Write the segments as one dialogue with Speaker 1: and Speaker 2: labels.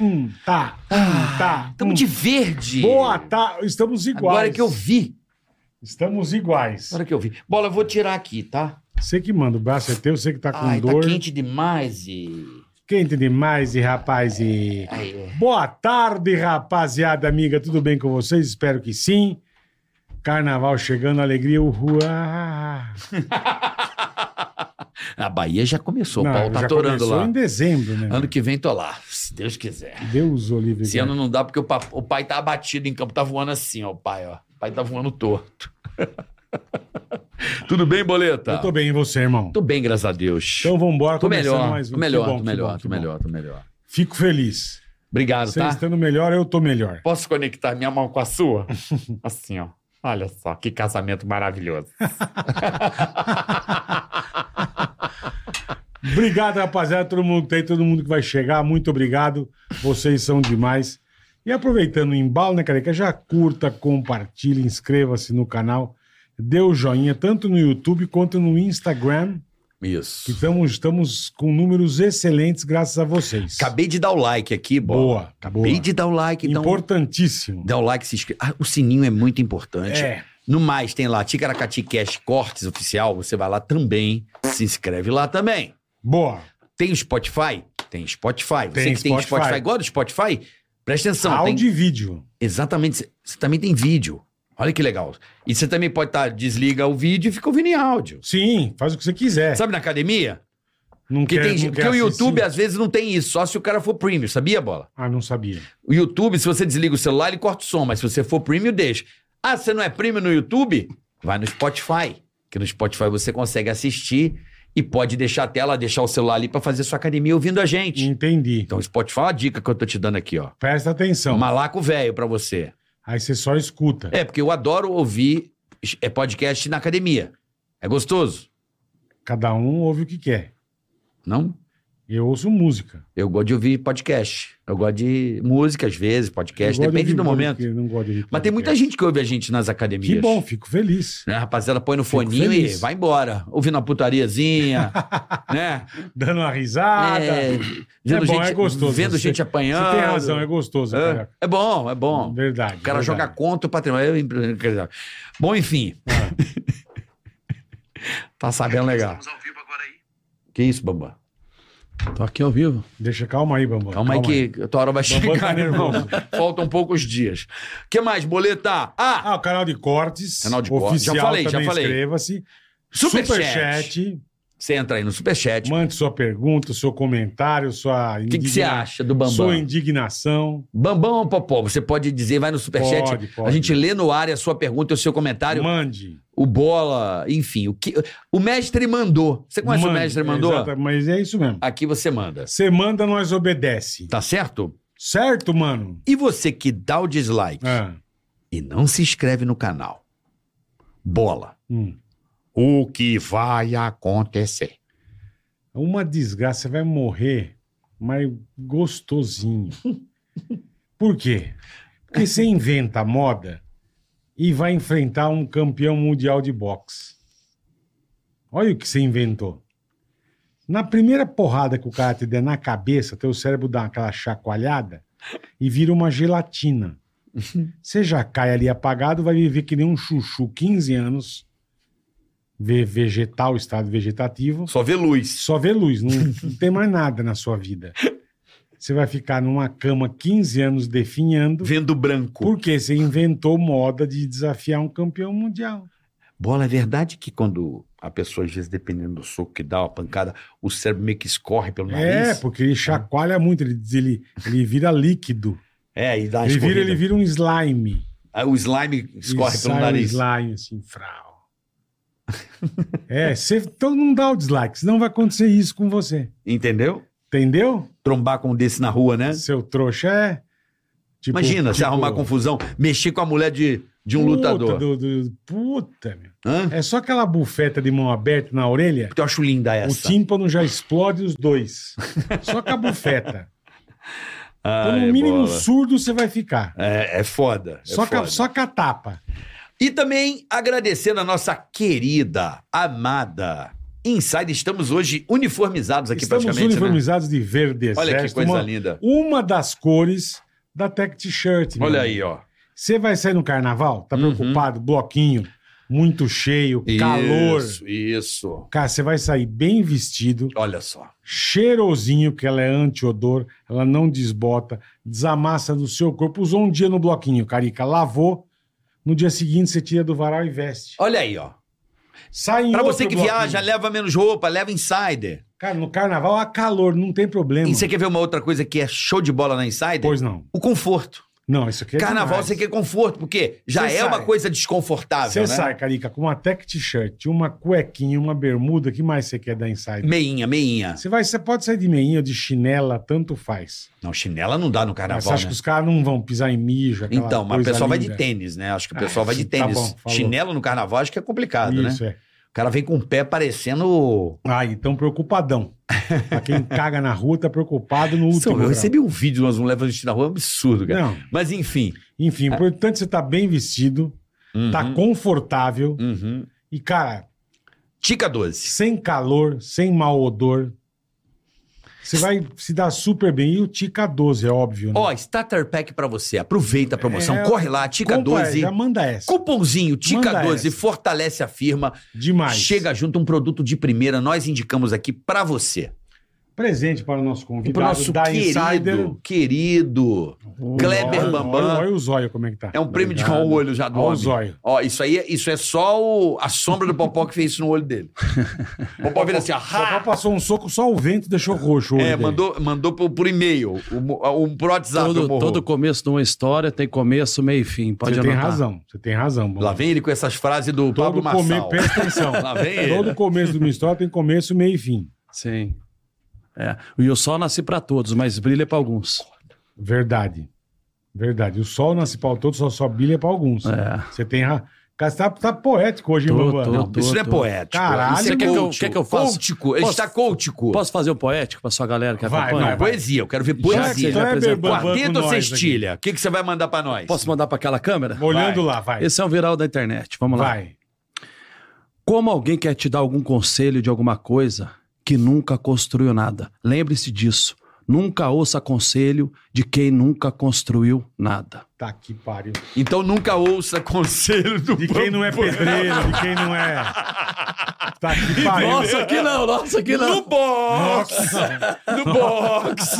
Speaker 1: Hum, tá. Hum, tá.
Speaker 2: Estamos
Speaker 1: hum.
Speaker 2: Ah, de verde.
Speaker 1: Boa, tá. Estamos iguais.
Speaker 2: Agora que eu vi.
Speaker 1: Estamos iguais.
Speaker 2: Agora que eu vi. Bola, eu vou tirar aqui, tá?
Speaker 1: Você que manda, o braço é teu, você que tá com
Speaker 2: Ai,
Speaker 1: dor.
Speaker 2: tá quente demais e...
Speaker 1: Quente demais, e rapaz. E...
Speaker 2: Ai, é.
Speaker 1: Boa tarde, rapaziada, amiga. Tudo bem com vocês? Espero que sim. Carnaval chegando, alegria, uhul. Ah.
Speaker 2: A Bahia já começou, o pau tá
Speaker 1: já
Speaker 2: atorando
Speaker 1: começou
Speaker 2: lá.
Speaker 1: em dezembro, né?
Speaker 2: Ano que vem tô lá, se Deus quiser.
Speaker 1: Deus, Olívio.
Speaker 2: Esse ano não dá porque o, pa- o pai tá abatido em campo, tá voando assim, ó, o pai, ó. O pai tá voando torto. Tudo bem, Boleta?
Speaker 1: Eu tô bem, e você, irmão?
Speaker 2: tá. Tô bem, graças a Deus.
Speaker 1: Então vambora,
Speaker 2: tô
Speaker 1: começando
Speaker 2: melhor,
Speaker 1: mais um.
Speaker 2: tô
Speaker 1: Que
Speaker 2: melhor,
Speaker 1: bom,
Speaker 2: tô
Speaker 1: que
Speaker 2: melhor,
Speaker 1: bom, que
Speaker 2: tô
Speaker 1: bom.
Speaker 2: melhor, tô melhor.
Speaker 1: Fico feliz.
Speaker 2: Obrigado,
Speaker 1: Você
Speaker 2: tá?
Speaker 1: estando melhor, eu tô melhor.
Speaker 2: Posso conectar minha mão com a sua? Assim, ó. Olha só, que casamento maravilhoso.
Speaker 1: Obrigado, rapaziada, todo mundo que tá aí, todo mundo que vai chegar, muito obrigado. Vocês são demais. E aproveitando o embalo, né, careca? Já curta, compartilha, inscreva-se no canal, dê o joinha, tanto no YouTube quanto no Instagram, que
Speaker 2: Isso.
Speaker 1: estamos, estamos com números excelentes graças a vocês.
Speaker 2: Acabei de dar o like aqui, bola.
Speaker 1: boa,
Speaker 2: Acabei
Speaker 1: acabou.
Speaker 2: de dar o like, então.
Speaker 1: Importantíssimo.
Speaker 2: Dá o like, se inscreve. Ah, o sininho é muito importante.
Speaker 1: É,
Speaker 2: No mais, tem lá Ticaracati Cash Cortes Oficial. Você vai lá também. Se inscreve lá também.
Speaker 1: boa.
Speaker 2: Tem o Spotify? Tem Spotify. Você
Speaker 1: Tem
Speaker 2: que tem
Speaker 1: Spotify.
Speaker 2: Spotify, gosta do Spotify? Presta atenção. tem-
Speaker 1: Áudio e vídeo.
Speaker 2: Exatamente. Você também tem vídeo. Olha que legal. E você também pode estar, desliga o vídeo e fica ouvindo em áudio.
Speaker 1: Sim, faz o que você quiser.
Speaker 2: Sabe na academia?
Speaker 1: Não
Speaker 2: Porque,
Speaker 1: quer-
Speaker 2: tem,
Speaker 1: não
Speaker 2: porque
Speaker 1: quer
Speaker 2: o
Speaker 1: assistir?
Speaker 2: YouTube às vezes não tem isso, só se o cara for premium, sabia, Bola?
Speaker 1: Ah, não sabia.
Speaker 2: O YouTube, se você desliga o celular, ele corta o som, mas se você for premium, deixa. Ah, você não é premium no YouTube? Vai no Spotify, que no Spotify você consegue assistir e pode deixar a tela, deixar o celular ali pra fazer sua academia ouvindo a gente.
Speaker 1: Entendi.
Speaker 2: Então, o Spotify é uma dica que eu tô te dando aqui, ó.
Speaker 1: Presta atenção.
Speaker 2: Malaco velho pra você.
Speaker 1: Aí você só escuta.
Speaker 2: É, porque eu adoro ouvir é, podcast na academia. É gostoso?
Speaker 1: Cada um ouve o que quer.
Speaker 2: Não?
Speaker 1: Eu ouço música.
Speaker 2: Eu gosto de ouvir podcast. Eu gosto de música, às vezes,
Speaker 1: Eu
Speaker 2: podcast,
Speaker 1: gosto de
Speaker 2: depende
Speaker 1: ouvir
Speaker 2: do
Speaker 1: música,
Speaker 2: momento.
Speaker 1: eu Não gosto de ouvir
Speaker 2: Mas tem muita
Speaker 1: podcast.
Speaker 2: gente que ouve a gente nas academias.
Speaker 1: Que bom, fico feliz.
Speaker 2: Né, rapaziada, põe no
Speaker 1: Fico
Speaker 2: foninho e
Speaker 1: feliz.
Speaker 2: vai embora. Ouvindo uma putariazinha, né?
Speaker 1: Dando uma risada.
Speaker 2: É,
Speaker 1: Você
Speaker 2: vendo
Speaker 1: bom,
Speaker 2: gente,
Speaker 1: é gostoso.
Speaker 2: Vendo
Speaker 1: Você-
Speaker 2: gente apanhando.
Speaker 1: tem razão, é gostoso.
Speaker 2: É,
Speaker 1: cara.
Speaker 2: é bom, é bom.
Speaker 1: Verdade.
Speaker 2: O cara joga contra o patrimônio. é, quer dizer, Bom, enfim.
Speaker 1: É.
Speaker 2: tá sabendo legal. Que isso, Bambam?
Speaker 3: Tô aqui ao vivo.
Speaker 1: Deixa calma aí, Bambam.
Speaker 2: Calma, aí que a tua hora vai
Speaker 1: Bambam tá
Speaker 2: chegar, irmão.
Speaker 1: nervoso.
Speaker 2: Faltam poucos dias. que mais, boleta? Ah,
Speaker 1: Ah, o canal de cortes.
Speaker 2: Canal de cortes.
Speaker 1: oficial
Speaker 2: Já falei, já
Speaker 1: também
Speaker 2: falei.
Speaker 1: Inscreva-se.
Speaker 2: Superchat.
Speaker 1: Superchat.
Speaker 2: você entra aí no superchat.
Speaker 1: Mande sua pergunta, seu comentário, sua.
Speaker 2: O que que você acha do Bambam?
Speaker 1: Sua indignação.
Speaker 2: Bambam ou Popó, você pode dizer, vai no superchat.
Speaker 1: Pode, pode.
Speaker 2: A gente lê no ar a sua pergunta, o seu comentário,
Speaker 1: Mande.
Speaker 2: o bola, enfim. O, que, o mestre mandou. Você conhece o
Speaker 1: Mande.
Speaker 2: mestre mandou?
Speaker 1: Exata- mas é isso mesmo.
Speaker 2: Aqui você manda.
Speaker 1: Você manda, nós obedece.
Speaker 2: Tá certo?
Speaker 1: Certo, mano?
Speaker 2: E você que dá o dislike
Speaker 1: Ah,
Speaker 2: e não se inscreve no canal, bola.
Speaker 1: hum.
Speaker 2: O que vai acontecer?
Speaker 1: Uma desgraça, você vai morrer, mas gostosinho. Por quê? Porque você inventa a moda e vai enfrentar um campeão mundial de boxe. Olha o que você inventou. Na primeira porrada que o cara te der na cabeça, teu cérebro dá aquela chacoalhada e vira uma gelatina. Você já cai ali apagado, vai viver que nem um chuchu, 15 anos, vê vegetal, estado vegetativo,
Speaker 2: Só vê luz.
Speaker 1: só vê luz, não, não tem mais nada na sua vida. Você vai ficar numa cama 15 anos definhando,
Speaker 2: Vendo branco.
Speaker 1: porque você inventou moda de desafiar um campeão mundial.
Speaker 2: Bola, é verdade que quando a pessoa, às vezes, dependendo do soco que dá, uma pancada, o cérebro meio que escorre pelo
Speaker 1: É,
Speaker 2: nariz?
Speaker 1: porque ele chacoalha muito, ele, ele, ele vira líquido.
Speaker 2: É, e dá uma
Speaker 1: Ele vira,
Speaker 2: escorrida.
Speaker 1: ele vira um slime.
Speaker 2: Aí o slime escorre
Speaker 1: E
Speaker 2: pelo
Speaker 1: sai
Speaker 2: nariz.
Speaker 1: Um slime, assim, frau. é, cê- então não dá o dislike, senão vai acontecer isso com você.
Speaker 2: Entendeu?
Speaker 1: Entendeu?
Speaker 2: Trombar com um desse na rua, né?
Speaker 1: Seu trouxa é. tipo-
Speaker 2: Imagina, se
Speaker 1: tipo-
Speaker 2: arrumar confusão, mexer com a mulher de, de um
Speaker 1: Puta
Speaker 2: lutador.
Speaker 1: do- do- puta, meu.
Speaker 2: Hã?
Speaker 1: É só aquela bufeta de mão aberta na orelha,
Speaker 2: Eu acho linda
Speaker 1: o
Speaker 2: essa.
Speaker 1: tímpano já explode os dois. só com a bufeta. Então,
Speaker 2: Ai,
Speaker 1: no mínimo
Speaker 2: bola.
Speaker 1: surdo você vai ficar.
Speaker 2: É, é foda. é
Speaker 1: só, com a,
Speaker 2: foda.
Speaker 1: só com a tapa.
Speaker 2: E também agradecendo a nossa querida, amada Insider. Estamos hoje uniformizados aqui
Speaker 1: Estamos
Speaker 2: praticamente, né?
Speaker 1: uniformizados de verde exército.
Speaker 2: Olha que coisa
Speaker 1: uma-
Speaker 2: linda.
Speaker 1: uma das cores da Tech T-shirt. meu
Speaker 2: Olha
Speaker 1: amigo.
Speaker 2: aí, ó.
Speaker 1: Você vai sair no carnaval? Tá
Speaker 2: Uhum.
Speaker 1: preocupado? Bloquinho muito cheio, calor.
Speaker 2: Isso, isso.
Speaker 1: Cara, você vai sair bem vestido,
Speaker 2: Olha só.
Speaker 1: cheirosinho, porque ela é anti-odor, ela não desbota, desamassa do seu corpo. Usou um dia no bloquinho, Carica, lavou. No dia seguinte você tira do varal e veste.
Speaker 2: Olha aí, ó.
Speaker 1: Sai em
Speaker 2: Pra
Speaker 1: outro
Speaker 2: você que
Speaker 1: bloquinho.
Speaker 2: viaja, leva menos roupa, leva Insider.
Speaker 1: Cara, no carnaval há calor, não tem problema.
Speaker 2: E você quer ver uma outra coisa que é show de bola na Insider?
Speaker 1: Pois não.
Speaker 2: O conforto.
Speaker 1: Não, isso aqui é
Speaker 2: Carnaval
Speaker 1: demais.
Speaker 2: você quer conforto, porque já
Speaker 1: Você
Speaker 2: é uma
Speaker 1: sai.
Speaker 2: coisa desconfortável,
Speaker 1: Você
Speaker 2: né?
Speaker 1: sai, Carica, com uma tech t-shirt, uma cuequinha, uma bermuda, o que mais você quer da Insider?
Speaker 2: Meinha, meinha.
Speaker 1: Você vai, você pode sair de meinha ou de chinela, tanto faz.
Speaker 2: Não, chinela não dá no
Speaker 1: Mas você
Speaker 2: carnaval,
Speaker 1: acha
Speaker 2: né?
Speaker 1: que os caras não vão pisar em mijo, aquela
Speaker 2: Então, mas o
Speaker 1: coisa
Speaker 2: pessoal vai de
Speaker 1: linda?
Speaker 2: tênis, né? Acho que o pessoal
Speaker 1: Ah,
Speaker 2: vai de
Speaker 1: tá
Speaker 2: tênis.
Speaker 1: bom, falou.
Speaker 2: Chinelo no carnaval acho que é complicado, né?
Speaker 1: Isso, é.
Speaker 2: O cara vem com o pé parecendo.
Speaker 1: Ah, então preocupadão. pra quem caga na rua, tá preocupado no último.
Speaker 2: São, eu
Speaker 1: grau.
Speaker 2: recebi um vídeo de umas mulheres vestidas na rua, é um absurdo, cara.
Speaker 1: Não,
Speaker 2: Mas enfim. Ah.
Speaker 1: enfim, o importante é você tá bem vestido, tá
Speaker 2: Uhum,
Speaker 1: confortável
Speaker 2: uhum.
Speaker 1: e, cara,
Speaker 2: Tica 12.
Speaker 1: sem calor, sem mau odor. Você vai se dar super bem. E o Tica 12, é óbvio, né?
Speaker 2: Ó, Starter Pack pra você. Aproveita a promoção.
Speaker 1: É,
Speaker 2: Corre lá, Tica
Speaker 1: Compra,
Speaker 2: 12.
Speaker 1: Já manda essa.
Speaker 2: Cupomzinho Tica
Speaker 1: Manda
Speaker 2: 12
Speaker 1: essa.
Speaker 2: fortalece a firma.
Speaker 1: Demais.
Speaker 2: Chega junto um produto de primeira, nós indicamos aqui pra você.
Speaker 1: Presente para o nosso
Speaker 2: E
Speaker 1: convidado
Speaker 2: pro nosso
Speaker 1: da
Speaker 2: querido,
Speaker 1: Insider.
Speaker 2: querido. Kleber
Speaker 1: Olha-
Speaker 2: Bambam.
Speaker 1: Olha, olha o zóio como é que tá.
Speaker 2: É um prêmio de qual o olho já do
Speaker 1: Olha o
Speaker 2: homem.
Speaker 1: zóio.
Speaker 2: Ó, isso aí, isso é só o- a sombra do Popó que fez isso no olho dele. O Popó vira assim, ó,
Speaker 1: O papai
Speaker 2: "Ha!"
Speaker 1: passou um soco, só o vento deixou roxo. o olho
Speaker 2: É,
Speaker 1: dele.
Speaker 2: mandou, mandou por, por e-mail, o mo- um pro WhatsApp do
Speaker 3: Todo,
Speaker 2: Morro.
Speaker 3: todo começo de uma história tem começo, meio e fim. Pode
Speaker 1: Você tem
Speaker 3: anotar.
Speaker 1: razão, você tem razão. Bambam.
Speaker 2: Lá vem ele com essas frases do Pablo
Speaker 1: Todo
Speaker 2: Marçal.
Speaker 1: começo, presta atenção.
Speaker 2: Lá vem ele.
Speaker 1: Todo começo de uma história tem começo, meio e fim.
Speaker 3: Sim. É. E o sol nasce pra todos, mas brilha pra alguns.
Speaker 1: Verdade. Verdade. O sol nasce para todos, só só brilha para alguns.
Speaker 3: É.
Speaker 1: Você tem razão. Você tá, tá poético hoje, hein,
Speaker 3: Tô,
Speaker 1: Bambam?
Speaker 3: tô.
Speaker 1: Não,
Speaker 2: Não, isso não é
Speaker 3: Tô, tô.
Speaker 2: poético.
Speaker 1: Caralho,
Speaker 2: isso é
Speaker 3: Você quer que eu-
Speaker 2: coach.
Speaker 3: quer que eu faça?
Speaker 2: Coutico, ele
Speaker 3: Posso-
Speaker 2: está coutico.
Speaker 3: Posso fazer o poético pra sua galera que
Speaker 1: Vai,
Speaker 3: acompanha?
Speaker 1: vai, vai.
Speaker 2: Poesia, eu quero ver
Speaker 3: Já que você
Speaker 2: poesia.
Speaker 3: já-
Speaker 1: Kleber
Speaker 3: apresentou.
Speaker 1: Bambam com
Speaker 2: um Quarteto ou
Speaker 1: nós
Speaker 2: cestilha? O que, que você vai mandar pra nós?
Speaker 3: Posso mandar pra aquela câmera?
Speaker 1: aqui. Olhando
Speaker 2: Vai.
Speaker 1: lá, vai.
Speaker 3: Esse é um viral da internet. Vamos lá.
Speaker 1: Vai.
Speaker 3: Como alguém quer te dar algum conselho de alguma coisa que nunca construiu nada. Lembre-se disso. Nunca ouça conselho de quem nunca construiu nada.
Speaker 1: Tá que pariu.
Speaker 2: Então nunca ouça conselho do
Speaker 1: De quem não é pedreiro, de quem não é. Tá que pariu.
Speaker 3: Nossa, aqui não, nossa, aqui
Speaker 2: No
Speaker 3: não.
Speaker 2: box!
Speaker 1: Nossa.
Speaker 2: No box!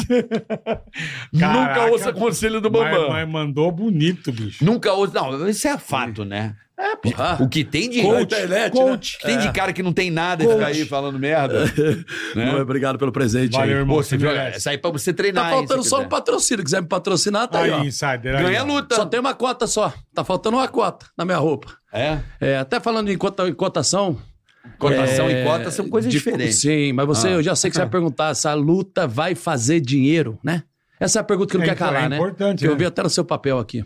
Speaker 2: Nunca
Speaker 1: Caraca.
Speaker 2: ouça conselho do
Speaker 1: Mas,
Speaker 2: Bambam.
Speaker 1: mas mandou bonito, bicho.
Speaker 2: Nunca ouça. Não, isso é fato, né?
Speaker 3: É, porra.
Speaker 2: O que tem de. né?
Speaker 3: Coach, coach.
Speaker 2: Tem
Speaker 1: É.
Speaker 2: de cara que não tem nada e
Speaker 3: Coach.
Speaker 2: fica aí falando merda. né?
Speaker 3: Não, Obrigado pelo presente
Speaker 1: Valeu,
Speaker 3: aí.
Speaker 1: irmão.
Speaker 2: Pô, você viu?
Speaker 1: merece.
Speaker 2: Essa aí é pra você
Speaker 3: Tá
Speaker 2: treinar. hein,
Speaker 3: faltando
Speaker 2: se
Speaker 3: só
Speaker 2: quiser.
Speaker 3: um patrocínio. Quiser me patrocinar, tá aí,
Speaker 1: Aí,
Speaker 3: ó.
Speaker 1: insider. aí,
Speaker 2: Ganha
Speaker 1: ó.
Speaker 2: a luta.
Speaker 3: Só tem uma cota só. Tá faltando uma cota na minha roupa.
Speaker 2: É?
Speaker 3: É, até falando em, cota, em cotação.
Speaker 2: Cotação
Speaker 3: é,
Speaker 2: e cota são coisas
Speaker 3: de-
Speaker 2: diferentes.
Speaker 3: Sim, mas você,
Speaker 2: Ah.
Speaker 3: eu já sei que você vai perguntar se a luta vai fazer dinheiro, né? Essa é a pergunta que não
Speaker 1: É,
Speaker 3: quer calar,
Speaker 1: é
Speaker 3: né?
Speaker 1: importante,
Speaker 3: Que eu
Speaker 1: né?
Speaker 3: vi até no seu papel aqui.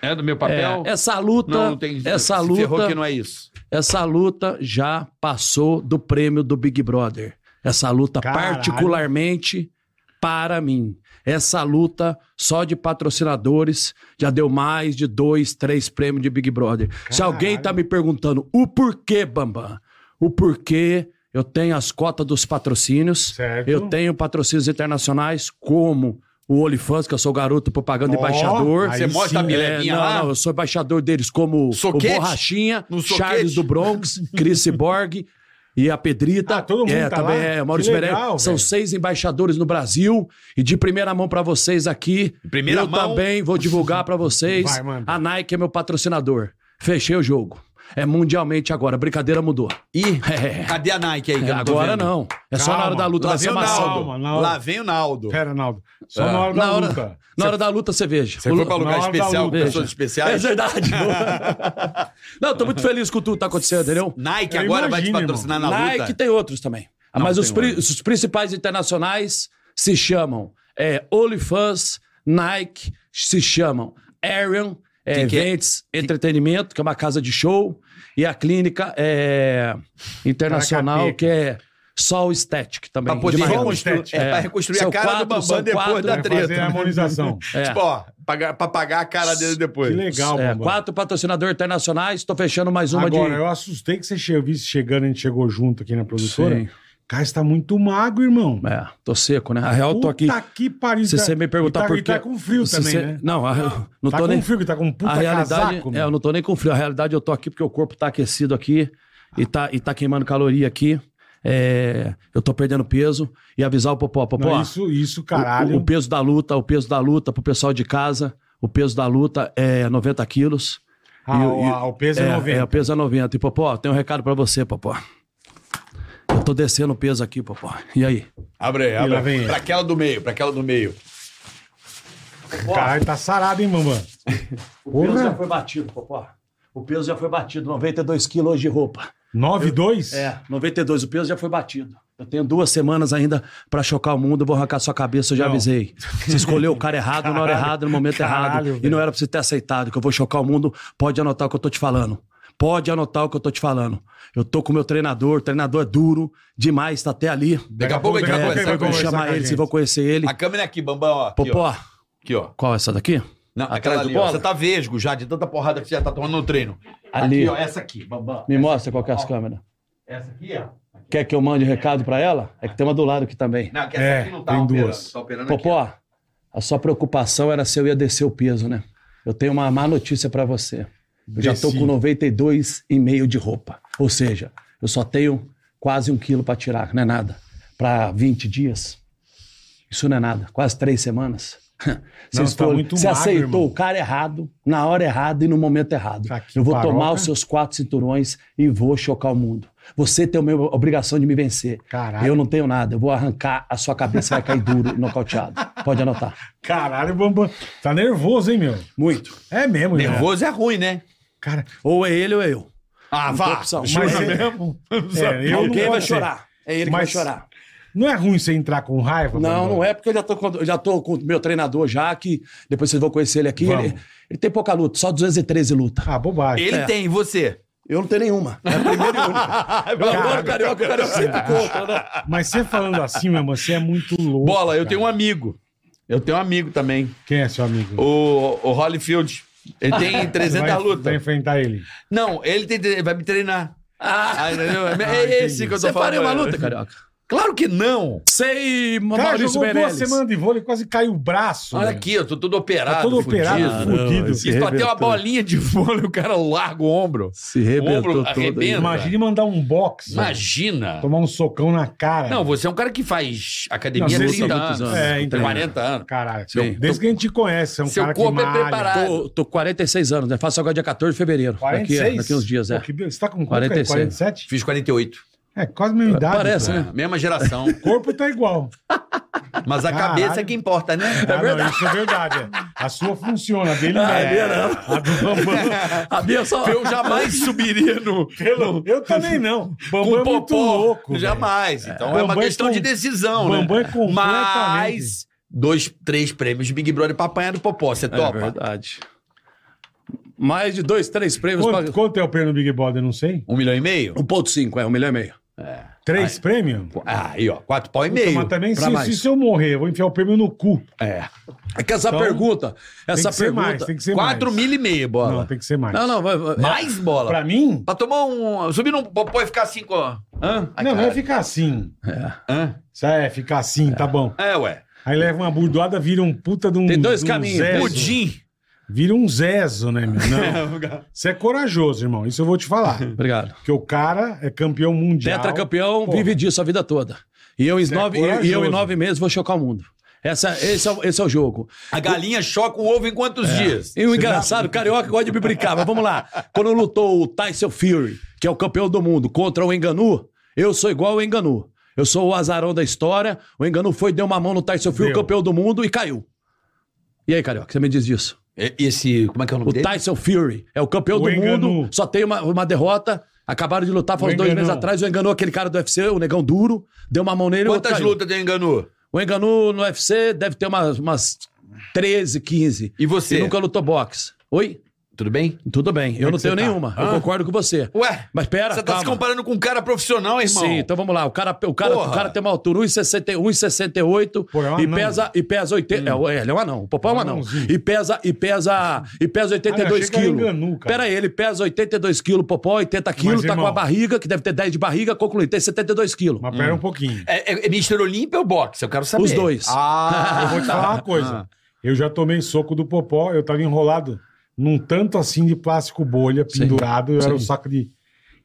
Speaker 2: É do meu papel?
Speaker 3: É, essa luta,
Speaker 2: Não, não tem.
Speaker 3: essa
Speaker 2: se ferrou
Speaker 3: luta,
Speaker 2: que não é isso.
Speaker 3: essa luta já passou do prêmio do Big Brother. Essa luta
Speaker 1: Caralho.
Speaker 3: particularmente para mim. Essa luta só de patrocinadores já deu mais de dois, três prêmios de Big Brother. Se
Speaker 1: Caralho.
Speaker 3: alguém tá me perguntando o porquê, Bambam, o porquê eu tenho as cotas dos patrocínios,
Speaker 1: Certo.
Speaker 3: eu tenho patrocínios internacionais como o OnlyFans, que eu sou garoto propaganda
Speaker 1: Ó,
Speaker 3: embaixador.
Speaker 1: aí
Speaker 2: Você mostra a
Speaker 1: sim,
Speaker 3: É,
Speaker 2: bilhetinha
Speaker 3: não,
Speaker 2: lá?
Speaker 3: não, eu sou embaixador deles como
Speaker 2: Soquete?
Speaker 3: o Borrachinha,
Speaker 2: No soquete?
Speaker 3: Charles do Bronx, Chris Borg e a Pedrita.
Speaker 1: Ah, todo mundo
Speaker 3: é,
Speaker 1: tá
Speaker 3: também
Speaker 1: lá?
Speaker 3: é,
Speaker 1: Que
Speaker 3: Maurício
Speaker 1: legal,
Speaker 3: Meirelles. São
Speaker 1: velho.
Speaker 3: seis embaixadores no Brasil e de primeira mão pra vocês aqui.
Speaker 2: Primeira
Speaker 3: eu
Speaker 2: mão?
Speaker 3: também vou divulgar pra vocês.
Speaker 1: Vai, manda.
Speaker 3: a Nike é meu patrocinador. Fechei o jogo. É mundialmente agora. A brincadeira mudou.
Speaker 2: Ih,
Speaker 3: É.
Speaker 2: cadê a Nike aí? que eu não tô
Speaker 3: Agora
Speaker 2: vendo?
Speaker 3: não. É só na hora
Speaker 1: Calma.
Speaker 3: da luta
Speaker 2: Lá
Speaker 3: da
Speaker 2: vem o
Speaker 3: semação.
Speaker 2: Naldo.
Speaker 1: Calma, na hora-
Speaker 2: Lá vem o Naldo.
Speaker 1: Pera, Naldo. Só
Speaker 2: É.
Speaker 1: na hora da
Speaker 3: Na hora,
Speaker 1: luta.
Speaker 3: na hora da luta, você veja.
Speaker 2: Você foi pra
Speaker 1: Na
Speaker 2: lugar
Speaker 1: hora da
Speaker 2: especial,
Speaker 1: luta.
Speaker 2: com pessoas
Speaker 3: Veja. É
Speaker 2: especiais?
Speaker 3: verdade. não, tô muito feliz com tudo que tá acontecendo, entendeu?
Speaker 2: Nike
Speaker 1: Eu
Speaker 2: agora
Speaker 1: imagino,
Speaker 2: vai te patrocinar na luta.
Speaker 3: Nike tem outros também. Ah,
Speaker 2: Não,
Speaker 3: Mas os,
Speaker 2: tem
Speaker 3: pri-
Speaker 2: outros.
Speaker 3: os principais internacionais se chamam é, OnlyFans, Nike, se chamam Arian, é,
Speaker 2: Que que é?
Speaker 3: Events Entretenimento, que é uma casa de show, e a clínica é, internacional,
Speaker 1: Caracateca.
Speaker 3: que é Sol Static também.
Speaker 2: Pra poder
Speaker 3: de Miami.
Speaker 2: reconstruir,
Speaker 1: estética.
Speaker 2: é, pra
Speaker 3: É.
Speaker 2: reconstruir
Speaker 3: São
Speaker 2: a cara
Speaker 3: quatro,
Speaker 2: do Bambam
Speaker 3: são
Speaker 2: depois
Speaker 3: quatro.
Speaker 2: da
Speaker 1: Vai fazer a
Speaker 2: treta.
Speaker 1: harmonização.
Speaker 3: né, É.
Speaker 2: Tipo, ó, pagar- pra pagar a cara dele
Speaker 1: Que
Speaker 2: depois.
Speaker 1: legal,
Speaker 3: É,
Speaker 1: Bambam.
Speaker 3: quatro patrocinadores internacionais, tô fechando mais uma
Speaker 1: Agora,
Speaker 3: de.
Speaker 1: eu assustei que você che- eu vi você chegando, a gente chegou junto aqui na produtora.
Speaker 3: Sim.
Speaker 1: Cara, você tá muito magro, irmão.
Speaker 3: É, tô seco, né? A real, tô aqui.
Speaker 1: Puta que pariu.
Speaker 3: Se
Speaker 1: tá-
Speaker 3: você me perguntar
Speaker 1: e tá,
Speaker 3: por
Speaker 1: e
Speaker 3: quê.
Speaker 1: tá com frio
Speaker 3: se
Speaker 1: também,
Speaker 3: você-
Speaker 1: né?
Speaker 3: Não, a- eu não
Speaker 1: tá
Speaker 3: tô
Speaker 1: com
Speaker 3: nem.
Speaker 1: frio, que tá com um puta
Speaker 3: a realidade,
Speaker 1: casaco.
Speaker 3: é,
Speaker 1: meu.
Speaker 3: eu não tô nem com frio. A realidade, eu tô aqui porque o corpo tá aquecido aqui e tá, e tá queimando caloria aqui. É, eu tô perdendo peso e avisar o Popó. Popó,
Speaker 1: Não, isso, isso, caralho.
Speaker 3: é- o, o peso da luta, o peso da luta pro pessoal de casa, o peso da luta é 90 quilos.
Speaker 1: Ah,
Speaker 3: e
Speaker 1: o-
Speaker 3: e-
Speaker 1: ah, o peso é 90.
Speaker 3: o peso é 90. E, Popó, tem um recado pra você, Popó. Eu tô descendo o peso aqui, Popó. E aí?
Speaker 2: Abre aí,
Speaker 1: lá vem
Speaker 2: abre.
Speaker 1: ele.
Speaker 2: Pra aquela do meio, pra aquela do meio.
Speaker 1: Caralho, tá sarado, hein,
Speaker 3: O
Speaker 1: Bambam?
Speaker 3: peso já
Speaker 2: Uhum.
Speaker 1: Porra,
Speaker 3: foi batido, Popó. O peso já foi batido, 92 quilos hoje de roupa.
Speaker 1: 9-2?
Speaker 3: É, 92, o peso já foi batido. Eu tenho duas semanas ainda pra chocar o mundo, eu vou arrancar sua cabeça, eu já
Speaker 1: Não.
Speaker 3: avisei. Você escolheu o cara errado, na hora errada, no momento
Speaker 1: caralho,
Speaker 3: errado. E
Speaker 1: velho.
Speaker 3: não era pra você ter aceitado, que eu vou chocar o mundo. Pode anotar o que eu tô te falando. Pode anotar o que eu tô te falando. Eu tô com o meu treinador, o treinador é duro demais, tá até ali.
Speaker 2: Daqui a pouco a gente vai
Speaker 3: É,
Speaker 2: conversar
Speaker 3: eu
Speaker 2: com
Speaker 3: vou
Speaker 2: ele.
Speaker 3: chamar ele, se vou conhecer ele.
Speaker 2: A câmera é aqui, Bambam, ó. Aqui, ó.
Speaker 3: Popó,
Speaker 2: Aqui, ó.
Speaker 3: qual é essa daqui?
Speaker 2: Não,
Speaker 3: Atrás
Speaker 2: aquela
Speaker 3: do
Speaker 2: ali, ó.
Speaker 3: bola?
Speaker 2: Você tá vesgo já de tanta porrada que você já tá tomando no treino.
Speaker 3: Ali.
Speaker 2: Aqui, ó, essa aqui, Bambam.
Speaker 3: Me mostra qual que é as câmeras.
Speaker 2: Essa aqui, ó.
Speaker 3: Quer que eu mande recado pra ela? É que tem uma do lado aqui também.
Speaker 2: Não, que essa
Speaker 1: É,
Speaker 2: aqui não tá
Speaker 1: tem
Speaker 2: operando.
Speaker 1: duas.
Speaker 2: Tá operando aqui.
Speaker 3: Popó, a sua preocupação era se eu ia descer o peso, né? Eu tenho uma má notícia pra você. Eu já tô
Speaker 1: Desci.
Speaker 3: com 92,5 de roupa. Ou seja, eu só tenho quase um quilo pra tirar, não é nada. Pra 20 dias. Isso não é nada. Quase três semanas. Você,
Speaker 1: Não, tá
Speaker 3: escolhe-
Speaker 1: muito
Speaker 3: você
Speaker 1: magro,
Speaker 3: aceitou
Speaker 1: irmão.
Speaker 3: o cara errado, na hora errada e no momento errado.
Speaker 1: Tá que
Speaker 3: eu vou
Speaker 1: paroca.
Speaker 3: tomar os seus quatro cinturões e vou chocar o mundo. Você tem a minha obrigação de me vencer.
Speaker 1: Caralho.
Speaker 3: Eu não tenho nada. Eu vou arrancar a sua cabeça, vai cair duro, nocauteado. Pode anotar.
Speaker 1: Caralho, Bambam. Tá nervoso, hein, meu?
Speaker 3: Muito.
Speaker 1: É mesmo, irmão.
Speaker 2: Nervoso é ruim, né?
Speaker 1: Cara,
Speaker 3: Ou é ele ou é eu.
Speaker 2: Ah,
Speaker 3: Não tem
Speaker 2: vá.
Speaker 3: opção.
Speaker 1: mas
Speaker 3: Chora
Speaker 1: é-
Speaker 2: mesmo?
Speaker 1: É,
Speaker 3: Alguém
Speaker 1: eu não
Speaker 3: vai
Speaker 1: gosto.
Speaker 3: chorar. É ele
Speaker 1: Mas-
Speaker 3: que vai chorar.
Speaker 1: Não é ruim você entrar com raiva?
Speaker 3: Não,
Speaker 1: Bambam?
Speaker 3: não é, porque eu já tô com, eu já tô com o meu treinador já, que depois vocês vão conhecer ele aqui.
Speaker 1: Vamos.
Speaker 3: Ele, ele tem pouca luta, só 213 luta.
Speaker 1: Ah, bobagem.
Speaker 2: Ele
Speaker 3: É.
Speaker 2: tem, e você?
Speaker 3: Eu não tenho nenhuma. É a primeira e única. Eu adoro o carioca, o carioca sempre conta, né?
Speaker 1: Mas você falando assim, meu irmão, você é muito louco.
Speaker 2: Bola, eu
Speaker 1: cara.
Speaker 2: tenho um amigo. Eu tenho um amigo também.
Speaker 1: Quem é seu amigo?
Speaker 2: O, o Holyfield. Ele tem
Speaker 1: Você
Speaker 2: 300
Speaker 1: vai, Vai
Speaker 2: lutas.
Speaker 1: enfrentar ele.
Speaker 2: Não, ele tem, ele vai me treinar. Ah, entendeu? É esse que eu tô
Speaker 3: Você
Speaker 2: falando. é.
Speaker 3: faria uma luta, carioca?
Speaker 2: Claro que não.
Speaker 3: Sei,
Speaker 1: Cara,
Speaker 3: Maurício
Speaker 1: jogou duas
Speaker 3: Meirelles.
Speaker 1: semanas de vôlei, quase caiu o braço.
Speaker 2: Olha
Speaker 1: velho.
Speaker 2: aqui, eu tô todo operado,
Speaker 1: Tá todo
Speaker 2: fudido.
Speaker 1: operado,
Speaker 3: Caramba,
Speaker 1: fudido.
Speaker 3: esse-
Speaker 2: E só tem uma
Speaker 3: Arrebentou.
Speaker 2: bolinha de vôlei, o cara larga o ombro.
Speaker 3: Se
Speaker 2: O ombro
Speaker 3: rebentou todo.
Speaker 2: arrebenta.
Speaker 3: aí.
Speaker 1: Imagine mandar um boxe.
Speaker 2: Imagina.
Speaker 1: Tomar um socão na cara.
Speaker 2: Não, você é um cara que faz academia há
Speaker 1: Não,
Speaker 2: 30
Speaker 3: luta há
Speaker 2: anos,
Speaker 3: muitos anos.
Speaker 1: É, então.
Speaker 2: 40 anos.
Speaker 1: Caralho. é um-
Speaker 3: Sim.
Speaker 1: Desde que a gente te conhece, você é um
Speaker 2: Seu
Speaker 1: cara
Speaker 2: corpo
Speaker 1: que
Speaker 2: é
Speaker 1: malha.
Speaker 2: preparado.
Speaker 3: Tô, tô 46 anos, né? Faço agora dia 14 de fevereiro.
Speaker 1: 46?
Speaker 3: Daqui, daqui uns dias, é.
Speaker 1: Pô, que beleza. Você tá com 46.
Speaker 3: 46.
Speaker 1: 47?
Speaker 2: Então, Fiz 48.
Speaker 1: É, quase a mesma idade.
Speaker 3: Parece,
Speaker 1: cara.
Speaker 3: né?
Speaker 2: É, mesma geração.
Speaker 1: O corpo tá igual.
Speaker 2: Mas a
Speaker 1: Caralho.
Speaker 2: cabeça é que importa, né?
Speaker 1: Ah, não, isso é verdade. é. A sua funciona, a dele não.
Speaker 3: Ah,
Speaker 1: é.
Speaker 3: é, não.
Speaker 1: A do Bambam.
Speaker 3: A minha só...
Speaker 2: Eu jamais subiria no.
Speaker 1: Pelo- Eu também não. Bambam
Speaker 2: Com
Speaker 1: é
Speaker 2: popó.
Speaker 1: muito louco.
Speaker 2: Jamais. Então é, uma
Speaker 1: Bambam é
Speaker 2: questão
Speaker 1: com-
Speaker 2: de decisão,
Speaker 1: Bambam é
Speaker 2: né?
Speaker 1: completamente.
Speaker 2: Mas. Dois, três prêmios Big Brother pra apanhar do Popó. Você
Speaker 3: É
Speaker 2: topa?
Speaker 3: verdade. Mais de dois, três prêmios.
Speaker 1: Quanto, quanto é o prêmio Big Brother? Não sei.
Speaker 2: Um milhão e meio?
Speaker 3: 1.5, é, um milhão e meio.
Speaker 1: Três prêmios?
Speaker 2: Ah, aí, ó. Quatro pau e
Speaker 1: Mas
Speaker 2: meio.
Speaker 1: também,
Speaker 3: pra
Speaker 1: se,
Speaker 3: mais.
Speaker 1: se, se eu morrer, eu vou enfiar o prêmio no cu.
Speaker 2: É.
Speaker 3: É que essa
Speaker 1: Então,
Speaker 3: pergunta,
Speaker 1: Tem
Speaker 3: essa
Speaker 1: que ser mais,
Speaker 3: pergunta...
Speaker 1: tem que ser
Speaker 2: Quatro
Speaker 1: mais.
Speaker 2: mil e meio, bola.
Speaker 1: Não, tem que ser mais.
Speaker 3: Não, não, vai... vai-
Speaker 2: Mais bola.
Speaker 1: Pra
Speaker 2: Pra,
Speaker 1: mim,
Speaker 2: tomar um. Subir num popó e ficar assim, ó. Hã? Ai,
Speaker 1: não, não é
Speaker 2: cara.
Speaker 1: ficar assim.
Speaker 3: É.
Speaker 2: Hã?
Speaker 1: Isso é ficar assim, tá bom.
Speaker 2: É, ué.
Speaker 1: Aí leva uma burdoada, vira um puta de um.
Speaker 3: Tem dois
Speaker 1: de um
Speaker 3: caminhos.
Speaker 1: zezo.
Speaker 2: Pudim.
Speaker 1: Vira um zezo, né, meu? Não. Você é corajoso, irmão. Isso eu vou te falar.
Speaker 3: Obrigado.
Speaker 1: Porque o cara é campeão mundial.
Speaker 3: Tetracampeão,
Speaker 1: Pô,
Speaker 3: vive disso a vida toda. E eu, em
Speaker 1: é
Speaker 3: nove, e- e eu em
Speaker 1: corajoso.
Speaker 3: nove meses vou chocar o mundo. Essa, esse, é, o- esse é o jogo. É.
Speaker 2: A galinha choca o ovo em quantos dias?
Speaker 3: E o engraçado, o carioca gosta de me brincar, mas vamos lá. Quando lutou o Tyson Fury, que é o campeão do mundo, contra o Enganu, eu sou igual o Enganu. Eu sou o azarão da história. O Enganu foi, deu uma mão no Tyson Fury,
Speaker 1: Deu.
Speaker 3: campeão do mundo, e caiu. E aí, carioca, você me diz disso?
Speaker 2: E- Esse. Como é que é o nome
Speaker 3: O
Speaker 2: dele?
Speaker 3: Tyson Fury é o campeão
Speaker 1: O
Speaker 3: do
Speaker 1: Enganu.
Speaker 3: mundo, só tem uma, uma derrota. Acabaram de lutar faz
Speaker 1: O
Speaker 3: uns dois
Speaker 1: Enganu.
Speaker 3: meses atrás. O Enganu, é aquele cara do UFC, o negão duro, deu uma mão nele. o outro
Speaker 2: Quantas
Speaker 3: caiu.
Speaker 2: lutas tem Enganu?
Speaker 3: O Enganu no UFC deve ter umas, umas 13, 15.
Speaker 2: E você?
Speaker 3: E nunca lutou boxe. Oi?
Speaker 2: Tudo bem? é
Speaker 3: Tudo bem, eu não
Speaker 1: você
Speaker 3: tenho
Speaker 1: tá?
Speaker 3: nenhuma. Eu concordo com você.
Speaker 2: Ué,
Speaker 3: Mas pera,
Speaker 2: você tá se
Speaker 3: calma.
Speaker 2: comparando com um cara profissional, irmão.
Speaker 3: Sim, então vamos lá. O cara, o cara, o
Speaker 2: Porra.
Speaker 3: cara tem uma altura 1,60 1,68
Speaker 1: Pô, é um
Speaker 3: e
Speaker 1: anão.
Speaker 3: pesa e pesa 80, é, ele é um anão, o Popó é um
Speaker 1: É um
Speaker 3: anão.
Speaker 1: anãozinho.
Speaker 3: E pesa e pesa e pesa
Speaker 1: Ah, eu
Speaker 3: 82
Speaker 1: achei que era
Speaker 3: quilos.
Speaker 1: Enganu, cara.
Speaker 3: Pera aí, ele pesa 82 quilos, Popó 80 quilos, tá com
Speaker 1: irmão-
Speaker 3: a barriga que deve ter 10 de barriga, concluindo, tem 72 quilos.
Speaker 1: Mas pera um pouquinho.
Speaker 2: É, é, é Mr. Olímpia ou boxe? Eu quero saber.
Speaker 3: Os dois.
Speaker 1: Eu
Speaker 2: Ah,
Speaker 1: vou te falar uma coisa. Eu já tomei soco do Popó, eu tava enrolado num tanto assim de plástico bolha pendurado, eu era um saco de.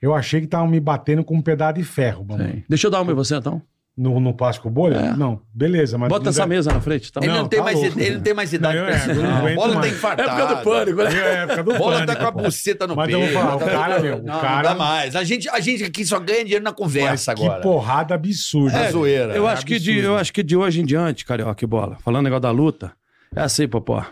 Speaker 1: Eu achei que tava me batendo com um pedaço de ferro, mano.
Speaker 3: Sim. Deixa eu dar uma em você então. É.
Speaker 1: No, no plástico bolha? Não, beleza, mas.
Speaker 3: Bota essa mesa na frente, tá?
Speaker 2: ele, não,
Speaker 1: Não,
Speaker 2: tem
Speaker 1: tá
Speaker 2: mais,
Speaker 1: louco.
Speaker 2: ele não tem mais idade
Speaker 1: Não,
Speaker 2: pra
Speaker 1: é,
Speaker 2: isso.
Speaker 1: eu não
Speaker 2: não.
Speaker 1: aguento
Speaker 2: Bola tá
Speaker 1: mais.
Speaker 3: É
Speaker 2: infartada.
Speaker 3: porque do pânico, né?
Speaker 1: É, a época do
Speaker 2: Bola tá
Speaker 1: pânico,
Speaker 2: com a
Speaker 1: pô.
Speaker 2: buceta no
Speaker 1: Mas eu
Speaker 2: peito.
Speaker 1: vou falar, o
Speaker 2: tá-
Speaker 1: cara, meu, o
Speaker 2: não, não
Speaker 1: cara-
Speaker 2: dá mais. A gente, a gente aqui só ganha dinheiro na
Speaker 1: Mas
Speaker 2: conversa agora.
Speaker 1: Que porrada absurda.
Speaker 2: É zoeira.
Speaker 3: Eu acho, que de,
Speaker 1: absurdo.
Speaker 3: eu acho que de hoje em diante, Carioca e Bola, falando negócio da luta, é assim, Popó.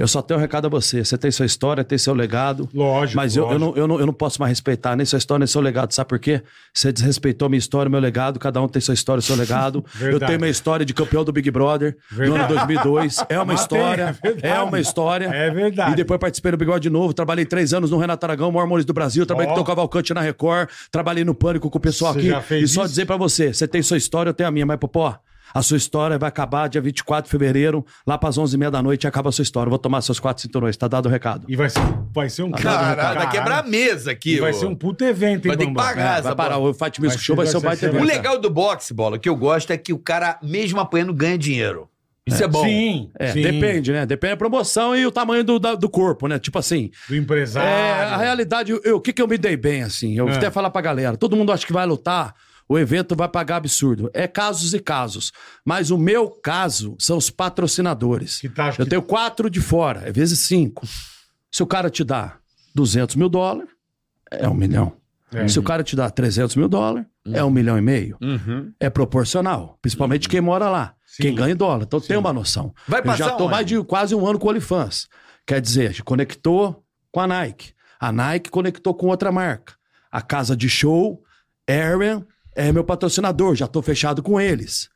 Speaker 3: Eu só tenho um recado a você. Você tem sua história, tem seu legado.
Speaker 1: Lógico.
Speaker 3: Mas eu, eu,
Speaker 1: lógico.
Speaker 3: não, eu, não, eu não posso mais respeitar nem sua história, nem seu legado. Sabe por quê? Você desrespeitou minha história, meu legado. Cada um tem sua história, seu legado. eu
Speaker 1: Verdade.
Speaker 3: tenho minha história de campeão do Big Brother no ano
Speaker 1: Verdade.
Speaker 3: 2002. É uma
Speaker 1: Mas tem,
Speaker 3: história.
Speaker 1: é verdade.
Speaker 3: É uma história.
Speaker 1: É verdade.
Speaker 3: E depois participei do Big Brother de novo. Trabalhei três anos no Renato Aragão, o maior humorista do Brasil. Trabalhei
Speaker 1: Ó.
Speaker 3: com o Cavalcante na Record. Trabalhei no Pânico com o pessoal
Speaker 1: Você
Speaker 3: aqui.
Speaker 1: já fez
Speaker 3: e só
Speaker 1: isso?
Speaker 3: dizer pra você: você tem sua história, eu tenho a minha. Mas, Popó. A sua história vai acabar dia 24 de fevereiro, lá pras 11h30 da noite, acaba a sua história. Eu vou tomar seus quatro cinturões, tá dado o recado.
Speaker 1: E vai ser, vai ser um.
Speaker 2: Caralho, vai
Speaker 1: Caralho.
Speaker 2: quebrar a mesa
Speaker 1: E
Speaker 2: aqui.
Speaker 1: Vai
Speaker 2: ô.
Speaker 1: ser um puta evento, hein,
Speaker 2: Vai ter que
Speaker 1: Bambam?
Speaker 2: pagar
Speaker 3: É,
Speaker 2: essa
Speaker 3: vai parar.
Speaker 2: bola.
Speaker 3: O Fight Music
Speaker 1: Vai
Speaker 3: Show
Speaker 1: ser-
Speaker 3: vai ser um
Speaker 1: vai
Speaker 3: baita
Speaker 1: ser
Speaker 3: evento.
Speaker 2: O
Speaker 1: Exato.
Speaker 2: legal do boxe, bola, que eu gosto é que o cara, mesmo apanhando, ganha dinheiro. Isso é, bom.
Speaker 1: Sim,
Speaker 3: É,
Speaker 1: sim.
Speaker 3: depende, né? Depende da promoção e o tamanho do, da- do corpo, né? Tipo assim.
Speaker 1: Do
Speaker 3: é,
Speaker 1: empresário.
Speaker 3: a realidade, eu- eu- o que, que eu me dei bem, assim? Eu
Speaker 1: É.
Speaker 3: até falar pra galera: todo mundo acha que vai lutar, o evento vai pagar absurdo. É casos e casos. Mas o meu caso são os patrocinadores.
Speaker 1: Que tá, acho
Speaker 3: eu
Speaker 1: que-
Speaker 3: tenho quatro de fora, é vezes cinco. Se o cara te dá 200 mil dólares, é um milhão.
Speaker 1: É.
Speaker 3: Se o cara te dá 300 mil dólares, é um milhão e meio.
Speaker 1: Uhum.
Speaker 3: É proporcional, principalmente quem mora lá,
Speaker 1: Sim.
Speaker 3: quem ganha em dólar. Então tem uma noção.
Speaker 2: Uhum. Vai
Speaker 3: Eu já
Speaker 2: passar
Speaker 3: tô
Speaker 2: onde?
Speaker 3: mais de quase um ano com o OnlyFans. Quer dizer, conectou com a Nike. A Nike conectou com outra marca. A casa de show, Arian, é meu patrocinador, já tô fechado com eles.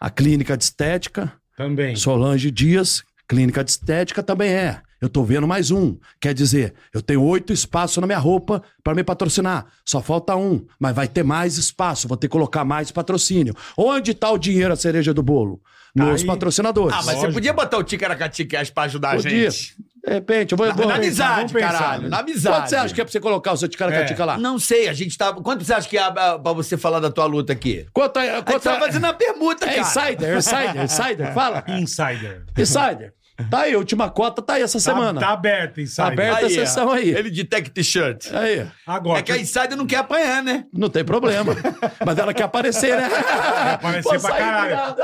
Speaker 3: A clínica de estética,
Speaker 1: Também.
Speaker 3: Solange Dias, clínica de estética também é. Eu tô vendo mais um. Quer dizer, eu tenho oito espaços na minha roupa pra me patrocinar. Só falta um, mas vai ter mais espaço. Vou ter que colocar mais patrocínio. Onde tá o dinheiro, a cereja do bolo? Nos
Speaker 1: Tá Aí-
Speaker 3: patrocinadores.
Speaker 2: Ah, mas você
Speaker 1: Lógico.
Speaker 2: podia botar o Ticaracatiquez pra ajudar a
Speaker 3: Podia.
Speaker 2: gente?
Speaker 3: De repente, eu vou. vou-
Speaker 2: Na amizade,
Speaker 1: vamos pensar,
Speaker 2: caralho.
Speaker 1: né?
Speaker 2: Na amizade.
Speaker 3: Quanto você acha que é pra você colocar o seu ticaracatica lá?
Speaker 2: Não sei, a gente tá. Quanto você acha que é pra pra você falar da tua luta aqui?
Speaker 3: Quanto é.
Speaker 2: A gente
Speaker 3: Quanto
Speaker 2: tá
Speaker 3: é...
Speaker 2: fazendo a permuta,
Speaker 3: é
Speaker 2: cara.
Speaker 3: insider, insider, é insider. Fala.
Speaker 1: Insider.
Speaker 3: Insider. Tá aí, a última cota tá aí essa
Speaker 1: Tá-
Speaker 3: semana.
Speaker 1: Tá, aberto, Insider.
Speaker 3: Tá aberto.
Speaker 2: é.
Speaker 3: Aperta a sessão aí.
Speaker 2: Ele de tech t-shirt.
Speaker 3: Aí.
Speaker 1: Agora.
Speaker 2: É que a Insider não quer apanhar, né?
Speaker 3: Não tem problema. Mas ela quer aparecer, né? Quer
Speaker 1: aparecer pra caralho.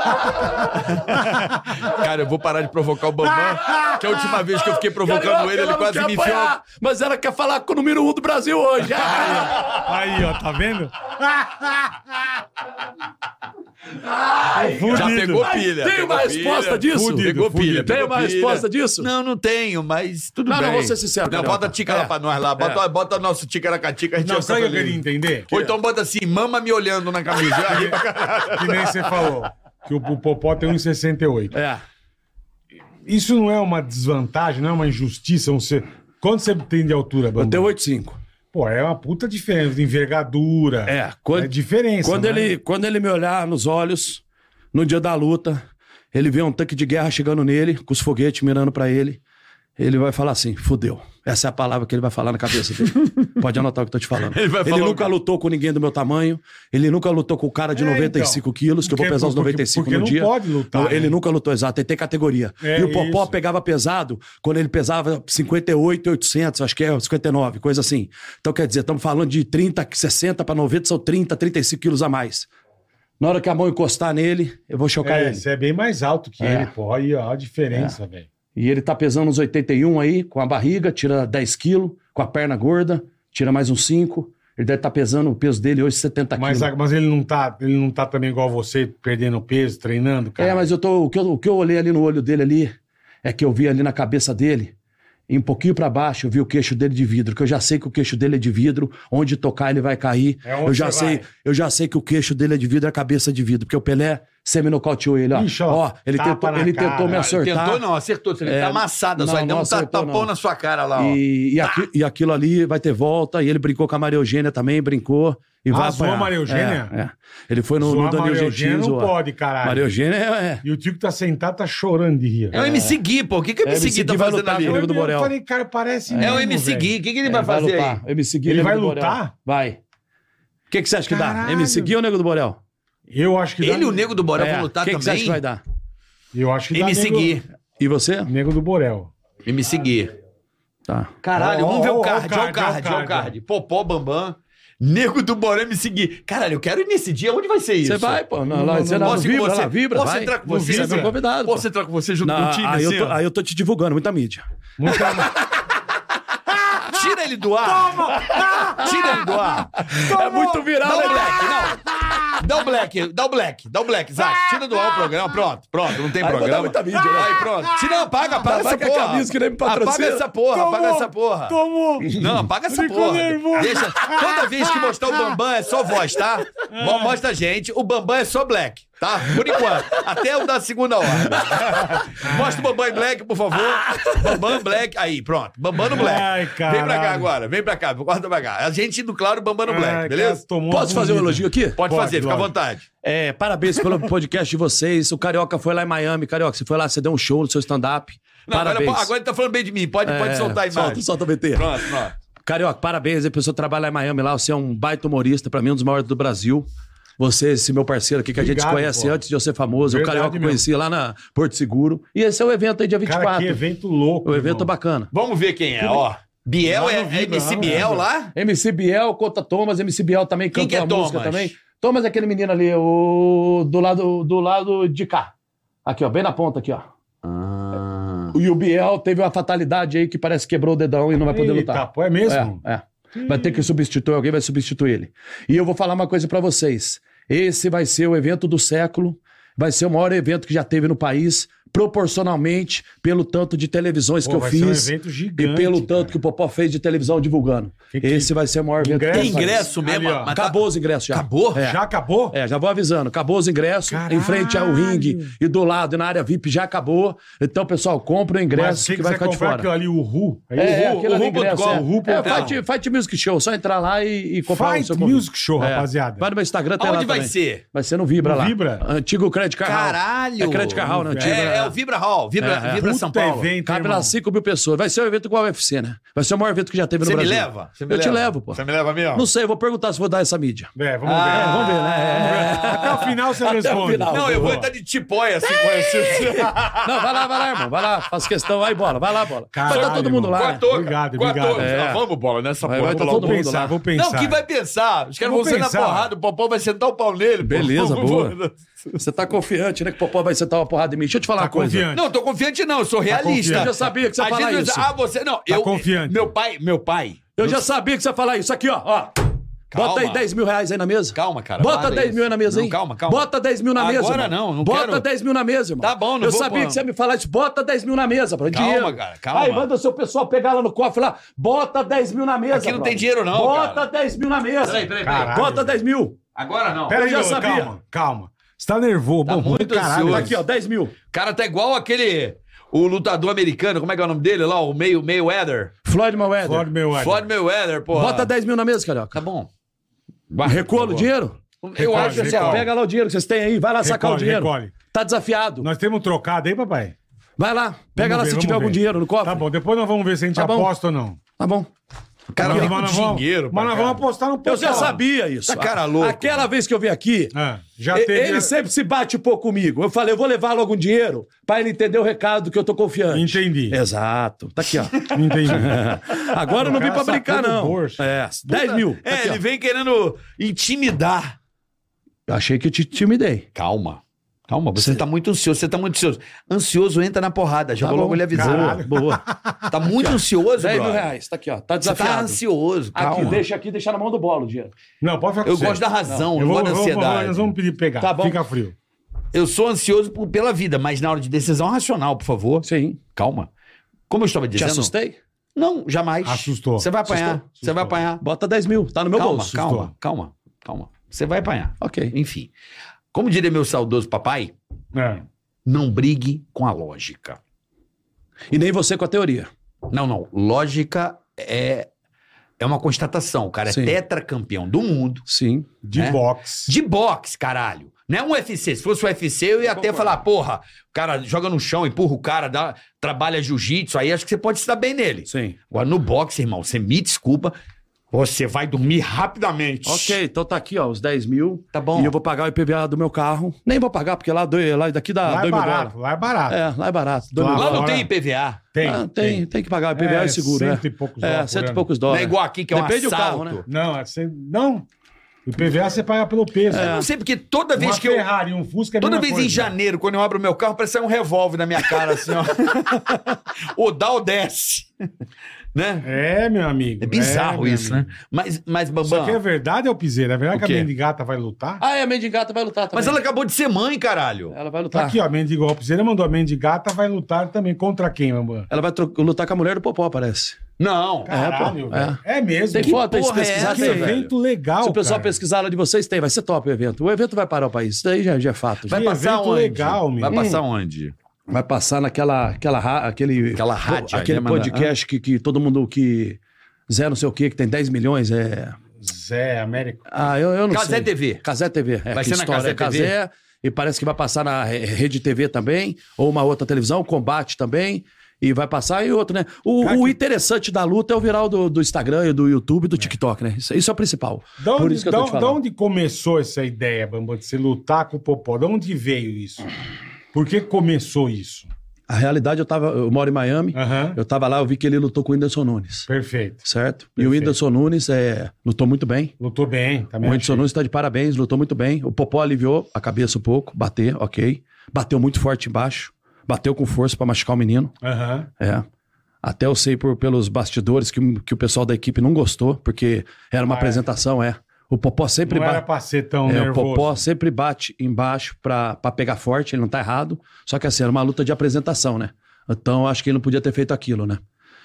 Speaker 2: Cara, eu vou parar de provocar o
Speaker 1: Ah,
Speaker 2: Bambam, que é a última vez que eu fiquei provocando ele, ele quase me enfiou.
Speaker 3: Mas ela quer falar com o número um do Brasil hoje. Ah,
Speaker 1: Aí, ó, tá vendo?
Speaker 2: Já
Speaker 1: Fudido.
Speaker 2: pegou pilha.
Speaker 3: Tem
Speaker 2: pegou
Speaker 3: uma resposta
Speaker 2: pilha.
Speaker 3: disso?
Speaker 2: Fudido, pegou
Speaker 3: Fudido.
Speaker 2: pilha.
Speaker 3: Tem
Speaker 2: pegou
Speaker 3: uma
Speaker 2: pilha.
Speaker 3: resposta disso?
Speaker 2: Não, não tenho, mas tudo
Speaker 3: Não,
Speaker 2: bem.
Speaker 3: não, vou ser sincero,
Speaker 2: Não,
Speaker 3: Carioca.
Speaker 2: bota a tica
Speaker 3: É.
Speaker 2: lá pra nós lá. Bota, bota nosso ticaracatica, a gente
Speaker 1: Não,
Speaker 2: vai
Speaker 1: sabe o que eu
Speaker 2: fazer
Speaker 1: queria
Speaker 2: isso.
Speaker 1: entender?
Speaker 2: Ou então bota assim, mama me olhando na camisa. Eu ri pra caralho.
Speaker 1: Que nem você falou. Que o o Popó tem 1,68.
Speaker 3: É.
Speaker 1: Isso não é uma desvantagem, não é uma injustiça? Um ser... Quanto você tem de altura, Bambam?
Speaker 3: Eu tenho 8,5.
Speaker 1: Pô, é uma puta diferença de envergadura.
Speaker 3: É, quando-
Speaker 1: é diferença.
Speaker 3: Quando,
Speaker 1: né?
Speaker 3: ele, quando ele me olhar nos olhos, no dia da luta, ele vê um tanque de guerra chegando nele, com os foguetes mirando pra ele. ele vai falar assim, fudeu. Essa é a palavra que ele vai falar na cabeça dele. Pode anotar o que eu tô te falando.
Speaker 2: Ele
Speaker 3: Ele,
Speaker 2: vai falar
Speaker 3: nunca
Speaker 2: o-
Speaker 3: lutou com ninguém do meu tamanho. Ele nunca lutou com o cara de
Speaker 1: É,
Speaker 3: 95
Speaker 1: então.
Speaker 3: quilos, que eu vou
Speaker 1: Porque-
Speaker 3: pesar os
Speaker 1: porque-
Speaker 3: 95
Speaker 1: porque
Speaker 3: no
Speaker 1: não
Speaker 3: dia.
Speaker 1: pode lutar,
Speaker 3: Ele
Speaker 1: né?
Speaker 3: nunca lutou exato, ele tem categoria.
Speaker 1: É
Speaker 3: e o Popó
Speaker 1: isso.
Speaker 3: pegava pesado quando ele pesava 58, 800, acho que é 59, coisa assim. Então, quer dizer, estamos falando de 30, 60 para 90, são 30, 35 quilos a mais. Na hora que a mão encostar nele, eu vou chocar
Speaker 1: É,
Speaker 3: ele.
Speaker 1: você é bem mais alto que
Speaker 3: É.
Speaker 1: ele, porra. Aí, ó, a diferença, velho.
Speaker 3: E ele tá pesando uns 81 aí, com a barriga, tira 10 quilos, com a perna gorda, tira mais uns 5. Ele deve estar pesando o peso dele hoje 70
Speaker 1: Mas,
Speaker 3: quilos.
Speaker 1: a- mas ele, não tá, ele não tá também igual você, perdendo peso, treinando, cara.
Speaker 3: É, mas eu tô, o, que eu, o que eu olhei ali no olho dele ali, é que eu vi ali na cabeça dele, e um pouquinho pra baixo, eu vi o queixo dele de vidro, que eu já sei que o queixo dele é de vidro, onde tocar ele vai cair.
Speaker 1: É onde
Speaker 3: eu já
Speaker 1: você
Speaker 3: sei,
Speaker 1: vai.
Speaker 3: eu já sei que o queixo dele é de vidro, é a cabeça de vidro, porque o Pelé semi-nocauteou ele, ó.
Speaker 1: Ixi, ó,
Speaker 3: ó, ele
Speaker 1: tapa
Speaker 3: tentou,
Speaker 1: na
Speaker 3: ele
Speaker 1: cara.
Speaker 3: tentou me
Speaker 1: Ele
Speaker 3: acertar.
Speaker 2: Tentou não, acertou. Você
Speaker 3: É,
Speaker 2: tá amassada
Speaker 3: não,
Speaker 2: só. Ele deu
Speaker 3: não
Speaker 2: um ta-
Speaker 3: acertou,
Speaker 2: tapão
Speaker 3: não.
Speaker 2: na sua cara lá, ó.
Speaker 3: E, e, aqui- e aquilo ali vai ter volta. E ele brincou com a Maria Eugênia também, brincou. E
Speaker 1: Ah,
Speaker 3: vai
Speaker 1: zoou
Speaker 3: apanhar.
Speaker 1: a Maria Eugênia?
Speaker 3: É, é. Ele foi no,
Speaker 1: Zoar
Speaker 3: no
Speaker 1: a Maria
Speaker 3: Danilo
Speaker 1: Eugênia
Speaker 3: Gentil.
Speaker 1: não
Speaker 3: zoar.
Speaker 1: pode, caralho.
Speaker 3: Maria Eugênia é. é. um
Speaker 1: E o tio que tá sentado tá chorando de rir.
Speaker 2: É o MC Gui, pô. O que, que o
Speaker 3: É,
Speaker 2: MC Gui
Speaker 3: MC
Speaker 2: tá
Speaker 3: Gui vai
Speaker 2: fazendo
Speaker 3: lutar
Speaker 2: ali?
Speaker 3: com
Speaker 1: Eu,
Speaker 3: Lembra do Borel.
Speaker 1: falei, cara, parece
Speaker 2: É o
Speaker 1: mesmo,
Speaker 2: MC
Speaker 1: velho.
Speaker 2: Gui. O que, que ele vai
Speaker 3: É, Ele
Speaker 2: fazer
Speaker 3: lutar.
Speaker 2: aí?
Speaker 3: MC Gui,
Speaker 1: Ele
Speaker 3: é Nego
Speaker 1: vai
Speaker 3: do Borel.
Speaker 1: lutar?
Speaker 3: Vai. O que, que você acha que dá?
Speaker 1: Caralho.
Speaker 3: MC Gui ou Nego do Borel?
Speaker 1: Eu acho que dá-
Speaker 2: Ele e o Nego do Borel
Speaker 3: É,
Speaker 2: vão lutar
Speaker 3: que que você acha
Speaker 2: também?
Speaker 3: que vai dar?
Speaker 1: Eu acho que dá
Speaker 2: MC
Speaker 1: nego-
Speaker 2: Gui.
Speaker 3: E você?
Speaker 1: Nego do Borel.
Speaker 2: MC Gui.
Speaker 3: Tá.
Speaker 2: Caralho,
Speaker 1: Ó,
Speaker 2: vamos ver
Speaker 1: ó,
Speaker 2: o
Speaker 1: ó,
Speaker 2: card, ó o card, ó o card. Popó, Bambam, Nego do Boré me seguir. Caralho, eu quero ir nesse dia, onde vai ser isso?
Speaker 3: Você vai, pô. Não, lá,
Speaker 1: não,
Speaker 3: você lá
Speaker 1: não.
Speaker 3: no
Speaker 2: Posso ir com
Speaker 3: vibra,
Speaker 2: você?
Speaker 3: lá vibra.
Speaker 2: Posso
Speaker 3: vai.
Speaker 2: entrar com
Speaker 3: No
Speaker 2: você?
Speaker 3: Vibra. Você é meu convidado. pô.
Speaker 2: Posso entrar com você junto com
Speaker 3: Não,
Speaker 2: o time?
Speaker 3: aí,
Speaker 2: assim,
Speaker 3: eu tô,
Speaker 2: ó?
Speaker 3: aí eu tô te divulgando, muita mídia.
Speaker 1: Muita...
Speaker 2: Tira ele do ar. Tira ele do ar.
Speaker 3: É muito
Speaker 2: Dá
Speaker 3: viral,
Speaker 2: o
Speaker 3: né, Black?
Speaker 2: black, não. Dá o black, dá o black, dá o black, Zach. Tira do ar o programa, pronto, pronto, não tem
Speaker 3: Aí
Speaker 2: programa.
Speaker 3: botar muita mídia, né?
Speaker 2: Aí pronto. Tira, apaga, apaga essa
Speaker 3: Ainda mais que a
Speaker 2: porra.
Speaker 3: camisa que nem me patrocina.
Speaker 2: Apaga essa porra, apaga
Speaker 1: Tomou,
Speaker 2: essa porra.
Speaker 1: Tomou!
Speaker 2: Não, apaga essa
Speaker 1: Ficou
Speaker 2: porra.
Speaker 1: nervoso.
Speaker 2: Deixa. Toda vez que mostrar o Bambam é só voz, tá?
Speaker 1: É.
Speaker 2: Mo- Mostra a gente. O Bambam é só black, tá? Por enquanto. Até o da segunda hora. Mostra o Bambam em black, por favor. Bambam black. Aí, pronto. Bambam no black.
Speaker 1: Ai,
Speaker 2: vem pra
Speaker 1: caralho.
Speaker 2: cá agora. Vem pra cá. Corta pra cá. A gente indo claro, Bambam no
Speaker 1: Ai,
Speaker 2: black,
Speaker 1: cara,
Speaker 2: beleza?
Speaker 1: tomou
Speaker 3: Posso
Speaker 1: uma
Speaker 3: fazer um
Speaker 1: bonita.
Speaker 3: elogio aqui?
Speaker 2: Pode,
Speaker 1: Pode,
Speaker 2: fazer, fica à
Speaker 1: lógico.
Speaker 2: vontade.
Speaker 3: É, parabéns pelo podcast de vocês. O Carioca foi lá em Miami. Carioca, você foi lá, você deu um show no seu stand-up.
Speaker 2: Não, agora,
Speaker 3: Parabéns.
Speaker 2: agora ele tá falando bem de mim. Pode, pode
Speaker 3: É,
Speaker 2: soltar a
Speaker 3: Solta,
Speaker 2: imagem.
Speaker 3: solta o BT.
Speaker 2: Pronto, pronto.
Speaker 3: Carioca, parabéns. A pessoa trabalha lá em Miami lá. Você é um baita humorista, pra mim, um dos maiores do Brasil. Você, esse meu parceiro aqui, que a gente
Speaker 1: Obrigado,
Speaker 3: se conhece
Speaker 1: pô.
Speaker 3: antes de eu ser famoso.
Speaker 1: Verdade
Speaker 3: o Carioca eu
Speaker 1: mesmo.
Speaker 3: conheci lá na Porto Seguro. E esse é o evento aí, dia 24.
Speaker 1: Cara, que evento louco.
Speaker 3: O evento é
Speaker 1: irmão.
Speaker 3: bacana.
Speaker 2: Vamos ver quem é, ó. Biel
Speaker 1: Lá
Speaker 2: é,
Speaker 1: no
Speaker 2: é
Speaker 1: Vibra,
Speaker 2: MC
Speaker 1: lá no
Speaker 2: Biel
Speaker 1: Vibra.
Speaker 2: lá?
Speaker 3: MC Biel, Cota Thomas, MC Biel também
Speaker 2: Quem
Speaker 3: cantou
Speaker 2: que é
Speaker 3: a música
Speaker 2: Thomas?
Speaker 3: também. Thomas é aquele menino ali, o do lado, do lado de cá. Aqui, ó, bem na ponta aqui, ó. E o Biel teve uma fatalidade aí que parece que quebrou o dedão e não vai poder
Speaker 1: Eita,
Speaker 3: lutar.
Speaker 1: pô, é mesmo?
Speaker 3: É, é. Vai ter que substituir, alguém vai substituir ele. E eu vou falar uma coisa pra vocês. Esse vai ser o evento do século, vai ser o maior evento que já teve no país, proporcionalmente pelo tanto de televisões
Speaker 1: Pô,
Speaker 3: que eu
Speaker 1: vai
Speaker 3: fiz
Speaker 1: ser um evento gigante,
Speaker 3: e pelo tanto
Speaker 1: cara.
Speaker 3: que o Popó fez de televisão divulgando.
Speaker 1: Que que-
Speaker 3: Esse vai ser o maior evento. que
Speaker 1: Ingresso?
Speaker 3: eu
Speaker 2: Tem
Speaker 3: fiz.
Speaker 2: ingresso mesmo?
Speaker 1: Ali, ó.
Speaker 2: mas tá-
Speaker 3: Acabou os ingressos já.
Speaker 2: Acabou?
Speaker 3: É.
Speaker 1: Já acabou?
Speaker 3: É, já vou avisando. Acabou os ingressos.
Speaker 1: Caralho.
Speaker 3: Em frente ao ringue e do lado, e na área VIP, já acabou. Então, pessoal, compra o
Speaker 1: Mas
Speaker 3: ingresso
Speaker 1: se
Speaker 3: que vai
Speaker 1: quiser
Speaker 3: ficar de
Speaker 1: comprar
Speaker 3: fora.
Speaker 1: aquilo ali, o Ru. Aí
Speaker 3: É,
Speaker 1: o Ru,
Speaker 3: aquele
Speaker 1: o
Speaker 3: ali
Speaker 1: Ru
Speaker 3: ingresso,
Speaker 1: ponto com,
Speaker 3: é.
Speaker 1: o Ru
Speaker 3: É,
Speaker 1: ponto com.
Speaker 3: Fight, Fight Music Show, só entrar lá e, e comprar o seu
Speaker 1: Fight
Speaker 3: convite.
Speaker 1: Music Show,
Speaker 3: É.
Speaker 1: rapaziada.
Speaker 3: Vai no meu Instagram, tem
Speaker 2: Aonde
Speaker 3: lá
Speaker 2: vai
Speaker 3: também.
Speaker 2: ser?
Speaker 3: Vai ser no Vibra
Speaker 1: No
Speaker 3: lá.
Speaker 1: Vibra?
Speaker 3: Antigo Credit Card Hall.
Speaker 2: Caralho!
Speaker 3: É Credit Card Hall, né? Antigo,
Speaker 2: É, é o Vibra Hall, Vibra,
Speaker 3: É, é.
Speaker 2: Vibra
Speaker 1: Puta
Speaker 2: São Paulo.
Speaker 1: evento,
Speaker 3: Cabe
Speaker 1: hein,
Speaker 3: lá
Speaker 1: irmão?
Speaker 3: 5 mil pessoas. Vai ser um evento igual ao UFC, né? Vai ser o maior evento que já teve no
Speaker 2: Você me
Speaker 3: Brasil.
Speaker 2: leva? Você me
Speaker 3: eu te
Speaker 2: leva?
Speaker 3: levo, pô.
Speaker 2: Você me leva mesmo?
Speaker 3: Não sei, eu vou perguntar se vou dar essa mídia.
Speaker 1: É, vamos
Speaker 3: É,
Speaker 1: ver.
Speaker 3: vamos ver, né? É.
Speaker 1: Até o final você
Speaker 3: Até o
Speaker 1: responde.
Speaker 3: final.
Speaker 2: Não, eu vou entrar de tipóia assim com esse.
Speaker 3: Não, vai lá, vai lá, irmão. Vai lá, faz questão. Vai, bola. Vai lá, bola. vai
Speaker 1: Caralho,
Speaker 3: estar todo mundo
Speaker 1: irmão.
Speaker 3: lá. né?
Speaker 2: Quatro,
Speaker 1: Obrigado,
Speaker 2: quatro.
Speaker 1: obrigado.
Speaker 3: É.
Speaker 2: Ah, vamos, bola, nessa
Speaker 3: Vai,
Speaker 2: porra.
Speaker 3: vai, tá
Speaker 2: vamos
Speaker 3: todo
Speaker 1: Vou
Speaker 2: logo.
Speaker 3: mundo lá.
Speaker 1: pensar, vou pensar.
Speaker 2: Não, quem vai pensar? Os caras
Speaker 1: Vou
Speaker 2: vão sair na
Speaker 1: pensar.
Speaker 2: porrada, o Popó vai sentar o pau nele. pô.
Speaker 3: Beleza,
Speaker 2: Vamos,
Speaker 3: boa.
Speaker 2: vamos.
Speaker 3: Você tá confiante, né? Que o Popó vai sentar uma porrada em mim. Deixa eu te falar
Speaker 1: Tá
Speaker 3: uma coisa.
Speaker 1: confiante?
Speaker 2: Não, eu tô confiante não, eu sou realista.
Speaker 1: confiante. Eu
Speaker 3: já sabia que você ia
Speaker 2: A gente
Speaker 3: falar
Speaker 2: não-
Speaker 3: isso.
Speaker 2: Ah, você... Não, eu...
Speaker 1: confiante.
Speaker 2: Meu pai, meu pai...
Speaker 3: Eu já sabia que você ia falar isso. Aqui, ó. ó.
Speaker 2: Calma.
Speaker 3: Bota aí 10 mil reais aí na mesa.
Speaker 2: Calma, cara,
Speaker 3: Bota
Speaker 2: guarda
Speaker 3: 10 mil
Speaker 2: isso.
Speaker 3: aí na mesa,
Speaker 2: Não,
Speaker 3: hein?
Speaker 2: calma, calma.
Speaker 3: Bota 10 mil na mesa.
Speaker 2: Agora
Speaker 3: irmão.
Speaker 2: não, não
Speaker 3: Bota
Speaker 2: quero.
Speaker 3: 10 mil na mesa, irmão.
Speaker 2: Tá bom, não
Speaker 3: Eu
Speaker 2: vou
Speaker 3: sabia
Speaker 2: pôr.
Speaker 3: que você ia me falar isso. Bota 10 mil na mesa, pra
Speaker 2: Calma,
Speaker 3: dinheiro.
Speaker 2: cara, calma.
Speaker 3: Aí manda o seu pessoal pegar lá no cofre lá. Bota 10 mil na mesa.
Speaker 2: Aqui não
Speaker 3: brother.
Speaker 2: tem dinheiro não,
Speaker 3: Bota
Speaker 2: cara.
Speaker 3: 10 mil na mesa.
Speaker 2: Peraí, peraí, peraí.
Speaker 1: Caralho.
Speaker 3: Bota 10 mil.
Speaker 2: Agora não.
Speaker 1: Pera
Speaker 3: Eu
Speaker 1: aí,
Speaker 3: já
Speaker 1: ô,
Speaker 3: sabia.
Speaker 1: Calma, calma. Você tá nervoso.
Speaker 2: Tá
Speaker 1: bom,
Speaker 2: muito
Speaker 1: caralho.
Speaker 2: ansioso.
Speaker 3: Aqui, ó, 10 mil.
Speaker 2: O cara tá igual aquele. O lutador americano, como é que é o nome dele lá? O meio Mayweather.
Speaker 3: Floyd Mayweather.
Speaker 1: Floyd Mayweather.
Speaker 2: Floyd Mayweather, porra.
Speaker 3: Bota 10 mil na mesa,
Speaker 2: Tá
Speaker 3: carioca.
Speaker 2: bom.
Speaker 1: Tá
Speaker 3: Recola o dinheiro.
Speaker 2: Eu
Speaker 1: Recorre,
Speaker 2: acho que assim, ó,
Speaker 1: recorre.
Speaker 2: pega-
Speaker 3: Pega lá o dinheiro que vocês têm aí. Vai lá sacar
Speaker 1: Recolhe,
Speaker 3: o dinheiro.
Speaker 1: recolhe.
Speaker 3: Tá desafiado.
Speaker 1: Nós temos um trocado aí, papai?
Speaker 3: Vai lá, pega
Speaker 1: Vamos
Speaker 3: lá
Speaker 1: ver,
Speaker 3: se
Speaker 1: vamos
Speaker 3: tiver algum
Speaker 1: ver.
Speaker 3: dinheiro no cofre.
Speaker 1: Tá bom, depois nós vamos ver se a gente
Speaker 3: Tá bom.
Speaker 1: aposta ou não.
Speaker 3: Tá bom.
Speaker 2: Cara,
Speaker 1: Mas
Speaker 2: vem
Speaker 1: nós
Speaker 2: com
Speaker 1: vamos-
Speaker 2: dinheiro.
Speaker 1: Mas
Speaker 2: pra
Speaker 1: nós
Speaker 2: cá.
Speaker 1: vamos apostar no
Speaker 3: Eu já
Speaker 1: Portugal.
Speaker 3: sabia isso.
Speaker 2: Tá cara louco,
Speaker 3: Aquela vez que eu vim aqui,
Speaker 1: Ah, já
Speaker 3: e-
Speaker 1: teve-
Speaker 3: ele sempre se bate um pouco comigo. Eu falei, eu vou levar logo um dinheiro pra ele entender o recado que eu tô confiante.
Speaker 1: Entendi.
Speaker 3: Exato. Tá aqui, ó.
Speaker 1: Entendi.
Speaker 3: Agora eu não
Speaker 1: O
Speaker 3: vim pra
Speaker 1: cara
Speaker 3: brincar,
Speaker 1: sacou do
Speaker 3: não.
Speaker 1: bolso.
Speaker 3: É, 10 mil. Tá
Speaker 2: É,
Speaker 3: aqui, ó.
Speaker 2: ele vem querendo intimidar.
Speaker 3: Eu achei que eu te intimidei.
Speaker 2: Calma. Calma, você
Speaker 3: Cê-
Speaker 2: tá muito ansioso, você tá muito ansioso. Ansioso entra na porrada, já
Speaker 3: Tá
Speaker 2: vou
Speaker 3: bom.
Speaker 2: logo ele avisando.
Speaker 3: Caralho. Boa.
Speaker 2: Tá muito ansioso,
Speaker 3: 10 mil
Speaker 2: brother.
Speaker 3: reais. Tá aqui, ó. Tá
Speaker 2: Você tá
Speaker 3: desafiado.
Speaker 2: ansioso, calma.
Speaker 3: aqui, deixa aqui, deixar na mão do bolo o dinheiro.
Speaker 1: Não, pode ficar com
Speaker 2: Eu
Speaker 1: você.
Speaker 2: gosto da razão, eu, gosto da
Speaker 1: vamos-
Speaker 2: ansiedade.
Speaker 1: Nós vamos pedir pegar.
Speaker 3: Tá bom.
Speaker 1: Fica frio.
Speaker 2: Eu sou ansioso por- pela vida, mas na hora de decisão racional, por favor.
Speaker 3: Sim.
Speaker 2: Calma. Como eu estava
Speaker 3: Te
Speaker 2: dizendo.
Speaker 3: assustei?
Speaker 2: Não, jamais.
Speaker 1: Assustou.
Speaker 2: Você vai apanhar.
Speaker 1: Assustou.
Speaker 2: Você vai apanhar.
Speaker 3: Bota 10 mil. Tá no meu
Speaker 2: calma,
Speaker 3: bolso.
Speaker 2: calma,
Speaker 1: Assustou.
Speaker 2: calma, calma. Você vai apanhar.
Speaker 3: Ok.
Speaker 2: Enfim. Como diria meu saudoso papai,
Speaker 1: É.
Speaker 2: não brigue com a lógica.
Speaker 3: E nem você com a teoria.
Speaker 2: Não, não. Lógica é, é uma constatação. O cara
Speaker 3: Sim.
Speaker 2: é tetracampeão do mundo.
Speaker 3: Sim.
Speaker 1: De
Speaker 2: É.
Speaker 1: boxe.
Speaker 2: De boxe, caralho. Não é um UFC. Se fosse um UFC, eu ia até falar, porra, o cara joga no chão, empurra o cara, dá, trabalha jiu-jitsu, aí acho que você pode se dar bem nele.
Speaker 3: Sim.
Speaker 2: Agora, no boxe, irmão, você me desculpa, você vai dormir rapidamente.
Speaker 3: Ok, então tá aqui, ó, os 10 mil.
Speaker 2: Tá bom.
Speaker 3: E eu vou pagar o IPVA do meu carro. Nem vou pagar, porque lá, doi- lá daqui dá
Speaker 1: Lá é
Speaker 3: 2 mil
Speaker 1: barato,
Speaker 3: dólares.
Speaker 1: lá é barato.
Speaker 3: É, lá é barato. dois
Speaker 1: Lá
Speaker 3: mil
Speaker 2: Lá
Speaker 3: dólares.
Speaker 2: não
Speaker 1: Agora-
Speaker 2: tem IPVA.
Speaker 1: Tem,
Speaker 3: Ah, tem, tem, que pagar o IPVA
Speaker 1: É,
Speaker 3: e seguro, né?
Speaker 1: cento e poucos
Speaker 3: É,
Speaker 1: dólares
Speaker 3: cento
Speaker 1: por
Speaker 3: e
Speaker 1: ano.
Speaker 3: poucos
Speaker 2: Não
Speaker 3: dólares.
Speaker 2: é igual aqui, que é um
Speaker 3: Depende do
Speaker 2: assalto.
Speaker 3: carro, né?
Speaker 1: Não, é cem- não. O PVA você paga pelo peso.
Speaker 3: É.
Speaker 2: Eu não sei porque toda vez
Speaker 1: É. Uma
Speaker 2: que eu...
Speaker 1: Ferrari, um Fusca é a
Speaker 2: Toda
Speaker 1: mesma
Speaker 2: vez
Speaker 1: coisa.
Speaker 2: em janeiro, quando eu abro meu carro, parece sair um revólver na minha cara, assim, ó. o Dal desce. Né?
Speaker 1: É, meu amigo.
Speaker 2: É bizarro
Speaker 1: meu
Speaker 2: isso,
Speaker 1: amigo.
Speaker 2: né? Mas, mas
Speaker 1: Isso
Speaker 2: Bambam...
Speaker 1: aqui é verdade, é o piseiro. É verdade
Speaker 2: O
Speaker 1: que
Speaker 2: quê?
Speaker 1: a mendigata vai lutar?
Speaker 3: Ah, é, a mendigata vai lutar também.
Speaker 2: Mas ela acabou de ser mãe, caralho.
Speaker 3: Ela vai
Speaker 1: Tá
Speaker 3: lutar.
Speaker 1: aqui, ó. Mendigo, o piseiro mandou. A mendigata vai lutar também. Contra quem, mamãe?
Speaker 3: Ela vai tro- lutar com a mulher do Popó, parece.
Speaker 2: Não.
Speaker 1: Caralho,
Speaker 3: pô,
Speaker 1: velho. É mesmo.
Speaker 3: Tem
Speaker 1: Que
Speaker 3: foto aí, se
Speaker 2: porra é
Speaker 3: pesquisar,
Speaker 2: essa,
Speaker 1: Que
Speaker 3: tem.
Speaker 2: velho?
Speaker 1: evento legal,
Speaker 3: Se o pessoal
Speaker 1: cara.
Speaker 3: pesquisar lá de vocês, tem. Vai ser top o evento. O evento vai parar o país. Isso daí já, já é fato. Hum. já.
Speaker 2: Vai
Speaker 1: Que
Speaker 2: passar
Speaker 1: evento
Speaker 2: onde?
Speaker 1: legal, meu. Hum.
Speaker 2: Vai passar onde?
Speaker 3: Vai passar naquela aquela, ra- aquele,
Speaker 2: Aquela rádio,
Speaker 3: aquele
Speaker 2: né, mano?
Speaker 3: podcast que, que todo mundo que zero não sei o que, que tem 10 milhões, é...
Speaker 1: Zé, Américo.
Speaker 3: Ah, eu, eu não
Speaker 2: Casé
Speaker 3: sei.
Speaker 2: TV.
Speaker 3: Casé TV. É,
Speaker 2: Vai
Speaker 3: que
Speaker 2: ser na
Speaker 3: história é
Speaker 2: Casé TV?
Speaker 3: Casé, e parece que vai passar na Re- Rede TV também, ou uma outra televisão, Combate também, e vai passar e outro, né? O,
Speaker 1: Cara,
Speaker 3: o
Speaker 1: que-
Speaker 3: interessante da luta é o viral do, do Instagram, e do YouTube, e do TikTok, né? Isso, isso é o principal.
Speaker 1: Da
Speaker 3: Por
Speaker 1: onde,
Speaker 3: isso que eu
Speaker 1: da,
Speaker 3: tô te
Speaker 1: da
Speaker 3: falando.
Speaker 1: onde começou essa ideia, Bambam, de você lutar com o Popó? De onde veio isso? Por que começou isso?
Speaker 3: A realidade, eu, tava, eu moro em Miami,
Speaker 1: Aham.
Speaker 3: eu tava lá, eu vi que ele lutou com o Whindersson Nunes.
Speaker 1: Perfeito.
Speaker 3: Certo? E o Whindersson Nunes é, lutou muito bem.
Speaker 1: Lutou bem, tá
Speaker 3: O
Speaker 1: também.
Speaker 3: Whindersson Nunes está de parabéns, lutou muito bem. O Popó aliviou a cabeça um pouco, bater, ok. Bateu muito forte embaixo, bateu com força para machucar o menino.
Speaker 1: Aham.
Speaker 3: É. Até eu sei por, pelos bastidores que, o- que o pessoal da equipe não gostou, porque era uma
Speaker 1: Ah, é.
Speaker 3: apresentação, é. O Popó sempre
Speaker 1: Não era
Speaker 3: bate.
Speaker 1: pra ser tão
Speaker 3: é, o
Speaker 1: nervoso.
Speaker 3: Popó sempre bate embaixo pra, pra pegar forte, ele não tá errado. Só que assim, era uma luta de apresentação, né? Então acho que ele não podia ter feito aquilo, né?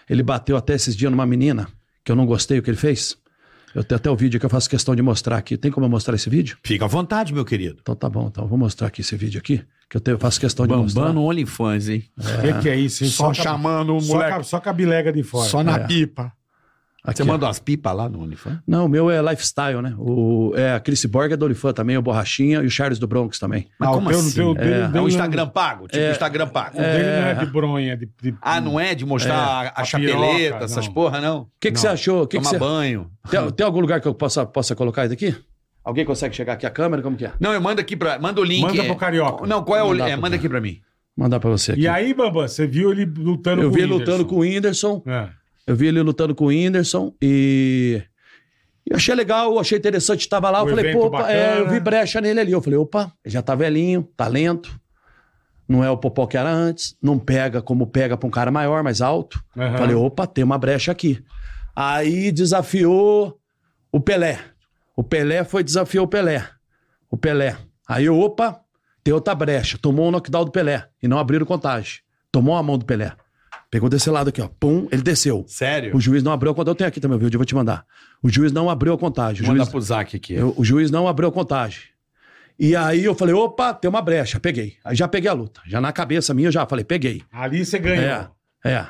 Speaker 3: Ele bateu até esses dias numa menina, que eu não gostei o que ele fez. Eu tenho até o vídeo que eu faço questão de mostrar aqui. Tem como eu mostrar esse vídeo?
Speaker 2: Fica à vontade, meu querido.
Speaker 3: Então tá bom, então eu vou mostrar aqui esse vídeo aqui, que eu, tenho- eu faço questão de mostrar.
Speaker 2: Bambam no OnlyFans, hein?
Speaker 1: O que, que é isso? hein? Só, com a-
Speaker 2: chamando o
Speaker 1: só com a- só com a bilega de fora.
Speaker 2: na
Speaker 3: É.
Speaker 2: pipa.
Speaker 3: Aqui,
Speaker 2: Você
Speaker 3: ó.
Speaker 2: manda umas pipas lá no OnlyFans?
Speaker 3: Não, o meu é lifestyle, né? O, é, a Chris Borg é do Olifan também, o Borrachinha e o Charles do Bronx também.
Speaker 2: Mas
Speaker 1: Ah, o
Speaker 2: como
Speaker 1: teu-
Speaker 2: assim?
Speaker 1: teu- teu-
Speaker 2: é.
Speaker 1: teu-
Speaker 2: um Instagram pago? Tipo
Speaker 3: É.
Speaker 2: Instagram pago.
Speaker 1: O dele não é de bronha, de, de-
Speaker 2: Ah, não é de mostrar a, a
Speaker 1: a
Speaker 2: chapeleta,
Speaker 1: piroca,
Speaker 2: essas
Speaker 1: não.
Speaker 2: porra, não?
Speaker 3: O que, que você achou? O Que que
Speaker 2: Tomar
Speaker 3: você-
Speaker 2: banho.
Speaker 3: Tem, tem algum lugar que eu possa, possa colocar isso aqui? Alguém consegue chegar aqui a câmera? Como que é?
Speaker 2: Não, eu mando aqui pra... Manda o link.
Speaker 1: Manda
Speaker 2: é-
Speaker 1: pro Carioca.
Speaker 2: Não, qual é o...
Speaker 3: Mandar
Speaker 2: É,
Speaker 3: pro
Speaker 2: manda
Speaker 3: Carioca.
Speaker 2: aqui pra mim.
Speaker 3: Mandar pra você aqui.
Speaker 1: E aí, Bambam, você viu ele lutando
Speaker 3: eu
Speaker 1: com
Speaker 3: vi
Speaker 1: o É.
Speaker 3: ele lutando com o Whindersson, eu vi ele lutando com o Whindersson e... Eu achei legal, achei interessante, tava lá,
Speaker 1: Um
Speaker 3: eu falei,
Speaker 1: evento
Speaker 3: pô, opa, é, eu
Speaker 1: bacana.
Speaker 3: vi brecha nele ali. Eu falei, opa, ele já tá velhinho, tá lento, não é o popó que era antes, não pega como pega pra um cara maior, mais alto.
Speaker 1: Aham.
Speaker 3: Falei, opa, tem uma brecha aqui. Aí desafiou o Pelé. O Pelé foi desafiou o Pelé. O Pelé. Aí, eu, opa, tem outra brecha. Tomou o knockdown do Pelé. E não abriram contagem. Tomou a mão do Pelé. Pegou desse lado aqui, ó. Pum, ele desceu.
Speaker 2: Sério?
Speaker 3: O juiz não abriu a contagem. Eu tenho aqui também o vídeo, eu vou te mandar. O juiz não abriu a contagem. O
Speaker 2: Manda
Speaker 3: juiz,
Speaker 2: pro Zac aqui.
Speaker 3: eu- o juiz não abriu a contagem. E aí eu falei, opa, tem uma brecha. Peguei. Aí já peguei a luta. Já na cabeça minha, eu já falei, peguei.
Speaker 1: Ali você ganhou.
Speaker 3: É, é.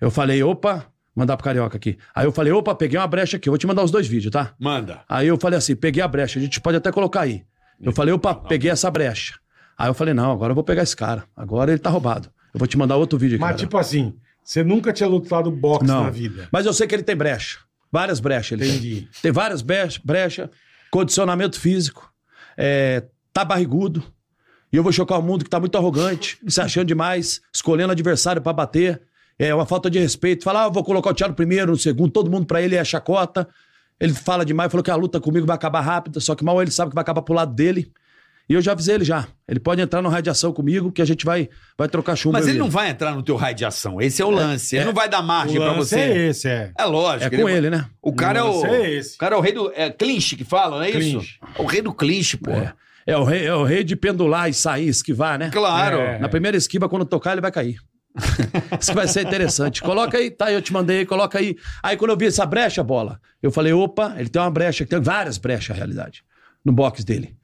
Speaker 3: Eu falei, opa, mandar pro Carioca aqui. Aí eu falei, opa, peguei uma brecha aqui, eu vou te mandar os dois vídeos, tá?
Speaker 2: Manda.
Speaker 3: Aí eu falei assim, peguei a brecha, a gente pode até colocar aí. Eu falei, opa, peguei essa brecha. Aí eu falei, não, agora eu vou pegar esse cara, agora ele tá roubado. Eu vou te mandar outro vídeo aqui.
Speaker 1: Mas,
Speaker 3: cara.
Speaker 1: tipo assim, você nunca tinha lutado boxe
Speaker 3: Não.
Speaker 1: na vida.
Speaker 3: Mas eu sei que ele tem brecha. Várias brechas ele
Speaker 1: Entendi.
Speaker 3: tem. Tem várias brechas, brecha, condicionamento físico, é, tá barrigudo. E eu vou chocar o mundo que tá muito arrogante, se achando demais, escolhendo adversário pra bater. É uma falta de respeito. Falar, ah, eu vou colocar o Thiago primeiro, no segundo, todo mundo pra ele é chacota. Ele fala demais, falou que a luta comigo vai acabar rápida, só que mal ele sabe que vai acabar pro lado dele. E eu já avisei ele já. Ele pode entrar numa radiação comigo, que a gente vai, vai trocar chumbo.
Speaker 2: Mas
Speaker 3: eu e
Speaker 2: ele não vai entrar no teu raio de ação. Esse é o lance. Ele não vai dar
Speaker 1: O
Speaker 2: margem pra
Speaker 1: lance
Speaker 2: você.
Speaker 1: é esse, é.
Speaker 2: É lógico.
Speaker 3: É com
Speaker 2: vai-
Speaker 3: ele, né?
Speaker 2: O cara é o.
Speaker 1: lance é esse.
Speaker 2: O cara é o rei do. É clinch que fala, não é isso? É o rei do clinch, pô.
Speaker 3: É. É o, rei, é o rei de pendular e sair, esquivar, né?
Speaker 2: Claro.
Speaker 1: É.
Speaker 3: Na primeira esquiva, quando tocar, ele vai cair. Isso que vai ser interessante. Coloca aí, tá? Eu te mandei, coloca aí. Aí quando eu vi essa brecha, bola, eu falei, opa, ele tem uma brecha, tem várias brechas, na realidade, no box dele.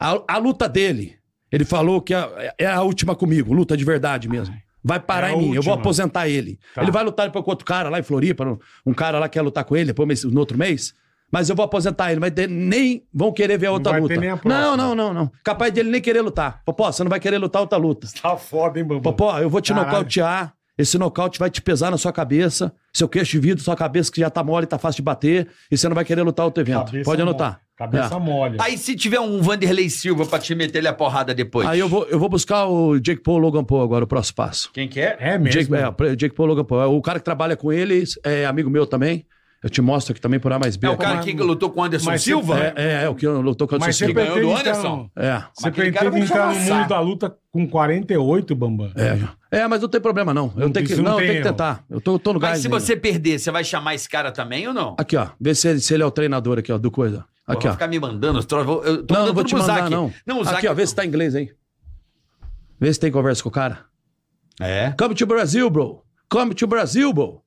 Speaker 3: A, a luta dele, ele falou que a- é a última comigo, luta de verdade mesmo. Vai parar
Speaker 1: É a
Speaker 3: em mim, eu vou
Speaker 1: última.
Speaker 3: aposentar ele.
Speaker 1: Tá.
Speaker 3: Ele vai lutar depois com outro cara lá em Floripa, um- um cara lá que quer lutar com ele depois mês- no outro mês. Mas eu vou aposentar ele, mas de- nem vão querer ver a outra
Speaker 1: vai ter
Speaker 3: luta.
Speaker 1: nem a
Speaker 3: não,
Speaker 1: próxima.
Speaker 3: não, não, não. Capaz dele nem querer lutar. Popó, você não vai querer lutar outra luta.
Speaker 1: Tá foda, hein, Bambu?
Speaker 3: Popó, eu vou te
Speaker 1: Caralho.
Speaker 3: nocautear. Esse nocaute vai te pesar na sua cabeça. Seu queixo de vidro, sua cabeça que já tá mole, tá fácil de bater. E você não vai querer lutar outro evento.
Speaker 1: Cabeça
Speaker 3: Pode
Speaker 1: mole.
Speaker 3: anotar.
Speaker 1: Cabeça
Speaker 3: É.
Speaker 1: mole.
Speaker 2: Aí se tiver um Vanderlei Silva pra te meter ele a porrada depois.
Speaker 3: Aí eu vou, eu vou buscar o Jake Paul Logan Paul agora, o próximo passo.
Speaker 2: Quem que é?
Speaker 1: É mesmo.
Speaker 3: Jake, é, Jake Paul Logan Paul. O cara que trabalha com ele é amigo meu também. Eu te mostro aqui também por A mais B.
Speaker 2: É o
Speaker 3: aqui.
Speaker 2: cara que lutou com o Anderson
Speaker 1: Mas você-
Speaker 2: Silva?
Speaker 3: É, é, é o que lutou com o
Speaker 1: Mas
Speaker 3: Anderson
Speaker 1: você
Speaker 3: Silva.
Speaker 2: ganhou
Speaker 1: pretende
Speaker 2: do
Speaker 1: entrar
Speaker 2: Anderson?
Speaker 1: no-
Speaker 3: É.
Speaker 1: então, Você
Speaker 2: aquele cara
Speaker 1: pretende
Speaker 2: vai te
Speaker 1: entrar no
Speaker 2: amassar.
Speaker 1: mundo da luta com 48, Bambam?
Speaker 3: É. é, mas não tem problema não. Eu
Speaker 1: Não,
Speaker 3: tenho que,
Speaker 1: isso não
Speaker 3: não, eu
Speaker 1: tem
Speaker 3: tenho que
Speaker 1: erro.
Speaker 3: tentar. Eu tô, eu tô no gás
Speaker 2: Mas se
Speaker 3: ainda.
Speaker 2: você perder, você vai chamar esse cara também ou não?
Speaker 3: Aqui, ó. Vê se ele, se ele é o treinador aqui, ó, do coisa.
Speaker 2: Pô,
Speaker 3: Aqui,
Speaker 2: vai
Speaker 3: ó.
Speaker 2: ficar me mandando. Eu tô, eu tô
Speaker 3: Não, não
Speaker 2: mandando
Speaker 3: vou
Speaker 2: tudo
Speaker 3: te
Speaker 2: pro
Speaker 3: mandar,
Speaker 2: Zac.
Speaker 3: não.
Speaker 2: Não, o Zac...
Speaker 3: Aqui, ó, vê se tá em inglês aí. Vê se tem conversa com o cara.
Speaker 2: É.
Speaker 3: Come to Brazil, bro. Come to Brazil, bro.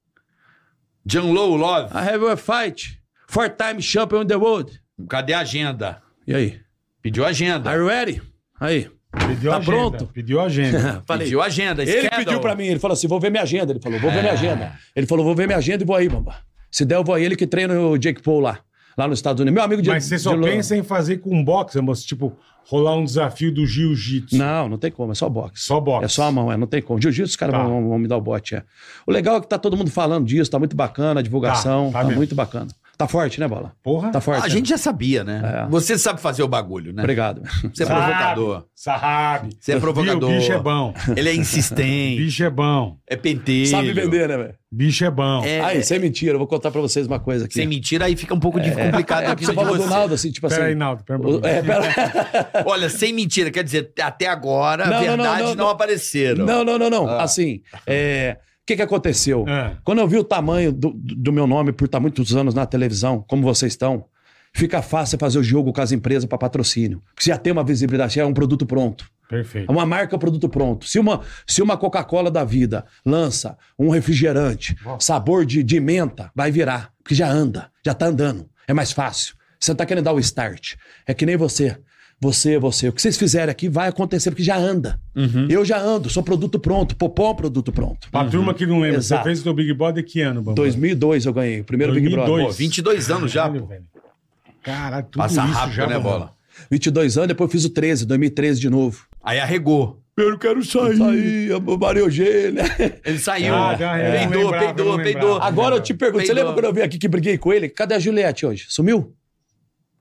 Speaker 2: John Low Love.
Speaker 3: I have a fight. Four time champion in the world.
Speaker 2: Cadê a agenda?
Speaker 3: E aí?
Speaker 2: Pediu a agenda.
Speaker 3: Are you ready? Aí.
Speaker 1: Pediu
Speaker 3: Tá
Speaker 1: a agenda.
Speaker 3: pronto?
Speaker 1: Pediu a agenda. É.
Speaker 3: Falei.
Speaker 2: Pediu a agenda.
Speaker 3: Ele
Speaker 2: schedule.
Speaker 3: pediu pra mim, ele falou assim: vou ver minha agenda. Ele falou, vou ver minha agenda. Ele falou, vou ver minha agenda e vou aí, bamba. Se der, eu vou aí. Ele que treina o Jake Paul lá, lá nos Estados Unidos. Meu amigo de
Speaker 1: Mas você só
Speaker 3: de-
Speaker 1: pensa em fazer com um boxe, moço? Tipo, rolar um desafio do jiu-jitsu.
Speaker 3: Não, não tem como, é só boxe.
Speaker 1: Só boxe.
Speaker 3: É só a mão, é, não tem como. Jiu-jitsu, os caras
Speaker 1: Tá.
Speaker 3: vão, vão me dar o bote, é. O legal é que tá todo mundo falando disso, tá muito bacana a divulgação,
Speaker 1: Tá,
Speaker 3: tá,
Speaker 1: tá mesmo.
Speaker 3: muito bacana. Tá forte, né, Bola?
Speaker 1: Porra.
Speaker 3: Tá forte.
Speaker 2: A
Speaker 3: né?
Speaker 2: gente já sabia, né?
Speaker 3: É.
Speaker 2: Você sabe fazer o bagulho, né?
Speaker 3: Obrigado.
Speaker 2: Você é provocador.
Speaker 1: Sabe.
Speaker 2: Você é
Speaker 1: Viu?
Speaker 2: provocador.
Speaker 1: Bicho é bom.
Speaker 2: Ele é insistente.
Speaker 1: Bicho é bom.
Speaker 2: é penteiro.
Speaker 3: Sabe vender, né, velho?
Speaker 1: Bicho é bom.
Speaker 2: É,
Speaker 3: Aí, sem Ah, mentira, eu vou contar pra vocês uma coisa aqui.
Speaker 2: Sem mentira, aí fica um pouco de- complicado
Speaker 3: é,
Speaker 2: a
Speaker 3: porque você
Speaker 2: vida de
Speaker 3: falou do
Speaker 2: você.
Speaker 3: Naldo, assim, tipo assim.
Speaker 1: Peraí, Naldo, pera um
Speaker 3: o-
Speaker 1: pouquinho.
Speaker 3: é, pera...
Speaker 2: Olha, sem mentira, quer dizer, até agora,
Speaker 3: Não, não, não,
Speaker 2: verdades não,
Speaker 3: não, não.
Speaker 2: apareceram. Ah,
Speaker 3: Não, não, não, não. Assim, é, o que, que aconteceu?
Speaker 1: É.
Speaker 3: Quando eu vi o tamanho do, do meu nome por estar muitos anos na televisão, como vocês estão, fica fácil fazer o jogo com as empresas para patrocínio. Porque você já tem uma visibilidade, já é um produto pronto. É
Speaker 1: Perfeito.
Speaker 3: Uma marca, produto pronto. Se uma, se uma Coca-Cola da vida lança um refrigerante, sabor de, de menta, vai virar. Porque já anda, já tá andando. É mais fácil. Você não tá querendo dar o start. É que nem você. Você, você. O que vocês fizerem aqui vai acontecer, porque já anda. Eu já ando, sou produto pronto. Popó é um produto pronto.
Speaker 1: Uhum. Pra turma que não lembra,
Speaker 3: Exato.
Speaker 1: você fez o teu Big Brother que ano, Bambam?
Speaker 3: 2002 eu ganhei, o primeiro Big
Speaker 1: 2002.
Speaker 3: Brother.
Speaker 2: Pô, 22 anos já,
Speaker 1: Caralho,
Speaker 2: pô.
Speaker 1: velho.
Speaker 3: Ah,
Speaker 1: Caralho, tudo
Speaker 2: Passa
Speaker 1: isso
Speaker 2: rápido,
Speaker 1: já,
Speaker 2: né,
Speaker 1: Bambam?
Speaker 2: bola?
Speaker 3: 22 anos, depois eu fiz o 13, 2013 de novo.
Speaker 2: Aí arregou.
Speaker 3: Eu não quero sair. Sair, eu marejei, né?
Speaker 2: Ele saiu.
Speaker 1: Ah, já
Speaker 3: é.
Speaker 1: arregou. Eu não
Speaker 2: Peidou,
Speaker 1: lembrava, eu
Speaker 2: peidou,
Speaker 1: não
Speaker 2: peidou.
Speaker 1: lembrava.
Speaker 3: Agora eu te pergunto, você
Speaker 2: Peidou.
Speaker 3: lembra quando eu vim aqui que briguei com ele? Cadê a Juliette hoje? Sumiu?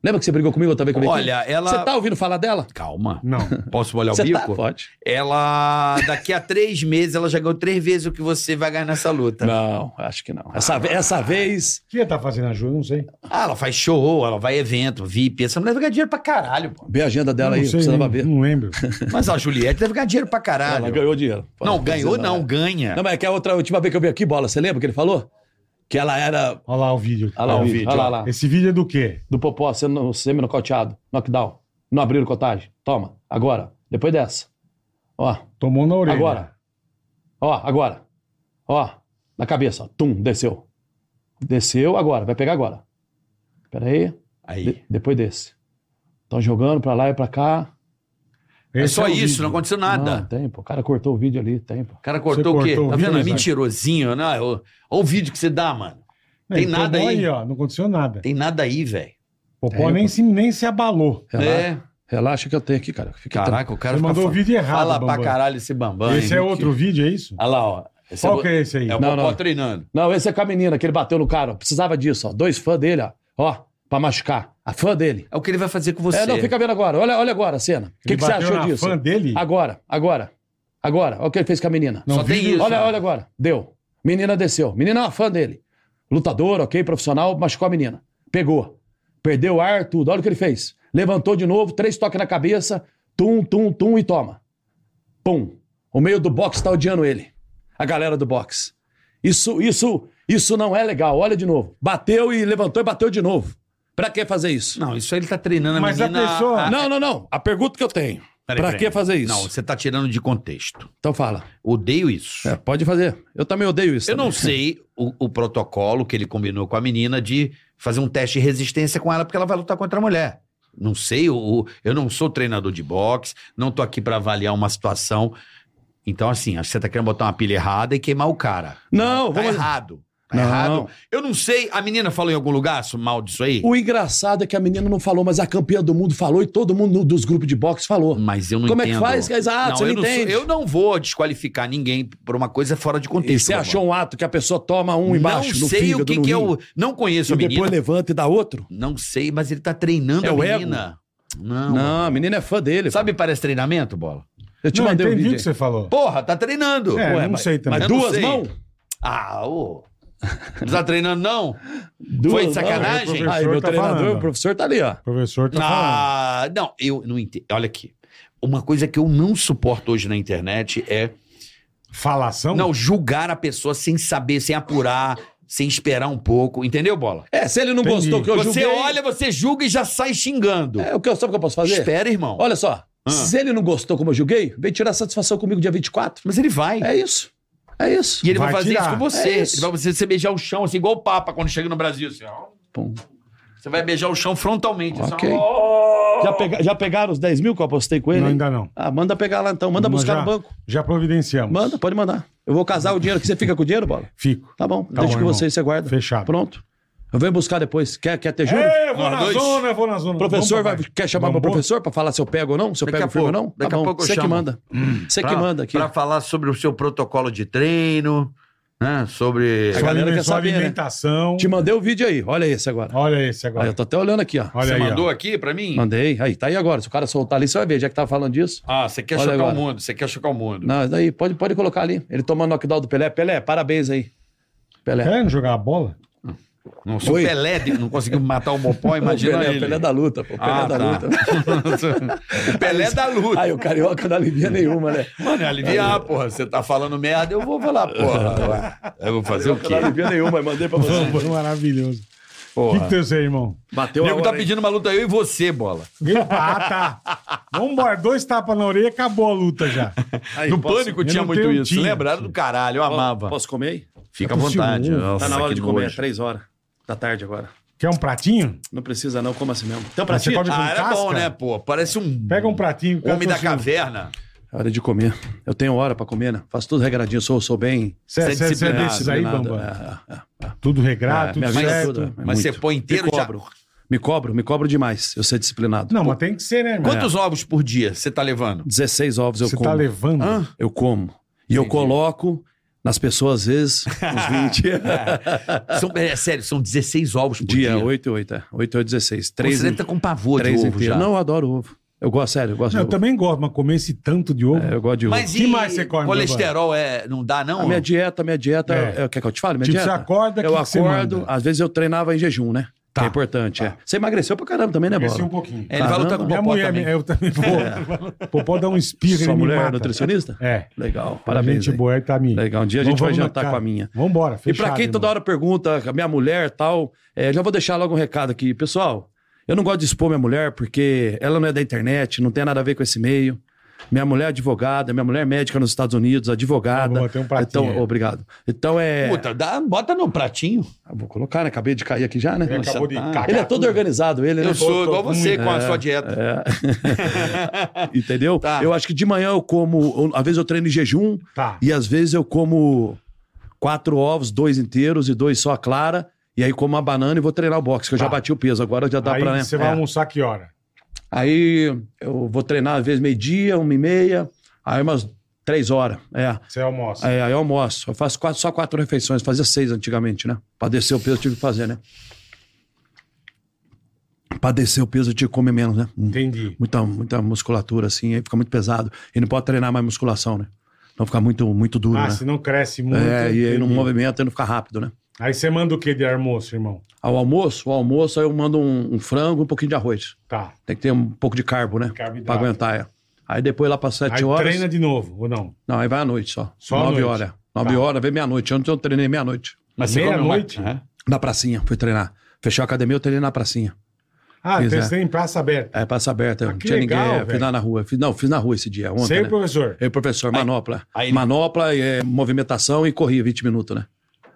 Speaker 3: Lembra que você brigou comigo outra vez que eu vim aqui?
Speaker 2: Olha, ela-
Speaker 3: Você tá ouvindo falar dela?
Speaker 2: Calma.
Speaker 1: Não.
Speaker 2: Posso molhar o
Speaker 3: Você tá?
Speaker 2: bico?
Speaker 3: Pode.
Speaker 2: Ela, daqui a três meses, ela já ganhou três vezes o que você vai ganhar nessa luta.
Speaker 3: Não, acho que não. Essa, ve- essa vez...
Speaker 1: O que ia tá fazendo a Ju? Eu Não sei.
Speaker 2: Ah, ela faz show, ela vai evento, VIP. Essa mulher deve ganhar dinheiro pra caralho, pô.
Speaker 3: Vê a agenda dela
Speaker 1: não
Speaker 3: aí,
Speaker 1: sei,
Speaker 3: precisava
Speaker 1: não,
Speaker 3: ver.
Speaker 1: não lembro.
Speaker 2: Mas a Juliette deve ganhar dinheiro pra caralho.
Speaker 3: Ela ganhou dinheiro. Pode
Speaker 2: não,
Speaker 3: dizer,
Speaker 2: ganhou não,
Speaker 3: é.
Speaker 2: ganha.
Speaker 3: Não, mas é que a outra a última vez que eu vim aqui, Bola, você lembra que ele falou? Que ela era...
Speaker 1: Olha lá o vídeo.
Speaker 3: Olha lá o vídeo, olha lá, olha lá.
Speaker 1: Esse vídeo é do quê?
Speaker 3: Do Popó sendo semi-nocauteado. Knockdown. Não abriram cotagem. Toma. Agora. Depois dessa. Ó.
Speaker 1: Tomou na orelha.
Speaker 3: Agora. Ó, agora. Ó, na cabeça. Tum, desceu. Desceu agora, vai pegar agora. Pera aí.
Speaker 2: Aí.
Speaker 3: De- depois desse. Estão jogando pra lá e pra cá.
Speaker 2: É
Speaker 1: Esse
Speaker 2: só
Speaker 1: o
Speaker 2: isso,
Speaker 1: vídeo.
Speaker 2: não aconteceu
Speaker 3: Não,
Speaker 2: nada.
Speaker 3: tempo. O cara cortou o vídeo ali, tempo.
Speaker 2: O cara cortou
Speaker 1: Você
Speaker 2: o quê?
Speaker 1: cortou o
Speaker 2: tá
Speaker 1: vídeo,
Speaker 2: vendo? É
Speaker 1: Isaac?
Speaker 2: mentirosinho, né? Olha o vídeo que você dá, mano.
Speaker 1: Não, então
Speaker 2: Tem
Speaker 1: ele
Speaker 2: nada
Speaker 1: tomou
Speaker 2: aí.
Speaker 1: ó, não aconteceu nada.
Speaker 2: Tem nada aí, velho.
Speaker 1: Popó
Speaker 3: Tem,
Speaker 1: nem se, nem se abalou.
Speaker 3: Relaxa.
Speaker 2: É.
Speaker 3: Relaxa que eu tenho aqui, cara. Fica
Speaker 2: Caraca, o cara
Speaker 1: Você
Speaker 2: fica
Speaker 1: mandou o
Speaker 2: fa-
Speaker 1: vídeo errado,
Speaker 2: Fala pra
Speaker 1: Bambam.
Speaker 2: caralho esse Bambam.
Speaker 1: Esse
Speaker 2: hein?
Speaker 1: é outro vídeo, é isso?
Speaker 2: Olha lá, ó. Esse
Speaker 1: Qual
Speaker 2: o-
Speaker 1: que é esse aí?
Speaker 2: É o
Speaker 3: Não,
Speaker 2: Popó
Speaker 3: não.
Speaker 2: treinando.
Speaker 3: Não, esse é com a menina que ele bateu no cara. ó. Precisava disso, ó. Dois fãs dele, ó. Ó, pra machucar. A fã dele.
Speaker 2: É o que ele vai fazer com você.
Speaker 3: É, não, fica vendo agora. Olha, olha agora a cena. O que,
Speaker 1: Ele
Speaker 3: que você
Speaker 1: bateu
Speaker 3: achou
Speaker 1: na
Speaker 3: disso?
Speaker 1: fã dele?
Speaker 3: Agora, agora. Agora. Olha o que ele fez com a menina.
Speaker 2: Só tem
Speaker 1: vídeo-
Speaker 2: isso.
Speaker 3: Olha, olha agora. Deu. Menina desceu. Menina é uma fã dele. Lutador, ok, profissional, machucou a menina. Pegou. Perdeu o ar, tudo. Olha o que ele fez. Levantou de novo, três toques na cabeça, tum, tum, tum e toma. Pum. O meio do boxe tá odiando ele. A galera do boxe. Isso, isso, isso não é legal. Olha de novo. Bateu e levantou e bateu de novo. Pra que fazer isso?
Speaker 2: Não, isso aí ele tá treinando a
Speaker 1: Mas a
Speaker 2: menina.
Speaker 1: pessoa-
Speaker 2: a-
Speaker 3: Não, não, não. A pergunta que eu tenho.
Speaker 2: Peraí,
Speaker 3: pra
Speaker 2: peraí.
Speaker 3: que fazer isso?
Speaker 2: Não, você tá tirando de contexto.
Speaker 3: Então fala.
Speaker 2: Odeio isso.
Speaker 3: É, pode fazer. Eu também odeio isso.
Speaker 2: Eu não
Speaker 3: também.
Speaker 2: sei o, o protocolo que ele combinou com a menina de fazer um teste de resistência com ela, porque ela vai lutar contra a mulher. Não sei, o- o- eu, não sou treinador de boxe, não tô aqui pra avaliar uma situação. Então, assim, acho que você tá querendo botar uma pilha errada e queimar o cara.
Speaker 3: Não,
Speaker 2: tá
Speaker 3: vamos-
Speaker 2: errado. Tá
Speaker 3: Não.
Speaker 2: errado. Eu não sei, a menina falou em algum lugar isso- mal disso aí?
Speaker 3: O engraçado é que a menina não falou, mas a campeã do mundo falou e todo mundo no- dos grupos de boxe falou.
Speaker 2: Mas eu não
Speaker 3: Como é que
Speaker 2: entendo.
Speaker 3: faz? Exato, você não
Speaker 2: eu,
Speaker 3: entende.
Speaker 2: eu não vou desqualificar ninguém por uma coisa fora de
Speaker 3: E
Speaker 2: contexto.
Speaker 3: você
Speaker 2: Bambam.
Speaker 3: achou um ato que a pessoa toma um embaixo,
Speaker 2: Não
Speaker 3: no
Speaker 2: sei
Speaker 3: fígado,
Speaker 2: o que,
Speaker 3: no
Speaker 2: que
Speaker 3: rim,
Speaker 2: eu... Não conheço
Speaker 3: e
Speaker 2: a
Speaker 3: depois
Speaker 2: menina.
Speaker 3: levanta e dá outro?
Speaker 2: Não sei, mas ele tá treinando
Speaker 3: É
Speaker 2: a
Speaker 3: o ego?
Speaker 2: menina. Não.
Speaker 3: Não, a menina é fã dele.
Speaker 2: Sabe, parece treinamento, bola?
Speaker 3: Eu te
Speaker 1: não,
Speaker 3: mandei o
Speaker 1: entendi o
Speaker 3: vídeo.
Speaker 1: que
Speaker 3: aí.
Speaker 1: você falou.
Speaker 2: Porra, tá treinando.
Speaker 1: É,
Speaker 3: Ué,
Speaker 1: não
Speaker 3: mas-
Speaker 1: sei também.
Speaker 3: Mas
Speaker 2: Eu não
Speaker 3: duas
Speaker 2: sei.
Speaker 3: mãos?
Speaker 2: Ah, ô. Não tá treinando, não?
Speaker 3: Duas
Speaker 2: Foi de sacanagem?
Speaker 3: mãos? Aí, meu
Speaker 1: O professor tá
Speaker 3: treinador,
Speaker 1: falando.
Speaker 3: o professor tá ali, ó.
Speaker 1: O professor tá falando.
Speaker 2: Ah, não, eu não entendo. Olha aqui. Uma coisa que eu não suporto hoje na internet é
Speaker 1: Falação?
Speaker 2: não julgar a pessoa sem saber, sem apurar, sem esperar um pouco. Entendeu, bola?
Speaker 3: É, se ele não
Speaker 1: Entendi.
Speaker 3: gostou que eu
Speaker 2: você
Speaker 3: julguei...
Speaker 2: olha, você julga e já sai xingando.
Speaker 3: É, o que eu, sabe o que eu posso fazer?
Speaker 2: Espera, irmão.
Speaker 3: Olha só,
Speaker 2: Ah.
Speaker 3: se ele não gostou como eu julguei, vem tirar satisfação comigo dia 24.
Speaker 2: Mas ele vai.
Speaker 3: É isso. É isso.
Speaker 2: E ele vai,
Speaker 1: Vai
Speaker 2: fazer
Speaker 1: tirar.
Speaker 2: isso com você.
Speaker 3: É isso.
Speaker 2: Ele vai fazer você beijar o chão, assim, igual o Papa quando chega no Brasil. Assim, ó.
Speaker 3: Pum.
Speaker 2: Você vai beijar o chão frontalmente. assim,
Speaker 3: Ok.
Speaker 2: ó.
Speaker 3: Já, pega- já pegaram os 10 mil que eu apostei com ele?
Speaker 1: Não,
Speaker 3: hein?
Speaker 1: ainda não.
Speaker 3: Ah, manda pegar lá então, manda
Speaker 1: Nós
Speaker 3: buscar
Speaker 1: já-
Speaker 3: no banco.
Speaker 1: Já providenciamos.
Speaker 3: Manda, pode mandar. Eu vou casar o dinheiro aqui, você fica com o dinheiro, bola?
Speaker 1: Fico.
Speaker 3: Tá bom,
Speaker 1: Tá
Speaker 3: deixa
Speaker 1: bom,
Speaker 3: com
Speaker 1: irmão.
Speaker 3: você, você guarda.
Speaker 1: Fechado.
Speaker 3: Pronto. Eu venho buscar depois. Quer, quer ter juro?
Speaker 1: É, eu vou
Speaker 2: Nós
Speaker 1: na
Speaker 2: dois.
Speaker 1: zona, eu vou na zona.
Speaker 3: O professor vai,
Speaker 1: Vamos, papai.
Speaker 3: quer chamar
Speaker 1: Vamos,
Speaker 3: meu professor pra falar se eu pego ou não? Se eu
Speaker 2: Daqui
Speaker 3: pego
Speaker 2: a
Speaker 3: firme ou
Speaker 2: pouco,
Speaker 3: não?
Speaker 2: daqui a
Speaker 3: tá bom.
Speaker 2: pouco eu
Speaker 3: você que
Speaker 2: chamo.
Speaker 3: manda. Você que
Speaker 2: Pra-
Speaker 3: manda aqui.
Speaker 2: Pra falar sobre o seu protocolo de treino, né? Sobre.
Speaker 3: A
Speaker 1: Sua
Speaker 3: galera
Speaker 1: alime-
Speaker 3: quer
Speaker 1: sua
Speaker 3: saber, né?
Speaker 1: alimentação.
Speaker 3: Te mandei o vídeo aí, olha esse agora.
Speaker 1: Olha esse
Speaker 3: Aí,
Speaker 1: agora.
Speaker 3: eu tô até olhando aqui, ó.
Speaker 1: Olha
Speaker 2: Você
Speaker 1: aí, ó.
Speaker 2: mandou aqui pra mim?
Speaker 3: Mandei. Aí, tá aí agora. Se o cara soltar ali, você vai ver, já que tava falando disso.
Speaker 2: Ah, você quer
Speaker 3: Olha
Speaker 2: chocar
Speaker 3: agora.
Speaker 2: o mundo, você quer chocar o mundo.
Speaker 3: Não, daí pode, pode colocar ali. Ele tomando knockdown do Pelé. Pelé, parabéns aí. Pelé.
Speaker 1: Quer não jogar a bola?
Speaker 2: Não, se o
Speaker 3: Oi.
Speaker 2: Pelé de- não conseguiu matar o Mopó,
Speaker 3: O
Speaker 2: imagina
Speaker 3: Pelé,
Speaker 2: ele.
Speaker 3: o Pelé da luta, pô. O Pelé
Speaker 2: Ah,
Speaker 3: da
Speaker 2: tá.
Speaker 3: luta.
Speaker 2: o Pelé É da luta.
Speaker 3: Ai, o carioca não alivia nenhuma, né?
Speaker 2: Mano, é aliviar, porra. Você tá falando merda, eu vou falar, porra. Eu vou fazer o quê?
Speaker 3: Não alivia nenhuma, mas mandei pra você.
Speaker 1: Maravilhoso. O que,
Speaker 2: Porra.
Speaker 1: que tem você, irmão?
Speaker 3: Bateu
Speaker 2: O
Speaker 3: a
Speaker 2: nego tá
Speaker 3: hora, hein?
Speaker 2: pedindo uma luta eu e você, bola.
Speaker 1: Ah, tá. Vambora, dois tapas na orelha, acabou a luta já.
Speaker 3: Aí,
Speaker 2: no
Speaker 3: posso-
Speaker 2: pânico
Speaker 1: eu
Speaker 2: tinha
Speaker 1: não
Speaker 2: muito
Speaker 1: tenho
Speaker 2: isso.
Speaker 1: tinta.
Speaker 2: Lembra? Era do caralho, eu amava.
Speaker 3: Posso comer aí?
Speaker 2: Fica à vontade.
Speaker 1: Tá
Speaker 2: Nossa,
Speaker 3: Tá na hora
Speaker 2: que
Speaker 3: de comer, é
Speaker 2: nojo.
Speaker 3: três horas da tarde agora.
Speaker 1: Quer um pratinho?
Speaker 3: Não precisa não, como assim mesmo. Então, pra
Speaker 1: Mas você
Speaker 3: ti,
Speaker 1: come com
Speaker 2: Ah, era
Speaker 1: casca?
Speaker 2: bom, né, pô? Parece um.
Speaker 1: Pega um pratinho.
Speaker 2: Homem da
Speaker 1: assim,
Speaker 2: caverna.
Speaker 3: É hora de comer. Eu tenho hora pra comer, né? Faço tudo regradinho, sou, sou bem...
Speaker 1: Você
Speaker 2: Sem
Speaker 1: você- você é
Speaker 2: disciplina,
Speaker 1: desses aí,
Speaker 3: disciplinado.
Speaker 1: Bamba?
Speaker 3: É, é, é.
Speaker 1: Tudo
Speaker 3: É,
Speaker 1: regrado,
Speaker 3: minha
Speaker 1: tudo
Speaker 3: vida
Speaker 1: certo.
Speaker 3: toda. É
Speaker 2: Mas você
Speaker 3: muito.
Speaker 2: põe inteiro
Speaker 3: Me
Speaker 2: já-
Speaker 3: cobro. Me cobro, me cobro demais. Eu ser disciplinado.
Speaker 1: Não, mas tem que ser, né, irmão?
Speaker 2: Quantos ovos por dia você tá levando?
Speaker 3: 16 ovos eu
Speaker 1: Você
Speaker 3: como.
Speaker 1: tá levando?
Speaker 3: Eu como. E eu coloco nas pessoas, às vezes, uns 20.
Speaker 2: São, é sério, são 16 ovos por dia.
Speaker 3: Dia 8 e 8, é. 8 e 8, 16.
Speaker 2: Pô,
Speaker 3: 3
Speaker 2: Você deve tá com pavor de ovo já.
Speaker 3: Não, eu adoro ovo. Eu gosto, sério, eu gosto
Speaker 1: Não,
Speaker 3: de
Speaker 1: eu
Speaker 3: ovo.
Speaker 1: também gosto, mas comer esse tanto de ovo.
Speaker 3: É, eu gosto de ovo.
Speaker 2: Mas
Speaker 1: Que
Speaker 2: e
Speaker 1: mais você come,
Speaker 2: colesterol é, não dá,
Speaker 3: A
Speaker 2: não?
Speaker 3: minha dieta, minha dieta.
Speaker 1: É.
Speaker 3: é, quer que eu te fale? Minha
Speaker 1: Tipo,
Speaker 3: dieta?
Speaker 1: você acorda,
Speaker 3: Eu
Speaker 1: que que você
Speaker 3: acordo,
Speaker 1: manda?
Speaker 3: às vezes eu treinava em jejum, né?
Speaker 2: Tá.
Speaker 3: Que é importante. é. Você emagreceu pra caramba também, né,
Speaker 1: Esse um
Speaker 3: Bola?
Speaker 1: pouquinho.
Speaker 2: É, ele vai
Speaker 3: tá
Speaker 2: lutar com É. o
Speaker 1: Minha
Speaker 2: Popó
Speaker 1: mulher,
Speaker 2: também.
Speaker 1: minha- eu também vou. Popó dá um espirro, ele
Speaker 3: É. Sua
Speaker 1: me
Speaker 3: mulher é
Speaker 1: mata.
Speaker 3: nutricionista?
Speaker 1: É.
Speaker 3: Legal, parabéns.
Speaker 1: Gente
Speaker 3: aí.
Speaker 1: boa aí tá minha.
Speaker 3: Legal, um dia a gente vai jantar com a minha.
Speaker 1: Vambora,
Speaker 3: E
Speaker 1: fechado.
Speaker 3: pra quem toda
Speaker 1: irmão.
Speaker 3: hora pergunta, minha mulher e tal, é, já vou deixar logo um recado aqui. Pessoal, eu não gosto de expor minha mulher porque ela não é da internet, não tem nada a ver com esse meio. Minha mulher é advogada, minha mulher é médica nos Estados Unidos, advogada.
Speaker 1: Ah, boa, tem um pratinho aí.
Speaker 3: então, obrigado. Então é.
Speaker 2: Puta, dá, bota no pratinho.
Speaker 3: Ah, Vou colocar, né? Acabei de cair aqui já, né?
Speaker 1: Ele acabou de
Speaker 2: Ele é
Speaker 1: cagar
Speaker 3: Ele é todo
Speaker 1: tudo.
Speaker 3: organizado, ele, né?
Speaker 2: Eu sou igual você com a
Speaker 3: É,
Speaker 2: sua dieta.
Speaker 3: é. Entendeu?
Speaker 2: Tá.
Speaker 3: Eu acho que de manhã eu como. Às vezes eu treino em jejum,
Speaker 1: Tá.
Speaker 3: e às vezes eu como quatro ovos, dois inteiros e dois só a clara. E aí como uma banana e vou treinar o boxe, que eu já
Speaker 1: Tá.
Speaker 3: bati o peso. Agora já dá
Speaker 1: Aí
Speaker 3: pra... né?
Speaker 1: você vai
Speaker 3: É.
Speaker 1: almoçar que hora?
Speaker 3: Aí eu vou treinar às vezes meio-dia, uma e meia, aí umas três horas. É.
Speaker 1: Você almoça.
Speaker 3: Aí, aí eu almoço. Eu faço quatro- só quatro refeições, fazia seis antigamente, né? Pra descer o peso eu tive que fazer, né? Pra descer o peso eu tive que comer menos, né? Hum.
Speaker 1: Entendi.
Speaker 3: Muita, muita musculatura, assim, aí fica muito pesado. E não pode treinar mais musculação, né? Não fica muito, muito duro,
Speaker 1: Ah,
Speaker 3: né?
Speaker 1: se não cresce muito.
Speaker 3: É, e aí no
Speaker 1: entendi.
Speaker 3: movimento aí não fica rápido, né?
Speaker 1: Aí você manda o que de almoço, irmão?
Speaker 3: Ao almoço, ao almoço, aí eu mando um, um frango e um pouquinho de arroz.
Speaker 1: Tá.
Speaker 3: Tem que ter um pouco de carbo, né?
Speaker 1: Carboidrato.
Speaker 3: Pra aguentar, é. Aí depois lá para sete
Speaker 1: aí
Speaker 3: horas.
Speaker 1: treina de novo, ou não?
Speaker 3: Não, aí vai à noite só.
Speaker 1: Só à
Speaker 3: Nove
Speaker 1: noite.
Speaker 3: horas. Nove
Speaker 1: Tá.
Speaker 3: horas, vem meia-noite. Ontem eu treinei meia-noite.
Speaker 1: Meia-noite?
Speaker 2: Uma... É.
Speaker 3: Na pracinha, fui treinar. Fechei a academia, eu treinei na pracinha.
Speaker 1: Ah,
Speaker 3: Fiz,
Speaker 1: então
Speaker 3: é.
Speaker 1: você tem praça aberta.
Speaker 3: É, praça aberta,
Speaker 1: Ah,
Speaker 3: não
Speaker 1: que
Speaker 3: tinha
Speaker 1: legal,
Speaker 3: ninguém. é,
Speaker 1: velho.
Speaker 3: Fiz lá na rua. Fiz- não, fiz na rua esse dia, ontem.
Speaker 1: Sei,
Speaker 3: né?
Speaker 1: professor.
Speaker 3: Eu, professor, manopla.
Speaker 2: aí-
Speaker 3: manopla, é, movimentação e corria 20 minutos, né?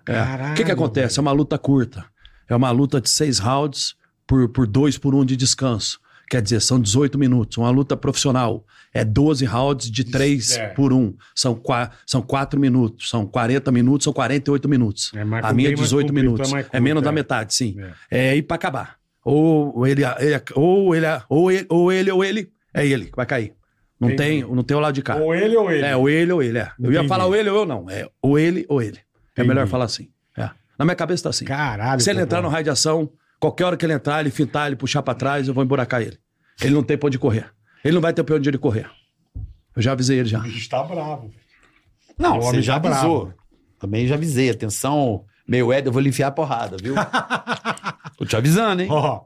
Speaker 3: É.
Speaker 1: Caralho,
Speaker 3: O que, que acontece? É uma luta curta. É uma luta de seis rounds por, por dois por um de descanso. Quer dizer, são 18 minutos. Uma luta profissional. É 12 rounds de três
Speaker 1: É.
Speaker 3: por um. São, qua, são quatro minutos. São 40 É. minutos, são 48 minutos.
Speaker 1: É, mas
Speaker 3: A minha é
Speaker 1: bem mais
Speaker 3: 18
Speaker 1: comprido,
Speaker 3: minutos.
Speaker 1: é
Speaker 3: É,
Speaker 1: mais
Speaker 3: menos
Speaker 1: curto,
Speaker 3: da
Speaker 1: é.
Speaker 3: metade, sim. É, e pra acabar. Ou ele, ele- ou ele, ou ele, ou ele, ou ele, é ele que vai cair. Não
Speaker 1: Entendi.
Speaker 3: tem, não tem o lado de cá.
Speaker 1: Ou ele ou ele.
Speaker 3: É, ou ele ou ele, é. Eu ia
Speaker 1: Entendi.
Speaker 3: falar ou ele ou eu não. É ou ele ou ele. É
Speaker 1: Entendi.
Speaker 3: melhor falar assim. É. Na minha cabeça tá assim.
Speaker 1: Caralho.
Speaker 3: Se ele
Speaker 1: Popó.
Speaker 3: entrar no raio de ação, qualquer hora que ele entrar, ele fintar, ele puxar pra trás, eu vou emburacar ele. Ele não tem pra onde correr. Ele não vai ter pra onde ele correr. Eu já avisei ele já.
Speaker 1: O bicho tá bravo. velho.
Speaker 2: Não,
Speaker 1: O
Speaker 2: você
Speaker 1: homem
Speaker 2: já
Speaker 1: tá
Speaker 2: avisou.
Speaker 1: bravo.
Speaker 2: Também já avisei. Atenção, meu Ed, eu vou lhe enfiar a porrada, viu? Tô te avisando, hein?
Speaker 1: Ó,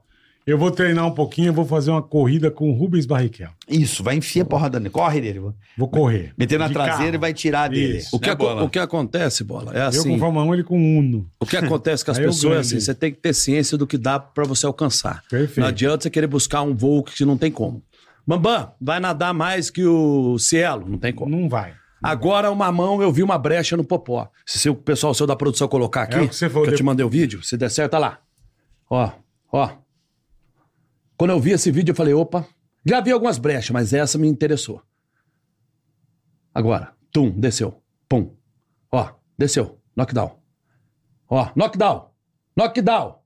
Speaker 1: eu vou treinar um pouquinho, eu vou fazer uma corrida com o Rubens Barrichello.
Speaker 2: Isso, vai enfiar a porrada nele. Corre nele.
Speaker 1: Vou correr.
Speaker 2: Meter na
Speaker 1: De
Speaker 2: traseira
Speaker 1: carro.
Speaker 2: e vai tirar dele.
Speaker 1: Isso.
Speaker 3: O que,
Speaker 2: Né,
Speaker 3: aco-
Speaker 2: Bola?
Speaker 3: o que acontece, bola? É
Speaker 1: Eu com
Speaker 3: assim.
Speaker 1: Fórmula 1, ele com Uno.
Speaker 3: O que acontece com as
Speaker 1: Aí eu
Speaker 3: pessoas
Speaker 1: ganho
Speaker 3: é assim,
Speaker 1: dele.
Speaker 3: você tem que ter ciência do que dá pra você alcançar.
Speaker 1: Perfeito.
Speaker 3: Não adianta você querer buscar um voo que não tem como. Bambam, vai nadar mais que o Cielo, não tem como.
Speaker 1: Não vai.
Speaker 3: Agora, uma mão, eu vi uma brecha no popó. Se seu- o pessoal seu da produção colocar aqui,
Speaker 1: É o que você falou,
Speaker 3: eu
Speaker 1: de-
Speaker 3: te mandei o vídeo, se der certo, tá lá. Ó, ó. Quando eu vi esse vídeo, eu falei, opa, já vi algumas brechas, mas essa me interessou. Agora, tum, desceu. Pum. Ó, desceu. Knockdown. Ó, knockdown. Knockdown.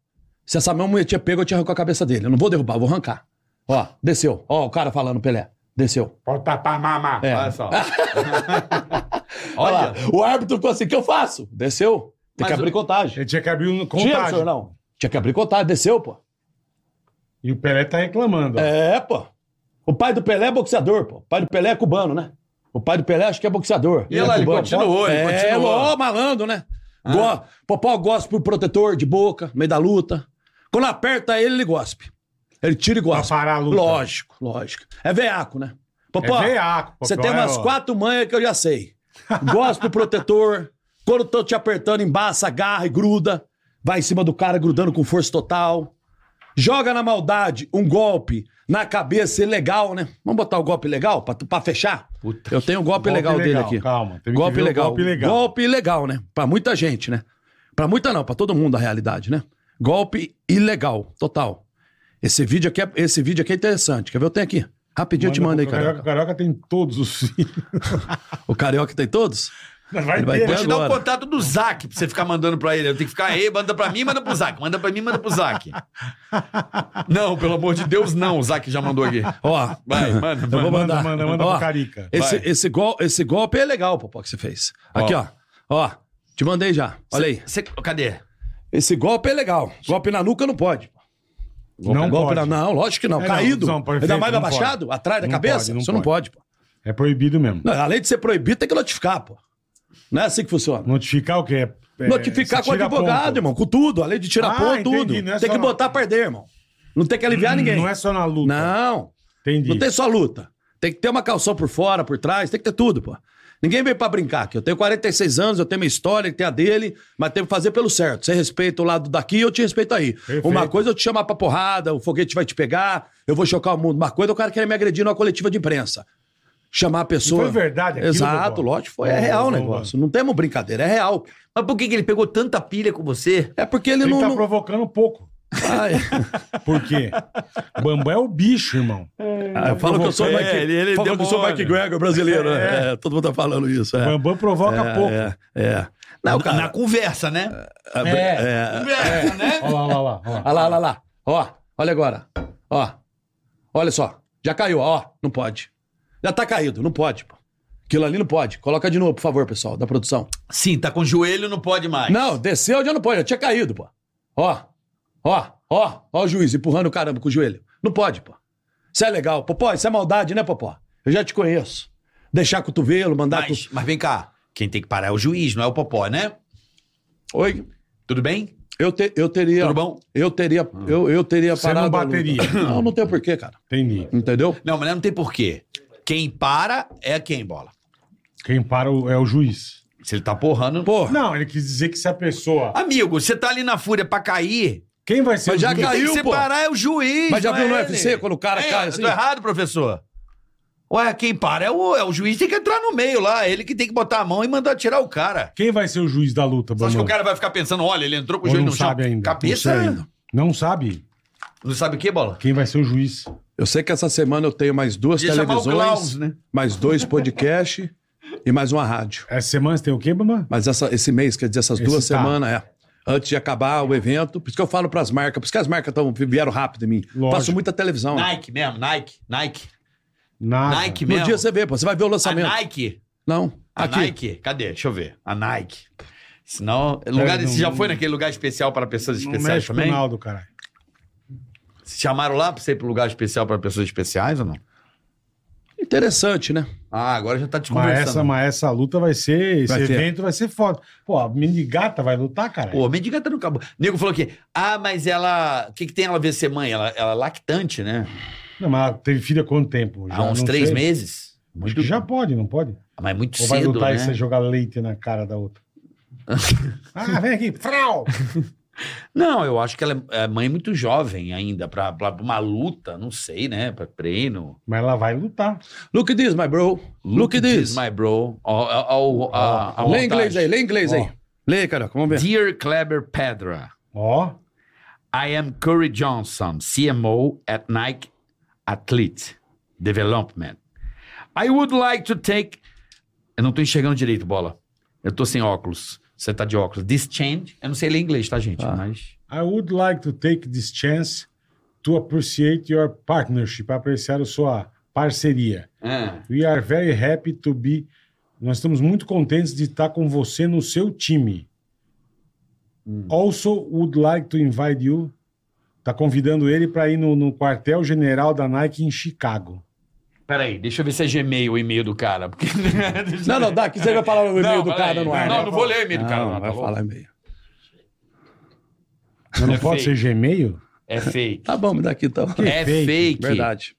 Speaker 3: Se essa mão eu tinha pego, eu tinha arrancado a cabeça dele. Eu não vou derrubar, eu vou arrancar. Ó, desceu. Ó, o cara falando, Pelé. Desceu.
Speaker 1: Pode tapar a mama.
Speaker 3: É.
Speaker 2: Olha só.
Speaker 3: Olha lá,
Speaker 2: Olha,
Speaker 3: o árbitro ficou assim: o que eu faço? Desceu. Tem
Speaker 2: Mas
Speaker 3: que abrir
Speaker 2: o-
Speaker 3: contagem.
Speaker 1: Ele tinha que abrir um
Speaker 3: Tinha, senhor,
Speaker 1: contagem.
Speaker 3: não. Tinha que abrir contagem, desceu, pô.
Speaker 1: E o Pelé tá reclamando. ó.
Speaker 3: É, pô. O pai do Pelé é boxeador, pô. O pai do Pelé é cubano, né? O pai do Pelé acho que é boxeador.
Speaker 2: E lá, ele
Speaker 3: cubano.
Speaker 2: continuou, ele Ah.
Speaker 3: é,
Speaker 2: continuou.
Speaker 3: ó, malandro, né? Go- Popó gosta pro protetor de boca, no meio da luta. Quando aperta ele, ele gospe. Ele tira e gospe.
Speaker 1: Pra parar a luta.
Speaker 3: Lógico, lógico. É veaco, né? Popó,
Speaker 1: É veiaco, Popó,
Speaker 3: você tem umas
Speaker 1: é, ó.
Speaker 3: quatro manhas que eu já sei. Gosto do protetor. Quando tô te apertando, embaça, agarra e gruda. Vai em cima do cara grudando com força total. Joga na maldade um golpe na cabeça legal, né? Vamos botar o golpe legal pra, pra fechar?
Speaker 2: Puta
Speaker 3: eu tenho um golpe,
Speaker 1: Golpe
Speaker 3: legal, dele
Speaker 1: legal,
Speaker 3: aqui.
Speaker 1: calma, teve que
Speaker 3: golpe
Speaker 1: ver o
Speaker 3: legal.
Speaker 1: golpe legal.
Speaker 3: Golpe legal, né? Pra muita gente, né? Pra muita não, pra todo mundo a realidade, né? Golpe ilegal, total. Esse vídeo aqui é, esse vídeo aqui é interessante. Quer ver? Eu tenho aqui. Rapidinho eu te mando
Speaker 1: Manda
Speaker 3: aí,
Speaker 1: pro Carioca.
Speaker 3: cara.
Speaker 1: O Carioca tem todos os filhos.
Speaker 3: O Carioca tem todos?
Speaker 1: Vai
Speaker 3: Ele vai
Speaker 1: ter,
Speaker 3: ter
Speaker 2: Vou
Speaker 1: né?
Speaker 2: te dar o
Speaker 3: agora.
Speaker 2: contato do Zac pra você ficar mandando pra ele. Eu tenho que ficar aí, manda pra mim, manda pro Zac. Manda pra mim, manda pro Zac. Não, pelo amor de Deus, não. O Zac já mandou aqui.
Speaker 3: Ó,
Speaker 2: Vai, manda,
Speaker 3: eu
Speaker 2: manda,
Speaker 3: vou mandar.
Speaker 1: manda, manda
Speaker 3: Ó,
Speaker 1: pro Carica.
Speaker 3: Esse,
Speaker 2: Vai.
Speaker 3: esse, gol, esse golpe é legal, Popó, que você fez. Aqui, ó. Ó, te mandei já. Olha aí.
Speaker 2: Cê- cadê?
Speaker 3: Esse golpe é legal. Golpe na nuca não pode.
Speaker 1: Não
Speaker 3: golpe
Speaker 1: pode.
Speaker 3: na... Não, lógico que não.
Speaker 1: É, não,
Speaker 3: Caído.
Speaker 1: não, perfeito,
Speaker 3: Ainda mais
Speaker 1: não
Speaker 3: abaixado,
Speaker 1: pode.
Speaker 3: atrás da
Speaker 1: Não
Speaker 3: cabeça.
Speaker 1: pode, não
Speaker 3: Isso não
Speaker 1: pode.
Speaker 3: pode, pô.
Speaker 1: É proibido mesmo.
Speaker 3: Não, além de ser proibido, tem que notificar, pô. Não é assim que funciona.
Speaker 1: Notificar o quê? É- é,
Speaker 3: notificar
Speaker 1: você
Speaker 3: com o
Speaker 1: tira
Speaker 3: advogado,
Speaker 1: ponto.
Speaker 3: irmão. Com tudo. Além de tirar
Speaker 1: Ah,
Speaker 3: ponto,
Speaker 1: entendi,
Speaker 3: tudo.
Speaker 1: não é
Speaker 3: tem
Speaker 1: só
Speaker 3: que
Speaker 1: na-
Speaker 3: botar a perder, irmão. Não tem que aliviar ninguém.
Speaker 1: Não é só na luta.
Speaker 3: Não.
Speaker 1: Entendi.
Speaker 3: Não tem só luta. Tem que ter uma calção por fora, por trás, tem que ter tudo, pô. Ninguém veio pra brincar aqui. Eu tenho 46 anos, eu tenho minha história, ele tem a dele, mas tem que fazer pelo certo. Você respeita o lado daqui, eu te respeito aí.
Speaker 1: Perfeito.
Speaker 3: Uma coisa é eu te chamar pra porrada, o foguete vai te pegar, eu vou chocar o mundo. Uma coisa é o cara querer me agredir numa coletiva de imprensa. Chamar a pessoa.
Speaker 1: foi verdade aquilo,
Speaker 3: Exato,
Speaker 1: Bobola?
Speaker 3: lógico, foi. É
Speaker 1: Não,
Speaker 3: real o
Speaker 1: não,
Speaker 3: negócio. Não temos brincadeira, é real.
Speaker 2: Mas por que, que ele pegou tanta pilha com você?
Speaker 3: É porque ele,
Speaker 1: Ele
Speaker 3: não.
Speaker 1: tá
Speaker 3: não-
Speaker 1: provocando pouco.
Speaker 3: Ai,
Speaker 1: Por quê? O Bambam é o bicho, irmão.
Speaker 3: ah, falam que eu sou o
Speaker 2: É,
Speaker 3: Mike.
Speaker 2: ele- ele
Speaker 3: falam que eu sou o
Speaker 2: demora.
Speaker 3: Mike Gregor brasileiro, né? É, todo mundo tá falando isso.
Speaker 1: O
Speaker 3: é.
Speaker 1: Bambam provoca
Speaker 3: É,
Speaker 1: pouco.
Speaker 3: É, é. Não,
Speaker 2: na,
Speaker 3: cara.
Speaker 2: na conversa, né?
Speaker 3: É.
Speaker 2: Conversa, né?
Speaker 1: Olha lá, olha lá, olha lá.
Speaker 3: Olha lá, olha lá. Ó, olha agora. Ó, Olha só, já caiu, ó, não pode. Já tá caído, não pode, pô. Aquilo ali não pode. Coloca de novo, por favor, pessoal, da produção.
Speaker 2: Sim, tá com o joelho, não pode mais.
Speaker 3: Não, desceu já não pode, já tinha caído, pô. Ó, ó, ó, ó o juiz empurrando o caramba com o joelho. Não pode, pô. Isso é legal. Popó, isso é maldade, né, Popó? Eu já te conheço. Deixar cotovelo, mandar...
Speaker 2: Mas,
Speaker 3: tu-
Speaker 2: mas vem cá. Quem tem que parar é o juiz, não é o popó, né?
Speaker 3: Oi,
Speaker 2: Tudo bem?
Speaker 3: eu, te- eu teria...
Speaker 2: Tudo bom?
Speaker 3: Eu teria, eu, eu teria
Speaker 1: Você não
Speaker 3: a luta.
Speaker 1: bateria.
Speaker 3: Não, não tem porquê, cara.
Speaker 1: Entendi.
Speaker 3: Entendeu?
Speaker 2: Não, mas não tem porquê. Quem para é quem, bola.
Speaker 1: Quem para o- é o juiz.
Speaker 2: Se ele tá porrando.
Speaker 3: Porra.
Speaker 1: Não, ele quis dizer que se a pessoa.
Speaker 2: Amigo, você tá ali na fúria pra cair.
Speaker 1: Quem vai ser
Speaker 3: Mas
Speaker 1: o
Speaker 3: já
Speaker 1: juiz?
Speaker 3: caiu.
Speaker 2: Quem tem que
Speaker 3: pô.
Speaker 2: separar é o juiz.
Speaker 3: Mas já
Speaker 2: não
Speaker 3: viu
Speaker 2: é
Speaker 3: no
Speaker 2: ele.
Speaker 3: UFC quando o cara
Speaker 2: É,
Speaker 3: cai
Speaker 2: eu
Speaker 3: assim?
Speaker 2: Tô errado, professor. Ué, quem para é o, é o juiz, tem que entrar no meio lá. Ele que tem que botar a mão e mandar tirar o cara.
Speaker 1: Quem vai ser o juiz da luta,
Speaker 2: Você acha que
Speaker 1: Bruno?
Speaker 2: o cara vai ficar pensando, olha, ele entrou com o
Speaker 1: Ou
Speaker 2: joelho
Speaker 1: não
Speaker 2: no chão.
Speaker 1: sabe ainda?
Speaker 2: Cabeça? né?
Speaker 3: Não sei ainda.
Speaker 1: Não sabe
Speaker 2: Não sabe o que, bola?
Speaker 1: quem vai ser o juiz.
Speaker 3: Eu sei que essa semana eu tenho mais duas
Speaker 2: Podia chamar o
Speaker 3: televisões,
Speaker 2: Klaus, né?
Speaker 3: mais dois podcasts e mais uma rádio.
Speaker 1: Essa semana você tem o quê, Bambam?
Speaker 3: Mas essa- esse mês, quer dizer, essas
Speaker 1: Esse
Speaker 3: duas
Speaker 1: tá.
Speaker 3: semanas, é. Antes de acabar o evento, por isso que eu falo pras marcas, por isso que as marcas tão, vieram rápido em mim.
Speaker 1: Lógico.
Speaker 3: Faço muita televisão.
Speaker 2: Nike mesmo, Nike, Nike.
Speaker 1: Nada.
Speaker 2: Nike
Speaker 3: No
Speaker 2: mesmo.
Speaker 3: dia você vê, pô, você vai ver o
Speaker 2: a
Speaker 3: lançamento.
Speaker 2: Nike.
Speaker 3: Não,
Speaker 2: A
Speaker 3: aqui.
Speaker 2: Nike. Cadê? Deixa eu ver. A Nike. Senão, lugar,
Speaker 1: É, não-
Speaker 2: você já foi naquele lugar especial para pessoas
Speaker 1: Não
Speaker 2: especiais
Speaker 1: mexe com o
Speaker 2: também?
Speaker 1: Naldo, caralho.
Speaker 2: Se chamaram lá pra você ir pro lugar especial para pessoas especiais ou não?
Speaker 3: Interessante, né?
Speaker 2: Ah, agora já tá te
Speaker 1: Mas
Speaker 2: conversando.
Speaker 1: essa, mas essa luta vai ser. Esse
Speaker 3: Vai ter.
Speaker 1: evento vai ser foda. Pô, a mendigata vai lutar, cara.
Speaker 2: Pô, mendigata não acabou. O nego falou que, ah, mas ela. O que, que tem ela a ver ser mãe? Ela, ela é lactante, né?
Speaker 1: Não, mas ela teve filha há quanto tempo?
Speaker 2: Há
Speaker 1: Já
Speaker 2: uns
Speaker 1: não
Speaker 2: três
Speaker 1: sei.
Speaker 2: meses.
Speaker 1: Acho
Speaker 2: Muito,
Speaker 1: que já pode, não pode?
Speaker 2: Mas muito
Speaker 1: Ou vai
Speaker 2: cedo.
Speaker 1: lutar
Speaker 2: Né?
Speaker 1: e você jogar leite na cara da outra? ah, vem aqui, frau!
Speaker 2: Não, eu acho que ela é é mãe muito jovem ainda, pra, pra uma luta, não sei, né? Pra treino.
Speaker 1: Mas ela vai lutar.
Speaker 3: Look at this, my bro. Look, at this.
Speaker 2: My bro. Ó, ó, ó, a- a
Speaker 3: Lê
Speaker 2: montagem.
Speaker 3: em inglês aí, lê em inglês
Speaker 1: Ó.
Speaker 3: aí. Lê, cara, vamos ver.
Speaker 2: Dear Kleber Pedra,
Speaker 1: Ó,
Speaker 2: I am Curry Johnson, CMO at Nike Athlete Development. I would like to take. Eu não tô enxergando direito, bola. Eu tô sem óculos. Você tá de óculos. This change. Eu não sei ler inglês, tá,
Speaker 3: Ah.
Speaker 2: gente? Mas.
Speaker 1: I would like to take this chance to appreciate your partnership, apreciar a sua parceria.
Speaker 3: É.
Speaker 1: We are very happy to be. Nós estamos muito contentes de estar com você no seu time.
Speaker 3: Hum.
Speaker 1: Also would like to invite you. Tá convidando ele para ir no, no quartel general da Nike em Chicago.
Speaker 2: Peraí, deixa eu ver se é Gmail o e-mail do cara. Porque...
Speaker 3: Não, não, dá aqui você vai falar o e-mail do cara no ar.
Speaker 2: Não,
Speaker 3: né?
Speaker 2: não vou ler o e-mail do cara
Speaker 3: Não,
Speaker 2: não, tá
Speaker 3: vai
Speaker 2: bom?
Speaker 3: falar e-mail.
Speaker 1: Mas Não
Speaker 2: É
Speaker 1: pode
Speaker 2: fake.
Speaker 1: ser Gmail?
Speaker 2: É fake.
Speaker 3: Tá bom, me dá aqui então.
Speaker 2: É
Speaker 1: fake.
Speaker 2: fake.
Speaker 3: Verdade.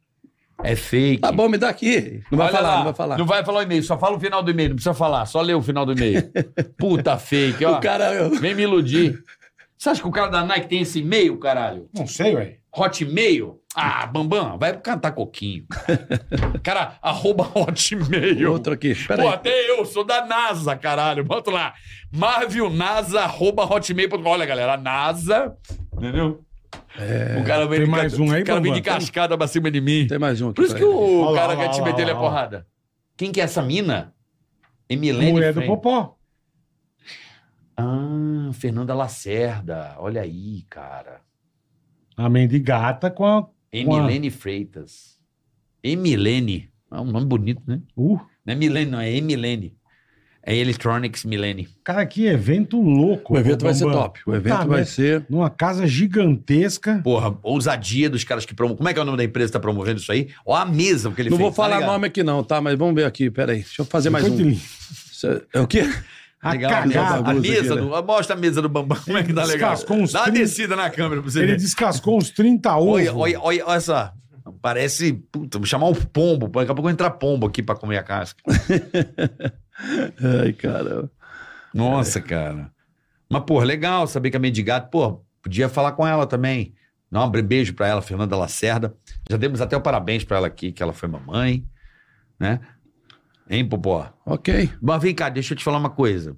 Speaker 2: É fake.
Speaker 3: Tá bom, me dá aqui. Não vai
Speaker 2: Olha
Speaker 3: falar,
Speaker 2: lá,
Speaker 3: não vai falar.
Speaker 2: Não vai falar o e-mail, só fala o final do e-mail, não precisa falar, só lê o final do e-mail. Puta fake, ó.
Speaker 3: O cara. eu-
Speaker 2: Vem me iludir. Você acha que o cara da Nike tem esse e-mail, caralho?
Speaker 1: Não sei, ué.
Speaker 2: Hotmail? Ah, Bambam, vai cantar coquinho. cara, arroba hotmail.
Speaker 3: Outro aqui. Pera
Speaker 2: Pô,
Speaker 3: aí.
Speaker 2: até eu sou da NASA, caralho. Bota lá. marvelnasa.hotmail.com. Olha, galera, a NASA. Entendeu? O cara vem,
Speaker 1: Tem
Speaker 2: de,
Speaker 1: mais um aí,
Speaker 2: o cara vem de
Speaker 1: Bambam?
Speaker 2: cascada pra cima de mim.
Speaker 3: é- Tem mais um aqui.
Speaker 2: Por isso que
Speaker 3: pera aí.
Speaker 2: o
Speaker 1: Olha lá,
Speaker 2: cara
Speaker 1: olha
Speaker 2: quer
Speaker 1: lá,
Speaker 2: te meter
Speaker 1: olha
Speaker 2: ele a
Speaker 1: lá.
Speaker 2: porrada. Quem que é essa mina? Emilene
Speaker 1: Mulher do
Speaker 2: Frank.
Speaker 1: Popó.
Speaker 2: Ah, Fernanda Lacerda. Olha aí, cara.
Speaker 1: A mendigata com a.
Speaker 2: Emilene Freitas. Emilene. É um nome bonito, né?
Speaker 1: Uh,
Speaker 2: Não é Milene, não. É Emilene. É Electronics Milene.
Speaker 1: cara, que evento louco.
Speaker 3: O evento vai ser
Speaker 1: Bambam.
Speaker 3: top. O evento
Speaker 1: Puta
Speaker 3: vai
Speaker 1: merda.
Speaker 3: ser.
Speaker 1: Numa casa gigantesca.
Speaker 2: Porra, ousadia dos caras que promovem. Como é que é o nome da empresa que tá promovendo isso aí? Ó, a mesa que ele
Speaker 3: Não
Speaker 2: fez.
Speaker 3: vou falar
Speaker 2: tá ligado?
Speaker 3: nome aqui, não, tá? Mas vamos ver aqui. Pera aí. Deixa eu fazer mais
Speaker 1: Foi
Speaker 3: um.
Speaker 1: de-
Speaker 3: Isso é- É o quê?
Speaker 1: A
Speaker 2: Legal,
Speaker 1: cagada.
Speaker 2: Tá
Speaker 1: né?
Speaker 2: a
Speaker 3: bagunça
Speaker 2: mesa
Speaker 3: aqui,
Speaker 2: do, Mostra a mesa do Bambam, como é que tá legal.
Speaker 1: descascou uns
Speaker 2: Dá uma
Speaker 1: 30.
Speaker 2: descida na câmera pra você
Speaker 1: Ele
Speaker 2: ver.
Speaker 1: descascou uns 30 ovos.
Speaker 2: Olha, olha, olha, olha só. Parece. Puta, vou chamar o pombo. Daqui a pouco entrar pombo aqui pra comer a casca.
Speaker 3: Ai, cara.
Speaker 2: Nossa, cara. Mas, pô, legal saber que a Mendigato, pô, podia falar com ela também. Dá um beijo pra ela, Fernanda Lacerda. Já demos até o parabéns pra ela aqui, que ela foi mamãe, né? Hein, Popó?
Speaker 3: Ok.
Speaker 2: Mas vem cá, deixa eu te falar uma coisa.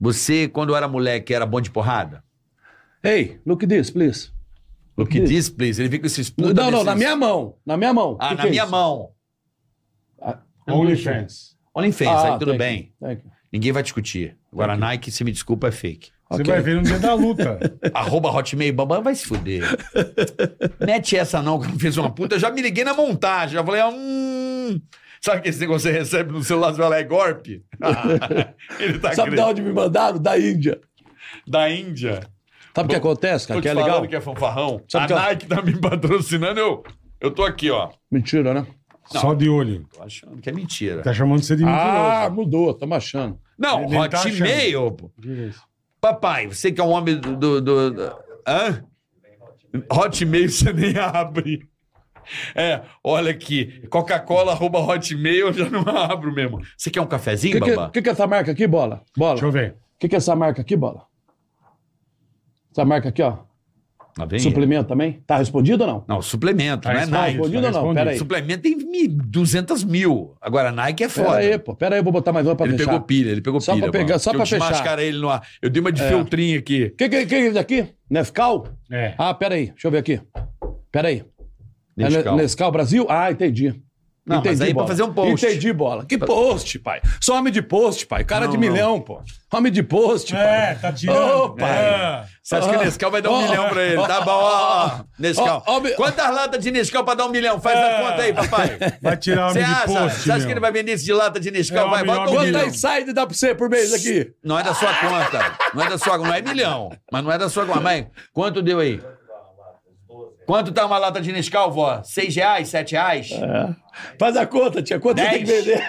Speaker 2: Você, quando era moleque, era bom de porrada?
Speaker 3: Ei, look at this, please.
Speaker 2: O que diz, please? Ele fica com esses puta
Speaker 3: Não, não,
Speaker 2: desses-
Speaker 3: na minha mão. Na minha mão.
Speaker 2: Ah,
Speaker 3: Que
Speaker 2: na
Speaker 3: que é
Speaker 2: minha
Speaker 3: isso?
Speaker 2: mão.
Speaker 1: OnlyFans.
Speaker 2: Olha a infância,
Speaker 3: Ah,
Speaker 2: aí tudo
Speaker 3: thank
Speaker 2: bem.
Speaker 3: you, Ah, thank you.
Speaker 2: Ninguém vai discutir. Agora, a Nike, se me desculpa, é fake.
Speaker 1: Você
Speaker 2: Ok.
Speaker 1: vai ver no dia da luta.
Speaker 2: Arroba Hotmail, babá, vai se fuder. Mete essa não, que fez uma puta. Eu já me liguei na montagem. Já falei, ah, hum. Sabe que esse negócio que você recebe no celular, você fala, é golpe? Ele tá
Speaker 3: Sabe de
Speaker 2: crendo.
Speaker 3: onde me mandaram? Da Índia.
Speaker 2: Da Índia.
Speaker 3: Sabe o que acontece, cara?
Speaker 2: Tô
Speaker 3: Que
Speaker 2: te
Speaker 3: é
Speaker 2: falando
Speaker 3: legal?
Speaker 2: que é fanfarrão.
Speaker 3: Sabe
Speaker 2: a
Speaker 3: que eu-
Speaker 2: Nike tá me patrocinando, eu, eu tô aqui, ó.
Speaker 3: Mentira, né?
Speaker 1: Só de olho.
Speaker 2: Tô achando que é mentira.
Speaker 1: Tá chamando você de
Speaker 3: Ah,
Speaker 1: mentiroso.
Speaker 3: mudou, tamo achando.
Speaker 2: Não,
Speaker 1: Ele tá
Speaker 2: Hotmail, pô.
Speaker 1: Diga isso.
Speaker 2: Papai, você que é um homem do. do, do, do hã? Hotmail você nem abre. É, olha aqui. Coca-Cola arroba Hotmail, eu já não abro mesmo. Você quer um
Speaker 3: O
Speaker 2: cafezinho,
Speaker 3: que, que,
Speaker 2: babá?
Speaker 3: que que é essa marca aqui, bola? Bola.
Speaker 1: Deixa eu ver.
Speaker 3: O que, que é essa marca aqui, bola? Essa marca aqui, ó.
Speaker 2: Lá Ah, vem.
Speaker 3: Suplemento também? Tá respondido ou não?
Speaker 2: Não, suplemento,
Speaker 1: Tá
Speaker 2: não é
Speaker 1: respondido.
Speaker 2: Nike.
Speaker 3: Respondido ou não?
Speaker 1: respondido.
Speaker 3: Pera aí.
Speaker 2: Suplemento tem mi- 200 mil. Agora, Nike é
Speaker 3: Pera
Speaker 2: foda.
Speaker 3: aí, pô. Pera aí, eu vou botar mais uma pra
Speaker 2: ele
Speaker 3: fechar.
Speaker 2: pegou pilha, ele pegou
Speaker 3: Só pra
Speaker 2: pilha.
Speaker 3: pegar-
Speaker 2: mano.
Speaker 3: só
Speaker 2: Que
Speaker 3: pra
Speaker 2: eu
Speaker 3: fechar. É.
Speaker 2: desmascarei ele no ar. Eu dei uma de feltrinho aqui.
Speaker 3: Que que, que é isso aqui? Nescau?
Speaker 1: É.
Speaker 3: Ah, pera aí. Deixa eu ver aqui. Pera aí. É
Speaker 2: Nescau.
Speaker 3: Ne- Nescau Brasil? Ah, entendi.
Speaker 2: Não, mas aí pra
Speaker 3: bola.
Speaker 2: fazer um post.
Speaker 3: Entendi, bola. Que post, pai? Só homem de post, pai. Cara de milhão, pô. Homem de post,
Speaker 1: É,
Speaker 3: pai.
Speaker 1: tá tirando.
Speaker 3: Ô, pai.
Speaker 1: É.
Speaker 2: Você acha que o Nescau vai dar um
Speaker 3: Ó,
Speaker 2: milhão pra ele?
Speaker 3: ó,
Speaker 2: Tá bom, ó, ó. Nescau.
Speaker 3: ó, ó, me- É.
Speaker 2: Quantas latas de Nescau pra dar um milhão? Faz a conta aí, papai.
Speaker 1: Vai tirar o
Speaker 2: Você
Speaker 1: homem de
Speaker 2: acha?
Speaker 1: post,
Speaker 2: Você acha
Speaker 1: meu.
Speaker 2: que ele vai vender isso de lata de
Speaker 1: É,
Speaker 2: Nescau? Vai,
Speaker 1: ó,
Speaker 2: bota um
Speaker 1: milhão,
Speaker 3: Quanto
Speaker 2: milhão.
Speaker 3: inside dá pra você por mês aqui?
Speaker 2: Não é da sua conta. Não é da sua Não é milhão. Mas não é da sua conta. Mas quanto deu aí? Quanto tá uma lata de Nescau, vó? Seis reais? Sete reais?
Speaker 3: É. Faz a conta, tia. Quanto você tem que
Speaker 2: Dez.
Speaker 3: vender?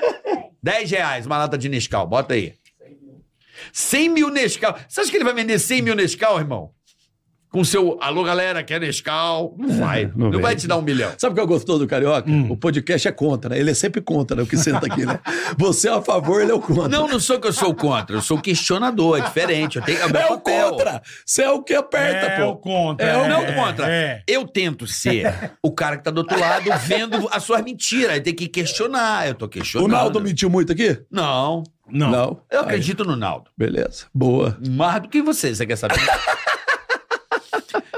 Speaker 2: Dez reais uma lata de Nescau. Bota aí. Cem mil Nescau. Você acha que ele vai vender cem mil Nescau, irmão? Com seu alô, galera, quer Nescau?
Speaker 3: É,
Speaker 2: Não vai. Não,
Speaker 3: vende.
Speaker 2: vai te dar um milhão.
Speaker 3: Sabe o que eu gostou do Carioca?
Speaker 1: Hum.
Speaker 3: O podcast é contra, né? Ele é sempre contra né? o que senta aqui, né? Você é a favor, ele é o contra.
Speaker 2: Não, não sou que eu sou contra, eu sou questionador, é diferente. Eu tenho, é o meu
Speaker 3: é o
Speaker 2: papel.
Speaker 3: contra! Você é o que aperta,
Speaker 1: É
Speaker 3: pô.
Speaker 1: o contra.
Speaker 3: É o
Speaker 2: Não
Speaker 3: É,
Speaker 2: contra.
Speaker 1: é.
Speaker 2: Eu tento ser o cara que tá do outro lado vendo as suas mentiras. Tem que questionar. Eu tô questionando.
Speaker 3: O Naldo mentiu muito aqui?
Speaker 2: Não.
Speaker 1: Não.
Speaker 2: Eu
Speaker 3: Aí,
Speaker 2: acredito no Naldo.
Speaker 3: beleza. Boa.
Speaker 2: Mais do que você, você quer saber?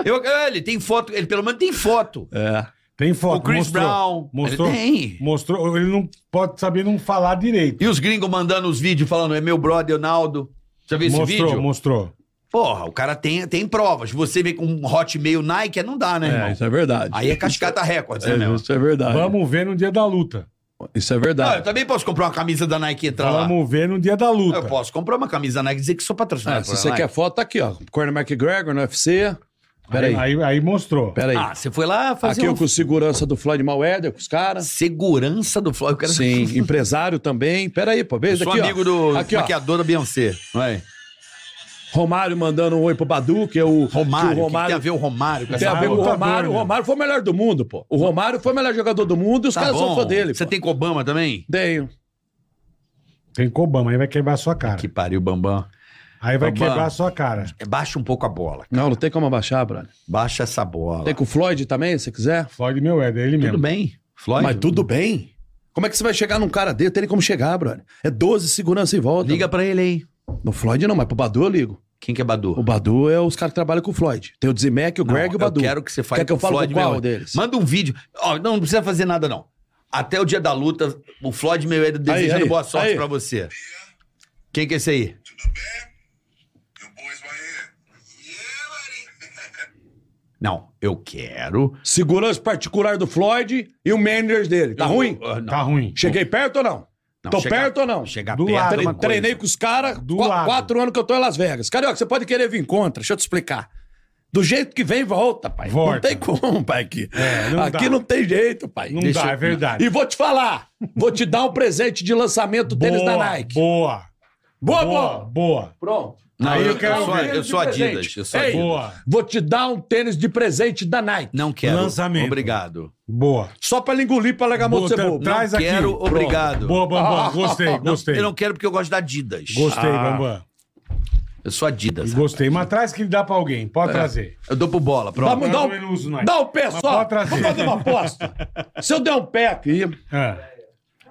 Speaker 2: Eu, é, ele tem foto, ele pelo menos tem foto.
Speaker 3: É.
Speaker 1: Tem foto.
Speaker 2: O Chris
Speaker 1: mostrou.
Speaker 2: Brown.
Speaker 1: Mostrou.
Speaker 2: Ele tem.
Speaker 1: Mostrou. Ele não pode saber não falar direito.
Speaker 2: E os gringos mandando os vídeos falando, é meu brother, o Naldo. Já viu esse
Speaker 1: mostrou,
Speaker 2: vídeo?
Speaker 1: mostrou.
Speaker 2: Porra, o cara tem, tem provas. Você vem com um Hotmail Nike, não dá, né, irmão?
Speaker 3: É, isso é verdade.
Speaker 2: Aí é cascata recordes, né,
Speaker 3: É,
Speaker 2: meu?
Speaker 3: isso é verdade.
Speaker 1: Vamos ver no dia da luta.
Speaker 3: Isso é
Speaker 2: Não,
Speaker 3: verdade.
Speaker 2: Ah, eu também posso comprar uma camisa da Nike e entrar lá.
Speaker 1: Vamos ver no dia da luta.
Speaker 2: Eu posso comprar uma camisa da Nike e dizer que sou patrocinado
Speaker 3: Ah, se
Speaker 2: pela
Speaker 3: você
Speaker 2: Nike.
Speaker 3: quer foto, tá aqui, ó. Conor McGregor no UFC. Peraí,
Speaker 1: Aí, aí, aí mostrou.
Speaker 3: peraí.
Speaker 2: Ah, você foi lá fazer um
Speaker 3: aqui eu
Speaker 2: uma
Speaker 3: com o segurança do Floyd Mayweather, com os caras.
Speaker 2: segurança do Floyd. Eu quero...
Speaker 3: Sim, empresário também. Peraí, pô.
Speaker 2: Eu
Speaker 3: Veja
Speaker 2: sou
Speaker 3: aqui,
Speaker 2: amigo
Speaker 3: ó.
Speaker 2: do
Speaker 3: Aqui, ó.
Speaker 2: maquiador da Beyoncé. é? Vai.
Speaker 3: Romário mandando um oi pro Badu, que é o
Speaker 2: Romário.
Speaker 3: que o
Speaker 2: O que tem a ver o Romário com
Speaker 3: Tem
Speaker 2: essa
Speaker 3: a ver com o
Speaker 1: lutador,
Speaker 3: Romário. O
Speaker 1: né?
Speaker 3: Romário foi o melhor do mundo, pô. O Romário foi o melhor jogador do mundo e os
Speaker 2: Tá
Speaker 3: caras são
Speaker 2: bom.
Speaker 3: fã dele.
Speaker 2: Você
Speaker 3: pô.
Speaker 2: tem com Obama também?
Speaker 3: Tenho.
Speaker 1: Tem com o Obama, aí vai quebrar a sua cara.
Speaker 2: Que pariu, Bambam.
Speaker 1: Aí vai
Speaker 2: Obama.
Speaker 1: quebrar a sua cara.
Speaker 2: Baixa um pouco a bola.
Speaker 3: Não, não tem como abaixar, brother.
Speaker 2: Baixa essa bola.
Speaker 3: Tem com o Floyd também, se quiser.
Speaker 1: Floyd meu é ele
Speaker 2: Tudo
Speaker 1: mesmo.
Speaker 2: bem. Floyd?
Speaker 3: Mas tudo bem. Como é que você vai chegar num cara dele? Tem nem como chegar, brother. É 12 segurança e volta.
Speaker 2: Liga pra ele aí.
Speaker 3: No Floyd não, mas pro Badu eu ligo.
Speaker 2: Quem que é Badu?
Speaker 3: O Badu é os caras que trabalham com o Floyd. Tem o Dzimek, o
Speaker 2: Não,
Speaker 3: Greg e o Badu.
Speaker 2: Eu quero que você fale
Speaker 3: Quer que eu
Speaker 2: com o
Speaker 3: fale
Speaker 2: Floyd
Speaker 3: com qual
Speaker 2: Mayweather.
Speaker 3: deles?
Speaker 2: Manda um vídeo. Ó, não, não precisa fazer nada, não. Até o dia da luta, o Floyd Mayweather desejando
Speaker 3: aí,
Speaker 2: boa sorte
Speaker 3: aí.
Speaker 2: pra você. Quem que é esse aí?
Speaker 4: Tudo bem? Your boy's right here. Yeah, buddy.
Speaker 2: Não, eu quero.
Speaker 3: Segurança particular do Floyd e o manager dele. Tá
Speaker 2: Eu-
Speaker 3: ruim?
Speaker 2: Ah, não.
Speaker 1: Tá ruim.
Speaker 3: Cheguei perto ou não?
Speaker 2: Não,
Speaker 3: tô
Speaker 2: chegar-
Speaker 3: perto ou não?
Speaker 2: Chegar
Speaker 1: Do
Speaker 2: perto
Speaker 1: lado.
Speaker 2: é uma coisa.
Speaker 3: Treinei com os caras
Speaker 1: Do
Speaker 3: qua-
Speaker 1: lado.
Speaker 3: quatro anos que eu tô em Las Vegas. Carioca, você pode querer vir contra, deixa eu te explicar. Do jeito que vem, volta, pai. Não
Speaker 1: Volta.
Speaker 3: tem como, pai, aqui.
Speaker 1: É, não
Speaker 3: aqui
Speaker 1: dá.
Speaker 3: não tem jeito, pai.
Speaker 1: Não
Speaker 2: Deixa
Speaker 1: dá,
Speaker 2: eu-
Speaker 1: é verdade.
Speaker 3: E vou te falar, vou te dar um presente de lançamento do tênis da Nike.
Speaker 1: Boa.
Speaker 3: Boa,
Speaker 1: Boa,
Speaker 3: boa.
Speaker 1: boa.
Speaker 3: Pronto.
Speaker 2: Não,
Speaker 1: Aí
Speaker 2: eu,
Speaker 1: eu
Speaker 2: eu
Speaker 1: quero
Speaker 2: sou,
Speaker 1: ver.
Speaker 2: eu sou Adidas. Eu sou
Speaker 3: um Ei.
Speaker 2: Adidas.
Speaker 1: Boa.
Speaker 3: Vou te dar um tênis de presente da Nike.
Speaker 2: Não quero.
Speaker 1: Lançamento.
Speaker 2: Obrigado.
Speaker 1: Boa.
Speaker 3: Só pra ele engolir, pra largar a mão de
Speaker 1: Boa,
Speaker 3: ser bobo.
Speaker 1: tá- Traz
Speaker 2: não
Speaker 1: aqui.
Speaker 2: quero,
Speaker 1: Pronto.
Speaker 2: obrigado.
Speaker 1: Boa, Bambam. Gostei,
Speaker 2: Não,
Speaker 1: gostei.
Speaker 2: eu não quero porque eu gosto da Adidas.
Speaker 1: Gostei,
Speaker 3: Ah.
Speaker 1: Bambam.
Speaker 2: Eu sou Adidas.
Speaker 1: Gostei. Mas traz que ele dá pra alguém. Pode trazer.
Speaker 2: Eu dou pro bola, pronto.
Speaker 3: Vamos dar
Speaker 1: eu
Speaker 3: um,
Speaker 1: também não uso Nike.
Speaker 3: É. dá um pé
Speaker 1: Mas
Speaker 3: só.
Speaker 1: pode trazer.
Speaker 3: Vamos fazer uma aposta. Se eu der um pé aqui,
Speaker 1: Ah,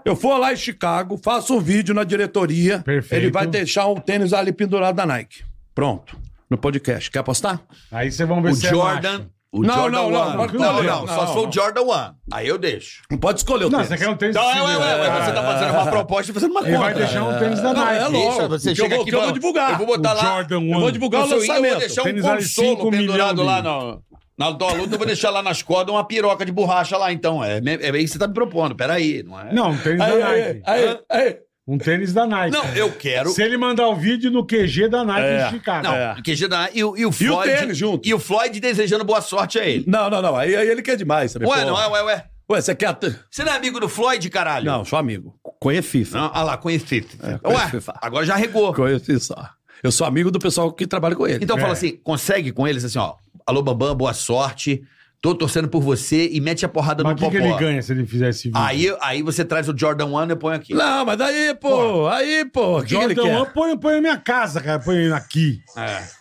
Speaker 3: eu for lá em Chicago, faço um vídeo na diretoria.
Speaker 1: Perfeito.
Speaker 3: Ele vai deixar um tênis ali pendurado da Nike. Pronto. No podcast. Quer apostar?
Speaker 1: Aí vocês vão ver
Speaker 2: O
Speaker 1: se é
Speaker 2: Jordan
Speaker 1: macho.
Speaker 2: O
Speaker 3: Não,
Speaker 2: Jordan
Speaker 3: não, não,
Speaker 2: One.
Speaker 3: não,
Speaker 2: Não,
Speaker 3: não,
Speaker 2: não, só
Speaker 3: não,
Speaker 2: sou
Speaker 3: não.
Speaker 2: o Jordan One. Aí eu deixo.
Speaker 3: Não pode escolher o
Speaker 1: Não,
Speaker 3: tênis.
Speaker 1: você quer um tênis
Speaker 2: Então, é,
Speaker 1: chinês.
Speaker 2: ué, ué, ué, você tá fazendo uma proposta e fazendo uma
Speaker 1: Ele
Speaker 2: conta.
Speaker 1: vai deixar um tênis da
Speaker 3: Não,
Speaker 1: Nike.
Speaker 3: é louco.
Speaker 2: Deixa,
Speaker 3: O
Speaker 2: você
Speaker 3: que eu
Speaker 2: chega
Speaker 3: vou-
Speaker 2: aqui
Speaker 3: que eu
Speaker 2: fala,
Speaker 3: vou divulgar.
Speaker 2: Eu vou botar
Speaker 1: O
Speaker 2: lá.
Speaker 1: Jordan
Speaker 3: Eu vou
Speaker 1: One.
Speaker 3: divulgar o
Speaker 2: Nossa, eu ia- Eu vou
Speaker 3: lançamento.
Speaker 2: deixar um
Speaker 1: Tênis vale
Speaker 2: consolo
Speaker 1: 5
Speaker 2: pendurado
Speaker 1: milhões
Speaker 2: lá
Speaker 1: de-
Speaker 2: no, na tua luta, eu vou deixar lá nas cordas uma piroca de borracha lá, então. É, me- é isso que você tá me propondo, peraí. Não, é?
Speaker 1: Não, um tênis
Speaker 3: Aí,
Speaker 1: da
Speaker 3: aí,
Speaker 1: Nike.
Speaker 3: aí, aí.
Speaker 1: Um tênis da Nike.
Speaker 2: não eu quero...
Speaker 1: Se ele mandar o vídeo no QG da Nike
Speaker 3: É.
Speaker 1: em Chicago.
Speaker 2: Não, porque Jordan- e, o- e o Floyd...
Speaker 3: tênis junto.
Speaker 2: E o Floyd desejando boa sorte a ele.
Speaker 3: Não, não, não. Aí, aí ele quer demais, sabe?
Speaker 2: Ué,
Speaker 3: Pô.
Speaker 2: não é, ué, ué.
Speaker 3: Ué, você quer. até-
Speaker 2: Você não é amigo do Floyd, caralho?
Speaker 3: Não, sou amigo. Conheço FIFA.
Speaker 2: Não, ah lá, conheci. Ué,
Speaker 3: conheci.
Speaker 2: agora já regou.
Speaker 3: Conheço só. Eu sou amigo do pessoal que trabalha com ele.
Speaker 2: Então
Speaker 1: É.
Speaker 2: fala assim, consegue com eles assim, ó. Alô, Bambam, boa sorte. Tô torcendo por você e mete a porrada
Speaker 1: Mas o
Speaker 2: no
Speaker 1: que,
Speaker 2: popó.
Speaker 1: que ele ganha se ele fizer esse vídeo?
Speaker 2: Aí, aí você traz o Jordan One e eu ponho aqui.
Speaker 3: Não, mas daí, pô. Aí, pô. O que, que ele
Speaker 1: Jordan
Speaker 3: quer?
Speaker 1: One, põe, põe a minha casa, cara. Põe aqui.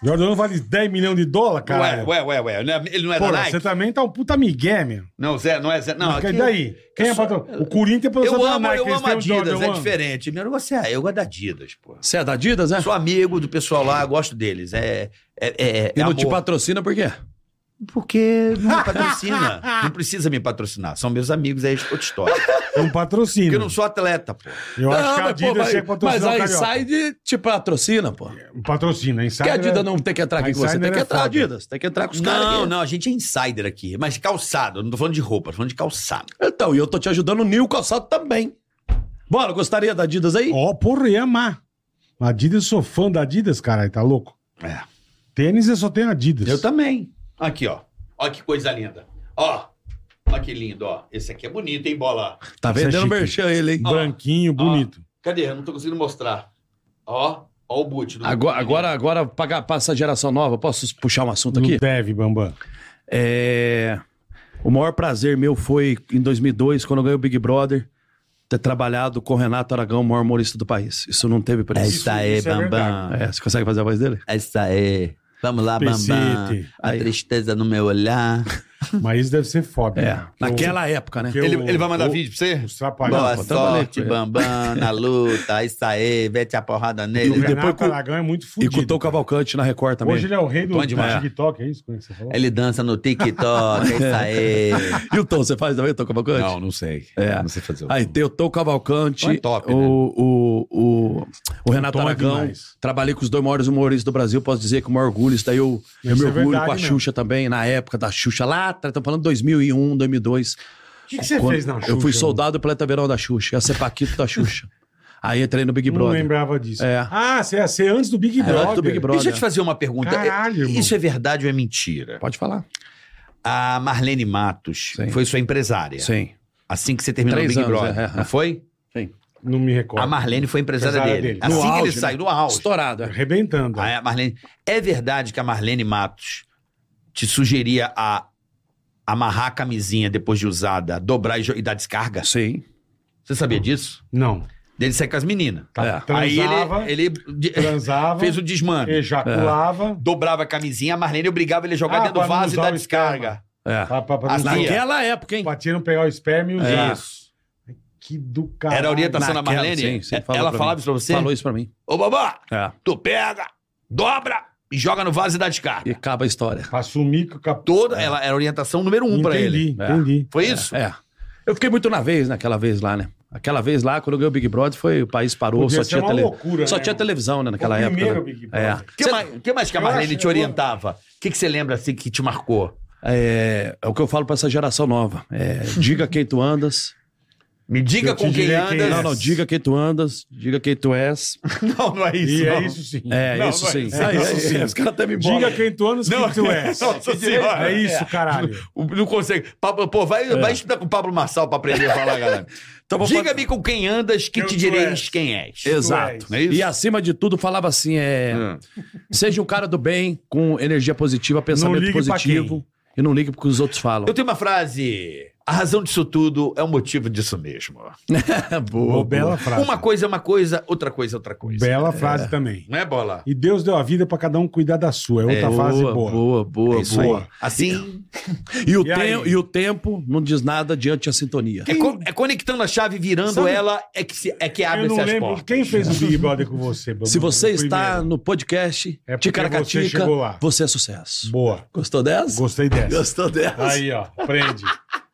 Speaker 1: Jordan One vale 10 milhões de dólares,
Speaker 2: É. Ué,
Speaker 1: cara.
Speaker 2: ué, ué, ué. Não é- Ele não é da
Speaker 1: Porra,
Speaker 2: Nike?
Speaker 1: você também tá um puta migué, meu.
Speaker 2: Não, Zé, não é Zé. Não,
Speaker 1: Mas que-
Speaker 2: aqui-
Speaker 1: daí? Quem é
Speaker 2: sou-
Speaker 1: patrão? O Corinthians é patrocínio
Speaker 2: Eu
Speaker 1: da
Speaker 2: amo,
Speaker 1: Nike.
Speaker 2: eu
Speaker 1: eles
Speaker 2: amo
Speaker 1: têm o
Speaker 2: Adidas,
Speaker 1: Jordan
Speaker 2: é
Speaker 1: One.
Speaker 2: diferente. Meu negócio é, eu gosto da Adidas, pô.
Speaker 3: Você é da Adidas, né?
Speaker 2: Sou amigo do pessoal lá, gosto deles. É, é, é, é
Speaker 3: E não
Speaker 2: amor.
Speaker 3: te patrocina por quê?
Speaker 2: Porque não é me patrocina. não precisa me patrocinar. São meus amigos, aí é outra história.
Speaker 1: É um patrocínio.
Speaker 2: Porque eu
Speaker 1: Eu,
Speaker 2: não sou atleta, pô.
Speaker 1: acho que a
Speaker 3: mas, pô,
Speaker 1: Adidas
Speaker 3: mas-
Speaker 1: é patrocínio
Speaker 3: Mas a
Speaker 1: carioca.
Speaker 3: Inside te patrocina, pô.
Speaker 1: Patrocina, a Insider.
Speaker 3: Porque a Adidas
Speaker 1: é-
Speaker 3: não tem que entrar aqui
Speaker 1: A
Speaker 3: com você, tem
Speaker 1: Insider
Speaker 3: que
Speaker 1: é
Speaker 3: entrar
Speaker 1: foda.
Speaker 3: Adidas, tem que entrar com os caras
Speaker 2: Não,
Speaker 3: aqui.
Speaker 2: não, a gente é insider aqui. Mas calçado, eu não tô falando de roupa, tô falando de calçado.
Speaker 3: Então, e eu tô te ajudando o Nil Calçado Ah, também. Bora, gostaria da Adidas aí?
Speaker 1: Ó, porra, ia amar. Adidas, eu sou fã da Adidas, caralho, tá louco?
Speaker 2: É.
Speaker 1: Tênis eu só tenho Adidas.
Speaker 2: Eu também. Aqui, ó. Ó que coisa linda. Ó. Ó que lindo, ó. Esse aqui é bonito, hein, bola?
Speaker 3: Tá
Speaker 1: Isso é
Speaker 3: vendendo
Speaker 1: chique.
Speaker 3: merchan ele, hein?
Speaker 1: Branquinho, bonito.
Speaker 2: Cadê? Eu não tô conseguindo mostrar. Ó. Ó o boot. do-
Speaker 3: Agora, agora, agora pagar pra essa geração nova, posso puxar um assunto
Speaker 1: Não
Speaker 3: aqui?
Speaker 1: deve, Bambam.
Speaker 3: É, O maior prazer meu foi em 2002, quando eu ganhei o Big Brother, ter trabalhado com o Renato Aragão, o maior humorista do país. Isso não teve preço.
Speaker 1: isso é verdade.
Speaker 3: É, você consegue fazer a voz dele?
Speaker 2: Essa aí. Vamos lá,
Speaker 1: Pesete.
Speaker 2: A
Speaker 3: Aí.
Speaker 2: tristeza no meu olhar.
Speaker 1: Mas isso deve ser foda.
Speaker 3: É,
Speaker 1: né?
Speaker 3: naquela época, né?
Speaker 1: que
Speaker 2: Ele,
Speaker 1: o-
Speaker 2: ele vai mandar
Speaker 1: o-
Speaker 2: vídeo pra você?
Speaker 1: Os trapalhões.
Speaker 2: Boa
Speaker 3: pô, trabalhei
Speaker 2: sorte,
Speaker 3: com ele.
Speaker 2: Bambam, na luta. É Isso aí, mete a porrada
Speaker 1: O
Speaker 3: E
Speaker 2: nele.
Speaker 3: depois
Speaker 1: Renato
Speaker 3: com-
Speaker 1: Aragão é muito
Speaker 3: E
Speaker 1: fudido.
Speaker 3: com o Tom Cavalcante na Record também.
Speaker 1: Hoje ele é o rei do,
Speaker 3: Tom
Speaker 1: do
Speaker 3: demais.
Speaker 1: TikTok, é isso? Como é que você falou?
Speaker 2: Ele dança no TikTok, é isso aí.
Speaker 3: E o Tom, você faz também o Tom Cavalcante?
Speaker 2: não sei.
Speaker 3: É.
Speaker 2: sei fazer.
Speaker 3: Aí tem o Tom Cavalcante,
Speaker 2: Tom é top, né?
Speaker 3: o, o, o, o Renato
Speaker 1: Tom é
Speaker 3: Aragão.
Speaker 1: demais.
Speaker 3: Trabalhei com os dois maiores humoristas do Brasil, posso dizer que o maior orgulho, isso daí eu, eu
Speaker 1: Isso
Speaker 3: me
Speaker 1: é
Speaker 3: orgulho
Speaker 1: verdade
Speaker 3: com a
Speaker 1: mesmo.
Speaker 3: Xuxa também, na época da Xuxa lá atrás, estamos falando 2001, 2002.
Speaker 1: O que, que você
Speaker 3: Quando-
Speaker 1: fez na Xuxa?
Speaker 3: Eu fui soldado do Planeta Verão da Xuxa, ia ser Paquito da Xuxa. Aí entrei no Big
Speaker 1: Não
Speaker 3: Brother.
Speaker 1: lembrava disso.
Speaker 3: É.
Speaker 1: Ah, você ia ser antes do Big
Speaker 3: Era
Speaker 1: Brother.
Speaker 3: antes do Big Brother.
Speaker 2: Deixa eu te fazer uma pergunta.
Speaker 1: Caralho, irmão.
Speaker 2: Isso é verdade ou é mentira?
Speaker 3: Pode falar.
Speaker 2: A Marlene Matos
Speaker 3: Sim.
Speaker 2: foi sua empresária.
Speaker 3: Sim.
Speaker 2: Assim que você terminou
Speaker 3: Três
Speaker 2: o Big
Speaker 3: anos,
Speaker 2: Brother.
Speaker 3: é, é, é.
Speaker 2: Não foi?
Speaker 1: Não me recordo.
Speaker 2: A Marlene foi empresária
Speaker 1: Empresária
Speaker 2: dele.
Speaker 1: dele.
Speaker 2: Assim
Speaker 3: No
Speaker 2: que ele
Speaker 3: auge,
Speaker 2: saiu
Speaker 3: né?
Speaker 2: do auge.
Speaker 3: Estourado. é.
Speaker 1: Arrebentando.
Speaker 2: Aí a Marlene... É verdade que a Marlene Matos te sugeria a amarrar a camisinha depois de usada, dobrar e, jo- e dar descarga?
Speaker 3: Sim.
Speaker 2: Você sabia disso?
Speaker 1: Não.
Speaker 2: Dele sair com as meninas.
Speaker 3: É.
Speaker 2: Aí
Speaker 1: Transava,
Speaker 2: ele, ele de-
Speaker 1: transava,
Speaker 2: fez o desmame. É.
Speaker 1: ejaculava.
Speaker 2: Dobrava a camisinha, a Marlene obrigava ele a jogar
Speaker 1: Ah,
Speaker 2: dentro do
Speaker 1: pra não
Speaker 2: vaso e
Speaker 1: usar
Speaker 2: dar
Speaker 1: o
Speaker 2: descarga.
Speaker 3: É.
Speaker 1: Pra, pra, pra,
Speaker 2: As
Speaker 1: não usar.
Speaker 2: laquetas.
Speaker 3: Naquela época, hein?
Speaker 1: Pra tia não pegar o esperma e usar.
Speaker 2: É Isso.
Speaker 1: Que do caralho.
Speaker 2: Era a orientação da
Speaker 3: Naquela,
Speaker 2: Marlene? É,
Speaker 3: sim, sim, falou
Speaker 2: Ela
Speaker 3: pra
Speaker 2: falava
Speaker 3: mim.
Speaker 2: isso pra você?
Speaker 3: Falou isso pra mim.
Speaker 2: Ô, babá,
Speaker 3: É.
Speaker 2: tu pega, dobra e joga no vaso e dá descarga.
Speaker 3: E acaba a história.
Speaker 1: Pra sumir com o cap... É.
Speaker 2: Toda, ela era a orientação número um pra ele.
Speaker 1: Entendi, entendi.
Speaker 2: Foi isso?
Speaker 3: É. Eu fiquei muito na vez, naquela vez lá, né? Aquela vez lá, quando eu ganhei o Big Brother, foi o país parou,
Speaker 1: Podia
Speaker 3: só
Speaker 1: ser
Speaker 3: tinha,
Speaker 1: uma
Speaker 3: tele-
Speaker 1: loucura,
Speaker 3: só
Speaker 1: né,
Speaker 3: tinha
Speaker 1: mano?
Speaker 3: televisão, né, naquela
Speaker 1: O
Speaker 3: época.
Speaker 1: primeiro
Speaker 3: né?
Speaker 1: Big Brother.
Speaker 3: É.
Speaker 2: O que, mais- que mais que a
Speaker 1: Eu
Speaker 2: Marlene
Speaker 1: acho-
Speaker 2: te orientava? O que, que você lembra assim que te marcou?
Speaker 3: É, é o que eu falo pra essa geração nova. É, diga quem tu andas.
Speaker 2: Me diga
Speaker 1: Eu te
Speaker 2: com quem
Speaker 1: direi quem
Speaker 2: andas.
Speaker 3: Não, não, diga quem tu andas, diga quem tu és.
Speaker 2: Não, não é
Speaker 1: E
Speaker 2: isso.
Speaker 1: é
Speaker 2: não.
Speaker 1: isso sim.
Speaker 3: É,
Speaker 2: Não,
Speaker 3: isso
Speaker 2: não tá é
Speaker 3: sim.
Speaker 2: isso.
Speaker 3: É,
Speaker 1: Isso sim.
Speaker 3: Os caras até me
Speaker 1: Diga
Speaker 3: bolam.
Speaker 1: quem tu andas, quem tu és.
Speaker 2: Nossa senhora.
Speaker 1: É isso, caralho. É.
Speaker 2: O- Não consegue. Pablo- pô, vai, vai estudar com o Pablo Marçal pra aprender a falar, galera.
Speaker 1: Tá
Speaker 3: Então vou
Speaker 2: Diga-me com quem andas que
Speaker 1: Eu
Speaker 2: te
Speaker 1: tu
Speaker 2: direis
Speaker 1: és.
Speaker 2: quem és.
Speaker 3: Exato.
Speaker 2: Não é isso?
Speaker 3: E acima de tudo, falava assim: é, seja um cara do bem, com energia positiva, pensamento
Speaker 1: ligue pra
Speaker 3: positivo. E não ligue pro que os outros falam.
Speaker 2: Eu tenho uma frase A razão disso tudo é o motivo disso mesmo.
Speaker 1: Ô,
Speaker 3: boa,
Speaker 1: bela frase.
Speaker 2: Uma coisa é uma coisa, outra coisa é outra coisa.
Speaker 1: Bela frase também.
Speaker 2: Não é, Bola?
Speaker 1: E Deus deu a vida pra cada um cuidar da sua. É outra frase boa.
Speaker 3: Boa, boa,
Speaker 2: É isso
Speaker 3: boa.
Speaker 2: aí. Assim,
Speaker 3: E, o
Speaker 1: E aí?
Speaker 3: tem- e o tempo não diz nada diante a sintonia.
Speaker 2: é, co- é conectando a chave, virando
Speaker 1: Sabe-
Speaker 2: ela, é que, se- é que
Speaker 1: Eu não
Speaker 2: abre-se as
Speaker 1: lembro
Speaker 2: portas.
Speaker 1: quem fez o Big Brother com você. Babu,
Speaker 3: Se você
Speaker 1: no
Speaker 3: está
Speaker 1: primeiro.
Speaker 3: no podcast
Speaker 1: É porque você
Speaker 3: Ticaracatica,
Speaker 1: chegou lá.
Speaker 3: você, é sucesso.
Speaker 1: Boa.
Speaker 3: Gostou dessa?
Speaker 1: Gostei dessa.
Speaker 3: Gostou dessa?
Speaker 1: Aí, ó. Aprende.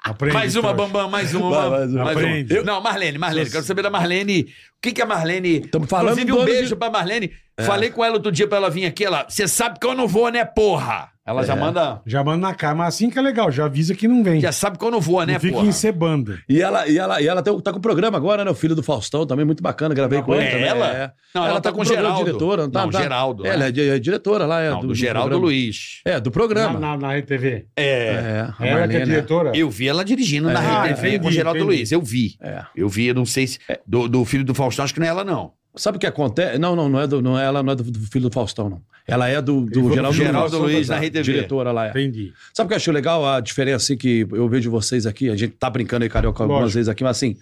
Speaker 1: Aprende.
Speaker 2: Mais uma,
Speaker 1: trouxa.
Speaker 2: Bambam, mais uma.
Speaker 3: Vai,
Speaker 2: Bambam,
Speaker 3: mais uma.
Speaker 2: mais uma.
Speaker 1: Aprende.
Speaker 2: Eu- Não, Marlene, Marlene. Quero saber da Marlene. O que, que a Marlene.
Speaker 3: Tamo falando É.
Speaker 2: Inclusive,
Speaker 3: do
Speaker 2: um
Speaker 3: ano
Speaker 2: beijo
Speaker 3: de-
Speaker 2: pra Marlene. Falei com ela outro dia pra ela vir aqui. Ela. Você sabe que eu não vou, né, porra? Ela
Speaker 3: É.
Speaker 2: já manda.
Speaker 1: É. Já manda na cara. Mas assim que é legal. Já avisa que não vem.
Speaker 2: Já sabe que eu não vou, né,
Speaker 1: não fica
Speaker 2: porra?
Speaker 1: encebando.
Speaker 3: E ela, e ela, e ela tem, tá com um programa agora, né? O filho do Faustão também, muito bacana. Gravei com ele.
Speaker 2: é
Speaker 3: também.
Speaker 2: ela?
Speaker 3: É.
Speaker 2: Não, ela tá
Speaker 3: um
Speaker 2: com
Speaker 3: programa de
Speaker 2: Geraldo.
Speaker 3: Diretora, não, tá,
Speaker 2: Não,
Speaker 3: tá?
Speaker 2: Geraldo,
Speaker 3: Ela é, di- é diretora lá. É,
Speaker 2: Não, do, Geraldo
Speaker 3: programa.
Speaker 2: Luiz.
Speaker 3: É, do
Speaker 1: Na,
Speaker 3: programa.
Speaker 1: na, na RTV.
Speaker 2: É.
Speaker 3: É, a
Speaker 1: Ela que é
Speaker 3: Marlene, né?
Speaker 1: diretora.
Speaker 2: Eu vi ela dirigindo na
Speaker 1: Ah,
Speaker 2: rede TV com o
Speaker 1: entendi,
Speaker 2: Geraldo
Speaker 1: entendi.
Speaker 2: Luiz. Eu vi.
Speaker 3: É.
Speaker 2: Eu vi, eu não sei se. Do, do filho do Faustão, acho que não é ela, não.
Speaker 3: Sabe o que acontece? Não, não, não é, do, não é ela, não é do, do filho do Faustão, não. Ela é do,
Speaker 1: Ele
Speaker 3: do
Speaker 1: falou
Speaker 3: Geraldo,
Speaker 1: do
Speaker 2: Geraldo Luiz,
Speaker 3: da
Speaker 2: na Rede TV.
Speaker 3: Diretora lá, é.
Speaker 1: Entendi.
Speaker 3: Sabe o que eu acho legal? A diferença assim, que eu vejo vocês aqui, a gente tá brincando aí, Carioca, algumas
Speaker 1: Lógico.
Speaker 3: vezes aqui, mas assim,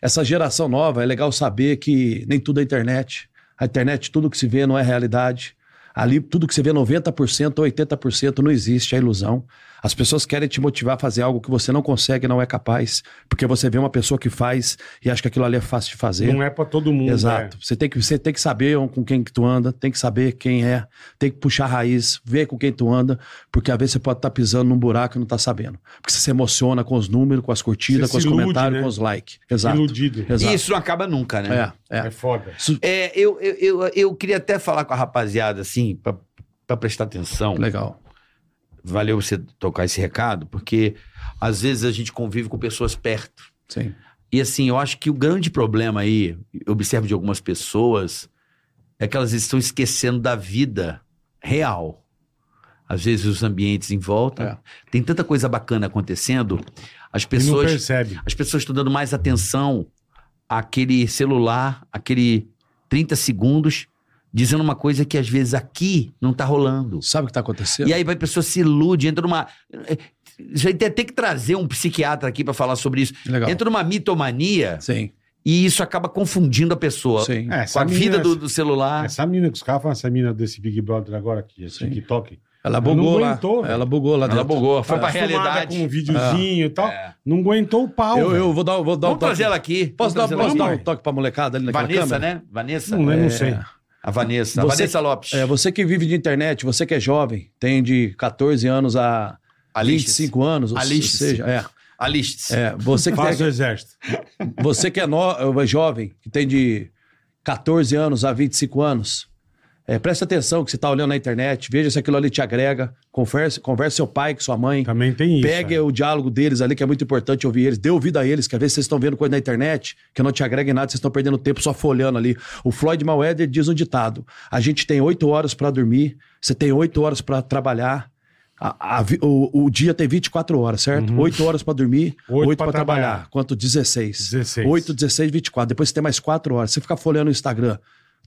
Speaker 3: essa geração nova, é legal saber que nem tudo é internet. A internet, tudo que se vê não é realidade. Ali, tudo que você vê, 90% ou 80% não existe, é ilusão. As pessoas querem te motivar a fazer algo que você não consegue, não é capaz, porque você vê uma pessoa que faz e acha que aquilo ali é fácil de fazer.
Speaker 1: Não é pra todo mundo.
Speaker 3: Exato.
Speaker 1: né?
Speaker 3: Você, tem que, você tem que saber com quem que tu anda, tem que saber quem é, tem que puxar a raiz, ver com quem tu anda, porque às vezes você pode estar pisando num buraco e não tá sabendo. Porque você se emociona com os números, com as curtidas,
Speaker 1: Você
Speaker 3: com os
Speaker 1: se ilude,
Speaker 3: comentários,
Speaker 1: né?
Speaker 3: com os likes. Exato.
Speaker 1: Iludido.
Speaker 3: Exato.
Speaker 2: E isso não acaba nunca, né?
Speaker 3: É,
Speaker 1: É
Speaker 3: é.
Speaker 1: foda.
Speaker 3: Isso-
Speaker 2: É, eu, eu, eu, eu queria até falar com a rapaziada, assim, pra, pra prestar atenção.
Speaker 3: Legal.
Speaker 2: Valeu você tocar esse recado, porque às vezes a gente convive com pessoas perto.
Speaker 3: Sim.
Speaker 2: E assim, eu acho que o grande problema aí, eu observo de algumas pessoas, é que elas estão esquecendo da vida real. Às vezes os ambientes em volta. Tem tanta coisa bacana acontecendo, as
Speaker 1: É. E não
Speaker 2: pessoas.
Speaker 1: percebe.
Speaker 2: As pessoas estão dando mais atenção àquele celular, àquele 30 segundos, dizendo uma coisa que às vezes aqui não tá rolando.
Speaker 3: Sabe o que tá acontecendo?
Speaker 2: E aí vai, a pessoa se ilude, entra numa. eh, Já tem, tem que trazer um psiquiatra aqui pra falar sobre isso.
Speaker 3: Legal.
Speaker 2: Entra numa mitomania
Speaker 3: Sim,
Speaker 2: e isso acaba confundindo a pessoa
Speaker 3: sim.
Speaker 1: É,
Speaker 2: com a
Speaker 1: menina-
Speaker 2: vida do, do celular.
Speaker 1: Essa mina que os caras falam, essa mina desse Big Brother agora, que é
Speaker 3: Sim.
Speaker 1: TikTok.
Speaker 3: Ela
Speaker 1: Não
Speaker 3: bugou lá.
Speaker 1: aguentou, velho.
Speaker 3: Ela bugou lá dentro.
Speaker 2: Ela bugou, foi pra
Speaker 1: acostumada
Speaker 2: realidade.
Speaker 1: com um videozinho e tal. Não aguentou o pau.
Speaker 3: Ah. É. Eu,
Speaker 1: velho.
Speaker 3: eu vou dar, vou dar
Speaker 2: Vamos
Speaker 3: um toque.
Speaker 2: trazer ela aqui.
Speaker 3: Posso, dar,
Speaker 2: Vamos trazer
Speaker 3: posso
Speaker 2: ela
Speaker 3: dar um
Speaker 2: aqui.
Speaker 3: toque pra molecada ali naquela
Speaker 2: Vanessa,
Speaker 3: câmera?
Speaker 2: né? Vanessa.
Speaker 1: Não, eu não
Speaker 3: É.
Speaker 1: sei.
Speaker 2: A Vanessa. A
Speaker 3: Você-
Speaker 2: Vanessa Lopes.
Speaker 3: É, você que vive de internet, você que é jovem, tem de 14 anos a
Speaker 2: Aliste-se.
Speaker 3: 25 anos, ou
Speaker 2: Aliste-se.
Speaker 3: seja, é,
Speaker 2: Aliste-se.
Speaker 3: é, você que,
Speaker 1: Faz o
Speaker 3: tem-
Speaker 1: exército.
Speaker 3: você que é no- é jovem, que tem de 14 anos a 25 anos, é, presta atenção que você está olhando na internet, veja se aquilo ali te agrega, converse, converse seu pai, com sua mãe,
Speaker 1: Também tem isso.
Speaker 3: Pegue
Speaker 1: né?
Speaker 3: o diálogo deles ali, que é muito importante ouvir eles. Dê ouvido a eles, que às vezes vocês estão vendo coisa na internet que não te agrega em nada, vocês estão perdendo tempo só folhando ali. O Floyd Mayweather diz um ditado: a gente tem oito horas pra dormir, você tem oito horas pra trabalhar. A- a vi- o, o dia tem 24 horas, certo?
Speaker 1: Uhum.
Speaker 3: oito horas pra dormir,
Speaker 1: Oito
Speaker 3: oito
Speaker 1: pra
Speaker 3: pra trabalhar.
Speaker 1: trabalhar.
Speaker 3: Quanto? 16.
Speaker 1: 16.
Speaker 3: 8, 16, 24. Depois você tem mais quatro horas. Você fica folhando no Instagram.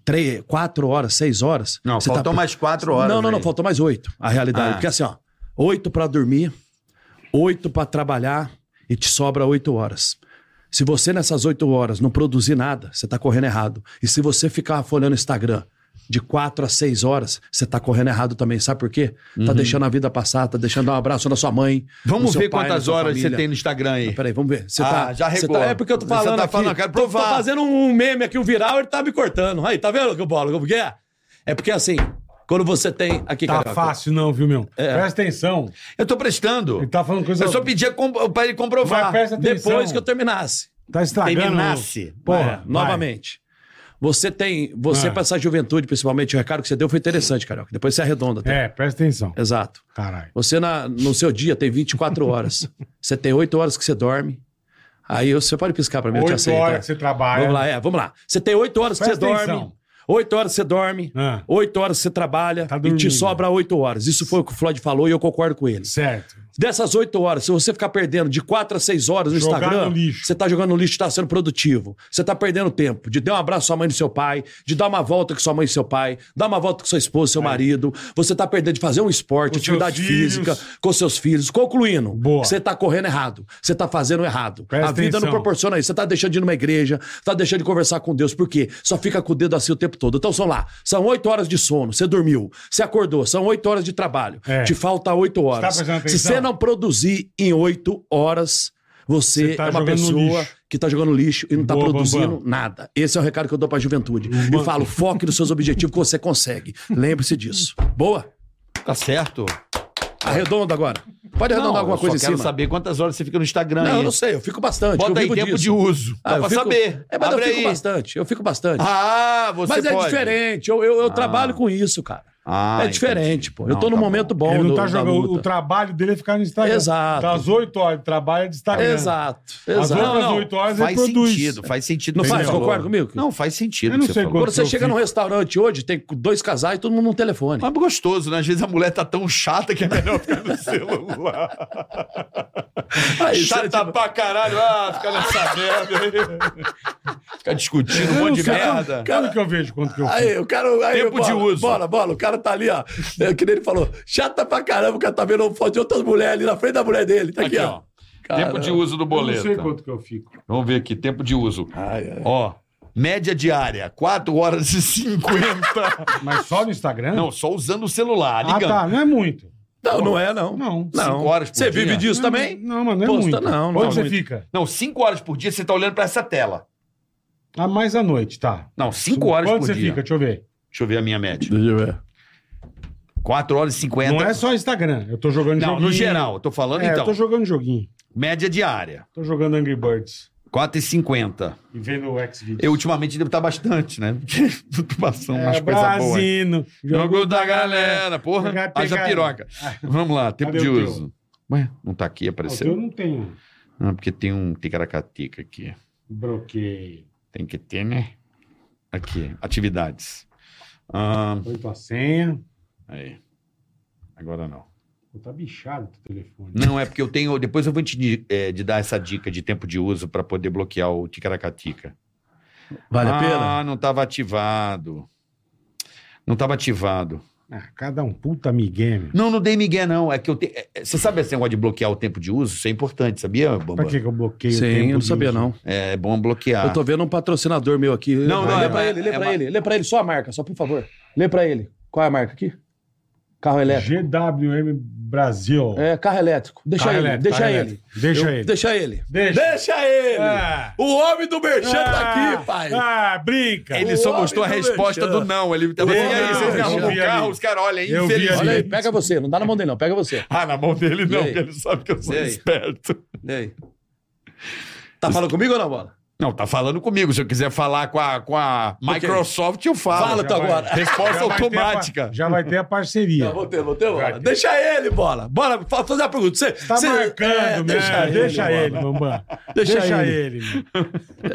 Speaker 3: 3, 4 horas, seis horas.
Speaker 2: Não,
Speaker 3: você tá
Speaker 2: faltam mais quatro horas.
Speaker 3: não, não, não,
Speaker 2: aí.
Speaker 3: faltou mais oito, a realidade.
Speaker 2: Ah.
Speaker 3: Porque assim, ó, oito pra dormir, oito pra trabalhar e te sobra oito horas. Se você nessas oito horas não produzir nada, você tá correndo errado. E se você ficar folhando o Instagram de quatro a seis horas, você tá correndo errado também. Sabe por quê? Tá deixando a vida passar, tá deixando dar um abraço na sua mãe. no
Speaker 2: Uhum. Vamos
Speaker 3: seu
Speaker 2: ver
Speaker 3: pai, na
Speaker 2: quantas
Speaker 3: sua
Speaker 2: horas
Speaker 3: família.
Speaker 2: você tem no Instagram aí.
Speaker 3: Peraí, vamos ver. Você
Speaker 2: Ah,
Speaker 3: tá,
Speaker 2: já
Speaker 3: você
Speaker 2: regou.
Speaker 3: tá- É porque eu tô
Speaker 2: Você tá
Speaker 3: falando. aqui.
Speaker 2: falando, eu quero
Speaker 3: Tô- Tô,
Speaker 2: provar.
Speaker 3: fazendo um meme aqui, um viral, ele tá me cortando. Aí, tá vendo que bola? Como que é? É porque assim, quando você tem. Aqui,
Speaker 1: Tá
Speaker 3: Carioca.
Speaker 1: fácil, não, viu, meu?
Speaker 3: É.
Speaker 1: Presta atenção.
Speaker 2: Eu tô prestando.
Speaker 1: Ele tá falando coisa.
Speaker 2: Eu só pedia com- pra ele comprovar.
Speaker 1: Mas presta atenção.
Speaker 3: Depois que eu terminasse. Então,
Speaker 1: Tá estragando.
Speaker 2: Terminasse.
Speaker 1: Porra,
Speaker 3: É,
Speaker 1: vai.
Speaker 3: novamente. Você tem. Você,
Speaker 1: Ah.
Speaker 3: pra essa juventude, principalmente, o recado que você deu foi interessante, Carioca. Depois você arredonda. tá?
Speaker 1: É, presta atenção.
Speaker 3: Exato.
Speaker 1: Caralho.
Speaker 3: Você na, no seu dia tem 24 horas. você tem 8 horas que você dorme. Aí você pode piscar pra mim, eu te
Speaker 1: Oito
Speaker 3: aceito.
Speaker 1: horas
Speaker 3: é.
Speaker 1: que você trabalha.
Speaker 3: Vamos lá, é, vamos lá. Você tem 8 horas que você
Speaker 1: Presta
Speaker 3: dorme.
Speaker 1: atenção.
Speaker 3: 8 horas você dorme.
Speaker 1: Ah,
Speaker 3: 8 horas você trabalha
Speaker 1: Tá
Speaker 3: e te
Speaker 1: dormindo.
Speaker 3: sobra 8 horas. Isso foi o que o Floyd falou e eu concordo com ele.
Speaker 1: certo.
Speaker 3: Dessas oito horas, se você ficar perdendo de quatro a seis horas no
Speaker 1: Jogar
Speaker 3: Instagram,
Speaker 1: no lixo.
Speaker 3: você tá jogando no lixo, tá sendo produtivo. Você tá perdendo tempo de dar um abraço à sua mãe e seu pai, de dar uma volta com sua mãe e seu pai, dar uma volta com sua esposa, seu marido. Você tá perdendo de fazer um esporte,
Speaker 1: É. Com
Speaker 3: atividade
Speaker 1: seus filhos.
Speaker 3: física, com seus filhos. Concluindo,
Speaker 1: Boa.
Speaker 3: você tá correndo errado. Você tá fazendo errado.
Speaker 1: Presta
Speaker 3: a vida não
Speaker 1: atenção.
Speaker 3: proporciona isso. Você tá deixando de ir numa igreja, tá deixando de conversar com Deus, porque só fica com o dedo assim o tempo todo. Então são lá, são oito horas de sono, você dormiu, você acordou, são oito horas de trabalho,
Speaker 1: É.
Speaker 3: te falta oito horas.
Speaker 1: prestando
Speaker 3: Se
Speaker 1: atenção?
Speaker 3: você não produzir em oito horas, você
Speaker 1: Você tá
Speaker 3: é uma
Speaker 1: jogando no
Speaker 3: pessoa
Speaker 1: lixo.
Speaker 3: que tá jogando lixo e não tá
Speaker 1: Boa,
Speaker 3: produzindo
Speaker 1: Bambam.
Speaker 3: nada. Esse é o recado que eu dou pra juventude.
Speaker 1: Bambam.
Speaker 3: E falo, foque nos seus objetivos que você consegue. Lembre-se disso. Boa?
Speaker 2: Tá certo?
Speaker 3: Arredonda agora. Pode arredondar
Speaker 2: eu
Speaker 3: alguma coisa
Speaker 2: só
Speaker 3: em
Speaker 2: quero
Speaker 3: cima.
Speaker 2: saber quantas horas você fica no Instagram.
Speaker 3: Não,
Speaker 2: aí.
Speaker 3: eu não sei, eu fico bastante. eu
Speaker 2: Bota aí
Speaker 3: vivo
Speaker 2: tempo
Speaker 3: disso.
Speaker 2: de uso.
Speaker 3: Ah,
Speaker 2: Dá
Speaker 3: eu
Speaker 2: pra
Speaker 3: fico-
Speaker 2: saber.
Speaker 3: É, mas
Speaker 2: Abre
Speaker 3: eu fico
Speaker 2: aí.
Speaker 3: bastante, eu fico bastante.
Speaker 2: Ah, você
Speaker 3: mas é
Speaker 2: pode.
Speaker 3: diferente, eu, eu, eu trabalho com isso, cara.
Speaker 2: Ah,
Speaker 3: é diferente,
Speaker 2: entendi.
Speaker 3: pô. Eu
Speaker 2: Não,
Speaker 3: tô num
Speaker 2: tá
Speaker 3: momento bom,
Speaker 1: Ele não
Speaker 3: do-
Speaker 1: tá
Speaker 3: da
Speaker 1: jogando. O
Speaker 3: luta.
Speaker 1: trabalho dele é ficar no Instagram.
Speaker 3: Exato.
Speaker 1: Das 8 horas de trabalho é de Instagram.
Speaker 3: Exato,
Speaker 1: As
Speaker 3: exato.
Speaker 1: outras
Speaker 2: não,
Speaker 1: 8 horas ele
Speaker 2: Faz
Speaker 1: produz.
Speaker 2: sentido, faz sentido.
Speaker 3: Não
Speaker 2: Você
Speaker 3: faz?
Speaker 2: falou.
Speaker 3: Concorda comigo?
Speaker 2: Não, faz sentido.
Speaker 1: Eu não
Speaker 2: o que
Speaker 1: sei
Speaker 2: você
Speaker 1: quanto-
Speaker 2: falou.
Speaker 3: Quando você
Speaker 1: eu
Speaker 3: chega num
Speaker 1: fico.
Speaker 3: restaurante hoje, tem dois casais e todo mundo num telefone.
Speaker 2: Mas gostoso, né? Às vezes a mulher tá tão chata que é melhor ficar no celular.
Speaker 3: Aí, você-
Speaker 2: chata pra caralho. Ah, fica nessa merda aí. Fica discutindo um
Speaker 1: Eu não
Speaker 2: monte de
Speaker 1: sei quanto-
Speaker 2: merda.
Speaker 1: Quanto que eu vejo quanto que eu fico?
Speaker 3: Aí, o cara. Aí,
Speaker 2: Tempo
Speaker 3: bola,
Speaker 2: de uso.
Speaker 3: Bola, bola, o cara tá ali, ó. É, que nem ele falou. Chata pra caramba, o cara tá vendo foto de outras mulheres ali na frente da mulher dele. Tá aqui,
Speaker 2: Aqui,
Speaker 3: ó.
Speaker 2: ó. Tempo de uso do
Speaker 1: Eu não
Speaker 2: boleto.
Speaker 1: sei quanto que eu fico.
Speaker 2: Vamos ver aqui, tempo de uso.
Speaker 3: Ai, ai.
Speaker 2: Ó, média diária, 4 horas e 50.
Speaker 1: Mas só no Instagram?
Speaker 2: Não, só usando o celular,
Speaker 1: Ah,
Speaker 2: ligando.
Speaker 1: tá. Não é muito.
Speaker 3: Não, não é, não.
Speaker 1: Não.
Speaker 3: Não.
Speaker 2: Cinco horas por
Speaker 3: Você
Speaker 2: dia?
Speaker 3: vive disso
Speaker 1: Não é-
Speaker 3: também?
Speaker 1: Não, mas não é
Speaker 3: Posta,
Speaker 1: muito.
Speaker 3: não, não
Speaker 1: Onde
Speaker 3: é
Speaker 1: você
Speaker 3: muito.
Speaker 1: fica?
Speaker 2: Não, 5 horas por dia você tá olhando pra essa tela.
Speaker 1: Ah, mais à noite, tá.
Speaker 2: Não, 5 horas
Speaker 1: Onde
Speaker 2: por
Speaker 1: você
Speaker 2: dia.
Speaker 1: fica? Deixa eu ver.
Speaker 2: Deixa eu ver a minha média.
Speaker 3: Deixa eu ver.
Speaker 2: 4 horas e 50.
Speaker 1: Não é só Instagram. Eu tô jogando
Speaker 2: Não,
Speaker 1: joguinho.
Speaker 2: no geral, eu tô falando
Speaker 1: É,
Speaker 2: então.
Speaker 1: eu tô jogando joguinho.
Speaker 2: Média diária,
Speaker 1: Tô jogando Angry Birds.
Speaker 2: 4 e 50.
Speaker 1: E vendo o X-Videos.
Speaker 2: Eu ultimamente devo estar bastante, né? Porque passando umas
Speaker 1: É,
Speaker 2: coisas boas.
Speaker 1: Brasino.
Speaker 2: Jogo da galera, porra.
Speaker 1: Pegar-
Speaker 2: Haja
Speaker 1: pegar-
Speaker 2: piroca.
Speaker 1: Ah.
Speaker 2: Vamos lá, tempo
Speaker 1: Cadê
Speaker 2: de
Speaker 1: o teu?
Speaker 2: uso. Ué, não tá aqui,
Speaker 1: Ah, o
Speaker 2: apareceu.
Speaker 1: teu não tem
Speaker 2: Ah, porque tem um ticaracatica aqui.
Speaker 1: bloqueio.
Speaker 2: Tem que ter, né? Aqui, atividades. Ah,
Speaker 1: Põe tua senha.
Speaker 2: aí. Agora não.
Speaker 1: Pô, tá bichado teu telefone.
Speaker 2: Não, é porque eu tenho. Depois eu vou te di- eh, de dar essa dica de tempo de uso para poder bloquear o ticaracatica.
Speaker 3: Vale
Speaker 2: ah,
Speaker 3: a pena?
Speaker 2: não estava ativado. Não estava ativado.
Speaker 1: Ah, cada um puta migué, meu.
Speaker 2: Não, não dei migué, não. É que eu tenho. Você sabe esse negócio de bloquear o tempo de uso? Isso é importante, sabia, Bamba?
Speaker 1: Pra que que eu bloqueio o tempo
Speaker 3: Sim, eu não
Speaker 1: de
Speaker 3: sabia,
Speaker 1: uso?
Speaker 3: não.
Speaker 2: É bom bloquear.
Speaker 3: Eu tô vendo um patrocinador meu aqui.
Speaker 2: Não,
Speaker 3: lê
Speaker 2: não, é-
Speaker 3: pra ele, lê
Speaker 2: é
Speaker 3: pra
Speaker 2: uma-
Speaker 3: ele, lê pra ele, só a marca, só por favor. Lê pra ele. Qual é a marca aqui? Carro elétrico.
Speaker 1: GWM Brasil.
Speaker 3: É, carro elétrico. Deixa
Speaker 2: Tá
Speaker 1: Carro
Speaker 3: ele,
Speaker 1: elétrico,
Speaker 3: deixa
Speaker 1: carro
Speaker 3: ele.
Speaker 1: elétrico. Deixa
Speaker 3: Eu-
Speaker 1: ele.
Speaker 3: Deixa ele.
Speaker 1: Deixa.
Speaker 3: ele.
Speaker 1: Ah.
Speaker 3: O homem do Merchan tá
Speaker 1: Ah,
Speaker 3: aqui, pai.
Speaker 1: Ah, brinca. tá
Speaker 2: Ele só
Speaker 3: Uau,
Speaker 2: mostrou a
Speaker 3: então
Speaker 2: resposta
Speaker 3: deixa.
Speaker 2: do não. Ele tava assim,
Speaker 1: Não,
Speaker 2: e aí, vocês me
Speaker 3: eu
Speaker 2: arrumam o
Speaker 1: vi
Speaker 2: carro,
Speaker 1: ali.
Speaker 2: os caras, olha,
Speaker 1: Eu vi ali.
Speaker 2: infeliz.
Speaker 3: Olha aí, pega você. Não dá na mão dele, não. Pega você.
Speaker 2: Ah, na mão dele não,
Speaker 3: E aí?
Speaker 2: porque ele sabe que eu sou
Speaker 3: E aí?
Speaker 2: esperto.
Speaker 3: E aí? Tá falando comigo ou não, bola?
Speaker 2: Não, tá falando comigo. Se eu quiser falar com a, com a Microsoft, eu falo.
Speaker 3: Fala,
Speaker 2: Já
Speaker 3: tu
Speaker 2: vai.
Speaker 3: agora.
Speaker 2: Resposta
Speaker 1: Já vai ter a par-
Speaker 2: automática.
Speaker 1: já vai ter a parceria.
Speaker 3: Não, vou ter, vou ter, bola.
Speaker 1: ter.
Speaker 3: Deixa ele, bola. Bora, fa- fazer a pergunta. Você
Speaker 1: Tá
Speaker 3: você-
Speaker 1: marcando,
Speaker 3: é,
Speaker 1: meu. Deixa, ele,
Speaker 3: bola.
Speaker 1: Bambam.
Speaker 3: Deixa
Speaker 1: ele. meu.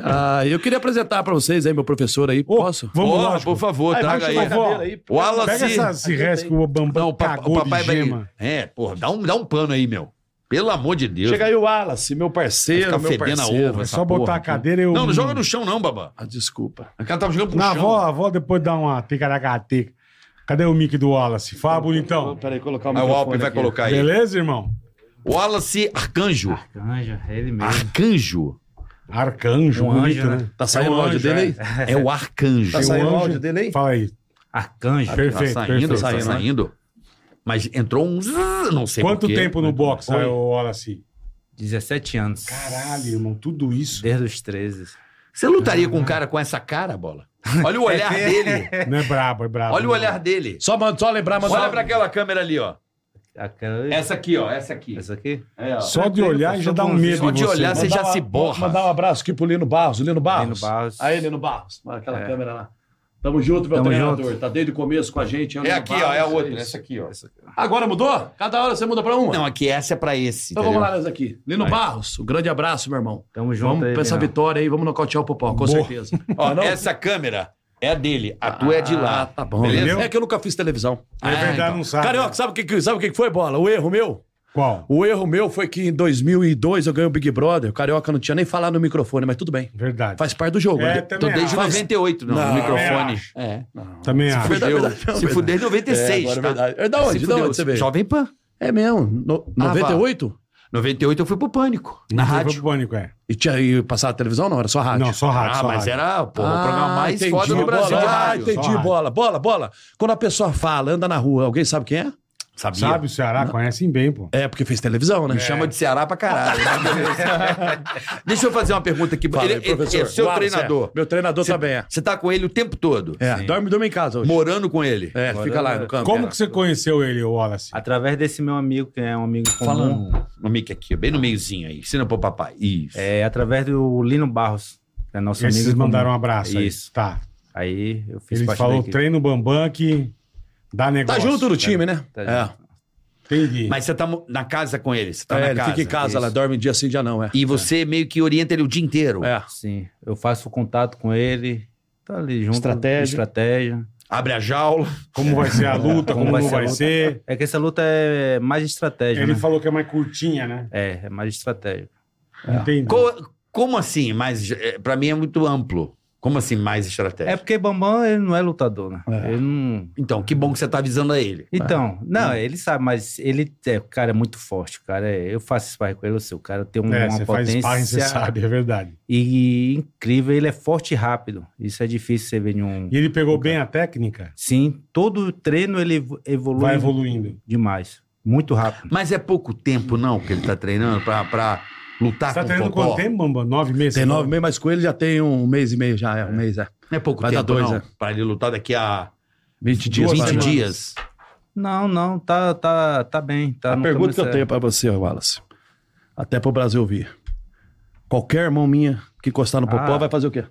Speaker 3: Ah, eu queria apresentar pra vocês aí, meu professor aí.
Speaker 1: Ô,
Speaker 3: Posso?
Speaker 1: Vamos
Speaker 2: Porra,
Speaker 1: lá,
Speaker 2: por favor, traga aí.
Speaker 1: vai, vai.
Speaker 2: O Alan
Speaker 1: Pega
Speaker 2: se-
Speaker 1: essa, esse resto que o Bambam
Speaker 2: Não, o, pa-
Speaker 1: cagou
Speaker 2: o papai
Speaker 1: de
Speaker 2: vai.
Speaker 1: gema.
Speaker 2: É, porra, dá um, dá um pano aí, meu. Pelo amor de Deus.
Speaker 3: Chega aí o Wallace, meu
Speaker 2: Fica
Speaker 3: parceiro, meu
Speaker 2: fedendo a
Speaker 3: parceiro.
Speaker 2: ovo,
Speaker 1: É
Speaker 2: essa
Speaker 1: só botar
Speaker 2: porra
Speaker 1: a
Speaker 2: aqui.
Speaker 1: cadeira e eu...
Speaker 2: Não, não joga no chão, não, babá.
Speaker 3: Ah, desculpa.
Speaker 2: O cara tava jogando pro
Speaker 1: Na
Speaker 2: chão.
Speaker 1: avó, a avó depois dá uma ticaracateca. Cadê o mic do Wallace? Fala, bonitão.
Speaker 3: Peraí, colocar
Speaker 2: Aí o Alpe vai colocar aí.
Speaker 1: Beleza, irmão?
Speaker 2: Wallace Arcanjo.
Speaker 5: Arcanjo, é ele mesmo.
Speaker 2: Arcanjo
Speaker 1: Arcanjo,
Speaker 5: Um
Speaker 1: bonito,
Speaker 5: anjo, né?
Speaker 1: né?
Speaker 3: Tá saindo
Speaker 1: É um
Speaker 3: o áudio
Speaker 1: anjo,
Speaker 3: dele
Speaker 1: é.
Speaker 3: aí?
Speaker 2: é o Arcanjo.
Speaker 3: Tá
Speaker 1: Tem um
Speaker 3: saindo o
Speaker 1: anjo.
Speaker 3: áudio dele Tá aí?
Speaker 1: Fala aí.
Speaker 5: Arcanjo.
Speaker 1: Perfeito,
Speaker 2: tá saindo,
Speaker 1: perfeito.
Speaker 2: tá
Speaker 3: Saindo, né?
Speaker 2: saindo. Mas entrou um zzz, não sei
Speaker 1: Quanto
Speaker 2: por quê.
Speaker 1: tempo no box,
Speaker 2: Oi.
Speaker 1: aí, o Wallace?
Speaker 5: 17 anos.
Speaker 1: Caralho, irmão, tudo isso.
Speaker 5: Desde os 13.
Speaker 2: Você lutaria com um cara com essa cara, bola? Olha o olhar dele.
Speaker 1: Não é brabo, é brabo.
Speaker 2: Olha o
Speaker 1: né?
Speaker 2: olhar dele.
Speaker 3: Só, manda- só lembrar, mandar.
Speaker 2: Olha pra aquela câmera ali, ó.
Speaker 5: Aquela...
Speaker 2: Essa aqui, ó. Essa aqui.
Speaker 5: Essa aqui?
Speaker 2: É, ó.
Speaker 1: Só de
Speaker 3: tá
Speaker 1: olhar já dá um medo
Speaker 2: Só
Speaker 1: em
Speaker 2: de
Speaker 1: você.
Speaker 2: olhar, você já
Speaker 3: Mandar
Speaker 2: se
Speaker 3: uma-
Speaker 2: borra.
Speaker 3: Mandar um abraço aqui pro Lino Barros. Lino Barros.
Speaker 5: Lino Barros.
Speaker 3: Aí, Lino Barros. Olha Aquela
Speaker 5: É.
Speaker 3: câmera lá. Tamo junto, meu
Speaker 5: Tamo
Speaker 3: treinador.
Speaker 5: junto.
Speaker 3: Tá desde o começo com a gente. o
Speaker 2: É
Speaker 3: Lino
Speaker 2: aqui,
Speaker 3: Barros,
Speaker 2: ó. É a
Speaker 3: é
Speaker 2: outra.
Speaker 3: isso.
Speaker 2: Essa aqui, ó.
Speaker 5: Essa aqui.
Speaker 3: Agora mudou? Cada hora você muda pra uma?
Speaker 2: Não, aqui essa é pra esse.
Speaker 3: então
Speaker 2: entendeu?
Speaker 3: vamos lá nessa aqui. Lino Barros, um grande abraço, meu irmão.
Speaker 5: É. Tamo junto
Speaker 3: Vamos
Speaker 5: aí,
Speaker 3: pra essa
Speaker 5: Linão.
Speaker 3: vitória aí, vamos nocautear o Popó, com
Speaker 1: Boa.
Speaker 3: certeza.
Speaker 2: Ó, é
Speaker 3: Ah, não?
Speaker 2: essa câmera é a dele. A tua é de lá.
Speaker 3: Ah, tá bom.
Speaker 2: Beleza?
Speaker 1: Entendeu?
Speaker 3: É que eu nunca fiz televisão.
Speaker 1: É verdade,
Speaker 2: Ah,
Speaker 1: não sabe.
Speaker 5: né?
Speaker 3: Carioca, sabe o que, que- sabe o que que foi, bola? O erro meu?
Speaker 1: Qual?
Speaker 3: O erro meu foi que em 2002 eu ganhei o Big Brother. O Carioca não tinha nem falado no microfone, mas tudo bem.
Speaker 1: Verdade.
Speaker 3: Faz parte do jogo.
Speaker 1: É,
Speaker 3: né?
Speaker 1: também
Speaker 2: Então, desde
Speaker 1: acho.
Speaker 2: 98, não,
Speaker 3: Não,
Speaker 2: no microfone.
Speaker 1: acho.
Speaker 2: É.
Speaker 1: Também acho.
Speaker 3: Verdade,
Speaker 2: Fudeu.
Speaker 3: verdade, não,
Speaker 2: Se
Speaker 3: verdade.
Speaker 2: fuder,
Speaker 3: É,
Speaker 2: 96.
Speaker 3: agora é
Speaker 2: tá?
Speaker 3: verdade. É, da onde?
Speaker 2: Se
Speaker 3: Da
Speaker 2: fudeu.
Speaker 3: onde você veio?
Speaker 2: Jovem Pan.
Speaker 3: É mesmo. No,
Speaker 2: Ah,
Speaker 3: 98?
Speaker 2: 98 eu fui pro Pânico, na
Speaker 1: Não foi
Speaker 2: rádio.
Speaker 1: pro pânico, é.
Speaker 3: E tinha e passava a televisão? Não, era só rádio.
Speaker 1: Não, só rádio.
Speaker 2: Ah,
Speaker 1: só
Speaker 2: mas
Speaker 1: rádio.
Speaker 2: era pô, o programa mais
Speaker 3: entendi,
Speaker 2: foda do
Speaker 3: bola.
Speaker 2: Brasil. de
Speaker 3: Ah,
Speaker 2: rádio.
Speaker 3: entendi,
Speaker 1: Só rádio.
Speaker 3: bola, bola, bola. Quando a pessoa fala, anda na rua, alguém sabe quem é?
Speaker 2: Sabia?
Speaker 1: Sabe, o Ceará conhecem bem, pô.
Speaker 3: É, porque fez televisão, né?
Speaker 2: Me chama de Ceará pra caralho. né? Deixa eu fazer uma pergunta aqui.
Speaker 3: Fala aí,
Speaker 2: Ele- ele- é seu
Speaker 3: Wallace,
Speaker 2: treinador.
Speaker 3: é. Meu treinador
Speaker 2: Você-
Speaker 3: também é.
Speaker 2: Você tá com ele o tempo todo.
Speaker 3: É, dorme, dorme em casa hoje.
Speaker 2: Morando com ele.
Speaker 3: É,
Speaker 5: Morando-
Speaker 3: fica lá no campo.
Speaker 1: Como que você conheceu ele, o Wallace?
Speaker 5: Através desse meu amigo, que é um amigo comum.
Speaker 2: Falando Hum, no mic aqui, bem no meiozinho aí. Ensina pro papai. Isso.
Speaker 5: É através do Lino Barros, que é nosso
Speaker 1: Esses
Speaker 5: amigo. comum.
Speaker 1: mandaram um abraço. aí.
Speaker 5: Isso.
Speaker 1: Tá.
Speaker 5: Aí eu fiz
Speaker 1: Ele
Speaker 5: parte
Speaker 1: falou,
Speaker 5: da equipe.
Speaker 1: treino Bambam que dá
Speaker 3: Tá
Speaker 1: negócio.
Speaker 3: junto no time, né?
Speaker 5: Tá
Speaker 3: é.
Speaker 1: Entendi.
Speaker 2: Mas você tá mo- na casa com ele. Você tá
Speaker 3: é,
Speaker 2: na
Speaker 3: ele
Speaker 2: casa.
Speaker 3: fica em casa, ela
Speaker 2: Isso.
Speaker 3: dorme dia sim, dia não, é.
Speaker 2: E você meio que orienta ele o dia inteiro.
Speaker 3: É.
Speaker 5: Sim, eu faço contato com ele. Tá ali junto.
Speaker 3: Estratégia.
Speaker 5: Estratégia. É,
Speaker 2: Abre a jaula.
Speaker 1: Como vai ser a luta, como,
Speaker 5: Como vai
Speaker 1: não
Speaker 5: ser a
Speaker 1: vai
Speaker 5: luta?
Speaker 1: ser.
Speaker 5: É que essa luta é mais estratégia,
Speaker 1: Ele
Speaker 5: né?
Speaker 1: falou que é mais curtinha, né?
Speaker 5: É, é mais estratégia.
Speaker 1: É. Entendi.
Speaker 2: Co- como assim? Mas é, pra mim é muito amplo. Como assim mais estratégia?
Speaker 5: É porque Bambam, ele não é lutador, né?
Speaker 3: É.
Speaker 5: Ele não...
Speaker 2: Então, que bom que você tá avisando a ele. Tá.
Speaker 5: Então, não, ele sabe, mas ele é, o cara é muito forte, o cara. é- eu faço sparring com ele, eu sei, o cara tem um, uma,
Speaker 1: É,
Speaker 5: uma
Speaker 1: você faz
Speaker 5: potência
Speaker 1: sparring, você sabe, é verdade.
Speaker 5: e incrível, ele é forte e rápido. Isso é difícil você ver em um.
Speaker 1: E ele pegou bem a técnica?
Speaker 5: Sim, todo treino ele evo- evolui
Speaker 1: Vai evoluindo.
Speaker 5: demais, muito rápido.
Speaker 2: Mas é pouco tempo, não, que ele tá treinando pra, pra lutar
Speaker 1: Você tá
Speaker 2: com
Speaker 1: treinando
Speaker 2: o Popó?
Speaker 1: quanto tempo, Bambam? Nove meses?
Speaker 3: Tem nove meses, mas com ele já tem um mês e meio, já é, um mês, é.
Speaker 2: Não é pouco
Speaker 3: Vai dar
Speaker 2: tempo,
Speaker 3: dois,
Speaker 2: não.
Speaker 3: é.
Speaker 2: Pra ele lutar daqui a
Speaker 3: 20 dias.
Speaker 2: 20
Speaker 3: mais ou menos.
Speaker 2: dias.
Speaker 5: Não, não, tá, tá, tá bem. Tá
Speaker 3: A
Speaker 5: no
Speaker 3: pergunta que eu
Speaker 5: caminho
Speaker 2: é.
Speaker 3: tenho
Speaker 5: certo.
Speaker 3: pra você, Wallace, até pro Brasil ouvir. Qualquer mão minha que encostar no popó
Speaker 5: Ah.
Speaker 3: vai fazer o quê?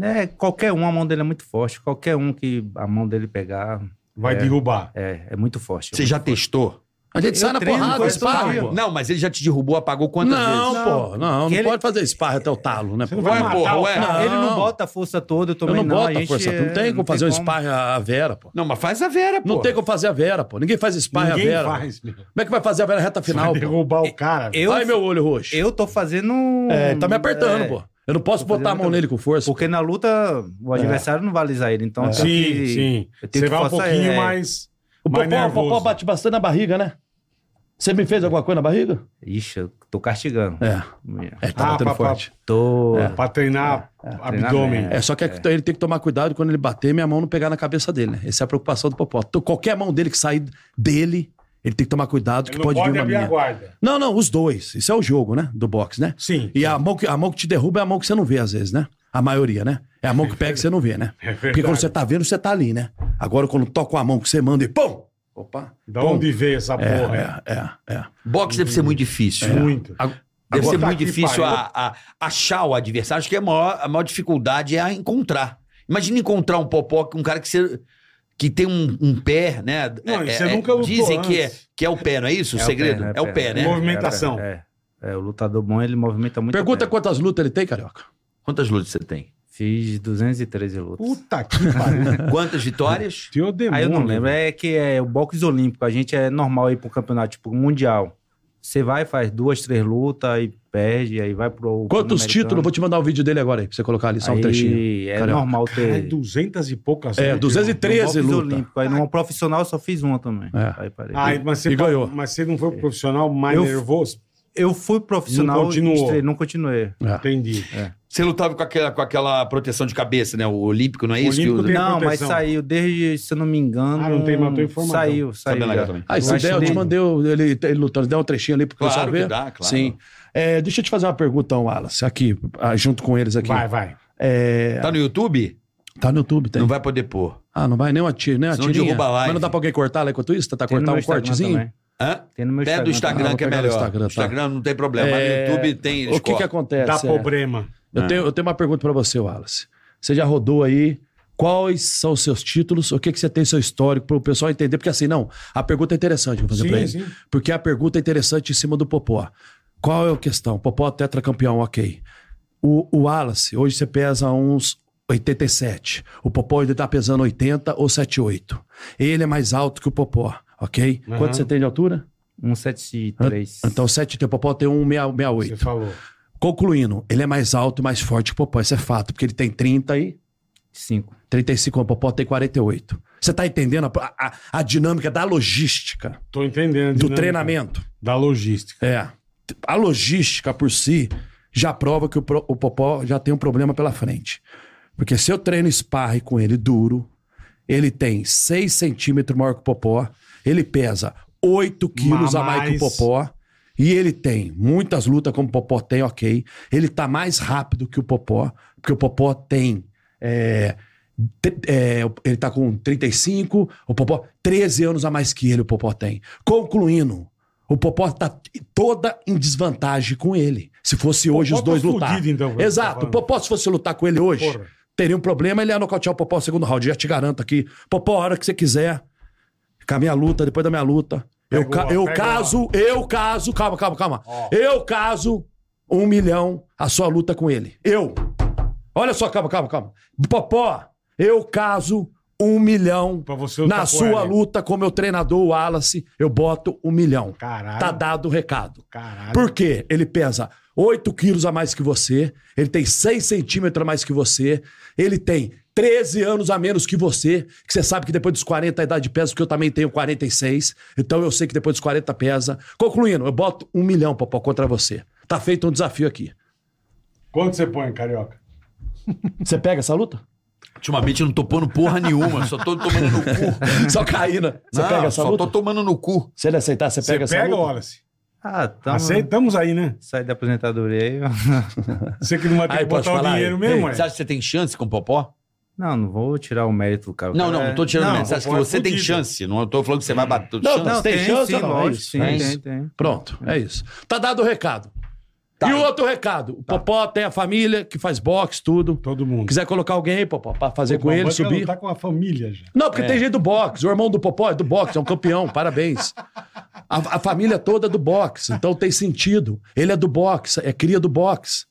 Speaker 5: É, qualquer um, a mão dele é muito forte. Qualquer um que a mão dele pegar,
Speaker 1: Vai derrubar.
Speaker 5: é, é muito forte.
Speaker 2: Você já testou?
Speaker 3: A gente
Speaker 5: Eu
Speaker 3: sai na
Speaker 5: treino
Speaker 3: porrada,
Speaker 5: quase todo
Speaker 3: esparra,
Speaker 5: dia.
Speaker 3: pô.
Speaker 2: Não, mas ele já te derrubou, apagou quantas
Speaker 3: não,
Speaker 2: vezes?
Speaker 3: pô, não, não
Speaker 5: Que ele-
Speaker 3: pode fazer esparra até o talo, né?
Speaker 1: Você
Speaker 3: pô?
Speaker 1: não vai
Speaker 2: Ué,
Speaker 1: matar
Speaker 2: porra,
Speaker 1: o
Speaker 2: ué.
Speaker 1: cara.
Speaker 5: Ele não
Speaker 3: Não.
Speaker 5: bota a força toda, eu
Speaker 3: Eu
Speaker 5: também
Speaker 3: não
Speaker 5: não.
Speaker 3: boto
Speaker 5: a
Speaker 3: a
Speaker 5: gente,
Speaker 3: força. Não
Speaker 5: é,
Speaker 3: tem como fazer um
Speaker 5: como.
Speaker 3: esparra a Vera, pô.
Speaker 2: Não, mas faz a Vera, pô.
Speaker 3: Não tem como fazer a Vera, pô. Ninguém faz esparra a
Speaker 1: Ninguém
Speaker 3: Vera.
Speaker 1: faz, meu.
Speaker 3: Como é que vai fazer a Vera reta final,
Speaker 1: Vai
Speaker 3: pô?
Speaker 1: derrubar o cara.
Speaker 5: Eu-
Speaker 3: Ai, meu olho roxo.
Speaker 5: Eu tô fazendo. um-
Speaker 3: É, tá me apertando,
Speaker 5: é,
Speaker 3: pô. Eu não posso
Speaker 5: Tô
Speaker 3: botar a mão
Speaker 5: fazendo-
Speaker 3: nele com força. É.
Speaker 5: Porque na luta o adversário não vai alisar ele, então. eu tenho
Speaker 1: Sim,
Speaker 5: que-
Speaker 1: sim.
Speaker 5: eu tenho
Speaker 1: Você
Speaker 5: que
Speaker 1: vai um
Speaker 5: forçar
Speaker 1: pouquinho
Speaker 5: ele, é.
Speaker 1: mais.
Speaker 3: O popó,
Speaker 1: mais
Speaker 3: o
Speaker 1: nervoso.
Speaker 3: popó bate bastante na barriga, né? Você me fez alguma coisa na barriga?
Speaker 5: Ixi, eu tô castigando.
Speaker 3: É. É, tá
Speaker 1: Ah,
Speaker 3: batendo
Speaker 1: papá.
Speaker 3: forte.
Speaker 5: Tô.
Speaker 1: Pra treinar abdômen.
Speaker 3: É, só que ele tem que tomar cuidado quando ele bater, minha mão não pegar na cabeça dele, né? Essa é a preocupação do Popó. Então, qualquer mão dele que sair dele, ele tem que tomar cuidado, que
Speaker 1: Ele não
Speaker 3: pode,
Speaker 1: pode
Speaker 3: vir uma
Speaker 1: abrir a
Speaker 3: minha.
Speaker 1: guarda.
Speaker 3: Não, não, os dois. Isso é o jogo, né? Do boxe, né?
Speaker 1: Sim.
Speaker 3: E a mão, que, a mão que te derruba é a mão que você não vê, às vezes, né? A maioria, né? É a mão que pega que você não vê,
Speaker 1: É
Speaker 3: né? Porque quando você tá vendo, você tá ali, né? Agora, quando toca a mão que você manda e pum! Opa!
Speaker 1: Da
Speaker 3: pum.
Speaker 1: onde veio essa
Speaker 3: É,
Speaker 1: porra? Hum, é.
Speaker 3: é, é, é.
Speaker 2: Boxe deve ser muito difícil.
Speaker 1: Muito.
Speaker 2: A- Deve
Speaker 1: Agora
Speaker 2: ser
Speaker 1: tá
Speaker 2: muito
Speaker 1: aqui,
Speaker 2: difícil
Speaker 1: pai.
Speaker 2: a, a- achar o adversário. Acho que a maior, a maior dificuldade é a encontrar. Imagina encontrar um popó, um cara que você. Que tem um, um pé, né?
Speaker 1: Não, e
Speaker 2: É,
Speaker 1: você
Speaker 2: é,
Speaker 1: nunca lutou
Speaker 2: Dizem que é,
Speaker 1: antes.
Speaker 2: que é o pé, não é isso?
Speaker 5: É
Speaker 2: o segredo? é, o pé, né?
Speaker 1: Mov- Movimentação.
Speaker 5: É, é. É, o lutador bom, ele movimenta muito.
Speaker 3: Pergunta
Speaker 5: bem.
Speaker 3: quantas lutas ele tem, Carioca?
Speaker 2: Quantas lutas você tem?
Speaker 5: Fiz 213 lutas.
Speaker 1: Puta que pariu.
Speaker 2: Quantas vitórias?
Speaker 1: Teu demônio.
Speaker 5: Aí eu não lembro. É que é o boxe olímpico. A gente é normal ir pro campeonato, tipo, mundial. Você vai, faz duas, três lutas, aí perde, aí vai pro.
Speaker 3: Quantos títulos? Vou
Speaker 5: você
Speaker 3: te mandar o vídeo dele agora aí, pra você colocar ali só um trechinho.
Speaker 5: É
Speaker 3: Carioca.
Speaker 5: normal ter.
Speaker 1: Caralho, 200 e poucas.
Speaker 3: É,
Speaker 1: lutas.
Speaker 3: 213
Speaker 5: No boxe
Speaker 3: lutas.
Speaker 5: olímpico. Aí no profissional eu só fiz uma também.
Speaker 3: É.
Speaker 5: Aí parei.
Speaker 1: Ah, mas você,
Speaker 3: E ganhou. É.
Speaker 1: mas você não foi pro profissional mais
Speaker 5: Eu-
Speaker 1: nervoso?
Speaker 5: eu fui profissional.
Speaker 1: Não continuou.
Speaker 5: estrei- Não continuei.
Speaker 3: É.
Speaker 1: Entendi.
Speaker 2: Você lutava com aquela, com aquela proteção de cabeça, né? O olímpico, não é
Speaker 1: O
Speaker 2: isso?
Speaker 1: olímpico
Speaker 2: Que o...
Speaker 1: tem-
Speaker 5: Não, mas
Speaker 1: proteção.
Speaker 5: saiu desde, se eu não me engano.
Speaker 1: Ah, não tem, mas eu tô informado.
Speaker 5: Saiu,
Speaker 2: Tá
Speaker 5: saiu.
Speaker 2: bem legal
Speaker 5: já.
Speaker 2: também.
Speaker 3: Ah, se
Speaker 5: Eu
Speaker 3: der, eu
Speaker 5: acho
Speaker 3: te
Speaker 5: que-
Speaker 3: mandei o- ele, ele lutando. Se der um trechinho ali pro
Speaker 2: Claro
Speaker 3: pessoal
Speaker 2: que
Speaker 3: ver.
Speaker 2: dá, claro.
Speaker 3: Sim. É, deixa eu te fazer uma pergunta, Wallace, aqui, ah, junto com eles aqui.
Speaker 1: Vai, vai.
Speaker 3: É,
Speaker 2: Tá no YouTube?
Speaker 3: tá no YouTube, tem.
Speaker 2: Não vai poder pôr.
Speaker 3: Ah, não vai nem uma tira, nem uma
Speaker 2: Senão
Speaker 3: tirinha.
Speaker 2: derruba a live.
Speaker 3: Mas não dá pra alguém cortar lá enquanto isso? Tentar
Speaker 5: Tem no
Speaker 3: cortar
Speaker 5: meu
Speaker 3: um
Speaker 5: Instagram
Speaker 3: cortezinho?
Speaker 5: também.
Speaker 2: Hã?
Speaker 5: Tem no meu
Speaker 2: Pé do
Speaker 3: Ah,
Speaker 2: Instagram
Speaker 3: vou
Speaker 2: que é
Speaker 3: pegar no
Speaker 2: melhor.
Speaker 3: Instagram,
Speaker 2: Instagram,
Speaker 3: tá.
Speaker 2: não tem problema. Mas no YouTube tem. eles
Speaker 3: É, O que que
Speaker 2: cortam.
Speaker 3: acontece?
Speaker 1: Dá
Speaker 3: é,
Speaker 1: problema.
Speaker 3: eu, tenho, eu tenho uma pergunta pra você, Wallace. Você já rodou aí. Quais são os seus títulos? O que, que você tem seu histórico para o pessoal entender? Porque assim, não, a pergunta é interessante que eu vou fazer
Speaker 1: Sim,
Speaker 3: pra ele.
Speaker 1: sim.
Speaker 3: Porque a pergunta é interessante em cima do Popó. Qual é a questão? Popó tetracampeão, ok. O, o Wallace, hoje você pesa uns 87. O Popó ainda tá pesando 80 ou 78. Ele é mais alto que o Popó, ok?
Speaker 1: Aham. Um
Speaker 3: Quanto você tem de altura?
Speaker 5: 173.
Speaker 3: Então, 7 tem o Popó, tem um meia-
Speaker 1: Você
Speaker 3: 68.
Speaker 1: falou.
Speaker 3: Concluindo, ele é mais alto e mais forte que o Popó, isso é fato, porque ele tem 30 e
Speaker 5: 5.
Speaker 3: 35, o Popó tem 48. Você tá entendendo a, a- a dinâmica da logística,
Speaker 1: Tô entendendo. a
Speaker 3: do
Speaker 1: dinâmica
Speaker 3: treinamento?
Speaker 1: Da logística.
Speaker 3: É. A logística por si já prova que o, pro- o Popó já tem um problema pela frente. Porque se eu treino esparre com ele duro, ele tem 6 centímetros maior que o Popó, ele pesa 8 quilos a mais que o
Speaker 1: Mais.
Speaker 3: Popó, e ele tem muitas lutas como o Popó tem, ok. Ele tá mais rápido que o Popó, porque o Popó tem... é, Tr- é, ele tá com 35, o Popó, 13 anos a mais que ele, o Popó tem. Concluindo, o Popó tá toda em desvantagem com ele. Se fosse
Speaker 1: Popó
Speaker 3: hoje os
Speaker 1: tá
Speaker 3: dois
Speaker 1: fudido,
Speaker 3: lutar.
Speaker 1: então, você tá
Speaker 3: Exato, o
Speaker 1: falando.
Speaker 3: Popó, se fosse lutar com ele hoje,
Speaker 1: Porra.
Speaker 3: teria um problema, ele ia nocautear o Popó no segundo round, já te garanto aqui. Popó, a hora que você quiser, com a minha luta, depois da minha luta. Eu,
Speaker 1: Pega
Speaker 3: ca-
Speaker 1: uma,
Speaker 3: eu
Speaker 1: pega
Speaker 3: caso, eu caso, calma, calma, calma. Eu caso um milhão a sua luta com ele. Eu. Olha só, calma, calma, calma. Popó, eu caso um milhão
Speaker 1: Pra você lutar
Speaker 3: na
Speaker 1: com
Speaker 3: sua
Speaker 1: ele.
Speaker 3: luta com meu treinador, o Wallace, eu boto um milhão.
Speaker 1: Caralho.
Speaker 3: Tá dado o recado.
Speaker 1: Caralho.
Speaker 3: Por quê? Ele pesa 8 quilos a mais que você, ele tem 6 centímetros a mais que você, ele tem 13 anos a menos que você, que você sabe que depois dos 40 a idade pesa, porque eu também tenho 46, então eu sei que depois dos 40 pesa. Concluindo, eu boto um milhão, Popó, contra você. Tá feito um desafio aqui.
Speaker 1: Quanto você põe, carioca?
Speaker 3: Você pega essa luta?
Speaker 2: Ultimamente eu não tô pondo porra nenhuma, só tô tomando no cu.
Speaker 3: Só caína. Você
Speaker 2: Não,
Speaker 3: pega essa
Speaker 2: só
Speaker 3: luta?
Speaker 2: tô tomando no cu.
Speaker 3: Se ele aceitar, você
Speaker 1: Você
Speaker 3: pega essa
Speaker 1: pega,
Speaker 3: luta?
Speaker 1: Wallace?
Speaker 5: Ah, tá.
Speaker 1: Aceitamos aí, né?
Speaker 5: Sai da aposentadoria aí.
Speaker 1: Você que não vai ter
Speaker 3: Aí,
Speaker 1: que
Speaker 3: posso
Speaker 1: botar o
Speaker 3: falar?
Speaker 1: dinheiro
Speaker 2: Ei,
Speaker 1: mesmo,
Speaker 2: você
Speaker 1: é?
Speaker 2: acha que você tem chance com o Popó?
Speaker 5: Não, não vou tirar o mérito do cara. O
Speaker 2: Não,
Speaker 5: cara
Speaker 2: não,
Speaker 5: é-
Speaker 2: não tô tirando
Speaker 5: Não,
Speaker 2: não, Você acha que
Speaker 1: Popó é
Speaker 2: você tem
Speaker 1: fudido.
Speaker 2: chance. Não eu tô falando que você vai bater
Speaker 3: Não,
Speaker 2: chance.
Speaker 3: não.
Speaker 5: Não,
Speaker 3: Tem
Speaker 5: tem,
Speaker 3: chance
Speaker 5: sim,
Speaker 3: ou não? É
Speaker 5: lógico,
Speaker 3: isso?
Speaker 5: sim,
Speaker 3: É
Speaker 5: tem,
Speaker 3: isso?
Speaker 5: tem.
Speaker 3: Pronto, é isso. Tá dado o recado.
Speaker 2: Tá.
Speaker 3: E o outro recado. O Popó tem a família que faz boxe, tudo.
Speaker 1: Tá. Todo mundo.
Speaker 3: Quiser colocar alguém aí, Popó, pra fazer com ele, subir.
Speaker 1: Tá É. com a família já.
Speaker 3: Não, porque tem gente do boxe. O irmão do Popó é do boxe, é um campeão, parabéns. A, a família toda é do boxe, então tem sentido. Ele é do boxe, é cria do boxe.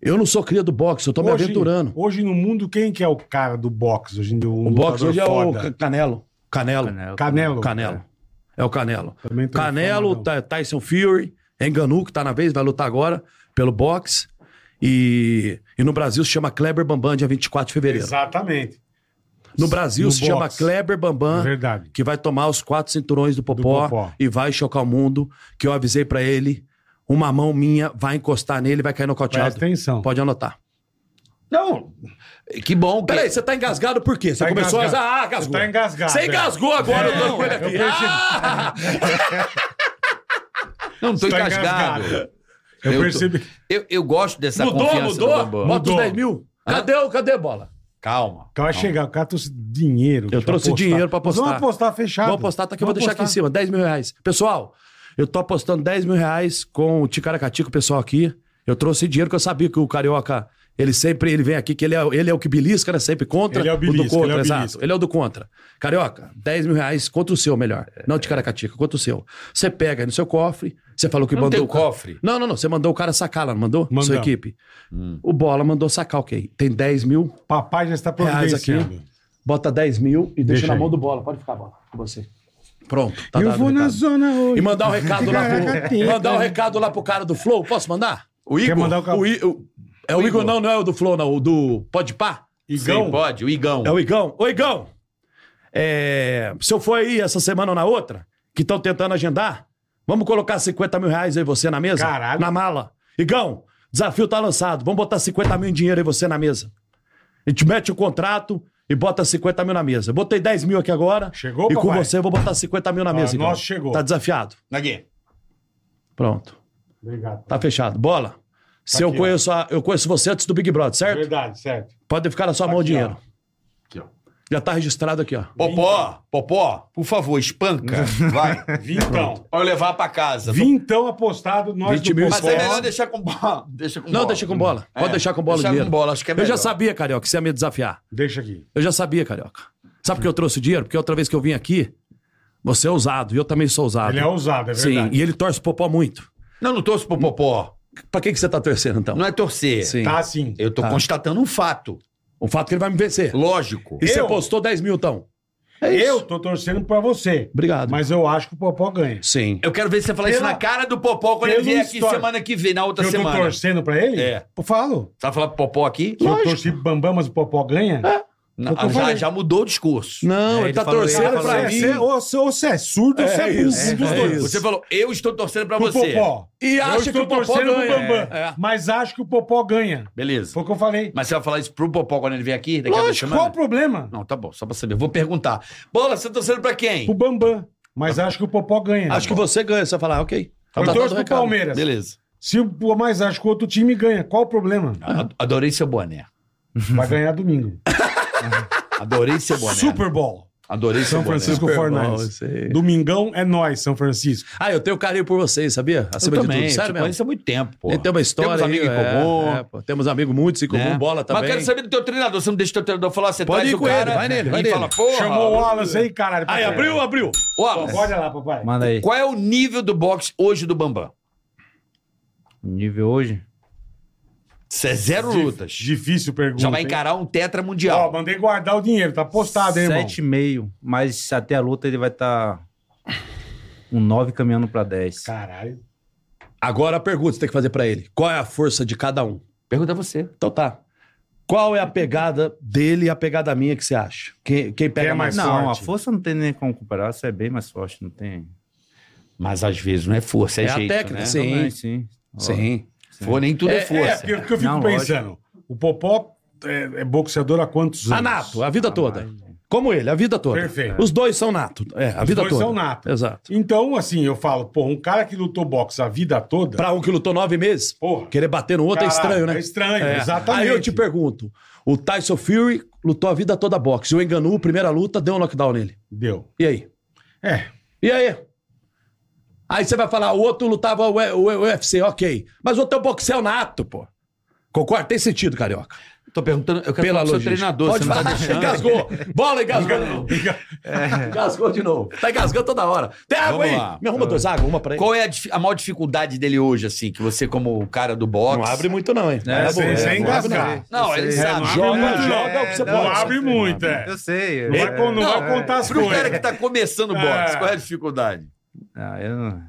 Speaker 3: Eu não sou cria do boxe, eu tô me aventurando.
Speaker 1: Hoje no mundo, quem que é o cara do boxe? Hoje, em dia, um
Speaker 3: O boxe
Speaker 1: lutador
Speaker 3: hoje é o
Speaker 1: foda?
Speaker 3: Ca- Canelo. Canelo.
Speaker 5: Canelo.
Speaker 1: Canelo.
Speaker 3: Canelo. É o Canelo.
Speaker 1: Também tô
Speaker 3: Canelo,
Speaker 1: informado.
Speaker 3: Ty- Tyson Fury, Enganu, que tá na vez, vai lutar agora pelo boxe. E, e no Brasil se chama Kleber Bambam, dia 24 de fevereiro.
Speaker 1: Exatamente.
Speaker 3: No Brasil
Speaker 1: No
Speaker 3: se chama
Speaker 1: boxe.
Speaker 3: Kleber Bambam,
Speaker 1: Verdade.
Speaker 3: que vai tomar os quatro cinturões do Popó,
Speaker 1: Do Popó.
Speaker 3: e vai chocar o mundo, que eu avisei pra ele, uma mão minha vai encostar nele, vai cair
Speaker 1: Presta
Speaker 3: nocauteado.
Speaker 1: atenção.
Speaker 3: Pode anotar.
Speaker 1: Não.
Speaker 2: Que bom. Que...
Speaker 3: Peraí, você tá engasgado por quê? Você
Speaker 1: Tá
Speaker 3: começou
Speaker 1: engasgado.
Speaker 3: a... Ah, engasgou.
Speaker 1: Você tá engasgado,
Speaker 3: Você
Speaker 1: é.
Speaker 3: engasgou agora, eu tô com ele
Speaker 1: eu
Speaker 3: aqui.
Speaker 1: percebi.
Speaker 3: Ah!
Speaker 2: Não, não tô
Speaker 1: Tá
Speaker 2: engasgado.
Speaker 1: engasgado.
Speaker 2: Eu,
Speaker 1: Eu
Speaker 2: tô-
Speaker 1: percebi.
Speaker 2: eu, eu gosto dessa
Speaker 3: mudou,
Speaker 2: confiança do
Speaker 3: mudou?
Speaker 2: Bambam.
Speaker 3: Bota os
Speaker 1: Mudou.
Speaker 3: 10 mil. Cadê, o- cadê a bola?
Speaker 2: Calma.
Speaker 1: Então vai
Speaker 2: calma.
Speaker 1: chegar, o cara trouxe dinheiro.
Speaker 3: Eu
Speaker 1: pra
Speaker 3: trouxe
Speaker 1: apostar.
Speaker 3: dinheiro pra
Speaker 1: Mas
Speaker 3: apostar.
Speaker 1: Vamos apostar fechado.
Speaker 3: Vou apostar, tá aqui, eu vou
Speaker 1: Vamos
Speaker 3: deixar aqui em
Speaker 1: apostar.
Speaker 3: cima. 10 mil reais. Pessoal, eu tô apostando 10 mil reais com o Ticaracati, com o pessoal aqui. Eu trouxe dinheiro que eu sabia que o Carioca, ele sempre, ele vem aqui, que ele é, ele é o que belisca, né? Sempre contra.
Speaker 1: Ele é o belisca,
Speaker 3: do contra,
Speaker 1: ele é o
Speaker 3: exato.
Speaker 1: belisca.
Speaker 3: Ele é o do contra. Carioca, 10 mil reais contra o seu, melhor.
Speaker 1: É.
Speaker 3: Não Ticaracatica, contra o seu. Você pega aí no seu cofre, você falou que
Speaker 2: Não
Speaker 3: mandou...
Speaker 2: tem
Speaker 3: o cara-
Speaker 2: cofre? Hum.
Speaker 3: Não, não, não. Você mandou o cara sacar lá, não mandou?
Speaker 1: Mandamos.
Speaker 3: Sua equipe. O Bola mandou sacar, ok. Tem 10 mil,
Speaker 1: Papai já está
Speaker 3: reais aqui.
Speaker 1: providenciando.
Speaker 3: Bota 10 mil e deixa,
Speaker 1: Deixa
Speaker 3: na
Speaker 1: aí.
Speaker 3: mão do bola. Pode ficar, bola, com você. Pronto, tá
Speaker 1: eu
Speaker 3: dado
Speaker 1: vou
Speaker 3: o
Speaker 1: na
Speaker 3: recado.
Speaker 1: zona hoje.
Speaker 3: E mandar um recado lá pro.
Speaker 1: Caracateca.
Speaker 3: mandar um recado lá pro cara do Flow. Posso mandar?
Speaker 2: O Igor?
Speaker 1: Quer mandar o cara?
Speaker 3: O I- o- é o Igor, não, não é o do Flow, não. O do Pode Pá?
Speaker 2: Sim, pode. O Igão.
Speaker 3: É o Igão. Ô, Igão! é, se eu for aí essa semana ou na outra, que estão tentando agendar, vamos colocar 50 mil reais aí você na mesa?
Speaker 1: Caralho.
Speaker 3: Na mala. Igão, desafio tá lançado. Vamos botar 50 mil em dinheiro aí você na mesa. A gente mete o contrato e bota 50 mil na mesa. Eu botei 10 mil aqui agora.
Speaker 1: Chegou,
Speaker 3: E com
Speaker 1: papai?
Speaker 3: você eu vou botar 50 mil na
Speaker 1: Ah,
Speaker 3: mesa. Igão.
Speaker 1: nosso chegou.
Speaker 3: Tá desafiado.
Speaker 2: Nagui.
Speaker 3: Pronto.
Speaker 1: Obrigado.
Speaker 3: Tá fechado. Bola. Se eu,
Speaker 1: Tá aqui, ó.
Speaker 3: conheço a- eu conheço você antes do Big Brother, certo?
Speaker 1: Verdade, certo. Tá
Speaker 3: Pode ficar na sua mão o
Speaker 1: aqui, ó.
Speaker 3: dinheiro.
Speaker 1: Aqui, ó.
Speaker 3: Já tá registrado aqui, ó.
Speaker 2: Popó, Popó, por favor, espanca. Vai.
Speaker 1: Vintão.
Speaker 2: Pra eu levar pra casa.
Speaker 1: Vintão apostado, nós
Speaker 3: 20 mil e
Speaker 2: Mas
Speaker 3: Popó.
Speaker 2: é melhor deixar com bola. Deixa com
Speaker 3: Não,
Speaker 2: bola.
Speaker 3: deixa com bola. Pode
Speaker 2: É,
Speaker 3: deixar com bola o
Speaker 2: deixar
Speaker 3: dinheiro.
Speaker 2: com bola, acho que é
Speaker 3: Eu já
Speaker 2: melhor.
Speaker 3: sabia, Carioca, que você ia me desafiar.
Speaker 1: Deixa aqui.
Speaker 3: Eu já sabia, Carioca. Sabe por que eu trouxe o dinheiro? Porque outra vez que eu vim aqui, você é ousado. E eu também sou ousado.
Speaker 1: Ele é ousado, é
Speaker 3: Sim,
Speaker 1: verdade.
Speaker 3: e ele torce o popó muito.
Speaker 2: Não, não torço pro Popó.
Speaker 3: Pra que, que você tá torcendo, então?
Speaker 2: Não é torcer.
Speaker 3: Sim.
Speaker 1: Tá assim.
Speaker 2: Eu tô
Speaker 3: Tá.
Speaker 2: constatando um fato.
Speaker 3: O fato é que ele vai me vencer.
Speaker 2: Lógico.
Speaker 3: E você
Speaker 1: Eu?
Speaker 3: postou 10 mil, então? É isso.
Speaker 1: Eu tô torcendo pra você.
Speaker 3: Obrigado.
Speaker 1: Mas eu acho que o Popó ganha.
Speaker 3: Sim.
Speaker 2: Eu quero ver você falar isso
Speaker 1: Pela-
Speaker 2: na cara do Popó quando ele
Speaker 1: pelo
Speaker 2: vier aqui
Speaker 1: histórico.
Speaker 2: semana que vem, na outra
Speaker 1: eu
Speaker 2: semana.
Speaker 1: tô torcendo pra ele?
Speaker 2: É.
Speaker 1: Eu falo.
Speaker 2: Você vai falar pro Popó aqui?
Speaker 1: Se eu torci pro Bambam, mas o Popó ganha.
Speaker 2: Não,
Speaker 3: tô
Speaker 2: já,
Speaker 3: falando.
Speaker 2: já mudou o discurso.
Speaker 3: É. Não,
Speaker 5: É,
Speaker 3: ele,
Speaker 5: ele
Speaker 3: tá
Speaker 5: falou isso,
Speaker 3: torcendo
Speaker 5: ele falou
Speaker 3: pra
Speaker 1: Você- você-
Speaker 3: mim.
Speaker 1: ou você ou você é surdo ou
Speaker 3: É
Speaker 1: você é burro.
Speaker 3: isso,
Speaker 1: um dos
Speaker 3: é
Speaker 1: dois.
Speaker 3: isso.
Speaker 2: Você falou, eu estou torcendo pra
Speaker 1: Pro
Speaker 2: você.
Speaker 1: Popó.
Speaker 3: E
Speaker 1: Eu
Speaker 3: acha que
Speaker 1: estou
Speaker 3: o Popó
Speaker 1: torcendo pro
Speaker 3: ganha.
Speaker 1: Bambam.
Speaker 2: É.
Speaker 1: Mas acho que o Popó ganha.
Speaker 2: Beleza.
Speaker 1: Foi o que eu falei.
Speaker 2: Mas você vai falar isso pro Popó quando ele vier aqui daqui a duas
Speaker 1: Lógico,
Speaker 2: semanas?
Speaker 1: qual o problema?
Speaker 2: Não, tá bom, só pra saber. Vou perguntar. Bola, você tá torcendo pra quem?
Speaker 1: Pro Bambam. Mas acho que o Popó ganha.
Speaker 3: Acho que você ganha. Você vai falar, "Ah, ok. Tá
Speaker 1: Eu
Speaker 3: dado
Speaker 1: torço
Speaker 3: o
Speaker 1: pro
Speaker 3: recado.
Speaker 1: Palmeiras.
Speaker 2: Beleza.
Speaker 1: Se o mais acho que o outro time ganha, qual o problema?
Speaker 3: Ah.
Speaker 2: Ad- Adorei seu boné.
Speaker 1: Vai ganhar domingo.
Speaker 2: Adorei seu boné.
Speaker 3: né?
Speaker 1: Super Bowl.
Speaker 2: Adorei seu
Speaker 1: São
Speaker 2: boné.
Speaker 1: Francisco
Speaker 3: Super Bowl,
Speaker 1: 49ers.
Speaker 3: sei.
Speaker 1: Domingão é nós, São Francisco.
Speaker 3: Ah, eu tenho carinho por vocês, sabia?
Speaker 2: Eu
Speaker 3: Acima
Speaker 2: também. tipo,
Speaker 3: de tudo.
Speaker 2: Sério,
Speaker 3: Sério
Speaker 2: te
Speaker 3: mesmo.
Speaker 2: conheço há muito tempo, pô.
Speaker 3: Tem uma história
Speaker 2: Temos amigo
Speaker 3: aí,
Speaker 2: em
Speaker 3: é,
Speaker 2: comum.
Speaker 3: é, pô, temos amigos muitos em comum,
Speaker 2: né?
Speaker 3: bola também.
Speaker 2: Mas eu quero saber do teu treinador. Você não deixa o teu treinador falar, você
Speaker 3: Pode
Speaker 2: traz
Speaker 3: ir
Speaker 2: o
Speaker 3: com ele,
Speaker 2: cara
Speaker 3: vai nele, vai
Speaker 2: e
Speaker 3: nele.
Speaker 2: fala, porra.
Speaker 1: Chamou o Wallace aí, caralho.
Speaker 3: Aí, abriu, abriu.
Speaker 2: Ô, Wallace,
Speaker 1: Olha lá, papai.
Speaker 5: Manda aí.
Speaker 2: qual é o nível do boxe hoje do Bambam?
Speaker 5: Nível hoje?
Speaker 2: Isso é zero lutas.
Speaker 1: Difícil pergunta.
Speaker 2: Já vai
Speaker 1: hein?
Speaker 2: encarar um tetra
Speaker 1: Ó,
Speaker 2: mundial.
Speaker 1: mandei guardar o dinheiro, tá postado, hein, irmão?
Speaker 5: 7,5. Mas até a luta ele vai estar um 9 caminhando pra 10.
Speaker 1: Caralho.
Speaker 3: Agora a pergunta que você tem que fazer pra ele. Qual é a força de cada um?
Speaker 2: Pergunta a você.
Speaker 3: Então tá. Qual é a pegada dele e a pegada minha que você acha? Quem, quem pega
Speaker 1: Quem é mais
Speaker 5: não,
Speaker 1: forte.
Speaker 5: a força não tem nem como comparar. Você é bem mais forte, não tem.
Speaker 2: Mas às vezes não é força, é,
Speaker 3: É a
Speaker 2: jeito,
Speaker 3: técnica,
Speaker 2: né?
Speaker 3: sim.
Speaker 5: Também, então, sim.
Speaker 3: Sim.
Speaker 2: For, nem tudo é,
Speaker 1: É,
Speaker 2: força.
Speaker 1: porque o que eu fico
Speaker 5: Não,
Speaker 1: pensando. O Popó é, é boxeador há quantos anos? Ah,
Speaker 3: Anato, a vida toda. Como ele, a vida toda.
Speaker 1: Perfeito.
Speaker 3: Os dois são nato. É, a
Speaker 1: Os
Speaker 3: vida
Speaker 1: dois
Speaker 3: toda.
Speaker 1: são nato.
Speaker 3: Exato.
Speaker 1: Então, assim, eu falo, pô, um cara que lutou boxe a vida toda.
Speaker 3: Pra um que lutou nove meses,
Speaker 1: Porra.
Speaker 3: querer bater no outro
Speaker 1: Caralho,
Speaker 3: é estranho, né?
Speaker 1: é estranho, exatamente.
Speaker 3: Aí eu te pergunto: o Tyson Fury lutou a vida toda boxe. O Enganu, primeira luta, deu um knockdown nele.
Speaker 1: Deu.
Speaker 3: E aí?
Speaker 1: É.
Speaker 3: E aí? Aí você vai falar, o outro lutava o o- o UFC, ok. Mas o outro é um boxel nato, pô. Concorda? Tem sentido, carioca.
Speaker 2: Tô perguntando, eu quero falar
Speaker 3: Pela
Speaker 2: pro seu
Speaker 3: logística.
Speaker 2: treinador,
Speaker 3: Pode
Speaker 2: você não tá
Speaker 3: falar.
Speaker 2: deixando. É.
Speaker 3: Engasgou. Bola, engasgou. Engasgou de novo. Tá engasgando toda hora. Tem água
Speaker 2: Vamos
Speaker 3: aí.
Speaker 2: lá.
Speaker 3: Me arruma dois água, uma pra ele.
Speaker 2: Qual é a, dif- a maior dificuldade dele hoje, assim, que você, como o cara do boxe... Né?
Speaker 3: Não abre muito não, hein?
Speaker 5: É,
Speaker 1: sem-
Speaker 3: boa,
Speaker 1: sem
Speaker 3: boa.
Speaker 1: engasgar.
Speaker 2: Não, ele
Speaker 5: É,
Speaker 2: sabe.
Speaker 1: não abre
Speaker 3: Joga,
Speaker 1: muito,
Speaker 3: joga
Speaker 1: não.
Speaker 3: o que você
Speaker 1: Não
Speaker 3: pode.
Speaker 1: abre muito, é.
Speaker 5: Eu sei.
Speaker 1: Não
Speaker 5: eu-
Speaker 1: vai, con- não vai contar as
Speaker 2: Pro
Speaker 1: coisas.
Speaker 2: cara que tá começando o boxe,
Speaker 1: É.
Speaker 2: qual é a dificuldade?
Speaker 5: Ah, eu não-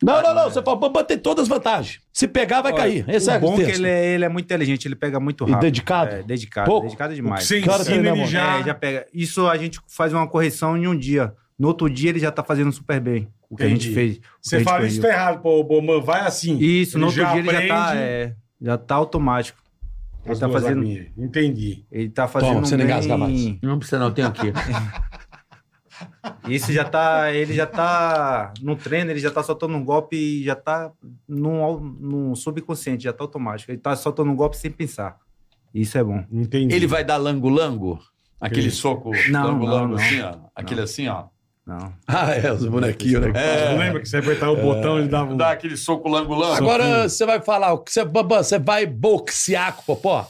Speaker 3: Não, não, não. Você fala, Bambam tem todas as vantagens. Se
Speaker 5: Ah,
Speaker 3: pegar, vai cair. Esse
Speaker 5: o
Speaker 3: é o
Speaker 5: bom que
Speaker 3: texto.
Speaker 5: ele é, ele é muito inteligente, ele pega muito
Speaker 3: E
Speaker 5: rápido.
Speaker 3: dedicado?
Speaker 5: É, dedicado,
Speaker 3: Pouco?
Speaker 5: dedicado
Speaker 1: O que
Speaker 5: demais.
Speaker 1: você
Speaker 3: Cara, tem, né,
Speaker 1: ensina, ele
Speaker 3: mano?
Speaker 1: já...
Speaker 5: É, já pega. Isso a gente faz uma correção em um dia. No outro dia ele já tá fazendo super bem. O que a
Speaker 1: Entendi.
Speaker 5: gente fez. o que a
Speaker 1: Você
Speaker 5: gente
Speaker 1: fala
Speaker 5: fez.
Speaker 1: isso tá errado, pô, Boman, vai assim.
Speaker 5: Isso, no outro dia ele já tá,
Speaker 1: aprende
Speaker 5: é, já tá automático. Ele
Speaker 1: as
Speaker 5: tá,
Speaker 1: duas
Speaker 5: fazendo,
Speaker 1: aguinhas. Entendi.
Speaker 5: ele tá fazendo.
Speaker 3: pra você não
Speaker 5: bem-
Speaker 3: engasgar mais.
Speaker 2: Não precisa não, tem aqui.
Speaker 5: Isso já tá. Ele já tá no treino, ele já tá soltando um golpe e já tá num, au- num subconsciente, já tá automático. Ele tá soltando um golpe sem pensar. Isso é bom.
Speaker 1: Entendi.
Speaker 2: Ele vai dar lango-lango? Aquele
Speaker 1: Que
Speaker 2: soco
Speaker 5: Não,
Speaker 2: lango-lango
Speaker 5: não, não.
Speaker 2: assim, ó. Aquele assim, ó. É.
Speaker 5: Não.
Speaker 3: Ah, é, os bonequinhos, né?
Speaker 1: Não lembra que você apertava
Speaker 3: É.
Speaker 1: o botão, ele dava um...
Speaker 2: Dá aquele soco lango-lango.
Speaker 3: Agora você vai falar, o que você, Bambam, você vai boxear com o Popó?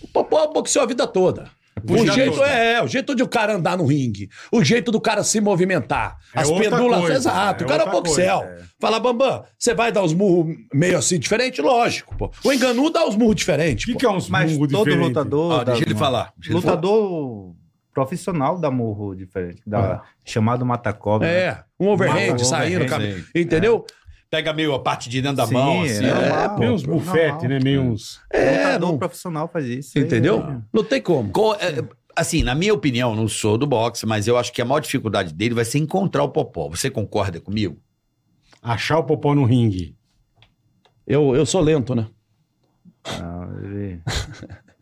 Speaker 3: O Popó boxeou a vida toda. O
Speaker 1: Vida
Speaker 3: jeito
Speaker 1: toda.
Speaker 3: é, é, o jeito de o cara andar no ringue, o jeito do cara se movimentar,
Speaker 1: É
Speaker 3: as
Speaker 1: outra
Speaker 3: pendulas,
Speaker 1: coisa,
Speaker 3: exato,
Speaker 1: é
Speaker 3: o cara é
Speaker 1: outra
Speaker 3: boxel.
Speaker 1: coisa,
Speaker 3: Fala, Bambam, você vai dar os murros meio assim diferente? Lógico, pô. O Enganu dá os murros diferentes,
Speaker 1: O que,
Speaker 3: pô. Ah,
Speaker 1: que é uns
Speaker 5: Mas
Speaker 1: mungo
Speaker 5: todo
Speaker 1: diferente?
Speaker 5: lutador.
Speaker 2: Ó, Ah, deixa
Speaker 5: dá
Speaker 2: ele
Speaker 5: uma-
Speaker 2: falar. deixa ele falar.
Speaker 5: Lutador profissional dá morro diferente.
Speaker 1: Ah.
Speaker 5: Da, Chamado Matakov. né?
Speaker 3: É, um overhand
Speaker 5: Uma-
Speaker 3: saindo,
Speaker 5: overhand, é.
Speaker 3: cabe- entendeu?
Speaker 2: Pega meio a parte de dentro da
Speaker 5: Sim,
Speaker 2: mão, assim.
Speaker 5: é.
Speaker 2: ó.
Speaker 5: normal,
Speaker 1: Meio uns
Speaker 5: normal.
Speaker 1: bufete, né? Meio uns...
Speaker 3: É,
Speaker 5: lutador
Speaker 3: não-
Speaker 5: profissional faz isso.
Speaker 3: entendeu?
Speaker 5: É.
Speaker 3: Não tem como.
Speaker 2: Co- é, Assim, na minha opinião, não sou do boxe, mas eu acho que a maior dificuldade dele vai ser encontrar o Popó. Você concorda comigo?
Speaker 1: Achar o popó no ringue.
Speaker 3: Eu, eu sou lento, né?
Speaker 1: Ah,
Speaker 5: Não, ele-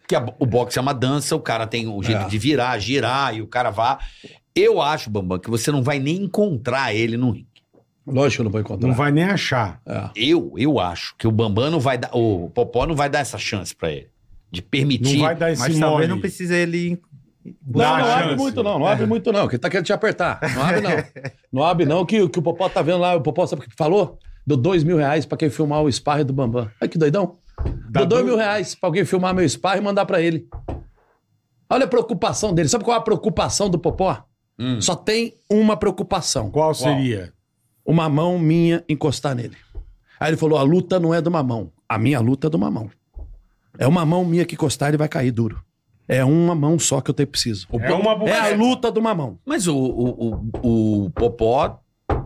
Speaker 2: Porque a- o boxe é uma dança, o cara tem o jeito
Speaker 3: É.
Speaker 2: de virar, girar, e o cara vá. Eu acho, Bambam, que você não vai nem encontrar ele no ringue.
Speaker 3: Lógico que eu não vou encontrar.
Speaker 1: Não vai nem achar.
Speaker 3: É.
Speaker 2: Eu, eu acho que o Bambam não vai dar. O Popó não vai dar essa chance pra ele. De
Speaker 1: Não
Speaker 2: permitir.
Speaker 1: vai dar esse
Speaker 5: Mas
Speaker 1: mole.
Speaker 5: talvez não precisa ele.
Speaker 3: Não, não
Speaker 1: Dá a
Speaker 3: abre
Speaker 1: chance. É.
Speaker 3: muito não, não abre muito não, que ele tá querendo te apertar. Não abre não. Não abre não, que, que o Popó tá vendo lá, o Popó sabe o que falou? Deu dois mil reais pra quem filmar o sparre do Bambam. Ai que doidão.
Speaker 1: Dá
Speaker 3: Deu dois
Speaker 1: dois-
Speaker 3: mil reais pra alguém filmar meu sparre e mandar pra ele. Olha a preocupação dele. Sabe qual é a preocupação do Popó?
Speaker 2: Hum.
Speaker 3: Só tem uma preocupação.
Speaker 1: Qual seria?
Speaker 3: Uma mão minha encostar nele. Aí ele falou, a luta não é do mamão. A minha luta é do mamão. É uma mão minha que encostar, ele vai cair duro. É uma mão só que eu tenho preciso.
Speaker 2: O
Speaker 1: É
Speaker 2: po-
Speaker 1: uma
Speaker 3: É a
Speaker 1: boneca.
Speaker 3: luta de uma mão.
Speaker 2: Mas o, o, o, o Popó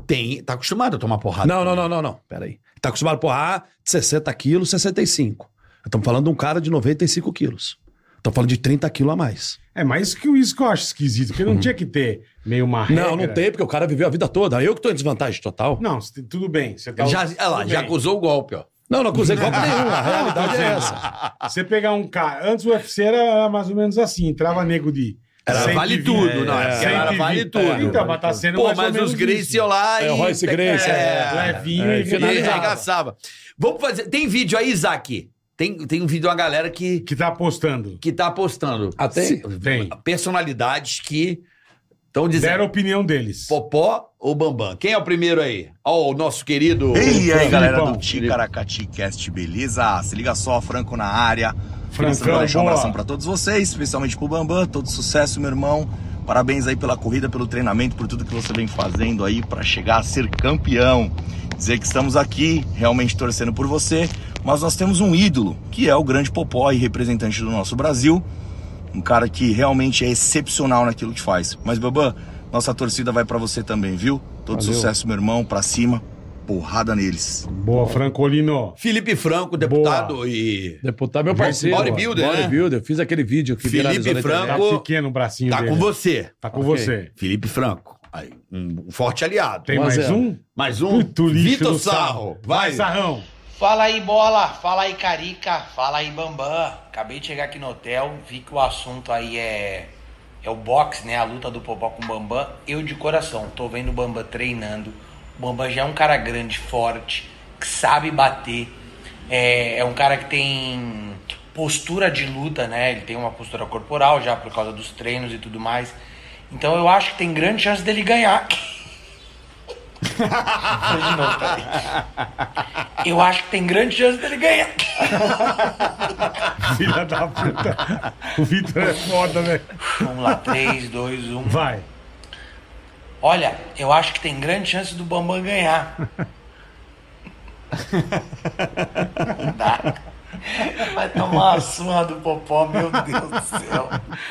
Speaker 2: tem, tá acostumado a tomar porrada.
Speaker 3: Não, não, não, não, não. Peraí. Tá acostumado a porrar de 60 quilos, 65. Estamos falando de um cara de 95 quilos. Estamos falando de 30 quilos a mais. Uhum.
Speaker 1: É, mas isso que, isso que eu acho esquisito, porque não tinha que ter meio uma regra.
Speaker 3: Não, não tem, porque o cara viveu a vida toda. Eu que tô em desvantagem total.
Speaker 1: Não, você tem- tudo bem. Você tá,
Speaker 2: Ele já, olha lá,
Speaker 1: tudo
Speaker 2: já
Speaker 1: bem.
Speaker 2: acusou o golpe, ó.
Speaker 3: Não, não
Speaker 2: é
Speaker 3: acusei golpe nenhum. A
Speaker 1: Não,
Speaker 3: realidade
Speaker 1: tô
Speaker 3: é
Speaker 1: dizendo,
Speaker 3: essa.
Speaker 1: Você pegar um cara. Antes o UFC era mais ou menos assim, entrava nego de.
Speaker 2: Era
Speaker 1: 120,
Speaker 2: vale tudo, não, é, era vale
Speaker 1: 120.
Speaker 2: tudo.
Speaker 1: Então, mas tá sendo
Speaker 2: Pô,
Speaker 1: mais ou
Speaker 2: mas
Speaker 1: menos
Speaker 2: os Gracie
Speaker 1: isso.
Speaker 2: iam lá e...
Speaker 3: É, o Royce Gracie,
Speaker 2: É,
Speaker 1: Levinho
Speaker 3: É,
Speaker 1: e
Speaker 2: E ele
Speaker 3: finalizava.
Speaker 1: finalizava.
Speaker 2: arregaçava. Vamos fazer... Tem vídeo aí, Isaac? Tem, tem um vídeo de uma galera que,
Speaker 1: Que tá apostando.
Speaker 2: que tá postando.
Speaker 3: Ah, tem?
Speaker 2: Se-
Speaker 1: Tem.
Speaker 2: Personalidades que estão
Speaker 1: Deram
Speaker 2: dizendo...
Speaker 1: a opinião deles.
Speaker 2: Popó ou Bambam? Quem é o primeiro aí? Ó, o nosso querido...
Speaker 4: E aí, é galera do
Speaker 1: Filipão.
Speaker 4: Ticaracati Cast, beleza? Se liga só, Franco na área. Feliz
Speaker 1: Francão,
Speaker 4: Natal, um
Speaker 1: boa.
Speaker 4: abração pra todos vocês, especialmente pro Bambam, todo sucesso, meu irmão. Parabéns aí pela corrida, pelo treinamento, por tudo que você vem fazendo aí pra chegar a ser campeão. Dizer que estamos aqui realmente torcendo por você, mas nós temos um ídolo, que é o grande Popó e representante do nosso Brasil. Um cara que realmente é excepcional naquilo que faz. Mas, Bambam, nossa torcida vai pra você também, viu? Todo
Speaker 3: Valeu.
Speaker 4: sucesso, meu irmão, pra cima, porrada neles.
Speaker 1: Boa, Francolino.
Speaker 2: Felipe Franco, deputado e...
Speaker 3: Deputado, meu parceiro.
Speaker 2: Bodybuilder, né?
Speaker 3: Bodybuilder. Fiz aquele vídeo que
Speaker 2: Felipe
Speaker 3: viralizou na internet.
Speaker 1: Tá
Speaker 2: Franco.
Speaker 1: pequeno o bracinho
Speaker 2: Tá
Speaker 1: dele.
Speaker 2: com você.
Speaker 1: Tá com
Speaker 3: né, Ok.
Speaker 1: você.
Speaker 2: Felipe Franco. Aí, um um forte aliado.
Speaker 1: Tem
Speaker 3: Um a
Speaker 1: mais
Speaker 3: zero.
Speaker 1: um?
Speaker 2: Mais um.
Speaker 1: Puto lixo
Speaker 2: Vitor
Speaker 1: do
Speaker 2: Sarro. Vai.
Speaker 1: Sarrão.
Speaker 6: Fala aí, bola. Fala aí, Carica. Fala aí, Bambam. Acabei de chegar aqui no hotel, vi que o assunto aí é é o boxe, né? A luta do Popó com o Bambam. Eu de coração, tô vendo o Bambam treinando. O Bambam já é um cara grande, forte, que sabe bater. É, é um cara que tem postura de luta, né? Ele tem uma postura corporal já por causa dos treinos e tudo mais. Então eu acho que tem grande chance dele ganhar. de novo, peraí. Eu acho que tem grande chance dele ganhar.
Speaker 1: Filha da puta. O Vitor é foda, velho.
Speaker 6: Vamos Um lá, 3, 2, 1.
Speaker 1: Vai.
Speaker 6: Olha, eu acho que tem grande chance do Bambam ganhar. Não dá. Vai tomar uma surra do Popó, meu Deus do céu.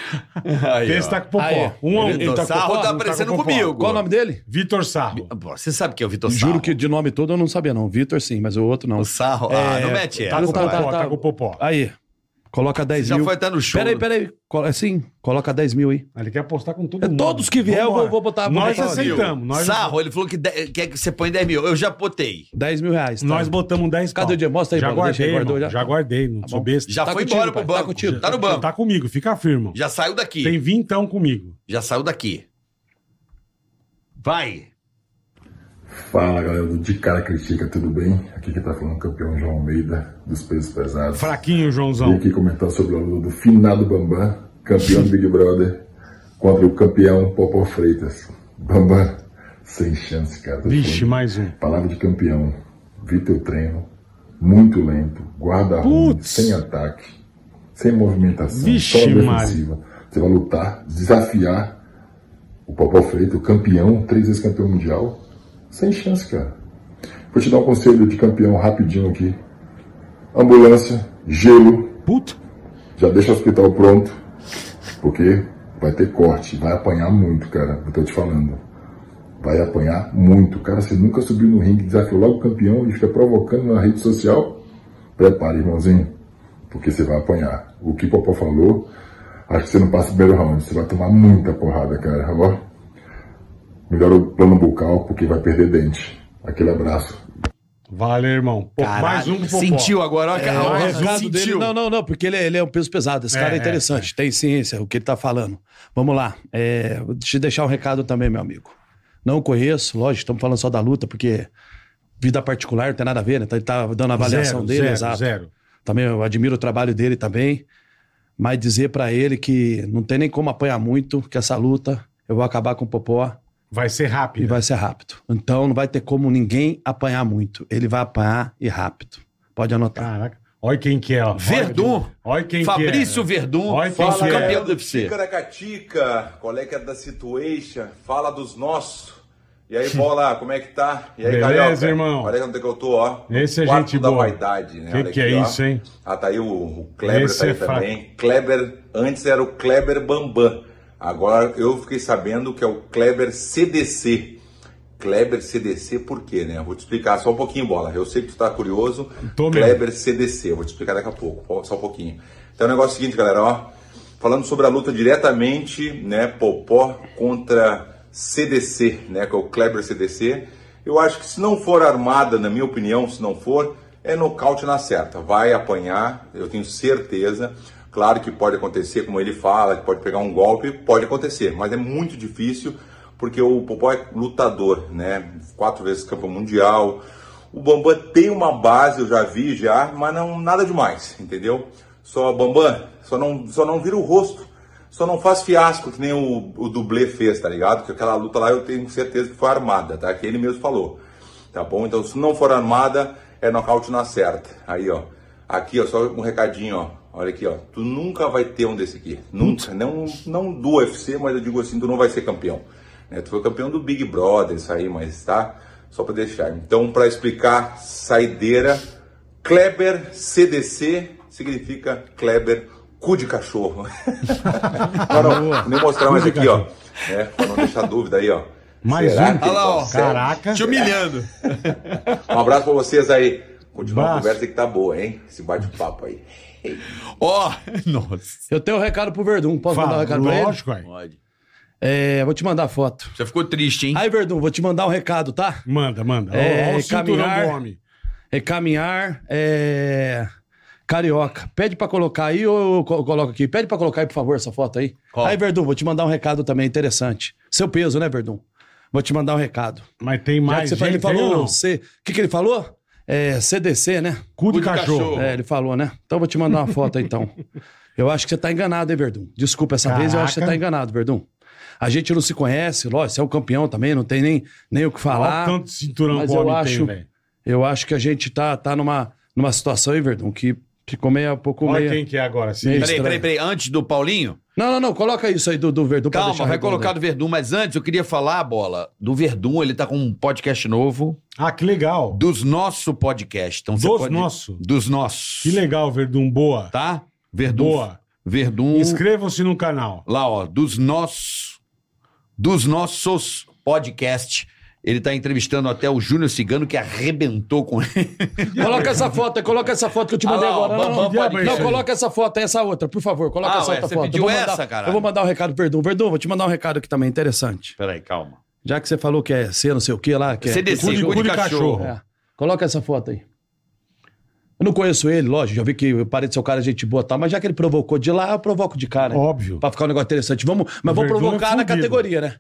Speaker 2: Aí,
Speaker 1: Esse tá
Speaker 2: ó.
Speaker 1: com popó.
Speaker 3: Aí,
Speaker 1: um a um.
Speaker 2: Vitor
Speaker 1: Ele tá com
Speaker 2: Sarro
Speaker 1: popó,
Speaker 2: tá
Speaker 1: um com
Speaker 2: aparecendo
Speaker 1: popó.
Speaker 2: comigo.
Speaker 3: Qual o nome dele?
Speaker 1: Vitor Sarro.
Speaker 2: Pô, Você sabe quem é o Vitor Sarro?
Speaker 3: Juro que de nome todo eu não sabia, não. Vitor sim, mas o outro não.
Speaker 2: O Sarro. Ah, não mete
Speaker 3: tá
Speaker 2: essa.
Speaker 3: com- tá-
Speaker 2: vai.
Speaker 3: tá-
Speaker 1: Popó, É, tá com popó.
Speaker 3: Aí. Coloca 10
Speaker 2: Já
Speaker 3: é mil.
Speaker 2: foi até no show.
Speaker 3: Peraí, peraí. Col- é, Sim, coloca 10 mil aí.
Speaker 1: Ele quer apostar com todo
Speaker 3: É,
Speaker 1: mundo.
Speaker 3: todos que vier, eu
Speaker 1: Vambora.
Speaker 3: vou botar- vou
Speaker 1: Nós
Speaker 3: botar-
Speaker 1: aceitamos. Nós,
Speaker 2: Sarro, ele falou que de- quer que você põe 10 mil. Eu já botei.
Speaker 3: 10 mil reais. tá?
Speaker 1: nós botamos 10
Speaker 3: Cadê
Speaker 1: pau.
Speaker 3: o dinheiro? Mostra aí,
Speaker 1: já
Speaker 3: bola. Deixa aí,
Speaker 1: guardei,
Speaker 3: guardou
Speaker 1: irmão,
Speaker 3: já?
Speaker 1: já. guardei, não sou besta.
Speaker 2: Já
Speaker 3: Tá
Speaker 2: foi
Speaker 3: contigo,
Speaker 2: embora
Speaker 3: pai,
Speaker 2: pro
Speaker 3: tá
Speaker 2: banco.
Speaker 3: contigo.
Speaker 2: Tá no banco.
Speaker 1: Tá comigo, fica firme.
Speaker 2: Já saiu daqui.
Speaker 1: Tem vintão comigo.
Speaker 2: Já saiu daqui. Vai.
Speaker 7: Fala galera do De Cara Critica, tudo bem? Aqui que tá falando o campeão João Almeida, dos pesos pesados.
Speaker 1: Fraquinho,
Speaker 7: Vim
Speaker 1: Joãozão.
Speaker 7: aqui comentar sobre o aluno do finado Bambam, campeão do Big Brother, contra o campeão Popó Freitas. Bambam, sem chance, cara. Tô
Speaker 1: Vixe,
Speaker 7: falando.
Speaker 1: mais um.
Speaker 7: Palavra de campeão, vi teu treino, muito lento, guarda ruim,
Speaker 1: Putz.
Speaker 7: sem ataque, sem movimentação,
Speaker 1: Vixe,
Speaker 7: só na
Speaker 1: Mário.
Speaker 7: defensiva. Você vai lutar, desafiar o Popó Freitas, o campeão, três vezes campeão mundial, sem chance, cara. Vou te dar um conselho de campeão rapidinho aqui. Ambulância, gelo,
Speaker 1: Puta.
Speaker 7: já deixa o hospital pronto, porque vai ter corte, vai apanhar muito, cara. Eu tô te falando. Vai apanhar muito. Cara, você nunca subiu no ringue, desafiou logo o campeão e fica provocando na rede social. Prepare, irmãozinho, porque você vai apanhar. O que o Popó falou, acho que você não passa o primeiro round. Você vai tomar muita porrada, cara. Ó, melhora o plano bucal, porque vai perder dente. Aquele abraço.
Speaker 1: Valeu, irmão. Pô, mais um pro popó.
Speaker 2: Sentiu agora. ó, cara,
Speaker 3: É, O
Speaker 2: ó,
Speaker 3: recado
Speaker 2: sentiu.
Speaker 3: dele, não, não, não, porque ele, ele é um peso pesado. Esse
Speaker 1: É,
Speaker 3: cara é
Speaker 1: é,
Speaker 3: interessante, tem ciência, o que ele tá falando. Vamos lá. É, vou te deixar um recado também, meu amigo. Não conheço, lógico, estamos falando só da luta, porque vida particular não tem nada a ver, né? Então ele tá dando a avaliação
Speaker 1: Zero,
Speaker 3: dele,
Speaker 1: zero,
Speaker 3: exato.
Speaker 1: Zero.
Speaker 3: Também eu admiro o trabalho dele também. Mas dizer pra ele que não tem nem como apanhar muito, que essa luta eu vou acabar com o Popó
Speaker 1: Vai ser rápido.
Speaker 3: e vai ser rápido. Então não vai ter como ninguém apanhar muito. Ele vai apanhar e rápido. Pode anotar.
Speaker 1: Caraca. Olha quem que é, ó.
Speaker 2: Verdun.
Speaker 1: Olha quem
Speaker 2: Fabrício
Speaker 1: que é.
Speaker 2: Verdun,
Speaker 1: Olha quem
Speaker 2: nosso
Speaker 1: que é.
Speaker 2: campeão do UFC.
Speaker 8: Ticaracatica, qual é que é da situation? Fala dos nossos. E aí, bola, como é que tá? E aí,
Speaker 1: Beleza,
Speaker 8: Carioca?
Speaker 1: irmão?
Speaker 8: Olha onde é que eu tô, ó. No
Speaker 1: Esse é
Speaker 8: quarto
Speaker 1: gente
Speaker 8: da
Speaker 1: boa.
Speaker 8: vaidade, né?
Speaker 1: Que
Speaker 8: Olha
Speaker 1: que
Speaker 8: aqui,
Speaker 1: é
Speaker 8: ó.
Speaker 1: isso, hein?
Speaker 8: Ah, tá aí o, o Kleber
Speaker 1: Esse
Speaker 8: tá aí
Speaker 1: é fraco.
Speaker 8: também. Kleber, antes era o Kleber Bambam. Agora eu fiquei sabendo que é o Kleber CDC. Kleber CDC por quê, né? Eu Vou te explicar só um pouquinho, Bola. Eu sei que tu tá curioso.
Speaker 1: Tô mesmo.
Speaker 8: Kleber CDC, eu vou te explicar daqui a pouco, só um pouquinho. Então é o negócio é o seguinte, galera, ó. Falando sobre a luta diretamente, né, Popó contra CDC, né, que é o Kleber CDC. Eu acho que se não for armada, na minha opinião, se não for, é nocaute na certa. Vai apanhar, eu tenho certeza. Claro que pode acontecer, como ele fala, que pode pegar um golpe, pode acontecer, mas é muito difícil porque o Popó é lutador, né? Quatro vezes campeão mundial. O Bambam tem uma base, eu já vi já, mas não nada demais, entendeu? Só Bambam, só não, só não vira o rosto, só não faz fiasco que nem o, o dublê fez, tá ligado? Que aquela luta lá eu tenho certeza que foi armada, tá? Que ele mesmo falou. Tá bom? Então, se não for armada, é nocaute na certa. Aí, ó. Aqui, ó, só um recadinho, ó. Olha aqui, ó. Tu nunca vai ter um desse aqui. Nunca. Não, não do UFC, mas eu digo assim, tu não vai ser campeão. né? Tu foi campeão do Big Brother, isso aí, mas tá? Só pra deixar. Então, pra explicar, saideira, Kleber CDC significa Kleber cu de cachorro. não, não, vou nem mostrar mais
Speaker 1: Cu de
Speaker 8: aqui, ó. É, pra não deixar dúvida aí, ó.
Speaker 1: Mais
Speaker 8: Será
Speaker 1: um.
Speaker 8: que tá ele
Speaker 2: Olha lá, ó.
Speaker 8: consegue?
Speaker 1: Caraca.
Speaker 2: Te humilhando.
Speaker 8: Um abraço pra vocês aí. Continua
Speaker 1: Abraço.
Speaker 8: a conversa que tá boa, hein? Esse bate-papo aí.
Speaker 2: Ó, nossa.
Speaker 3: Eu tenho um recado pro Verdun. Posso mandar um
Speaker 1: Fala,
Speaker 3: recado pra ele?
Speaker 1: lógico, aí.
Speaker 2: Pode.
Speaker 3: É, vou te mandar foto.
Speaker 2: Você ficou triste, hein?
Speaker 3: Aí, Verdun, vou te mandar um recado, tá?
Speaker 1: Manda, manda.
Speaker 3: É,
Speaker 1: Olha o cinturão
Speaker 3: caminhar.
Speaker 1: do homem.
Speaker 3: É caminhar, é... Carioca. Pede pra colocar aí ou eu co- coloco aqui? Pede pra colocar aí, por favor, essa foto aí.
Speaker 2: Qual?
Speaker 3: Aí, Verdun, vou te mandar um recado também interessante. Seu peso, né, Verdun? Vou te mandar um recado.
Speaker 1: Mas tem
Speaker 3: Já que
Speaker 1: mais
Speaker 3: você falou,
Speaker 1: gente
Speaker 3: ele
Speaker 1: aí ou
Speaker 3: falou,
Speaker 1: não?
Speaker 3: C- o que, que ele falou? É, CDC, né?
Speaker 1: Cu
Speaker 2: Cu
Speaker 1: de
Speaker 2: de
Speaker 1: cachorro.
Speaker 2: cachorro.
Speaker 3: É, ele falou, né? Então eu vou te mandar uma foto aí, então. Eu acho que você tá enganado, hein, Verdun? Desculpa, essa vez eu acho que você
Speaker 1: Caraca.
Speaker 3: tá enganado, Verdun. A gente não se conhece, lógico, você é um campeão também, não tem nem, nem o que
Speaker 1: Olha
Speaker 3: falar.
Speaker 1: o tanto de cinturão
Speaker 3: mas
Speaker 1: que o
Speaker 3: eu
Speaker 1: homem
Speaker 3: acho-
Speaker 1: tem, velho.
Speaker 3: Eu acho que a gente tá, tá numa, numa situação aí, Verdun, que ficou meio um pouco
Speaker 1: Olha
Speaker 3: meio...
Speaker 1: quem que é agora. Se
Speaker 3: meio-
Speaker 2: Peraí,
Speaker 3: estranho.
Speaker 2: peraí, peraí. Antes do Paulinho,
Speaker 3: Não, não, não, coloca isso aí do, do Verdun pra
Speaker 2: calma,
Speaker 3: deixar
Speaker 2: vai
Speaker 3: redondo
Speaker 2: colocar
Speaker 3: aí.
Speaker 2: do Verdun, mas antes eu queria falar, bola, do Verdun, ele tá com um podcast novo,
Speaker 1: Ah, que legal.
Speaker 2: dos nosso podcast. Então, você
Speaker 1: Dos
Speaker 2: pode-
Speaker 1: nosso?
Speaker 2: Dos nossos.
Speaker 1: Que legal, Verdun. Boa.
Speaker 2: Tá? Verdun.
Speaker 1: Boa.
Speaker 2: Verdun.
Speaker 1: Inscrevam-se no canal.
Speaker 2: lá, ó, dos nossos dos nossos podcast. Ele tá entrevistando até o Júnior Cigano que arrebentou com ele.
Speaker 3: Coloca essa foto, aí, coloca essa foto que eu te mandei
Speaker 2: Ah, lá, ó,
Speaker 3: agora. Não, não,
Speaker 2: Bambam
Speaker 3: não, não,
Speaker 2: Podcast.
Speaker 3: coloca essa foto, aí, essa outra, por favor. Coloca
Speaker 2: Ah,
Speaker 3: essa
Speaker 2: ué,
Speaker 3: outra
Speaker 2: você
Speaker 3: foto.
Speaker 2: pediu
Speaker 3: eu vou mandar,
Speaker 2: essa, caralho?
Speaker 3: Eu vou mandar um recado pro Verdun. Verdun, vou te mandar um recado aqui também, interessante.
Speaker 2: Peraí, calma.
Speaker 3: Já que você falou que é C, não sei o que lá, que é.
Speaker 2: CDC,
Speaker 3: cu de-
Speaker 2: cu de
Speaker 3: cu de
Speaker 2: cachorro.
Speaker 3: É. Coloca essa foto aí. Eu não conheço ele, lógico, já vi que eu parei de ser o cara é gente boa e tal, mas já que ele provocou de lá, eu provoco de cá, né?
Speaker 1: Óbvio.
Speaker 3: Pra ficar um negócio interessante. Vamos, mas
Speaker 1: O
Speaker 3: vamos
Speaker 1: Verdun é
Speaker 3: provocar na
Speaker 1: fudido.
Speaker 3: categoria, né?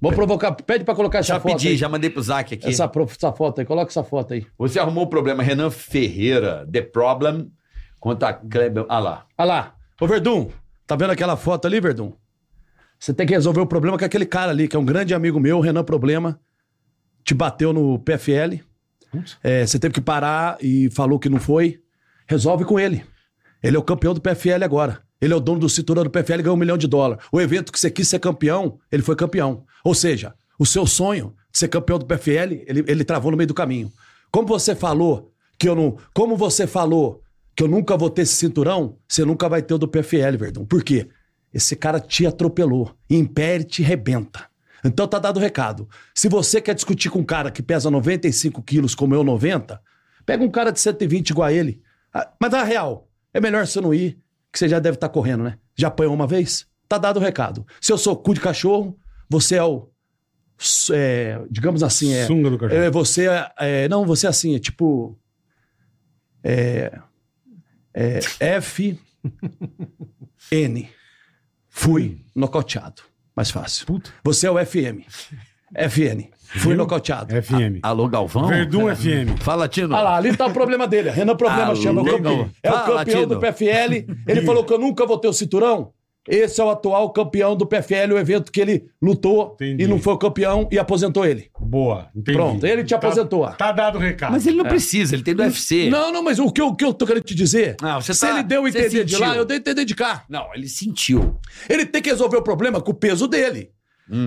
Speaker 3: Vamos provocar. Pede pra colocar essa
Speaker 2: Já
Speaker 3: foto
Speaker 2: pedi,
Speaker 3: aí.
Speaker 2: já mandei pro Zac aqui.
Speaker 3: Essa, pro- essa foto aí, coloca essa foto aí.
Speaker 2: Você arrumou o problema, Renan Ferreira, The Problem, contra a Kleber. Ah lá.
Speaker 3: Olha lá. Ô, Verdun, tá vendo aquela foto ali, Verdun? Você tem que resolver o problema com aquele cara ali, que é um grande amigo meu, o Renan Problema. Te bateu no PFL. É, você teve que parar e falou que não foi. Resolve com ele. Ele é o campeão do PFL agora. Ele é o dono do cinturão do PFL e ganhou um milhão de dólares. O evento que você quis ser campeão, ele foi campeão. Ou seja, o seu sonho de ser campeão do PFL, ele, ele travou no meio do caminho. Como você falou que eu não. Como você falou que eu nunca vou ter esse cinturão, você nunca vai ter o do PFL, Verdão. Por quê? Esse cara te atropelou. Impere te rebenta. Então tá dado o recado. Se você quer discutir com um cara que pesa 95 quilos, como eu 90, pega um cara de 120 igual a ele. Ah, Mas na real, é melhor você não ir, que você já deve estar correndo, né? Já apanhou uma vez? Tá dado o recado. Se eu sou cu de cachorro, você é o. s- é, digamos assim, é.
Speaker 1: Sunga do cachorro.
Speaker 3: é, você é, é, Não, você é assim, é tipo. É. é F. N. Fui nocauteado. Mais fácil.
Speaker 1: Puta.
Speaker 3: Você é o FM. FN. Fui nocauteado.
Speaker 1: FM.
Speaker 2: Alô, Galvão? É.
Speaker 1: Verdun FM.
Speaker 2: Fala, Tino.
Speaker 3: Olha lá, ali tá o problema dele. Renan Problema
Speaker 2: Ah,
Speaker 3: chama. É o
Speaker 2: legal.
Speaker 3: campeão, é o
Speaker 2: Fala,
Speaker 3: campeão
Speaker 2: Tino.
Speaker 3: do PFL. Ele falou que eu nunca vou ter o cinturão. Esse é o atual campeão do PFL, o evento que ele lutou
Speaker 1: Entendi.
Speaker 3: e não foi o campeão e aposentou ele.
Speaker 1: Boa. Entendi.
Speaker 3: Pronto, ele te aposentou. É.
Speaker 1: Tá, tá dado o recado.
Speaker 2: Mas ele é. não precisa, ele tem do UFC.
Speaker 3: Não, não, mas o que, eu- o que eu tô querendo te dizer?
Speaker 2: Ah, você
Speaker 3: se
Speaker 2: tá-
Speaker 3: ele deu o
Speaker 2: você
Speaker 3: entender de
Speaker 2: sentiu.
Speaker 3: lá, eu dei o entender de cá.
Speaker 2: Não, ele sentiu.
Speaker 1: Hum.
Speaker 3: Ele tem que resolver o problema com o peso dele.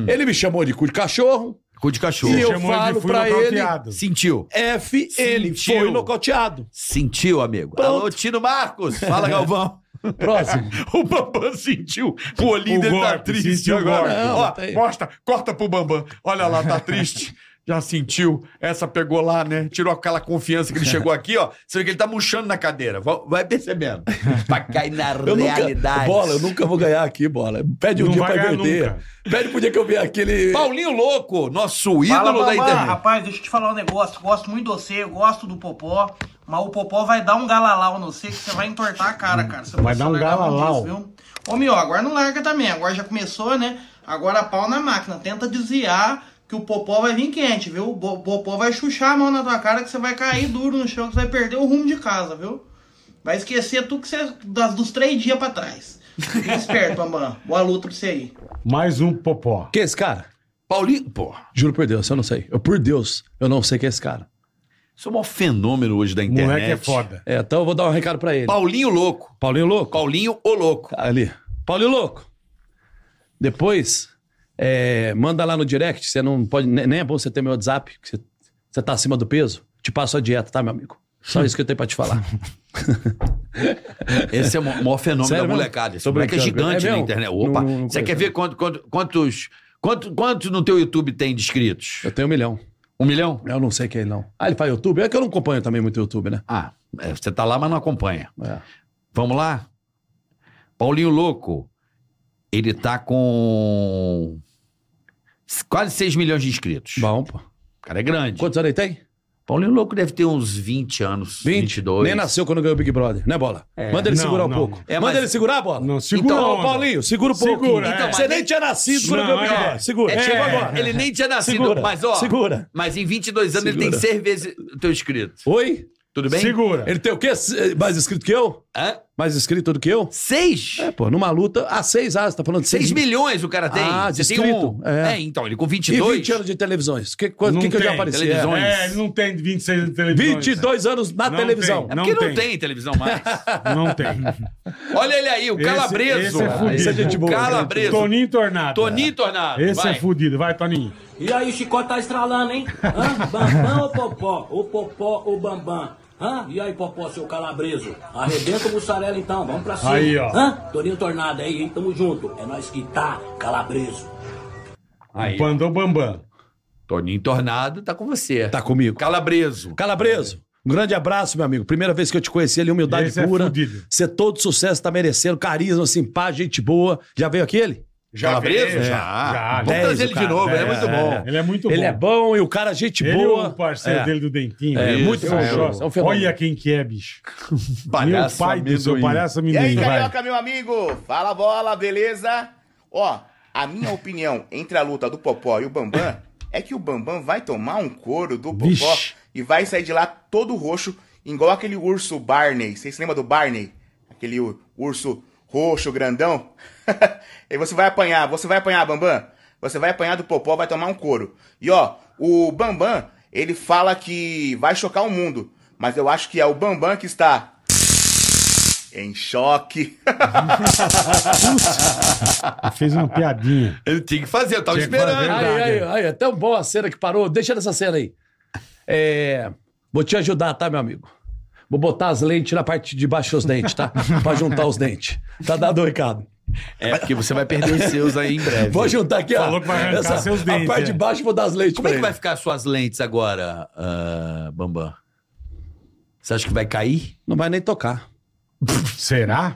Speaker 3: Ele me chamou de cu de cachorro,
Speaker 2: Cu de cachorro.
Speaker 3: E eu
Speaker 1: Chamou ele de
Speaker 3: falo
Speaker 1: fui
Speaker 3: pra ele.
Speaker 1: nocauteado.
Speaker 2: Sentiu.
Speaker 3: F, ele
Speaker 2: Sentiu.
Speaker 3: foi nocauteado.
Speaker 2: Sentiu, amigo.
Speaker 3: Pronto.
Speaker 2: Alô, Tino Marcos. Fala, Galvão.
Speaker 3: Próximo.
Speaker 2: o Bambam sentiu. O olhinho
Speaker 1: O
Speaker 2: dele tá
Speaker 1: golpe,
Speaker 2: triste
Speaker 1: sentiu o
Speaker 2: agora.
Speaker 1: golpe.
Speaker 3: Não,
Speaker 2: Ó,
Speaker 3: não tá tem.
Speaker 2: mostra, corta pro Bambam. Olha lá, tá triste. Já sentiu. Essa pegou lá, né? Tirou aquela confiança que ele chegou aqui, ó. Você vê que ele tá murchando na cadeira. Va- Vai percebendo. Pra cair na
Speaker 3: Eu nunca,
Speaker 2: realidade.
Speaker 3: bola, eu nunca vou ganhar aqui, bola. Pede um
Speaker 1: Não
Speaker 3: dia
Speaker 1: vai
Speaker 3: pra
Speaker 1: ganhar
Speaker 3: inverter.
Speaker 1: nunca.
Speaker 3: Pede pro dia que eu vier aqui, ele.
Speaker 2: Paulinho Louco, nosso ídolo
Speaker 5: Fala,
Speaker 2: da
Speaker 5: Bambam.
Speaker 2: internet.
Speaker 6: Rapaz, deixa eu te falar um negócio. Gosto muito do você, eu gosto do Popó. Mas o Popó vai dar um galalau no você que você vai entortar a cara, cara. Você
Speaker 1: Vai
Speaker 6: precisa
Speaker 1: dar um
Speaker 6: largar a mão
Speaker 1: galalau.
Speaker 6: viu? Ô, meu, agora não larga também. Agora já começou, né? Agora pau na máquina. Tenta desviar que o Popó vai vir quente, viu? O Bo- Popó vai chuchar a mão na tua cara que você vai cair duro no chão, que você vai perder o rumo de casa, viu? Vai esquecer tudo que você... das- dos três dias pra trás. Fica esperto, Bambam. Boa luta pra você aí.
Speaker 1: Mais um popó.
Speaker 3: Quem é esse cara?
Speaker 2: Paulinho, pô,
Speaker 3: Juro por Deus, eu não sei. Eu, por Deus, eu não sei quem é esse cara. um
Speaker 2: isso é o maior fenômeno hoje da internet.
Speaker 1: Moleque é foda.
Speaker 3: É, então eu vou dar um recado pra ele.
Speaker 2: Paulinho Louco.
Speaker 3: Paulinho Louco?
Speaker 2: Paulinho o Louco.
Speaker 3: Ali. Paulinho Louco. Depois, é, manda lá no direct. Você não pode. ne- Nem é bom você ter meu WhatsApp, que você, você tá acima do peso. Te passo a dieta, tá, meu amigo? Só isso que eu tenho pra te falar.
Speaker 2: Esse é o maior fenômeno
Speaker 3: Sério
Speaker 2: da
Speaker 3: mesmo?
Speaker 2: molecada. Esse
Speaker 3: Tô
Speaker 2: moleque é
Speaker 3: brincando.
Speaker 2: gigante
Speaker 3: É
Speaker 2: na
Speaker 3: mesmo?
Speaker 2: internet.
Speaker 3: Não-
Speaker 2: Opa,
Speaker 3: não- não
Speaker 2: você quer
Speaker 3: conheço.
Speaker 2: ver quanto, quanto- quantos... Quanto, quanto no teu YouTube tem de inscritos?
Speaker 3: Eu tenho um milhão.
Speaker 2: Um milhão?
Speaker 3: Eu não sei quem é ele, não. Ah, ele faz YouTube? É que eu não acompanho também muito YouTube, né?
Speaker 2: Ah, é, você tá lá, mas não acompanha.
Speaker 3: É.
Speaker 2: Vamos lá? Paulinho Louco, ele tá com quase 6 milhões de inscritos.
Speaker 3: Bom, pô.
Speaker 2: O cara é grande.
Speaker 3: Quantos anos ele tem?
Speaker 2: Paulinho Louco deve ter uns 20 anos,
Speaker 3: 20.
Speaker 2: 22.
Speaker 3: Nem nasceu quando ganhou o Big Brother, né, Bola? Manda ele
Speaker 1: Não,
Speaker 3: segurar um
Speaker 1: não.
Speaker 3: pouco.
Speaker 2: É,
Speaker 3: Manda
Speaker 2: mas- Então,
Speaker 3: ele segurar, Bola?
Speaker 1: Não, segura
Speaker 3: Então,
Speaker 1: a
Speaker 3: ô,
Speaker 1: onda.
Speaker 3: Paulinho, segura um pouquinho.
Speaker 1: Segura, é.
Speaker 3: Você nem tinha nascido quando
Speaker 1: Não,
Speaker 3: ganhou o Big
Speaker 1: é.
Speaker 3: Brother. Segura.
Speaker 2: É,
Speaker 3: Chegou
Speaker 2: chegou
Speaker 3: agora.
Speaker 2: Ele nem tinha nascido,
Speaker 3: Segura,
Speaker 2: mas ó.
Speaker 3: segura.
Speaker 2: Mas em 22 anos ele tem
Speaker 3: Segura.
Speaker 2: seis vezes o teu inscrito.
Speaker 3: Oi?
Speaker 2: Tudo bem?
Speaker 1: Segura.
Speaker 3: Ele tem o quê? Mais inscrito que eu?
Speaker 2: Hã?
Speaker 3: Mais inscrito do que eu?
Speaker 2: Seis?
Speaker 3: É, pô, numa luta. Ah, seis asas, tá falando de
Speaker 2: 6
Speaker 3: seis
Speaker 2: milhões o cara tem.
Speaker 3: Ah,
Speaker 2: Você tem
Speaker 3: descrito,
Speaker 2: um.
Speaker 3: é.
Speaker 2: É. então, ele com
Speaker 3: E
Speaker 2: 22.
Speaker 3: 20 anos de televisões. O que, quanto-
Speaker 1: Não
Speaker 3: que, que eu já
Speaker 1: tem.
Speaker 3: apareci?
Speaker 2: Televisões.
Speaker 1: É, ele não tem 26 de
Speaker 3: É.
Speaker 1: televisão.
Speaker 3: 22 anos na
Speaker 1: Não
Speaker 3: televisão.
Speaker 2: É
Speaker 1: Não
Speaker 2: porque não tem.
Speaker 1: tem.
Speaker 2: televisão mais.
Speaker 1: Não tem.
Speaker 2: Olha ele aí, o
Speaker 1: Esse-
Speaker 2: calabreso.
Speaker 1: esse é fudido.
Speaker 3: Esse é gente boa,
Speaker 2: o calabreso.
Speaker 1: Toninho Tornado.
Speaker 2: Toninho Tornado.
Speaker 1: Esse
Speaker 2: vai.
Speaker 1: é fudido. Vai, Toninho.
Speaker 9: E aí, o Chicó tá estralando, hein? Hã? Bambam ou Popó? O Popó ou Bambam? Hã? E aí, Popó, seu calabreso? Arrebenta o mussarela então, vamos pra cima.
Speaker 1: Aí, ó.
Speaker 9: Hã? Toninho Tornado aí, hein? Tamo junto. É nós que tá, calabreso.
Speaker 2: Aí,
Speaker 1: Pandou Bambam.
Speaker 2: Toninho Tornado tá com você.
Speaker 3: Tá comigo.
Speaker 2: Calabreso.
Speaker 3: Calabreso, um grande abraço, meu amigo. Primeira vez que eu te conheci ali, humildade
Speaker 1: Esse é
Speaker 3: pura.
Speaker 1: fudido.
Speaker 3: Você todo sucesso, tá merecendo. Carisma, simpático, gente boa. Já veio aquele?
Speaker 2: calabreso?
Speaker 3: É.
Speaker 1: veio,
Speaker 2: já.
Speaker 1: já,
Speaker 2: Vamos
Speaker 1: já.
Speaker 2: trazer ele
Speaker 3: o cara.
Speaker 2: de novo, ele é
Speaker 3: É,
Speaker 2: muito
Speaker 3: é.
Speaker 2: bom.
Speaker 1: Ele é muito
Speaker 3: Ele
Speaker 1: bom.
Speaker 3: é bom e o cara, é gente
Speaker 1: Ele e
Speaker 3: boa.
Speaker 1: o parceiro
Speaker 3: É.
Speaker 1: dele do Dentinho.
Speaker 3: É,
Speaker 1: Ele
Speaker 3: muito
Speaker 1: é
Speaker 3: bom.
Speaker 1: um
Speaker 3: É um
Speaker 1: jovem.
Speaker 3: fenômeno.
Speaker 1: Olha quem que é, bicho.
Speaker 2: Palhaço
Speaker 1: meu pai do seu
Speaker 2: amendoim.
Speaker 1: palhaço
Speaker 10: E aí,
Speaker 1: amendoim. Vai.
Speaker 10: Carioca, meu amigo? Fala bola, beleza? Ó, a minha opinião entre a luta do Popó e o Bambam é que o Bambam vai tomar um couro do Popó
Speaker 1: Vixe.
Speaker 10: e vai sair de lá todo roxo, igual aquele urso Barney. Vocês se lembram do Barney? Aquele u- urso roxo, grandão? e você vai apanhar, você vai apanhar, Bambam. Você vai apanhar do Popó, vai tomar um couro. E ó, o Bambam, ele fala que vai chocar o mundo. Mas eu acho que é o Bambam que está em choque.
Speaker 1: Fez uma piadinha.
Speaker 2: Ele tinha que fazer, eu tava
Speaker 1: Tinha que
Speaker 2: esperando.
Speaker 1: fazer.
Speaker 3: Aí,
Speaker 1: Verdade,
Speaker 3: aí,
Speaker 1: é.
Speaker 3: aí, é tão boa a cena que parou. Deixa nessa cena aí. É, vou te ajudar, tá, meu amigo? Vou botar as lentes na parte de baixo dos dentes, tá? pra juntar os dentes. Tá dado o recado.
Speaker 2: É, porque você vai perder os seus aí em breve.
Speaker 3: Vou juntar aqui, ó.
Speaker 1: Falou que vai arrancar seus dentes,
Speaker 3: A parte
Speaker 1: é.
Speaker 3: de baixo eu vou dar as lentes
Speaker 2: Como é
Speaker 3: pra
Speaker 2: que
Speaker 3: ele.
Speaker 2: vai ficar as suas lentes agora, ah, Bambam? Você acha que vai cair?
Speaker 3: Não vai nem tocar.
Speaker 1: Será?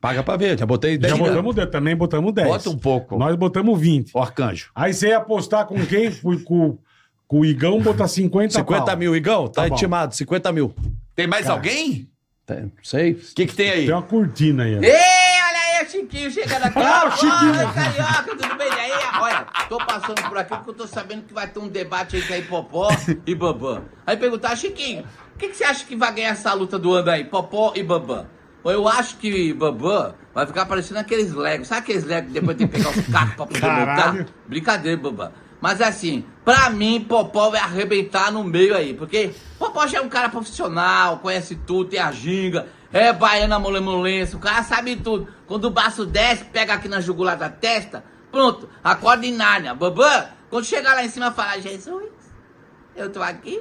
Speaker 3: Paga pra ver, já botei
Speaker 1: Já
Speaker 3: 10 mil.
Speaker 1: botamos 10. Também botamos 10.
Speaker 2: Bota um pouco.
Speaker 1: Nós botamos 20.
Speaker 2: O arcanjo.
Speaker 1: Aí você ia apostar com quem? Com, com- com o Igão, botar 50
Speaker 3: 50
Speaker 1: pau.
Speaker 3: mil, Igão, tá,
Speaker 1: Tá bom.
Speaker 3: intimado, 50 mil.
Speaker 2: Tem mais alguém?
Speaker 3: Tá, Não sei.
Speaker 2: O que, que tem aí?
Speaker 1: Tem uma cortina aí. ó.
Speaker 9: Ei, olha aí, o Chiquinho chegando aqui.
Speaker 1: Ah, o Chiquinho.
Speaker 9: Fala, Carioca, tudo bem? E aí,
Speaker 6: Olha, tô passando por aqui porque eu tô sabendo que vai ter um debate entre aí Popó e Bambam. Aí perguntar, Chiquinho, o que, que você acha que vai ganhar essa luta do ano aí, Popó e Bambam? Ou Eu acho que Bambam vai ficar parecendo aqueles Legos. Sabe aqueles Legos que depois tem que pegar os carros pra poder
Speaker 1: Caralho.
Speaker 6: montar? Tá? Brincadeira, Bambam. Mas assim, pra mim, Popó vai arrebentar no meio aí, porque Popó já é um cara profissional, conhece tudo, tem a ginga, é baiana molemolense, o cara sabe tudo. Quando o baço desce, pega aqui na jugular da testa, pronto, acorda em Nárnia. Bambam,
Speaker 11: Quando chegar lá em cima, falar, Jesus, eu tô aqui.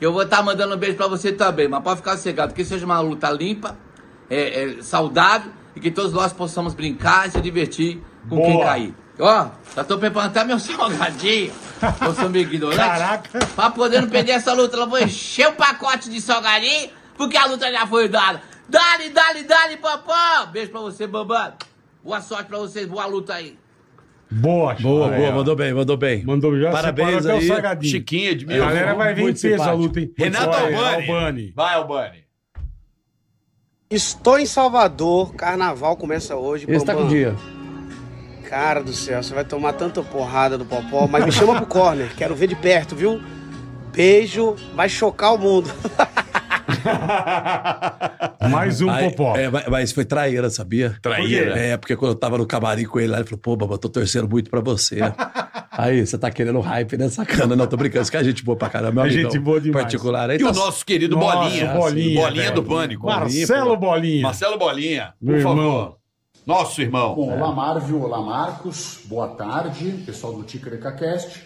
Speaker 11: Eu vou estar mandando um beijo pra você também, mas pode ficar sossegado, que seja uma luta limpa, é, é, saudável, e que todos nós possamos brincar e se divertir com quem
Speaker 12: Boa.
Speaker 11: cair. Ó, já tô preparando até meu salgadinho, eu sou meio ignorante,
Speaker 12: Caraca.
Speaker 11: pra poder não perder essa luta. Eu vou encher o pacote de salgadinho, porque a luta já foi dada. Dale, dale, dale, papá! Beijo pra você, Bambam. Boa sorte pra vocês, boa luta aí.
Speaker 1: Boa,
Speaker 3: Boa,
Speaker 1: Aí,
Speaker 3: boa,
Speaker 1: ó.
Speaker 3: mandou bem, mandou bem.
Speaker 1: Mandou já,
Speaker 3: Parabéns
Speaker 1: separou até
Speaker 3: aí.
Speaker 1: o salgadinho.
Speaker 3: Chiquinha, Edmilson.
Speaker 1: A galera vai ver em
Speaker 3: Muito
Speaker 1: peso a
Speaker 3: simpático.
Speaker 1: luta, hein?
Speaker 2: Renato
Speaker 1: Vai,
Speaker 2: Albani.
Speaker 1: Albani.
Speaker 2: Vai, Albani.
Speaker 13: Estou em Salvador, carnaval começa hoje.
Speaker 3: Esse tá com
Speaker 13: Bambam.
Speaker 3: dia.
Speaker 13: Cara do céu, você vai tomar tanta porrada do Popó, mas me chama pro corner, quero ver de perto, viu? Beijo, vai chocar o mundo.
Speaker 1: Mais um popó.
Speaker 3: É, mas mas foi traíra, sabia?
Speaker 2: Traíra?
Speaker 3: É, porque quando eu tava no camarim com ele lá, ele falou, pô, Baba, eu tô torcendo muito pra você. aí, você tá querendo hype, né? Sacana. Não, tô brincando. Isso que é gente boa pra caramba. meu
Speaker 1: É
Speaker 3: amigão
Speaker 1: gente boa demais.
Speaker 3: Particular. Aí
Speaker 2: E
Speaker 3: tá-
Speaker 2: o nosso querido
Speaker 3: Nossa,
Speaker 2: Bolinha.
Speaker 3: Bolinha,
Speaker 2: Bolinha
Speaker 3: velho.
Speaker 2: do Pânico.
Speaker 1: Marcelo Bolinha.
Speaker 2: Marcelo Bolinha, por
Speaker 1: Meu irmão.
Speaker 2: favor. Nosso irmão.
Speaker 14: Bom, olá Marvio, olá Marcos, boa tarde, pessoal do TicarecaCast.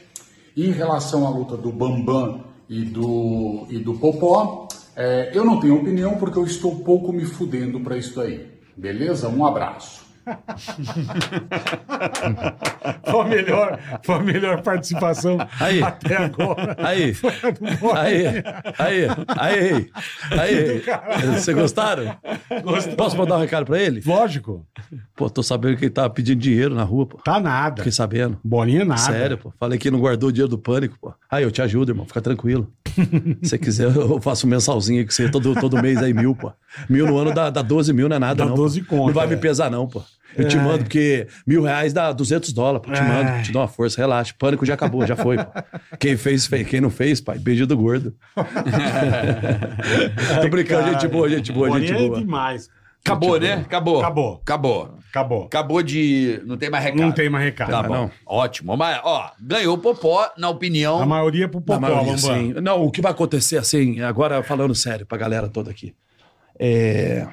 Speaker 14: Em relação à luta do Bambam e do, e do Popó, é, eu não tenho opinião porque eu estou pouco me fudendo para isso daí. Beleza? Um abraço.
Speaker 1: Foi a melhor, foi a melhor participação
Speaker 3: Aí.
Speaker 1: até agora.
Speaker 3: Aí.
Speaker 1: Foi a do
Speaker 3: Aí,
Speaker 1: Bolinha.
Speaker 3: aí, aí, aí. Vocês gostaram? Posso mandar um recado pra ele?
Speaker 1: Lógico.
Speaker 3: Pô, tô sabendo que ele tava pedindo dinheiro na rua, pô.
Speaker 1: Tá nada.
Speaker 3: Fiquei sabendo.
Speaker 1: Bolinha nada.
Speaker 3: Sério, pô. Falei que não guardou o dinheiro do pânico, pô. Aí, eu te ajudo, irmão. Fica tranquilo. Se você quiser, eu faço um mensalzinho aí com você todo, todo mês aí, mil, pô. Mil no ano dá, dá 12 mil, não é nada,
Speaker 1: Dá
Speaker 3: não. pô.
Speaker 1: 12 conto,
Speaker 3: Não vai
Speaker 1: é.
Speaker 3: me pesar, não, pô. Eu te
Speaker 1: Ai.
Speaker 3: mando, porque mil reais dá 200 dólares, pô. Te
Speaker 1: Ai.
Speaker 3: mando, te dou uma força, relaxa. Pânico já acabou, já foi, pô. Quem fez, fez. Quem não fez, pai, beijo do gordo. Tô brincando,
Speaker 1: Ai,
Speaker 3: gente boa, gente boa,
Speaker 1: Bolinha
Speaker 3: gente boa.
Speaker 1: é demais.
Speaker 2: Acabou,
Speaker 1: Gente
Speaker 2: né?
Speaker 1: boa.
Speaker 2: Acabou.
Speaker 1: Acabou.
Speaker 2: Acabou.
Speaker 1: Acabou.
Speaker 2: Acabou de. Não tem mais recado.
Speaker 1: Não tem mais recado.
Speaker 2: Tá bom.
Speaker 3: Não.
Speaker 2: Ótimo. Mas, ó, ganhou o Popó, na opinião.
Speaker 1: A maioria é pro
Speaker 3: Na
Speaker 1: popó,
Speaker 3: maioria,
Speaker 1: Bambam.
Speaker 3: sim. Não, o que vai acontecer, assim, agora falando sério pra galera toda aqui, é,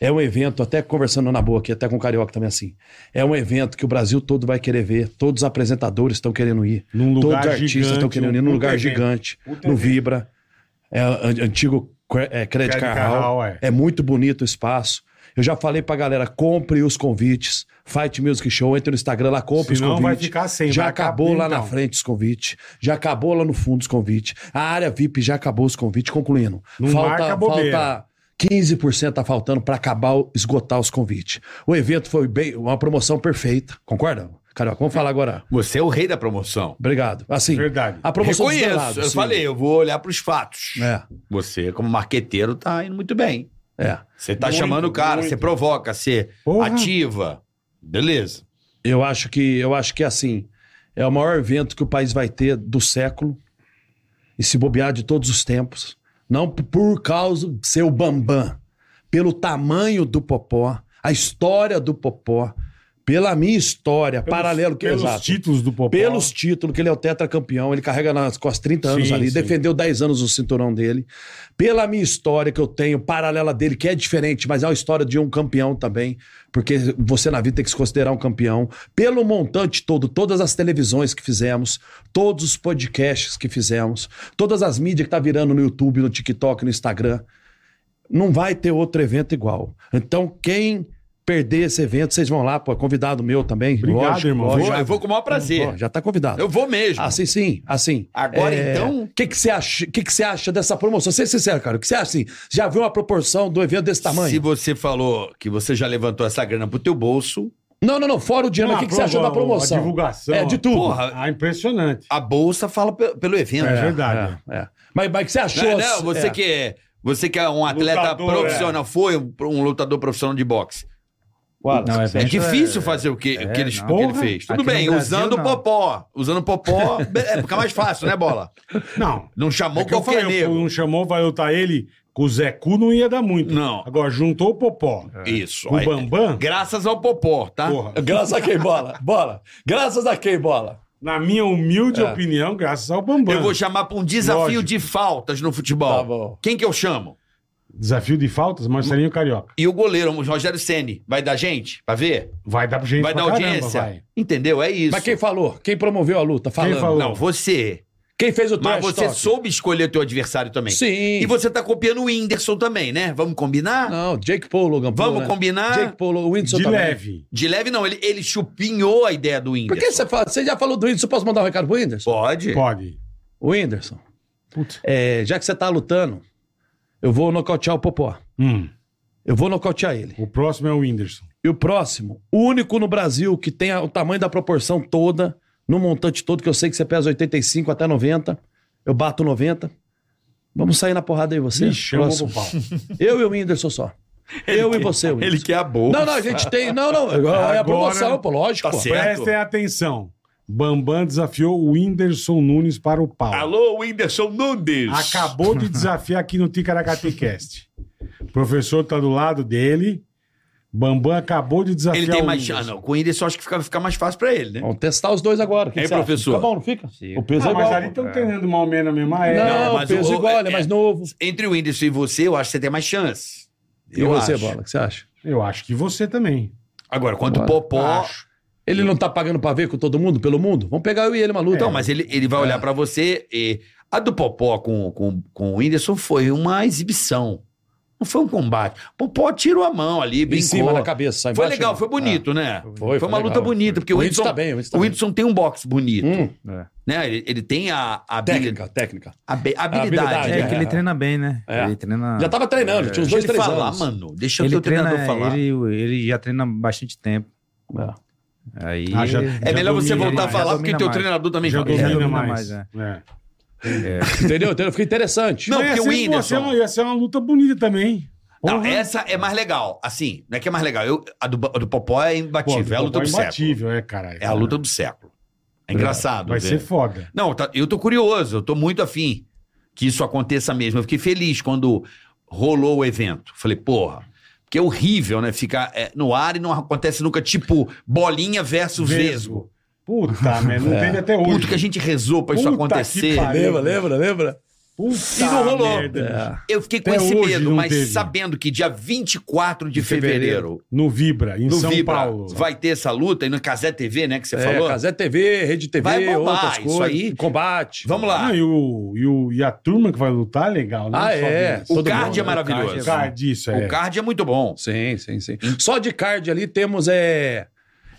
Speaker 3: é um evento, até conversando na boa aqui, até com o Carioca também, assim, é um evento que o Brasil todo vai querer ver, todos os apresentadores estão querendo ir,
Speaker 1: Num
Speaker 3: todos os
Speaker 1: lugar
Speaker 3: artistas
Speaker 1: gigante,
Speaker 3: estão querendo ir num
Speaker 1: um
Speaker 3: lugar
Speaker 1: evento.
Speaker 3: gigante,
Speaker 1: Puta
Speaker 3: no
Speaker 1: evento.
Speaker 3: Vibra, é, an- antigo cre- é, Credit
Speaker 1: Credit
Speaker 3: Carral,
Speaker 1: Carral, é.
Speaker 3: é muito bonito o espaço, eu já falei pra galera, compre os convites, Fight Music Show, entra no Instagram lá, compre os
Speaker 1: Senão
Speaker 3: convites.
Speaker 1: vai ficar sem,
Speaker 3: Já
Speaker 1: vai
Speaker 3: acabou
Speaker 1: acabar,
Speaker 3: lá na
Speaker 1: então.
Speaker 3: frente frente os convites, já acabou lá no fundo os convites, a área VIP já acabou os convites, concluindo.
Speaker 1: Não marca bobeira.
Speaker 3: falta 15% tá faltando para acabar, o- esgotar os convites. O evento foi bem, uma promoção perfeita, concorda? Carioca, vamos falar agora.
Speaker 2: Você é o rei da promoção.
Speaker 3: Obrigado. Assim,
Speaker 1: Verdade.
Speaker 3: a promoção dos dois
Speaker 2: Reconheço.
Speaker 3: lados,
Speaker 2: eu
Speaker 3: assim.
Speaker 2: falei, eu vou olhar pros fatos.
Speaker 3: É,
Speaker 2: Você, como marqueteiro, tá indo muito bem.
Speaker 3: é.
Speaker 2: Você tá
Speaker 1: Muito,
Speaker 2: chamando o cara,
Speaker 1: muito.
Speaker 2: você provoca, você
Speaker 1: Porra.
Speaker 2: ativa. Beleza.
Speaker 3: Eu acho que eu acho que assim é o maior evento que o país vai ter do século e se bobear de todos os tempos. Não p- por causa de ser o bambam, pelo tamanho do popó, a história do popó, pela minha história, paralelo que
Speaker 1: Pelos
Speaker 3: exato.
Speaker 1: títulos do popó.
Speaker 3: Pelos títulos, que ele é o tetracampeão, ele carrega nas costas 30 anos
Speaker 1: Sim,
Speaker 3: ali,
Speaker 1: sim.
Speaker 3: defendeu 10 anos o cinturão dele. Pela minha história que eu tenho, paralela dele, que é diferente, mas é uma história de um campeão também, porque você na vida tem que se considerar um campeão. Pelo montante todo, todas as televisões que fizemos, todos os podcasts que fizemos, todas as mídias que tá virando no YouTube, no TikTok, no Instagram não vai ter outro evento igual. Então, quem perder esse evento, vocês vão lá, pô, é convidado meu também.
Speaker 1: Obrigado,
Speaker 3: lógico,
Speaker 1: irmão.
Speaker 3: lógico.
Speaker 2: Vou, eu vou com o maior prazer.
Speaker 3: Ó, já tá convidado.
Speaker 2: Eu vou mesmo.
Speaker 3: Assim, sim, assim.
Speaker 2: Agora, então?
Speaker 3: O que que você acha, que que você acha dessa promoção? Ser sincero, cara, o que você acha assim? Já viu uma proporção do evento desse
Speaker 2: Se
Speaker 3: tamanho?
Speaker 2: você falou que você já levantou essa grana pro teu bolso,
Speaker 3: Não, não, não, fora o dinheiro,
Speaker 1: Ah,
Speaker 3: o que, que você achou da promoção?
Speaker 1: A divulgação.
Speaker 3: É, de tudo.
Speaker 2: porra,
Speaker 1: Ah, impressionante.
Speaker 2: a bolsa fala pe- pelo evento.
Speaker 1: É verdade.
Speaker 3: É, é. Mas, mas o que você achou?
Speaker 2: Não, não, você
Speaker 3: é.
Speaker 2: que é. Você que é um atleta
Speaker 1: Lutador,
Speaker 2: profissional, foi um, um lutador profissional de boxe.
Speaker 5: Não,
Speaker 2: É difícil fazer o que,
Speaker 5: é,
Speaker 2: o que ele,
Speaker 5: não.
Speaker 2: o que ele
Speaker 1: Porra,
Speaker 2: fez. Tudo
Speaker 5: aqui no
Speaker 2: bem,
Speaker 5: Brasil,
Speaker 2: usando o
Speaker 5: não.
Speaker 2: popó. Usando o popó, be- é, fica mais fácil, né, Bola?
Speaker 1: Não.
Speaker 2: Não chamou
Speaker 1: É que eu
Speaker 2: qualquer
Speaker 1: falei,
Speaker 2: nego.
Speaker 1: não chamou, vai lutar ele com o Zé Cu, não ia dar muito.
Speaker 2: Não.
Speaker 1: Agora, juntou o Popó.
Speaker 2: Isso.
Speaker 1: O
Speaker 2: aí.
Speaker 1: Bambam,
Speaker 2: Graças ao popó, tá?
Speaker 1: porra,
Speaker 3: Graças a quem, bola? Bola. Graças a quem, bola?
Speaker 1: na minha humilde
Speaker 3: É.
Speaker 1: opinião, graças ao Bambam.
Speaker 2: Eu vou chamar pra um desafio
Speaker 1: Lógico.
Speaker 2: de faltas no futebol.
Speaker 3: Tá bom.
Speaker 2: Quem que eu chamo?
Speaker 1: Desafio de faltas, Marcelinho Carioca.
Speaker 2: E o goleiro, o Rogério Ceni, vai dar gente pra ver?
Speaker 1: Vai dar gente
Speaker 2: Vai
Speaker 1: pra
Speaker 2: dar
Speaker 1: caramba,
Speaker 2: audiência?
Speaker 1: vai.
Speaker 2: Entendeu? É isso.
Speaker 3: Mas quem falou? Quem promoveu a luta? Falando.
Speaker 2: Não, você.
Speaker 3: Quem fez o
Speaker 2: Mas
Speaker 3: trash
Speaker 2: você
Speaker 3: talk?
Speaker 2: soube escolher teu adversário também.
Speaker 3: Sim.
Speaker 2: E você tá copiando o Whindersson também, né? Vamos combinar?
Speaker 3: Não, Jake Paul, Logan Paul,
Speaker 2: Vamos
Speaker 3: né?
Speaker 2: combinar?
Speaker 3: Jake Paul, o Whindersson De também. leve.
Speaker 2: De leve não, ele, ele chupinhou a ideia do
Speaker 3: Por
Speaker 2: Whindersson.
Speaker 3: que você fala? Você já falou do Whindersson? Posso mandar um recado pro Whindersson?
Speaker 2: Pode.
Speaker 1: Pode.
Speaker 3: Whindersson, é, já que você tá lutando, eu vou nocautear o Popó. Eu vou nocautear ele.
Speaker 1: O próximo é o Whindersson.
Speaker 3: E o próximo, o único no Brasil que tem a- o tamanho da proporção toda, no montante todo, que eu sei que você pesa 85 até 90, eu bato 90. Vamos sair na porrada aí, você?
Speaker 2: Me chama
Speaker 3: Próximo.
Speaker 2: pro pau.
Speaker 3: Eu e o Whindersson só. eu e você, Whindersson.
Speaker 2: Ele quer a bolsa.
Speaker 3: Não, não, a gente tem. Não, não. É a
Speaker 1: Agora-
Speaker 3: promoção, pô, lógico.
Speaker 1: Tá certo. Prestem atenção. Bambam desafiou o Whindersson Nunes para o pau.
Speaker 2: Alô, Whindersson Nunes.
Speaker 1: Acabou de desafiar aqui no Ticaracatecast. O professor tá do lado dele. Bambam acabou de desafiar
Speaker 2: Ele tem
Speaker 1: o
Speaker 2: mais
Speaker 1: Whindersson.
Speaker 2: chance. Ah, não, com o Whindersson acho que fica, fica mais fácil pra ele, né?
Speaker 3: Vamos testar os dois agora.
Speaker 2: Hein, professor?
Speaker 3: Tá bom, não fica? O peso
Speaker 1: Ah,
Speaker 3: é
Speaker 1: mas
Speaker 3: igual.
Speaker 1: ali estão treinando mal ou menos a é mesma
Speaker 2: é.
Speaker 1: época.
Speaker 3: Não, o peso igual, ele é mais novo.
Speaker 2: Entre o Whindersson e você, eu acho que você tem mais chance.
Speaker 3: E
Speaker 2: eu
Speaker 3: você,
Speaker 2: acho.
Speaker 3: Bola, o que você acha?
Speaker 1: Eu acho que você também.
Speaker 2: Agora, quanto o Popó...
Speaker 3: Ele não tá pagando pra ver com todo mundo, pelo mundo? Vamos pegar eu e ele, então. uma luta.
Speaker 2: Não, Então, mas ele, ele
Speaker 3: É.
Speaker 2: vai olhar pra você e... A do Popó com, com, com o Whindersson foi uma exibição. Não foi um combate. Popó tirou a mão ali, brincou.
Speaker 3: cima, na cabeça, só
Speaker 2: Foi
Speaker 3: embaixo,
Speaker 2: legal,
Speaker 3: não.
Speaker 2: foi bonito, né?
Speaker 3: Foi, foi
Speaker 2: uma
Speaker 3: legal.
Speaker 2: luta bonita, porque
Speaker 3: O
Speaker 2: o
Speaker 3: Whindersson
Speaker 2: Whindersson,
Speaker 3: tá bem, o Whindersson tá
Speaker 2: o
Speaker 3: bem.
Speaker 2: Whindersson tem um boxe bonito.
Speaker 1: Hum.
Speaker 5: É.
Speaker 2: Né? Ele, ele tem a, a
Speaker 3: Técnica,
Speaker 2: técnica. habilidade.
Speaker 5: É, que ele treina bem, né?
Speaker 2: É.
Speaker 5: Ele treina...
Speaker 2: Já tava treinando, já tinha uns dois,
Speaker 5: Deixa ele
Speaker 2: três
Speaker 5: falar,
Speaker 2: anos. Deixa o
Speaker 5: ele
Speaker 2: teu
Speaker 5: treina,
Speaker 2: treinador falar.
Speaker 5: Ele, ele já treina há bastante tempo. Aí...
Speaker 2: É. Ah, já- É melhor você voltar a falar, porque teu treinador também
Speaker 5: já
Speaker 2: joga.
Speaker 5: domina
Speaker 2: É, Já
Speaker 5: mais. Já
Speaker 2: domina
Speaker 5: domina
Speaker 2: mais,
Speaker 3: é.
Speaker 5: né?
Speaker 3: Entendeu? Então fica interessante.
Speaker 2: Não,
Speaker 1: Mas ia
Speaker 2: porque o
Speaker 1: ser-
Speaker 2: Whindersson-
Speaker 1: ia ser uma- Ia ser uma luta bonita também.
Speaker 2: Não, essa é mais legal. Assim, não é que é mais legal. Eu, a, do, a do Popó é imbatível.
Speaker 1: Pô,
Speaker 2: é a luta
Speaker 1: Popó
Speaker 2: do
Speaker 1: é
Speaker 2: século.
Speaker 1: imbatível, é, caralho.
Speaker 2: É a luta do século. É engraçado.
Speaker 1: Vai
Speaker 2: ver.
Speaker 1: ser foda.
Speaker 2: Não, tá- eu tô curioso. Eu tô muito afim que isso aconteça mesmo. Eu fiquei feliz quando rolou o evento. Falei, porra. Porque é horrível, né? Ficar é, no ar e não acontece nunca. Tipo, bolinha versus vesgo.
Speaker 1: Puta, merda, É, não teve até hoje.
Speaker 2: É. Puto que a gente rezou pra isso
Speaker 1: Puta que
Speaker 2: acontecer.
Speaker 1: pariu. Lembra,
Speaker 3: lembra, lembra? É.
Speaker 2: e não rolou.
Speaker 1: merda,
Speaker 2: Eu fiquei com
Speaker 1: Até
Speaker 2: esse
Speaker 1: hoje
Speaker 2: medo,
Speaker 1: não
Speaker 2: mas
Speaker 1: teve.
Speaker 2: sabendo que dia 24 de fevereiro,
Speaker 1: No Vibra, em
Speaker 2: no
Speaker 1: São
Speaker 2: Vibra
Speaker 1: Paulo.
Speaker 2: vai ter essa luta e no Casé TV, né, que você
Speaker 3: Você
Speaker 2: falou?
Speaker 3: falou? É, Casé TV, Rede TV,
Speaker 2: Vai bombar
Speaker 3: outras
Speaker 2: isso
Speaker 3: coisas.
Speaker 2: aí.
Speaker 3: Combate.
Speaker 2: Vamos lá.
Speaker 1: Ah, e, o, e, o- e a turma que vai lutar é legal, né?
Speaker 3: Ah,
Speaker 1: Só
Speaker 3: é.
Speaker 1: deles.
Speaker 3: Todo
Speaker 2: O card
Speaker 3: mundo,
Speaker 2: é
Speaker 3: né?
Speaker 2: maravilhoso.
Speaker 1: O card, isso, é.
Speaker 3: O
Speaker 2: card é muito bom.
Speaker 3: Sim, sim, sim. Só de card ali temos é,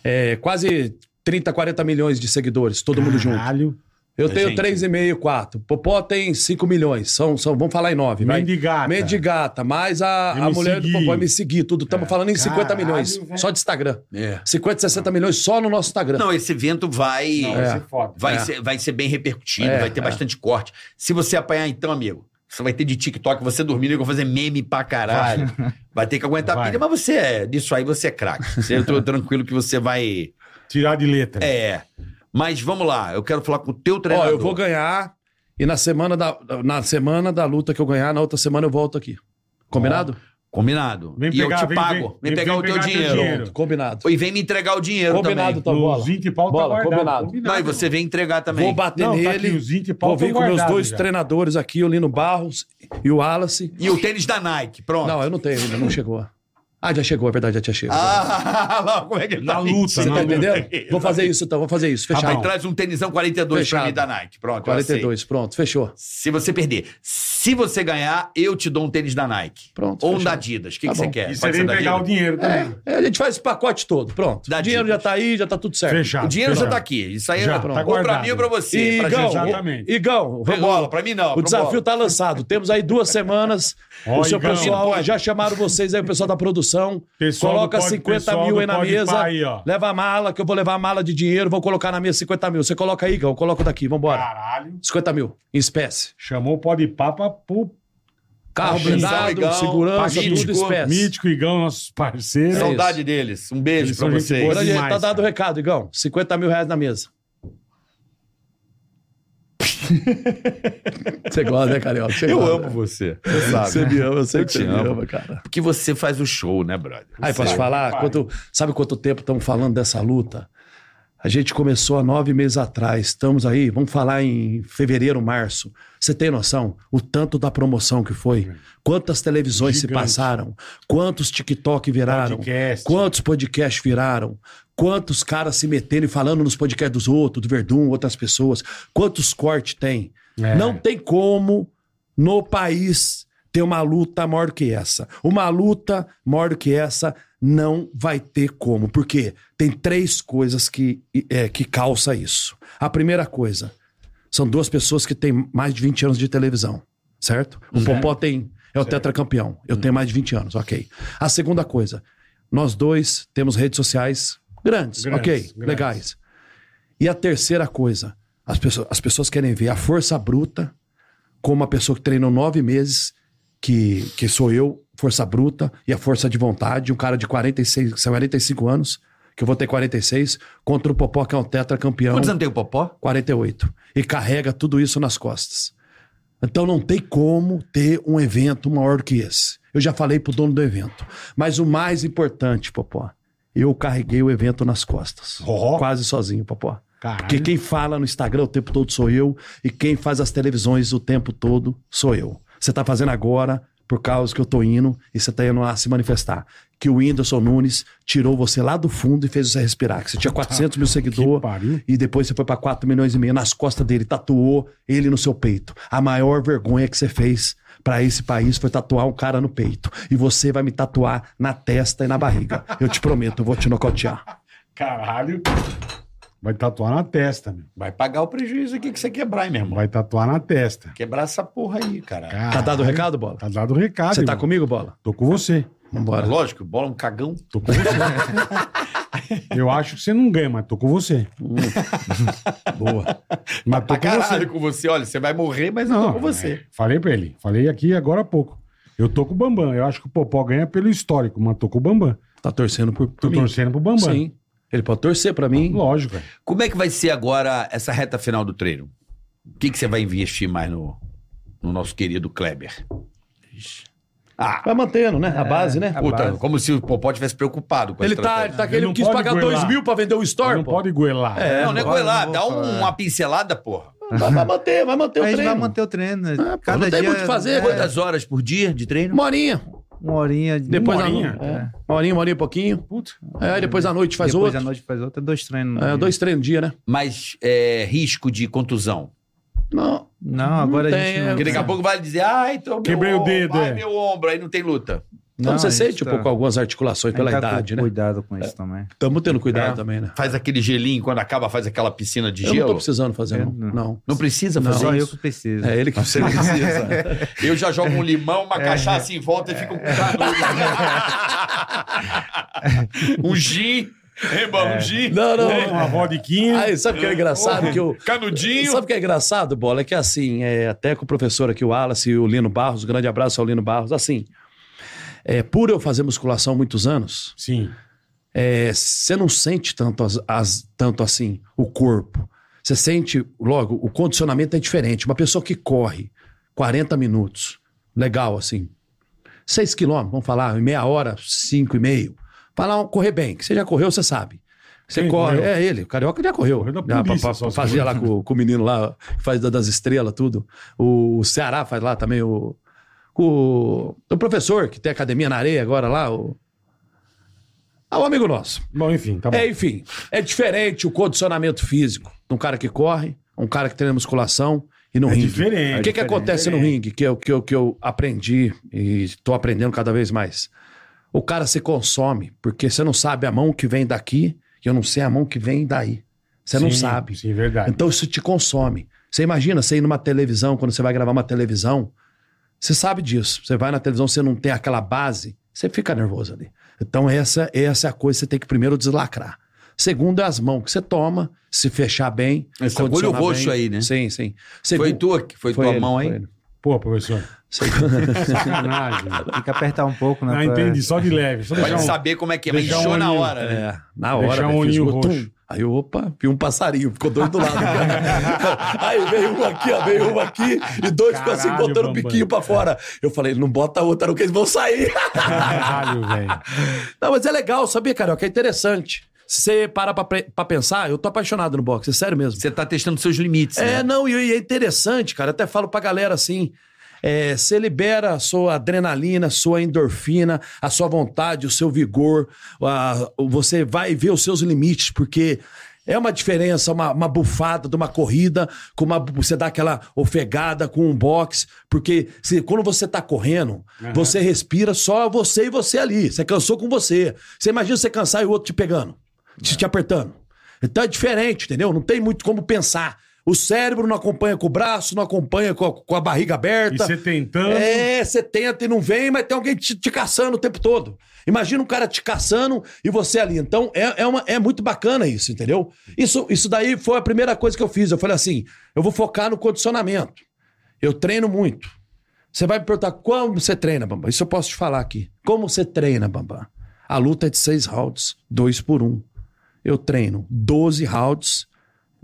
Speaker 3: é, quase 30, 40 milhões de seguidores, todo mundo junto.
Speaker 1: Caralho.
Speaker 3: Eu
Speaker 2: É,
Speaker 3: tenho
Speaker 2: gente.
Speaker 3: 3,5, 4. Popó tem 5 milhões. São, são, vamos falar em 9.
Speaker 1: Mendigata.
Speaker 3: Mendigata, mais a, a
Speaker 1: MC
Speaker 3: mulher do
Speaker 1: Gui. É.
Speaker 3: Popó me seguir, tudo. Estamos falando em 50
Speaker 1: Caralho,
Speaker 3: milhões.
Speaker 1: velho.
Speaker 3: Só de Instagram.
Speaker 2: É.
Speaker 3: 50, 60 milhões só no nosso Instagram.
Speaker 2: Não, esse evento vai
Speaker 3: Não, vai ser foda.
Speaker 2: vai
Speaker 3: É.
Speaker 2: ser vai ser bem repercutido,
Speaker 3: É,
Speaker 2: vai ter
Speaker 3: é.
Speaker 2: bastante corte. Se você apanhar então, amigo, você vai ter de TikTok, você dormindo, eu vou fazer meme pra caralho. Vai ter que aguentar a pilha, mas você é, disso aí você é craque. Você- Eu tô tranquilo que você vai
Speaker 1: Tirar de letra.
Speaker 2: é. Mas vamos lá, eu quero falar com o teu
Speaker 3: Ó,
Speaker 2: treinador.
Speaker 3: eu vou ganhar e na semana, da, na semana da luta que eu ganhar, na outra semana eu volto aqui. Combinado?
Speaker 2: Combinado.
Speaker 3: Vem
Speaker 2: e eu
Speaker 3: pegar-
Speaker 2: te
Speaker 3: vem-
Speaker 2: pago.
Speaker 3: vem-
Speaker 2: Vem,
Speaker 3: vem-
Speaker 2: pegar
Speaker 3: vem
Speaker 2: o teu
Speaker 3: pegar teu
Speaker 2: dinheiro.
Speaker 3: dinheiro. Combinado.
Speaker 2: E vem me entregar o dinheiro
Speaker 3: Combinado,
Speaker 2: também.
Speaker 3: tá tua bola. bola, combinado. tá
Speaker 2: Não, e você vem entregar também.
Speaker 3: Vou bater nele. vou vir com meus dois treinadores aqui, o Lino Barros e o Wallace.
Speaker 2: E o tênis da Nike, pronto.
Speaker 3: Não, eu não tenho ainda, não chegou. Ah, já chegou, é verdade, já tinha chegado.
Speaker 2: Ah, lá, como é que ele
Speaker 3: Na luta, Você
Speaker 2: na
Speaker 3: tá
Speaker 2: luta.
Speaker 3: entendendo? Vou fazer isso então, vou fazer isso.
Speaker 2: Fechado.
Speaker 3: Fechado.
Speaker 2: Rapaz, traz um tênisão 42 pra
Speaker 3: Fechado.
Speaker 2: mim da Nike. Pronto,
Speaker 3: 42,
Speaker 2: eu aceito.
Speaker 3: pronto, fechou.
Speaker 2: Se você perder. Se você ganhar, eu te dou um tênis da Nike. Pronto. Ou um da Adidas. O que,
Speaker 3: Tá
Speaker 2: que você
Speaker 3: bom.
Speaker 2: quer?
Speaker 3: E você
Speaker 2: Pode ser
Speaker 3: vem
Speaker 2: da
Speaker 3: pegar
Speaker 2: Adidas?
Speaker 3: o dinheiro também. É, a gente faz esse pacote todo, pronto. o dinheiro já tá aí, já tá tudo certo.
Speaker 2: O dinheiro já tá aqui. Isso aí
Speaker 3: Já,
Speaker 2: é
Speaker 3: tá
Speaker 2: ou pra
Speaker 3: guardado.
Speaker 2: mim ou pra você.
Speaker 3: E,
Speaker 2: pra
Speaker 3: Igão,
Speaker 2: gente.
Speaker 3: exatamente. Igão,
Speaker 2: Pro bola, pra mim não,
Speaker 3: O
Speaker 2: pro
Speaker 3: desafio
Speaker 2: bola.
Speaker 3: tá lançado. Temos aí duas semanas.
Speaker 2: Ó,
Speaker 3: o seu
Speaker 2: Igão.
Speaker 3: pessoal, já chamaram vocês aí, o pessoal da produção.
Speaker 1: Pessoal do
Speaker 3: coloca
Speaker 1: Pode-
Speaker 3: 50
Speaker 1: pessoal
Speaker 3: mil
Speaker 1: do
Speaker 3: aí na
Speaker 1: Pode
Speaker 3: mesa.
Speaker 1: Pá aí, ó.
Speaker 3: leva a mala, que eu vou levar a mala de dinheiro, vou colocar na mesa 50 mil. Você coloca aí, Igão, eu coloco daqui, vambora.
Speaker 1: Caralho.
Speaker 3: 50 mil, em espécie.
Speaker 1: Chamou o pode papa pro.
Speaker 3: Carro
Speaker 1: Pabllo,
Speaker 3: blindado,
Speaker 1: Igão,
Speaker 3: segurança,
Speaker 1: Pabllo,
Speaker 3: tudo espécie.
Speaker 1: Mítico, Igão, nossos parceiros.
Speaker 2: Saudade deles. Um beijo
Speaker 1: Eles
Speaker 2: pra
Speaker 1: são gente
Speaker 2: vocês.
Speaker 1: boa
Speaker 3: Grande,
Speaker 1: demais,
Speaker 3: tá dado o recado, Igão. 50 mil reais na mesa. Você gosta, né, Carioca? Você
Speaker 2: Eu
Speaker 3: gosta,
Speaker 2: amo
Speaker 3: né?
Speaker 2: você.
Speaker 3: Você
Speaker 2: sabe.
Speaker 3: me ama, eu sei que você me
Speaker 2: amo.
Speaker 3: ama, cara.
Speaker 2: Porque você faz o show, né, brother?
Speaker 3: Aí, posso
Speaker 2: Você-
Speaker 3: falar? Quanto- sabe quanto tempo estão falando dessa luta? A gente começou há nove meses atrás. Estamos aí, vamos falar em fevereiro, março. Você tem noção o tanto da promoção que foi? Quantas televisões se
Speaker 1: Gigante.
Speaker 3: passaram? Quantos TikTok viraram? Quantos podcasts viraram? Quantos caras se metendo e falando nos podcasts dos outros, do Verdun, outras pessoas? Quantos cortes tem?
Speaker 1: É.
Speaker 3: Não tem como no país ter uma luta maior do que essa. Uma luta maior do que essa não vai ter como. Porque tem três coisas que, é, que calça isso. A primeira coisa, são duas pessoas que têm mais de 20 anos de televisão, certo? O
Speaker 1: Certo.
Speaker 3: Popó tem, é o tetracampeão. Eu tenho mais de 20 anos, ok. A segunda coisa, nós dois temos redes sociais grandes,
Speaker 1: Grandes,
Speaker 3: ok,
Speaker 1: grandes.
Speaker 3: legais. E a terceira coisa, as pessoas, as pessoas querem ver a força bruta como uma pessoa que treinou nove meses, que, que sou eu, força bruta e a força de vontade, um cara de 46, 45 anos, que eu vou ter 46, contra o Popó, que é um tetracampeão.
Speaker 2: Quantos anos tem o Popó?
Speaker 3: 48. E carrega tudo isso nas costas. Então não tem como ter um evento maior do que esse. Eu já falei pro dono do evento. Mas o mais importante, Popó, eu carreguei o evento nas costas. Quase sozinho, Popó. Porque quem fala no Instagram o tempo todo sou eu e quem faz as televisões o tempo todo sou eu. Você tá fazendo agora por causa que eu tô indo e você tá indo lá se manifestar. Que o Whindersson Nunes tirou você lá do fundo e fez você respirar. Tá. Que você tinha 400 mil seguidores e depois você foi pra 4 milhões e meio nas costas dele, tatuou ele no seu peito. A maior vergonha que você fez pra esse país foi tatuar um cara no peito. E você vai me tatuar na testa e na barriga. Eu te prometo, eu vou te nocautear.
Speaker 1: Caralho. Vai tatuar na testa, meu.
Speaker 2: Vai pagar o prejuízo aqui que você quebrar, hein, meu irmão.
Speaker 1: Vai tatuar na testa.
Speaker 2: Quebrar essa porra aí, cara.
Speaker 1: Tá dado o recado, Bola? Tá dado o recado.
Speaker 2: Você tá
Speaker 3: comigo, Bola?
Speaker 1: Tô com você.
Speaker 3: Vambora.
Speaker 2: Lógico, bola é um cagão.
Speaker 1: Tô com você. Eu acho que você não ganha, mas tô com você. Boa. Mas
Speaker 2: Pra
Speaker 1: tô com você.
Speaker 2: caralho com você. Olha, você vai morrer, mas não, tô com você.
Speaker 1: Falei pra ele. Falei aqui agora há pouco. Eu tô com o Bambam. Eu acho que o Popó ganha pelo histórico, mas tô com o Bambam.
Speaker 3: Tá torcendo por,
Speaker 1: Tô torcendo pro Bambam.
Speaker 3: Sim. Ele pode torcer pra mim.
Speaker 1: Lógico.
Speaker 2: Como é que vai ser agora essa reta final do treino? O que, que você vai investir mais no, no nosso querido Kleber?
Speaker 3: Vai mantendo, né? A base, né?
Speaker 2: Puta, como se o Popó tivesse preocupado com a
Speaker 3: Ele
Speaker 2: estratégia.
Speaker 3: tá, ele tá que ele quis pagar 2 mil pra vender o Store. Não
Speaker 1: pode goelar.
Speaker 2: É, não, não é goelar,
Speaker 3: não
Speaker 2: dá
Speaker 3: vou falar.
Speaker 2: um- uma pincelada, porra.
Speaker 3: Vai, vai manter, vai manter o
Speaker 2: A gente
Speaker 3: treino. né?
Speaker 2: vai
Speaker 5: manter o treino.
Speaker 3: Cada é não tem muito o que fazer.
Speaker 2: Quantas horas por dia de treino?
Speaker 3: Uma horinha.
Speaker 5: Uma horinha.
Speaker 3: Depois
Speaker 5: uma
Speaker 3: da
Speaker 5: horinha,
Speaker 3: no- é. Uma horinha, uma horinha e pouquinho. É, depois à noite faz
Speaker 5: Depois
Speaker 3: outro.
Speaker 5: à noite faz outro, é dois treinos.
Speaker 3: É,
Speaker 5: né?
Speaker 3: dois treinos no dia, né?
Speaker 2: Mas é, risco de contusão.
Speaker 3: Não.
Speaker 5: Não, agora a gente.
Speaker 2: é, Porque daqui a pouco vai dizer, ai, então meu
Speaker 3: Quebrei o
Speaker 2: ombro,
Speaker 3: dedo,
Speaker 2: Ai,
Speaker 3: é.
Speaker 2: meu ombro, aí não tem luta.
Speaker 3: Então
Speaker 2: Não,
Speaker 3: você
Speaker 2: a gente
Speaker 3: sente um
Speaker 2: tá-
Speaker 3: pouco algumas articulações
Speaker 2: A
Speaker 3: pela
Speaker 2: gente tá com É.
Speaker 3: idade, né?
Speaker 5: Cuidado com isso também.
Speaker 3: Estamos tendo cuidado também, né?
Speaker 2: Faz aquele gelinho, quando acaba, faz aquela piscina de
Speaker 3: Eu
Speaker 2: gelo.
Speaker 3: não tô precisando fazer, não. Não,
Speaker 2: Não precisa
Speaker 3: Não.
Speaker 2: fazer
Speaker 3: Só eu
Speaker 2: isso? É.
Speaker 3: que preciso. É ele que
Speaker 2: Você
Speaker 3: precisa.
Speaker 2: eu já jogo um limão,
Speaker 3: É.
Speaker 2: uma cachaça em volta e fico com canudo. um gin. Eba, um gin.
Speaker 3: Não, não.
Speaker 2: É.
Speaker 1: vodiquinha.
Speaker 3: Aí, sabe o que é engraçado? Que eu,
Speaker 2: Canudinho.
Speaker 3: Sabe o que é engraçado, Bola? É que assim, é, até com o professor aqui, o Wallace e o Lino Barros, um grande abraço ao Lino Barros, assim, é, por eu fazer musculação há muitos anos,
Speaker 1: sim,
Speaker 3: É, você não sente tanto, as- as- tanto assim o corpo. Você sente, logo, o condicionamento é diferente. Uma pessoa que corre 40 minutos, legal assim, 6 quilômetros, vamos falar, em meia hora, 5 e meio. Falar, correr bem, que você já correu, você sabe. Você
Speaker 1: Quem
Speaker 3: corre,
Speaker 1: correu?
Speaker 3: é ele, o Carioca já correu. Já, pra-
Speaker 1: polícia,
Speaker 3: pra-
Speaker 1: só se
Speaker 3: fazia
Speaker 1: for.
Speaker 3: lá com, com o menino lá, que faz da- das estrelas, tudo. O, o Ceará faz lá também, o, o, o professor que tem academia na areia agora lá, o... Ah, um amigo nosso.
Speaker 1: Bom, enfim, tá bom.
Speaker 3: É, enfim, é diferente o condicionamento físico de um cara que corre, um cara que treina musculação e no
Speaker 1: É
Speaker 3: ringue.
Speaker 1: diferente.
Speaker 3: O que, que
Speaker 1: É
Speaker 3: acontece no ringue, que eu, que, eu, que eu aprendi e estou aprendendo cada vez mais? O cara se consome, porque você não sabe a mão que vem daqui e eu não sei a mão que vem daí. Você não
Speaker 1: Sim,
Speaker 3: sabe.
Speaker 1: Sim, verdade.
Speaker 3: Então isso te consome. Você imagina você ir numa televisão, quando você vai gravar uma televisão, você sabe disso. Você vai na televisão, você não tem aquela base, você fica nervoso ali. Então essa, essa é a coisa que você tem que primeiro deslacrar. Segundo é as mãos que você toma, se fechar bem.
Speaker 2: Esse
Speaker 3: condicionar
Speaker 2: agulho roxo
Speaker 3: bem.
Speaker 2: aí, né?
Speaker 3: Sim, sim.
Speaker 2: Foi tua, que- foi tua mão aí?
Speaker 1: Pô, professor. Sacanagem.
Speaker 5: Tem que apertar um pouco, né?
Speaker 1: Ah,
Speaker 5: pra-
Speaker 1: entendi, só de leve. Só
Speaker 2: Pra
Speaker 1: deixar
Speaker 2: ele
Speaker 1: um-
Speaker 2: saber como é que é, mas
Speaker 1: deixar
Speaker 2: inchou
Speaker 1: um
Speaker 2: na
Speaker 1: olhinho-
Speaker 2: hora, né?
Speaker 3: É, na hora.
Speaker 1: Deixar um
Speaker 3: velho, fiz
Speaker 1: olhinho
Speaker 3: o tum.
Speaker 1: roxo.
Speaker 3: Aí, opa, vi um passarinho, ficou dois do lado. aí veio um aqui, ó, veio um aqui, e dois ficou assim,
Speaker 1: Caralho,
Speaker 3: botando o
Speaker 1: Bambam.
Speaker 3: biquinho pra fora. Eu falei, não bota outra, não, que eles vão sair.
Speaker 1: Caralho, velho.
Speaker 3: Não, mas é legal, sabia, Carioca? É interessante. Se você parar pra, pre- pra pensar, eu tô apaixonado no boxe, é sério mesmo. Você
Speaker 2: tá testando seus limites,
Speaker 3: É,
Speaker 2: né?
Speaker 3: não, e, e é interessante, cara. Eu até falo pra galera assim: é, você libera a sua adrenalina, sua endorfina, a sua vontade, o seu vigor, a- você vai ver os seus limites, porque. É uma diferença, uma, uma bufada de uma corrida, com uma, você dá aquela ofegada com um box, porque se- quando você tá correndo,
Speaker 12: Aham.
Speaker 3: você respira só você e você ali. Você cansou com você. Você imagina você cansar e o outro te pegando, te, te apertando. Então é diferente, entendeu? Não tem muito como pensar. O cérebro não acompanha com o braço, não acompanha com a, com a barriga aberta.
Speaker 1: E você tentando.
Speaker 3: É, você tenta e não vem, mas tem alguém te, te caçando o tempo todo. Imagina um cara te caçando e você ali. Então é, é, uma- é muito bacana isso, entendeu? Isso, isso daí foi a primeira coisa que eu fiz. Eu falei assim: eu vou focar no condicionamento. Eu treino muito. Você vai me perguntar como você treina, Bambam. Isso eu posso te falar aqui. Como você treina, Bambam? A luta é de seis rounds, dois por um. Eu treino 12 rounds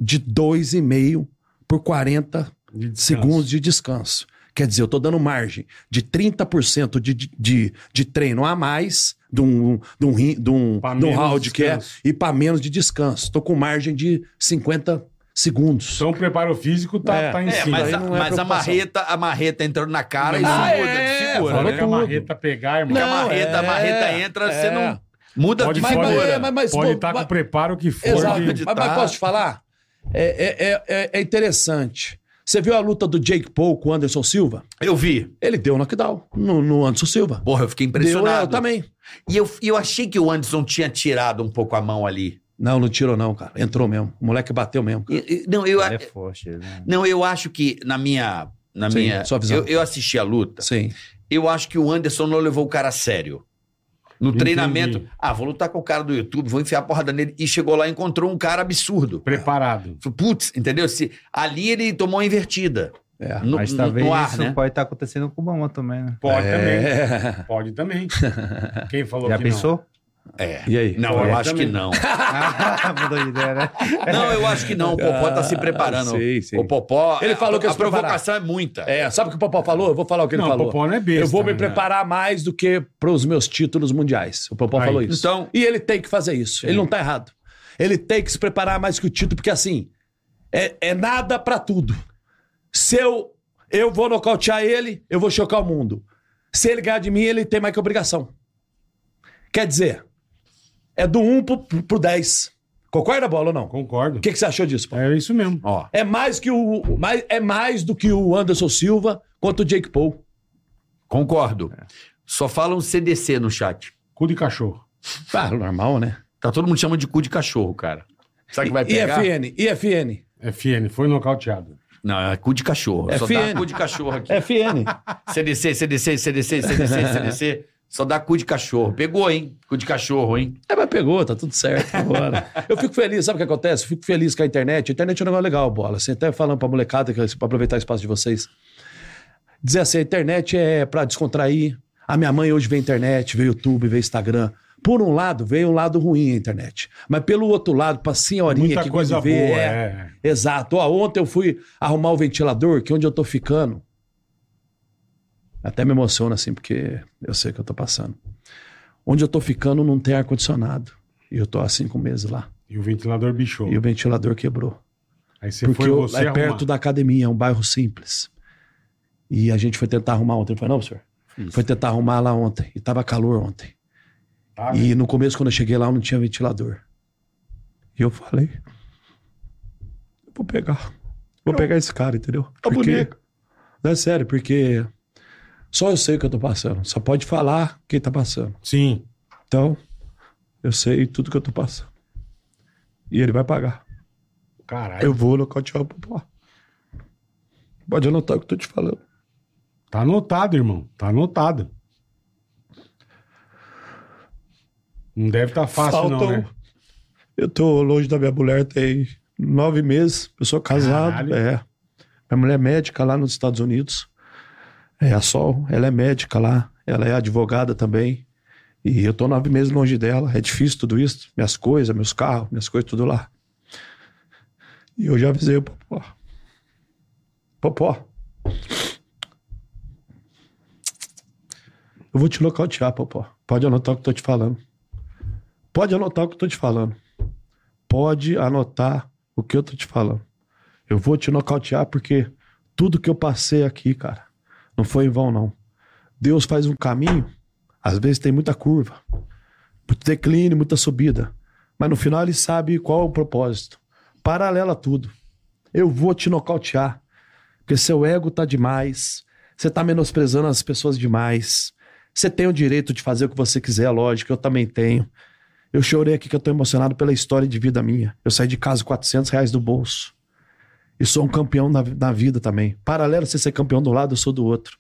Speaker 3: de dois e meio por 40 segundos de descanso. Quer dizer, eu tô dando margem de 30% de, de, de, de treino a mais de um, de um, ri- de um, de um
Speaker 1: menos
Speaker 3: round que é
Speaker 1: descanso.
Speaker 3: e para menos de descanso. Tô com margem de 50 segundos. Então
Speaker 1: o preparo físico tá, tá em
Speaker 2: É,
Speaker 1: cima.
Speaker 2: mas, a, mas a marreta, a marreta entrando na cara e
Speaker 1: Ah,
Speaker 2: segura,
Speaker 1: é,
Speaker 2: segura,
Speaker 1: fala
Speaker 2: né?
Speaker 1: que a marreta pegar, irmão. é,
Speaker 2: Porque a marreta- a marreta entra, você não- muda
Speaker 1: pode,
Speaker 2: de
Speaker 1: pode,
Speaker 2: figura.
Speaker 1: Pode,
Speaker 2: Mas- mas-
Speaker 1: pode
Speaker 2: mas-
Speaker 1: estar com o preparo que tá. for.
Speaker 3: Exato.
Speaker 1: de-
Speaker 3: Mas, mas posso te falar? É, é- é- é- é interessante. Você viu a luta do Jake Paul com o Anderson Silva?
Speaker 2: Eu vi.
Speaker 3: Ele deu knockdown no, no Anderson Silva.
Speaker 2: Porra, eu fiquei impressionado.
Speaker 3: Deu, eu também.
Speaker 2: E eu, e eu achei que o Anderson tinha tirado um pouco a mão ali.
Speaker 3: Não, não tirou não, cara. Entrou mesmo. O moleque bateu mesmo. é cara.
Speaker 2: E- e- Não, eu, a-
Speaker 5: Forte, né?
Speaker 2: não, eu acho que na minha. Na
Speaker 3: Sim,
Speaker 2: minha
Speaker 3: sua visão.
Speaker 2: Eu, eu assisti a luta.
Speaker 3: Sim.
Speaker 2: Eu acho que o Anderson não levou o cara a sério. No
Speaker 3: Entendi.
Speaker 2: treinamento, ah, vou lutar com o cara do YouTube, vou enfiar a porrada nele. E chegou lá e encontrou um cara absurdo.
Speaker 1: Preparado.
Speaker 2: Putz, entendeu? Se, ali ele tomou uma invertida.
Speaker 3: É,
Speaker 2: no,
Speaker 5: Mas
Speaker 2: no-
Speaker 5: talvez
Speaker 2: no ar,
Speaker 5: isso
Speaker 2: né?
Speaker 5: pode estar acontecendo com o Bambam também, né?
Speaker 1: Pode
Speaker 5: É.
Speaker 1: também. Pode também. Quem falou
Speaker 5: Já
Speaker 1: que
Speaker 5: pensou?
Speaker 2: É.
Speaker 3: E aí?
Speaker 2: Não,
Speaker 1: Pode
Speaker 2: eu acho
Speaker 1: também.
Speaker 2: que não.
Speaker 5: Ah, mudou de ideia, né?
Speaker 2: Não, eu acho que não. O Popó tá se
Speaker 3: Ah,
Speaker 2: preparando.
Speaker 3: sei, sei.
Speaker 2: O Popó.
Speaker 3: Ele falou
Speaker 2: a,
Speaker 3: que eu
Speaker 2: a
Speaker 3: se preparar.
Speaker 2: provocação é muita.
Speaker 3: É, sabe o que o Popó falou? Eu vou falar o que ele
Speaker 2: Não, o
Speaker 3: falou.
Speaker 2: Popó não é besta,
Speaker 3: Eu vou me
Speaker 2: né?
Speaker 3: preparar mais do que para os meus títulos mundiais. O Popó
Speaker 2: Aí.
Speaker 3: falou isso.
Speaker 2: Então-
Speaker 3: E ele tem que fazer isso. Ele não tá errado. Ele tem que se preparar mais que o título, porque assim, é, é nada pra tudo. Se eu, eu vou nocautear ele, eu vou chocar o mundo. Se ele ganhar de mim, ele tem mais que obrigação. Quer dizer, é do 1 pro, pro 10. Concorda, Bola, ou não?
Speaker 1: Concordo. O
Speaker 3: que, que você achou disso, Paulo?
Speaker 1: É isso mesmo.
Speaker 3: É mais que o mais, é mais do que o Anderson Silva quanto o Jake Paul.
Speaker 2: Concordo. É. Só um falam CDC no chat.
Speaker 1: Cu de cachorro.
Speaker 3: Ah, normal, né?
Speaker 2: Tá todo mundo chama de cu de cachorro, cara. Será que vai pegar?
Speaker 3: IFN, IFN.
Speaker 1: FN, foi nocauteado.
Speaker 2: Não, é cu de cachorro. Só dá
Speaker 1: FN.
Speaker 2: cu de cachorro aqui.
Speaker 3: FN.
Speaker 2: CDC, CDC, CDC, CDC, CDC. Só dá cu de cachorro. Pegou, hein? Cu de cachorro, hein?
Speaker 3: É, mas pegou, tá tudo certo agora. Eu fico feliz, sabe o que acontece? Eu fico feliz com a internet. A internet é um negócio legal, bola. Você até falando pra molecada, que- pra aproveitar o espaço de vocês. Dizer assim, a internet é pra descontrair. A minha mãe hoje vê internet, vê YouTube, vê Instagram. Por um lado, veio um lado ruim a internet. Mas pelo outro lado, pra senhorinha
Speaker 1: Muita
Speaker 3: que
Speaker 1: coisa
Speaker 3: gosta de ver.
Speaker 1: boa,
Speaker 3: é. Exato. Ó, ontem eu fui arrumar o ventilador, que é onde eu tô ficando. Até me emociona assim, porque eu sei o que eu tô passando. Onde eu tô ficando não tem ar-condicionado. E eu tô há cinco meses lá.
Speaker 1: E o ventilador bichou.
Speaker 3: E o ventilador quebrou.
Speaker 1: Aí você
Speaker 3: porque
Speaker 1: foi
Speaker 3: eu-
Speaker 1: você
Speaker 3: é
Speaker 1: arrumar.
Speaker 3: perto da academia, é um bairro simples. E a gente foi tentar arrumar ontem. Ele falou, não, senhor. Foi tentar arrumar lá ontem. E tava calor ontem.
Speaker 1: Tá,
Speaker 3: e no começo, quando eu cheguei lá, não tinha ventilador. E eu falei, vou pegar. Vou pegar esse cara, entendeu?
Speaker 1: Tá
Speaker 3: Porque, Não é sério, porque só eu sei o que eu tô passando. Só pode falar quem tá passando.
Speaker 1: Sim.
Speaker 3: Então, eu sei tudo que eu tô passando. E ele vai pagar.
Speaker 1: Caralho.
Speaker 3: Eu vou nocautear o Popó. Pode anotar o que eu tô te falando.
Speaker 1: Tá anotado, irmão. Tá anotado. Não deve estar tá fácil, não, né?
Speaker 3: um Eu tô longe da minha mulher tem nove meses. Eu sou casado.
Speaker 1: Caralho.
Speaker 3: É. Minha mulher é médica lá nos Estados Unidos. É a Sol. Ela é médica lá. Ela é advogada também. E eu tô nove meses longe dela. É difícil tudo isso. Minhas coisas, meus carros, minhas coisas, tudo lá. E eu já avisei o Popó. Popó. Eu vou te nocautear, Popó. Pode anotar o que eu tô te falando. Pode anotar o que eu tô te falando. pode anotar o que eu tô te falando. Eu vou te nocautear porque tudo que eu passei aqui, cara, não foi em vão, não. Deus faz um caminho, às vezes tem muita curva, muito declínio, muita subida. Mas no final ele sabe qual é o propósito. Paralela a tudo. Eu vou te nocautear. Porque seu ego tá demais. Você tá menosprezando as pessoas demais. Você tem o direito de fazer o que você quiser, lógico, eu também tenho. Eu chorei aqui que eu tô emocionado pela história de vida minha. Eu saí de casa com 400 reais do bolso. E sou um campeão na, na vida também. Paralelo a você ser campeão do lado, eu sou do outro.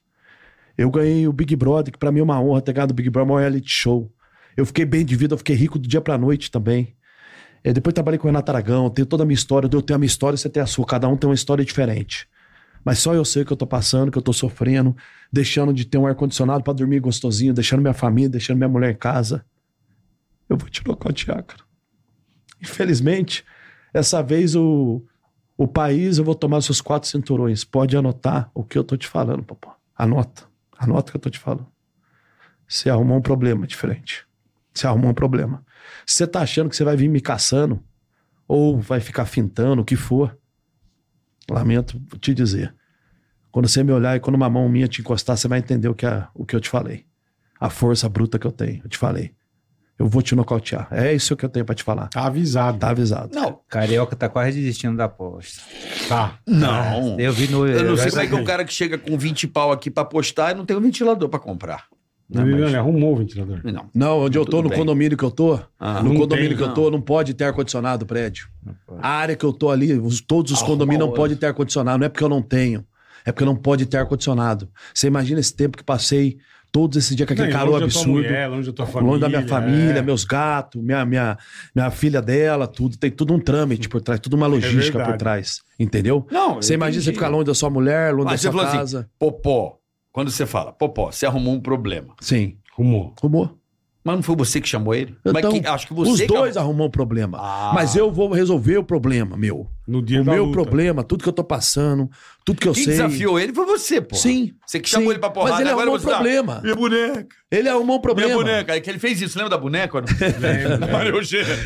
Speaker 3: Eu ganhei o Big Brother, que pra mim é uma honra ter ganhado o Big Brother, maior reality show. Eu fiquei bem de vida, eu fiquei rico do dia pra noite também. É, depois trabalhei com o Renato Aragão, tenho toda a minha história, eu tenho a minha história, você tem a sua, cada um tem uma história diferente. Mas só eu sei o que eu tô passando, o que eu tô sofrendo, deixando de ter um ar-condicionado pra dormir gostosinho, deixando minha família, deixando minha mulher em casa. Eu vou te nocautear, cara. Infelizmente, essa vez o, o país, eu vou tomar seus quatro cinturões. Pode anotar o que eu tô te falando, papai. Anota. Anota o que eu tô te falando. Você arrumou um problema diferente. Você arrumou um problema. Se você tá achando que você vai vir me caçando, ou vai ficar fintando, o que for, lamento te dizer. Quando você me olhar e quando uma mão minha te encostar, você vai entender o que, é, o que eu te falei. A força bruta que eu tenho, eu te falei. Eu vou te nocautear. É isso que eu tenho pra te falar. Tá avisado. Tá avisado.
Speaker 5: Não. Carioca tá quase desistindo da aposta.
Speaker 1: Tá.
Speaker 2: Não.
Speaker 5: Eu vi no.
Speaker 2: Eu não sei
Speaker 5: eu-
Speaker 2: como é que um cara que chega com 20 pau aqui pra postar e não tem um ventilador pra comprar.
Speaker 1: Não, ele arrumou o ventilador.
Speaker 2: Não.
Speaker 3: Não, onde eu tô,
Speaker 2: Tudo
Speaker 3: no
Speaker 2: bem.
Speaker 3: condomínio que eu tô,
Speaker 2: Ah.
Speaker 3: no
Speaker 2: Não
Speaker 3: condomínio
Speaker 2: tem,
Speaker 3: que eu
Speaker 2: não.
Speaker 3: tô, não pode ter ar-condicionado o prédio. A área que eu tô ali, os- todos os
Speaker 2: Arruma
Speaker 3: condomínios não
Speaker 2: outro.
Speaker 3: podem ter ar-condicionado. Não é porque eu não tenho, é porque não pode ter ar-condicionado. Você imagina esse tempo que passei, todos esses dias com aquele
Speaker 1: Não, e
Speaker 3: calor
Speaker 1: longe da tua
Speaker 3: absurdo.
Speaker 1: mulher, longe da tua
Speaker 3: Longe da minha
Speaker 1: família,
Speaker 3: família,
Speaker 1: é.
Speaker 3: meus gatos, minha, minha, minha filha dela, tudo. Tem tudo um trâmite por trás,
Speaker 1: É
Speaker 3: tudo uma logística por
Speaker 2: verdade.
Speaker 3: trás. Entendeu?
Speaker 2: Não, eu
Speaker 3: Você imagina
Speaker 2: entendi.
Speaker 3: você ficar longe da sua mulher, longe
Speaker 2: Mas
Speaker 3: da
Speaker 2: você
Speaker 3: sua
Speaker 2: falou
Speaker 3: casa.
Speaker 2: assim, popó. Quando você fala, popó, você arrumou um problema.
Speaker 3: Sim.
Speaker 1: Rumou.
Speaker 3: Rumou.
Speaker 2: Mas não foi você que chamou ele? Mas
Speaker 3: Então,
Speaker 2: que- acho que você
Speaker 3: os
Speaker 2: que
Speaker 3: dois arrumou um problema.
Speaker 2: Ah.
Speaker 3: Mas eu vou resolver o problema, meu.
Speaker 1: No dia
Speaker 3: o
Speaker 2: da
Speaker 3: meu
Speaker 2: luta.
Speaker 3: problema, tudo que eu tô passando, tudo que eu
Speaker 2: Quem
Speaker 3: sei.
Speaker 2: desafiou ele foi você, pô.
Speaker 3: Sim.
Speaker 2: Você que
Speaker 3: sim.
Speaker 2: chamou ele pra porrada.
Speaker 3: Mas ele
Speaker 2: agora
Speaker 3: arrumou um
Speaker 2: você tá-
Speaker 3: problema.
Speaker 2: Minha boneca.
Speaker 3: Ele arrumou um problema.
Speaker 2: Minha boneca. É que ele fez isso, lembra da boneca? Lembro.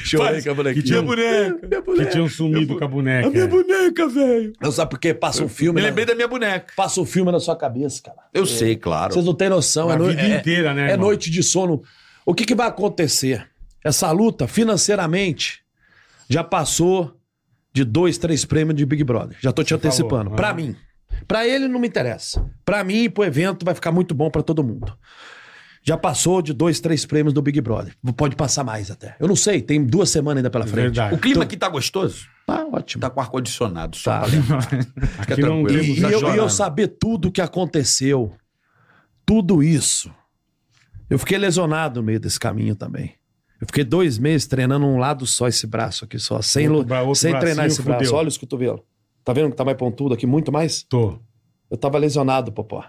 Speaker 3: Chorei com a bonequinha.
Speaker 2: Que tinha boneca.
Speaker 1: Que tinham sumido com a boneca. é.
Speaker 2: boneca, velho.
Speaker 3: Eu sabe por quê? Passa um filme.
Speaker 2: Me
Speaker 3: na-
Speaker 2: lembrei da minha boneca.
Speaker 3: Passa um filme na sua cabeça, cara.
Speaker 2: Eu sei, claro.
Speaker 3: É. Vocês não têm noção.
Speaker 2: A
Speaker 3: é
Speaker 2: vida inteira, né,
Speaker 3: É
Speaker 2: irmão?
Speaker 3: noite de sono. O que, que vai acontecer? Essa luta, financeiramente, já passou de dois, três prêmios de Big Brother. Já tô te antecipando.
Speaker 2: falou,
Speaker 3: Pra
Speaker 2: ah.
Speaker 3: mim. Pra ele não me interessa. Pra mim, pro evento, vai ficar muito bom pra todo mundo. Já passou de dois, três prêmios do Big Brother. Pode passar mais até. Eu não sei, tem duas semanas ainda
Speaker 2: É
Speaker 3: pela frente. Então-
Speaker 2: O clima aqui tá gostoso?
Speaker 3: Tá ótimo.
Speaker 2: Tá com ar-condicionado, só pra lembrar. Fica
Speaker 3: E,
Speaker 2: tranquilo.
Speaker 3: e
Speaker 2: Tá
Speaker 3: eu, e eu
Speaker 2: chorando.
Speaker 3: saber tudo o que aconteceu, tudo isso. Eu fiquei lesionado no meio desse caminho também. Eu fiquei dois meses treinando um lado só, esse braço aqui só, sem,
Speaker 2: Outro
Speaker 3: lu-
Speaker 2: bra- outro
Speaker 3: sem treinar
Speaker 2: bracinho,
Speaker 3: esse braço.
Speaker 2: fudeu.
Speaker 3: Olha os cotovelos. Tá vendo que tá mais pontudo aqui, muito mais?
Speaker 1: Tô.
Speaker 3: Eu tava lesionado, popó.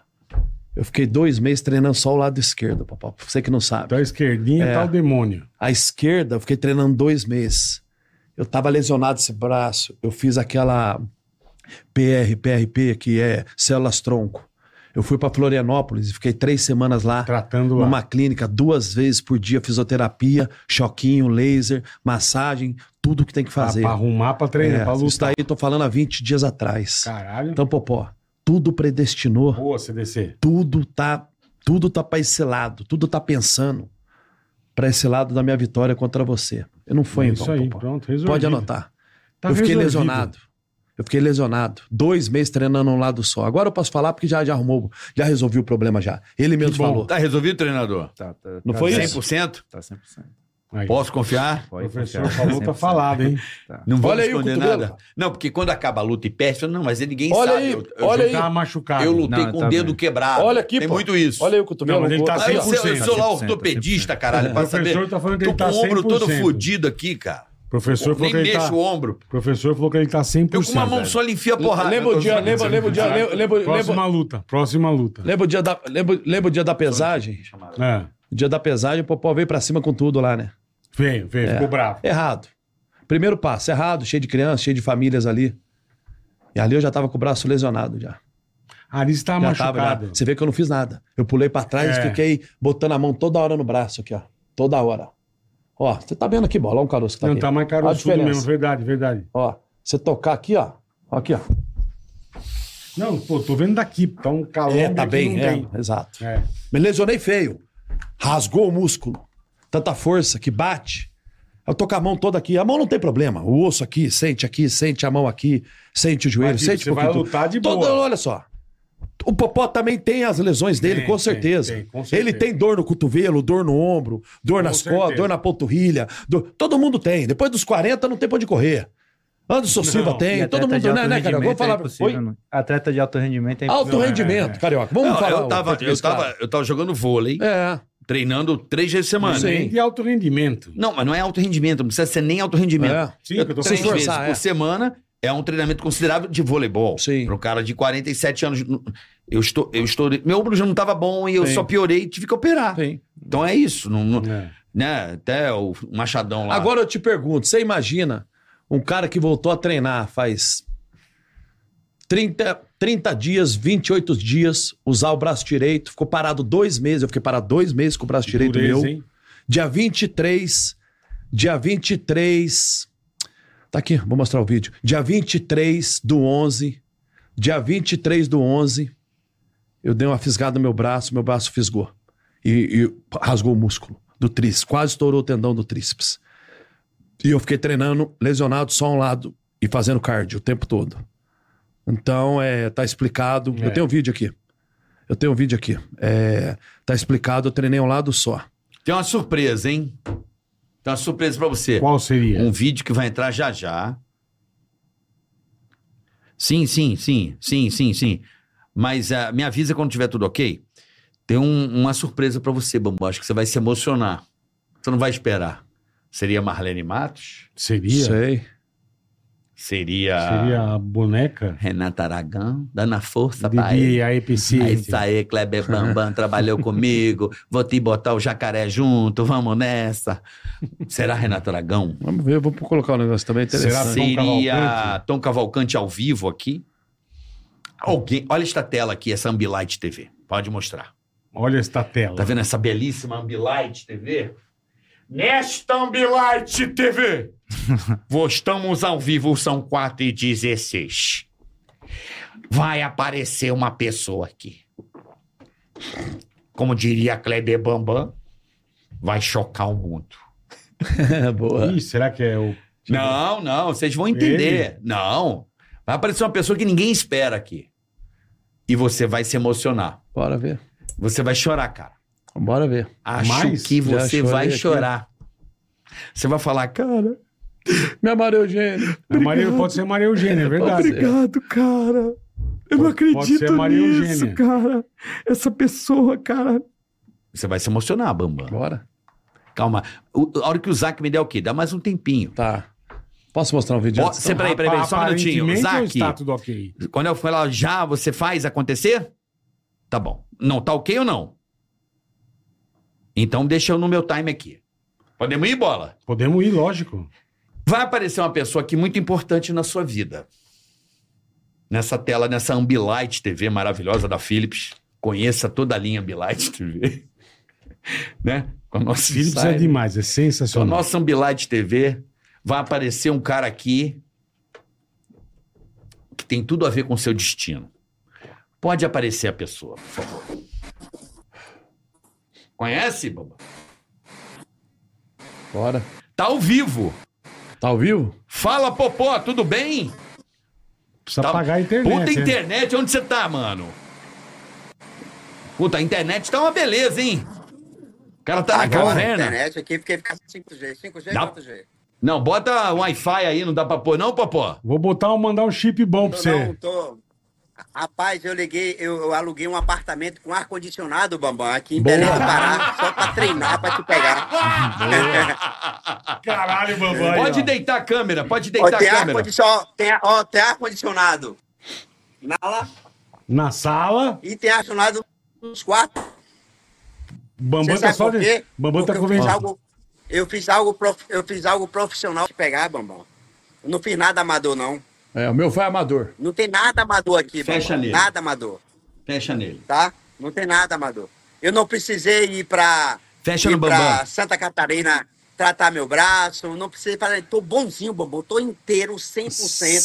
Speaker 3: Eu fiquei dois meses treinando só o lado esquerdo, popó. pra Você que não sabe. Então
Speaker 1: a esquerdinha tá o demônio.
Speaker 3: A esquerda, eu fiquei treinando dois meses. Eu tava lesionado esse braço. Eu fiz aquela PR, PRP, que é células tronco. Eu fui para Florianópolis e fiquei três semanas lá. Tratando
Speaker 1: lá.
Speaker 3: Numa clínica, duas vezes por dia, fisioterapia, choquinho, laser, massagem, tudo que tem que fazer.
Speaker 1: pra arrumar, pra treinar, pra lutar.
Speaker 3: É, Isso daí eu tô falando há 20 dias atrás.
Speaker 1: Caralho.
Speaker 3: Então, Popó, tudo predestinou.
Speaker 1: Boa, CDC.
Speaker 3: Tudo tá, tudo tá pra esse lado, tudo tá pensando pra esse lado da minha vitória contra você. Eu não fui
Speaker 1: É
Speaker 2: então,
Speaker 3: em
Speaker 1: isso
Speaker 3: vão,
Speaker 1: aí,
Speaker 3: Popó.
Speaker 1: pronto, resolvido.
Speaker 3: Pode anotar.
Speaker 1: Tá
Speaker 3: eu fiquei
Speaker 1: resolvido.
Speaker 3: lesionado. Eu fiquei lesionado. Dois meses treinando um lado só. Agora eu posso falar porque já, já arrumou, já resolvi o problema já. Ele mesmo falou.
Speaker 2: Tá resolvido, treinador? Tá, tá,
Speaker 3: Não foi isso?
Speaker 2: 100%?
Speaker 5: Tá 100%.
Speaker 2: Posso confiar?
Speaker 5: Pode
Speaker 2: O
Speaker 5: professor confiar. falou, tá 100%.
Speaker 1: falado, hein?
Speaker 2: é Não vou
Speaker 5: Olha aí o
Speaker 2: esconder
Speaker 5: cotovelo,
Speaker 2: nada.
Speaker 5: cara.
Speaker 2: Não, porque quando acaba a luta e perde, fala, não, mas ele ninguém
Speaker 3: Olha
Speaker 2: sabe.
Speaker 3: aí,
Speaker 2: eu, eu,
Speaker 3: olha
Speaker 2: eu
Speaker 3: aí.
Speaker 2: tava
Speaker 3: machucado.
Speaker 2: Eu lutei
Speaker 3: Não,
Speaker 2: com
Speaker 3: tá
Speaker 2: o dedo
Speaker 3: bem.
Speaker 2: quebrado.
Speaker 3: Olha aqui,
Speaker 2: Tem
Speaker 3: pô.
Speaker 2: muito isso.
Speaker 3: Olha aí o cotovelo. Não, mas ele tá
Speaker 2: Ah, eu sei-
Speaker 3: 100%.
Speaker 2: Eu sou lá
Speaker 3: 100%,
Speaker 2: ortopedista, caralho,
Speaker 1: O
Speaker 2: pra
Speaker 1: professor
Speaker 2: saber.
Speaker 1: tá falando que
Speaker 2: Tô
Speaker 1: ele tá
Speaker 2: com o ombro todo
Speaker 1: 100%.
Speaker 2: fudido aqui, cara.
Speaker 1: O professor
Speaker 2: Pô,
Speaker 1: falou
Speaker 2: Nem
Speaker 1: que ele
Speaker 2: mexa
Speaker 1: tá...
Speaker 2: o ombro.
Speaker 1: O professor falou que ele tá 100%.
Speaker 2: Eu com uma mão só ele enfia a porrada.
Speaker 3: Lembra o
Speaker 2: Eu tô
Speaker 3: dia,
Speaker 2: falando
Speaker 3: lembra,
Speaker 2: assim,
Speaker 3: lembra o dia,
Speaker 2: caralho.
Speaker 3: lembra, lembra,
Speaker 1: Próxima luta, próxima luta.
Speaker 3: lembra o dia da, lembra, lembra o dia da pesagem?
Speaker 1: É.
Speaker 3: O dia da pesagem, o Popó veio pra cima com tudo lá, né?
Speaker 1: Veio, veio,
Speaker 3: É.
Speaker 1: ficou bravo.
Speaker 3: Errado. Primeiro passo, errado, cheio de crianças, cheio de famílias ali. E ali eu já tava com o braço lesionado já.
Speaker 1: Ali está
Speaker 3: Já tava,
Speaker 1: machucado.
Speaker 3: já. Você vê que eu não fiz nada. Eu pulei pra trás
Speaker 1: É.
Speaker 3: e fiquei botando a mão toda hora no braço aqui, ó. Toda hora. Ó, você tá vendo aqui, bola? Olha um caroço que tá
Speaker 1: Não,
Speaker 3: aqui.
Speaker 1: tá mais
Speaker 3: Olha a
Speaker 1: caroçudo
Speaker 3: diferença.
Speaker 1: mesmo, verdade, verdade.
Speaker 3: Ó, você tocar aqui, ó. Aqui, ó.
Speaker 1: Não, pô, tô vendo daqui, tá um calor.
Speaker 3: É, tá
Speaker 1: aqui,
Speaker 3: bem,
Speaker 1: não
Speaker 3: é,
Speaker 1: tem.
Speaker 3: exato.
Speaker 1: É.
Speaker 3: Me lesionei feio. Rasgou o músculo. Tanta força que bate. Eu tô com a mão toda aqui. A mão não tem problema. O osso aqui, sente aqui, sente a mão aqui, sente o joelho,
Speaker 1: Mas, Vitor,
Speaker 3: sente
Speaker 1: você
Speaker 3: um
Speaker 1: vai
Speaker 3: pouquinho.
Speaker 1: lutar de
Speaker 3: Todo-
Speaker 1: boa.
Speaker 3: Olha só. O Popó também tem as lesões dele,
Speaker 1: Tem,
Speaker 3: com,
Speaker 1: tem,
Speaker 3: certeza.
Speaker 1: tem, com certeza.
Speaker 3: Ele tem dor no cotovelo, dor no ombro, dor nas costas,
Speaker 1: certeza.
Speaker 3: dor na panturrilha. dor- Todo mundo tem. Depois dos 40 não tem pra onde correr. Anderson Silva tem,
Speaker 5: E
Speaker 3: todo
Speaker 5: atleta de
Speaker 3: mundo, né,
Speaker 5: alto
Speaker 3: né, cara? Vou
Speaker 5: rendimento é
Speaker 3: falar.
Speaker 5: impossível,
Speaker 3: Oi?
Speaker 5: não. Atleta de alto rendimento é
Speaker 3: Alto
Speaker 5: impossível.
Speaker 3: rendimento, carioca. Vamos
Speaker 2: Não,
Speaker 3: falar.
Speaker 2: eu
Speaker 3: o
Speaker 2: tava, eu,
Speaker 3: português,
Speaker 2: tava,
Speaker 3: claro.
Speaker 2: eu tava jogando vôlei.
Speaker 3: É.
Speaker 2: Treinando três vezes por semana.
Speaker 1: Sim. De alto rendimento.
Speaker 2: Não, mas não é alto rendimento, não precisa ser nem alto rendimento.
Speaker 1: É. Sim, que eu tô
Speaker 2: três
Speaker 1: falando.
Speaker 2: vezes
Speaker 1: Esforçar,
Speaker 2: por
Speaker 1: é.
Speaker 2: semana é um treinamento considerável de voleibol. Sim. Para um cara de 47 anos, eu estou, eu estou, meu ombro já não estava bom e eu
Speaker 3: Sim.
Speaker 2: só piorei e tive que operar. Então é isso, não, não- né? Até o machadão lá.
Speaker 3: Agora eu te pergunto, você imagina um cara que voltou a treinar faz 30, 30 dias, 28 dias, usar o braço direito, ficou parado dois meses, eu fiquei parado dois meses com o braço direito
Speaker 1: Dureza,
Speaker 3: meu.
Speaker 1: hein?
Speaker 3: Dia 23, dia 23, tá aqui, vou mostrar o vídeo. Dia 23 do 11, dia 23 do 11, eu dei uma fisgada no meu braço, meu braço fisgou. E, e rasgou o músculo do tríceps, quase estourou o tendão do tríceps. E eu fiquei treinando lesionado só um lado e fazendo cardio o tempo todo. Então, é, tá explicado.
Speaker 1: É.
Speaker 3: Eu tenho um vídeo aqui. Eu tenho um vídeo aqui. É, tá explicado, eu treinei um lado só.
Speaker 2: Tem uma surpresa, hein? Tem uma surpresa pra você.
Speaker 1: Qual seria?
Speaker 2: Um vídeo que vai entrar já já. Sim, sim, sim, sim, sim, sim. Mas ah, me avisa quando tiver tudo ok. Tem um- uma surpresa pra você, Bambu. Acho que você vai se emocionar. Você não vai esperar. Seria Marlene Matos?
Speaker 1: Seria?
Speaker 3: Sei.
Speaker 2: Seria,
Speaker 3: Ah.
Speaker 1: Seria a boneca?
Speaker 2: Renata Aragão? Dando a força, pai.
Speaker 1: Didi, a
Speaker 2: É
Speaker 1: epicidente.
Speaker 2: isso aí, Kleber Bambam trabalhou comigo. Vou te botar o jacaré junto, vamos nessa. Será Renato Aragão?
Speaker 3: Vamos ver, vamos colocar um negócio também interessante.
Speaker 2: Seria Tom Cavalcante ao vivo aqui? Alguém, olha esta tela aqui, essa Ambilight TV. Pode mostrar.
Speaker 1: Olha esta tela.
Speaker 2: Tá vendo essa belíssima Ambilight TV?
Speaker 12: Nesta Ambilight TV.
Speaker 2: Vou- Estamos ao vivo, são 4 e 16 Vai aparecer uma pessoa aqui. Como diria Kleber Bambam, vai chocar o mundo.
Speaker 3: Boa.
Speaker 1: Ih, será que é o.
Speaker 2: Não, não, vocês vão entender. Não. Vai aparecer uma pessoa que ninguém espera aqui. E você vai se emocionar.
Speaker 3: Bora ver.
Speaker 2: Você vai chorar, cara.
Speaker 3: Bora ver.
Speaker 2: Acho que você vai chorar. Você vai falar, cara.
Speaker 3: Minha Maria Eugênia.
Speaker 1: A Maria, pode ser Maria Eugênia, é verdade.
Speaker 12: Obrigado, cara. Eu não
Speaker 1: Pode- pode ser
Speaker 12: acredito
Speaker 1: Maria
Speaker 12: nisso,
Speaker 1: Eugênia.
Speaker 12: cara. Essa pessoa, cara.
Speaker 2: Você vai se emocionar, Bambam.
Speaker 3: Bora.
Speaker 2: Calma. O- a hora que o Zac me der o quê? Dá mais um tempinho.
Speaker 3: Tá. Posso mostrar um vídeo?
Speaker 2: Pode
Speaker 3: antes?
Speaker 2: ser, peraí, peraí, peraí, só um minutinho.
Speaker 1: Aparentemente, é
Speaker 2: Zac,
Speaker 1: Está tudo ok.
Speaker 2: quando eu falar já, você faz acontecer? Tá bom. Não, tá ok ou não? Então deixa eu no meu time aqui. Podemos ir, bola?
Speaker 1: Podemos ir, lógico.
Speaker 2: Vai aparecer uma pessoa aqui muito importante na sua vida. Nessa tela, nessa Ambilight TV maravilhosa da Philips. Conheça toda a linha Ambilight TV. né? Com a nossa
Speaker 1: Philips é
Speaker 2: design.
Speaker 1: demais,
Speaker 2: Com
Speaker 1: é
Speaker 2: Então, a
Speaker 1: sensacional.
Speaker 2: nossa Ambilight TV vai aparecer um cara aqui que tem tudo a ver com o seu destino. Pode aparecer a pessoa, por favor. Conhece, Baba?
Speaker 3: Bora.
Speaker 2: Tá ao vivo.
Speaker 3: Tá ao vivo?
Speaker 2: Fala, Popó, tudo bem? Tá-
Speaker 1: Precisa pagar a internet.
Speaker 2: Puta
Speaker 1: né?
Speaker 2: internet, onde você tá, mano? Puta, a internet tá uma beleza, hein? O cara tá na caverna.
Speaker 15: internet aqui, porque fica 5G, 5G,
Speaker 2: Dá-
Speaker 15: 4G.
Speaker 2: Não, bota Wi-Fi aí, não dá pra pôr, não, Popó?
Speaker 1: Vou botar um, mandar um chip bom pra
Speaker 15: Tô,
Speaker 1: você.
Speaker 15: não, tô... Rapaz, eu liguei, eu, eu aluguei um apartamento com ar-condicionado, Bambam, aqui em
Speaker 1: Boa.
Speaker 15: Belém do Pará, só pra treinar, pra te pegar.
Speaker 1: Caralho,
Speaker 15: Bambam,
Speaker 2: Pode
Speaker 15: aí, ó.
Speaker 2: deitar a câmera, pode
Speaker 15: Ó,
Speaker 2: deitar a
Speaker 15: tem
Speaker 2: câmera.
Speaker 15: ar-condicionado, tem, ó, tem ar-condicionado na lá
Speaker 1: Na sala,
Speaker 15: e tem ar-condicionado nos quartos.
Speaker 1: Bambam
Speaker 15: Você
Speaker 1: tá
Speaker 15: sabe
Speaker 1: só
Speaker 15: por quê?
Speaker 1: de... Bambam tá
Speaker 15: Porque eu fiz
Speaker 1: convencido.
Speaker 15: algo, eu fiz algo, prof- eu fiz algo profissional pra te pegar, Bambam. Eu não fiz nada amador, não.
Speaker 3: É, o meu vai amador.
Speaker 15: Não tem nada amador aqui,
Speaker 3: Fecha
Speaker 15: Bambam.
Speaker 3: nele.
Speaker 15: Nada amador.
Speaker 2: Fecha nele.
Speaker 15: tá? Não tem nada, Amador. Eu não precisei ir pra
Speaker 2: Fecha
Speaker 15: ir
Speaker 2: no
Speaker 15: pra
Speaker 2: Bambam.
Speaker 15: Santa Catarina tratar meu braço, não precisei fazer. Tô bonzinho, Bambam. Tô inteiro, 100%.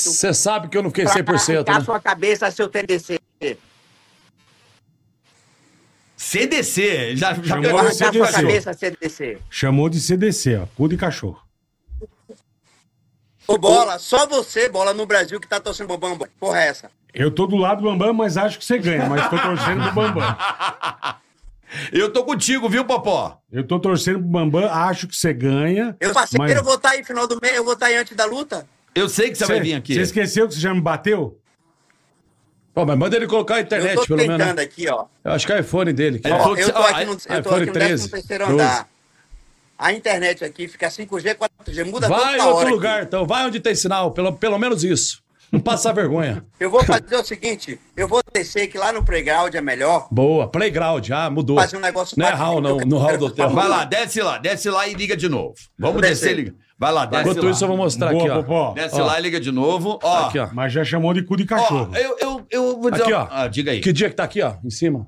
Speaker 3: Você sabe que eu não fiquei
Speaker 15: pra
Speaker 3: 100%,
Speaker 15: arrancar
Speaker 3: né?
Speaker 15: sua cabeça, seu TDC.
Speaker 2: CDC, já, já
Speaker 1: Chamou
Speaker 2: pegou
Speaker 1: de
Speaker 2: o
Speaker 1: CDC.
Speaker 15: Sua cabeça, TDC.
Speaker 1: Chamou de CDC, ó. Cu de cachorro.
Speaker 15: Ô, Bola, só você, Bola, no Brasil, que tá torcendo pro Bambam. Porra é essa?
Speaker 1: Eu tô do lado do Bambam, mas acho que você ganha. Mas tô torcendo pro Bambam.
Speaker 2: Eu tô contigo, viu, Popó?
Speaker 1: Eu tô torcendo pro Bambam, acho que você ganha.
Speaker 15: Eu parceiro,
Speaker 1: mas-
Speaker 15: eu vou estar aí no final do mês, eu vou estar aí antes da luta.
Speaker 2: Eu sei que você vai vir aqui.
Speaker 1: Você esqueceu que você já me bateu?
Speaker 3: Pô, mas manda ele colocar a
Speaker 15: Eu
Speaker 3: internet,
Speaker 15: tô
Speaker 3: pelo menos.
Speaker 15: tentando
Speaker 3: né?
Speaker 15: aqui, ó.
Speaker 3: Eu acho que é iPhone dele.
Speaker 15: Ó, eu tô
Speaker 2: é
Speaker 15: aqui no, eu tô aqui no 13, andar. A internet aqui fica 5G, 4G, muda
Speaker 3: Vai em
Speaker 15: toda hora.
Speaker 3: outro
Speaker 15: aqui.
Speaker 3: lugar, então. Vai onde tem sinal. Pelo, pelo menos isso. Não passa vergonha.
Speaker 15: Eu vou fazer o seguinte, eu vou descer que lá no playground é melhor.
Speaker 3: Boa. Playground, já mudou.
Speaker 15: Fazer um negócio
Speaker 3: Não é
Speaker 15: bacana
Speaker 3: hall, não. No hall do hotel.
Speaker 2: Vai lá, desce lá, desce lá e liga de novo. Vamos
Speaker 3: Vou
Speaker 2: descer e
Speaker 3: descer.
Speaker 2: liga. Vai lá, desce
Speaker 3: Enquanto
Speaker 2: lá.
Speaker 3: isso, eu vou mostrar aqui, ó.
Speaker 2: Desce
Speaker 3: Ó.
Speaker 2: lá e liga de novo. Ó,
Speaker 3: Aqui, ó.
Speaker 1: Mas já chamou de cu de cachorro.
Speaker 2: eu, eu, eu vou dizer...
Speaker 3: Aqui, ó.
Speaker 2: Ah, diga aí.
Speaker 3: Que dia que tá aqui, ó? Em cima.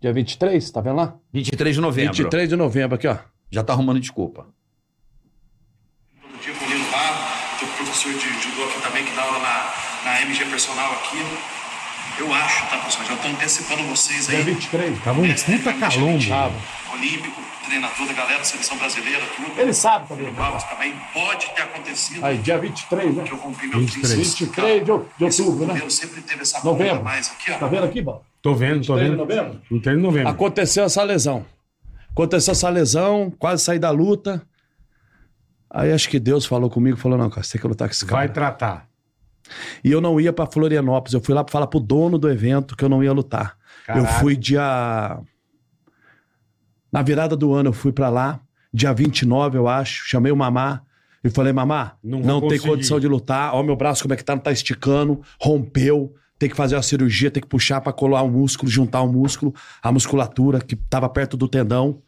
Speaker 3: Dia 23, tá vendo lá?
Speaker 2: 23 de novembro.
Speaker 3: 23 de novembro, aqui, ó.
Speaker 2: Já tá arrumando desculpa.
Speaker 16: Todo dia com o Nino Barro, tem um professor de judô aqui também que dá aula na, na MG Personal aqui. Eu acho, tá, pessoal? Já estou antecipando vocês aí.
Speaker 1: Dia 23. Tava um puta calombo.
Speaker 16: Olímpico, treinador da galera, seleção brasileira, tudo.
Speaker 3: Ele sabe
Speaker 16: também. Barros também pode ter acontecido.
Speaker 3: Aí, dia 23, né?
Speaker 16: Que eu confio meu
Speaker 3: 23, 23 de, de outubro, né?
Speaker 16: sempre teve essa
Speaker 3: Novembro.
Speaker 16: bronca mais aqui, ó.
Speaker 3: Tá vendo aqui, Bob?
Speaker 1: Tô vendo, tô
Speaker 3: 23 de
Speaker 1: vendo.
Speaker 3: novembro?
Speaker 1: 23 de novembro.
Speaker 3: Aconteceu essa lesão. Aconteceu essa lesão, quase saí da luta. Aí acho que Deus falou comigo, falou, não, cara, você tem que lutar com esse cara.
Speaker 1: Vai tratar.
Speaker 3: E eu não ia pra Florianópolis, eu fui lá pra falar pro dono do evento que eu não ia lutar.
Speaker 1: Caralho.
Speaker 3: Eu fui dia... Na virada do ano eu fui pra lá, dia 29 eu acho, chamei o Mamá e falei, Mamá, não,
Speaker 1: Não vou
Speaker 3: tem
Speaker 1: conseguir."
Speaker 3: condição de lutar, ó meu braço como é que tá, não tá esticando, rompeu, tem que fazer uma cirurgia, tem que puxar pra colar o músculo, juntar o músculo, a musculatura que tava perto do tendão,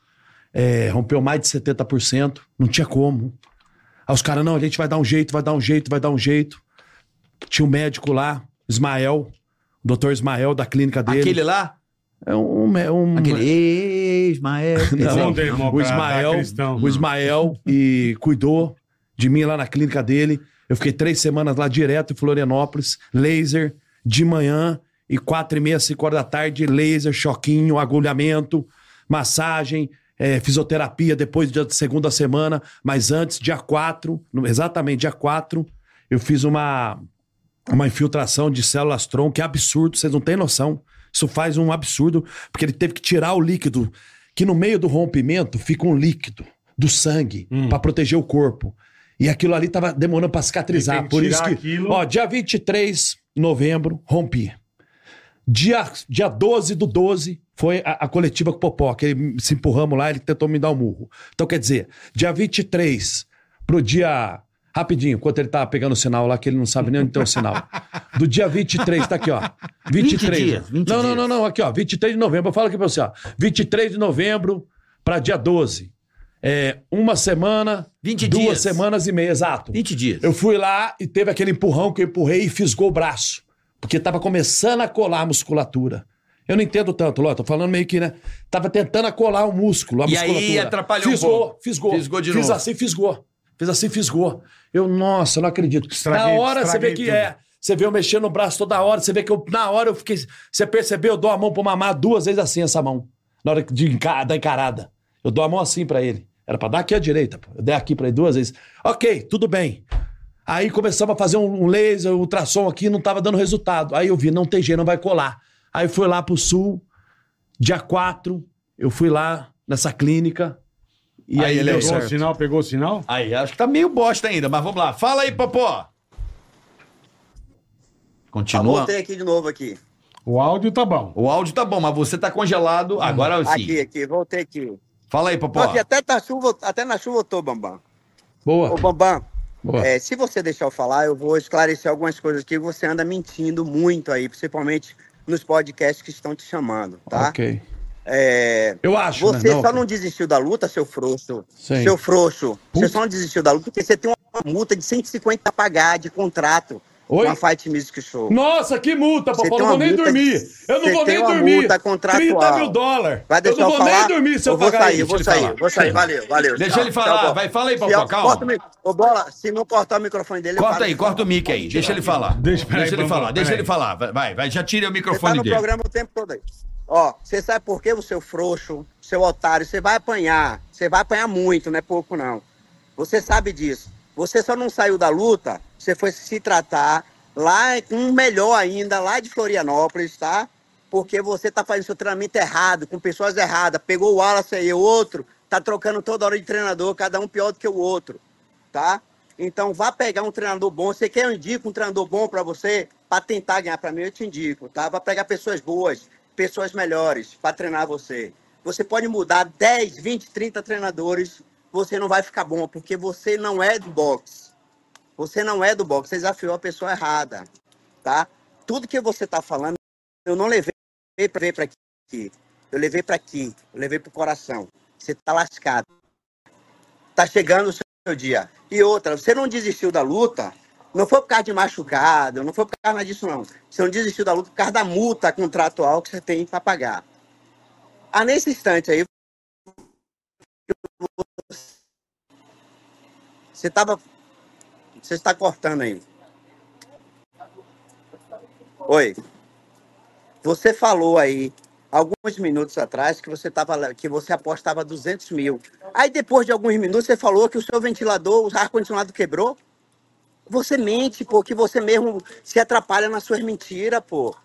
Speaker 3: é, rompeu mais de 70%, não tinha como. Aí os caras, não, a gente vai dar um jeito, vai dar um jeito, vai dar um jeito. Tinha um médico lá, Ismael, o doutor Ismael da clínica dele.
Speaker 2: Aquele lá?
Speaker 3: É um. um, um
Speaker 2: Aquele Ismael.
Speaker 3: Não,
Speaker 2: Esse aí, não.
Speaker 3: é o Ismael, o Ismael e cuidou de mim lá na clínica dele. Eu fiquei três semanas lá direto em Florianópolis, laser de manhã e quatro e meia, cinco horas da tarde, laser, choquinho, agulhamento, massagem, eh, fisioterapia depois da segunda semana, mas antes, dia quatro, no- exatamente dia quatro, eu fiz uma uma infiltração de células tronco, que é absurdo, vocês não têm noção. Isso faz um absurdo, porque ele teve que tirar o líquido, que no meio do rompimento fica um líquido do sangue pra para proteger o corpo. E aquilo ali tava demorando pra cicatrizar,
Speaker 1: Hum. Ele tem que
Speaker 3: por isso
Speaker 1: tirar
Speaker 3: que,
Speaker 1: aquilo.
Speaker 3: ó, dia 23 de novembro, rompi. Dia, dia 12 do 12 foi a, a coletiva com o Popó, que ele, se empurramos lá, ele tentou me dar um murro. Então, quer dizer, dia 23 pro dia. Rapidinho, enquanto ele tá pegando o sinal lá, que ele não sabe nem onde tem o sinal. Do dia 23, tá aqui, ó. 23.
Speaker 2: 20 dias, 20
Speaker 3: não, não, não, não, aqui, ó. 23 de novembro. Eu falo aqui pra você, ó. 23 de novembro pra dia 12. É, uma semana, duas
Speaker 2: dias.
Speaker 3: semanas e meia, exato.
Speaker 2: 20 dias.
Speaker 3: Eu fui lá e teve aquele empurrão que eu empurrei e fisgou o braço. Porque tava começando a colar a musculatura. Eu não entendo tanto, Ló. Tô falando meio que, né? Tava tentando a colar o músculo, a
Speaker 2: E aí
Speaker 3: musculatura.
Speaker 2: atrapalhou um
Speaker 3: fisgou,
Speaker 2: pouco.
Speaker 3: Fisgou,
Speaker 2: Fisgou de
Speaker 3: Fiz
Speaker 2: novo.
Speaker 3: assim, fisgou. Fiz assim, fisgou. Eu, nossa, não acredito.
Speaker 2: Estraguei-
Speaker 3: na hora você vê
Speaker 2: estraguei
Speaker 3: que
Speaker 2: tudo.
Speaker 3: é. Você vê eu mexendo no braço toda hora. Você vê que eu, na hora eu fiquei... Você percebeu? Eu dou a mão pro mamar duas vezes assim, essa mão. Na hora de enca- da encarada. Eu dou a mão assim pra ele. Era pra dar aqui à direita. pô. Eu dei aqui pra ele duas vezes. Ok, tudo bem. Aí começamos a fazer um um laser, um ultrassom aqui, não tava dando resultado. Aí eu vi, não tem jeito, não vai colar. Aí fui lá pro sul, dia 4, eu fui lá nessa clínica. E aí, deu
Speaker 1: pegou o
Speaker 3: certo.
Speaker 1: sinal, pegou o sinal?
Speaker 2: Aí, acho que tá meio bosta ainda, mas vamos lá. Fala aí, Popó.
Speaker 15: Ah,
Speaker 2: Continua.
Speaker 15: Voltei aqui de novo aqui.
Speaker 1: O áudio tá bom.
Speaker 2: O áudio tá bom, mas você tá congelado. Agora sim.
Speaker 15: Aqui, aqui, voltei aqui.
Speaker 2: Fala aí, Popó.
Speaker 15: Nossa, e até, na chuva, até na chuva eu tô, Bambam.
Speaker 3: Boa.
Speaker 15: Ô, Bambam,
Speaker 3: Boa.
Speaker 15: é, se você deixar eu falar, eu vou esclarecer algumas coisas que você anda mentindo muito aí, principalmente nos podcasts que estão te chamando, tá?
Speaker 3: Ok.
Speaker 15: É,
Speaker 3: Eu acho,
Speaker 15: Você
Speaker 3: né? Não,
Speaker 15: só não desistiu da luta, seu frouxo.
Speaker 3: Sim.
Speaker 15: Seu frouxo. Você só não desistiu da luta porque você tem uma multa de 150 a pagar de contrato. Oi? Uma Fight Music Show.
Speaker 3: Nossa, que multa,
Speaker 15: Você
Speaker 3: papai.
Speaker 15: tem
Speaker 3: Eu não vou
Speaker 15: uma
Speaker 3: nem
Speaker 15: multa-
Speaker 3: dormir. Eu
Speaker 15: você
Speaker 3: não vou
Speaker 15: tem
Speaker 3: nem
Speaker 15: uma
Speaker 3: dormir.
Speaker 15: multa contratual.
Speaker 3: 30 mil dólares.
Speaker 15: Vai
Speaker 3: eu
Speaker 15: deixar eu
Speaker 3: não vou
Speaker 15: falar?
Speaker 3: nem dormir se eu,
Speaker 15: Eu vou
Speaker 3: pagar
Speaker 15: sair,
Speaker 3: isso,
Speaker 15: eu vou
Speaker 3: ele
Speaker 15: sair,
Speaker 3: fala.
Speaker 15: vou sair. Valeu, valeu.
Speaker 2: Deixa
Speaker 15: Tchau,
Speaker 2: ele falar.
Speaker 15: tchau, bom.
Speaker 2: Vai, fala aí,
Speaker 15: Se
Speaker 2: Popó,
Speaker 15: eu-
Speaker 2: calma.
Speaker 15: corta o mi- Ô, Bola, se não cortar o microfone dele... eu
Speaker 2: Corta
Speaker 15: falo.
Speaker 2: aí, corta o mic aí. Deixa ele falar. Deixa,
Speaker 15: peraí,
Speaker 2: ele
Speaker 15: vamos
Speaker 2: falar,
Speaker 15: lá,
Speaker 2: deixa
Speaker 15: peraí.
Speaker 2: ele falar. Vai, Vai, vai, já tira o
Speaker 15: Você tá
Speaker 2: microfone
Speaker 15: no
Speaker 2: dele.
Speaker 15: programa o tempo todo aí. Ó, você sabe por que você é frouxo, seu otário, você vai apanhar. Você vai apanhar muito, não é pouco não. Você sabe disso. Você só não saiu da luta, você foi se tratar lá com um melhor ainda, lá de Florianópolis, tá? Porque você tá fazendo seu treinamento errado, com pessoas erradas. Pegou o Wallace aí, o outro, tá trocando toda hora de treinador, cada um pior do que o outro tá? Então vá pegar um treinador bom. Você quer eu indico um treinador bom para você para tentar ganhar para mim, eu te indico, tá? Vá pegar pessoas boas, pessoas melhores para treinar você. Você pode mudar 10, 20, 30 treinadores, você não vai ficar bom porque você não é do boxe. Você não é do boxe, você desafiou a pessoa errada, tá? Tudo que você tá falando, eu não levei para para aqui. Eu levei para aqui, eu levei pro coração. Você tá lascado tá chegando o seu dia. E outra, você não desistiu da luta, não foi por causa de machucado, não foi por causa disso, não. Você não desistiu da luta por causa da multa contratual que você tem para pagar. Ah, nesse instante aí. Você tava. Você está cortando aí. Oi. Você falou aí alguns minutos atrás que você tava, que você apostava 200 mil. Aí depois de alguns minutos você falou que o seu ventilador, o ar condicionado quebrou. Você mente, pô, que você mesmo se atrapalha nas suas mentiras, pô.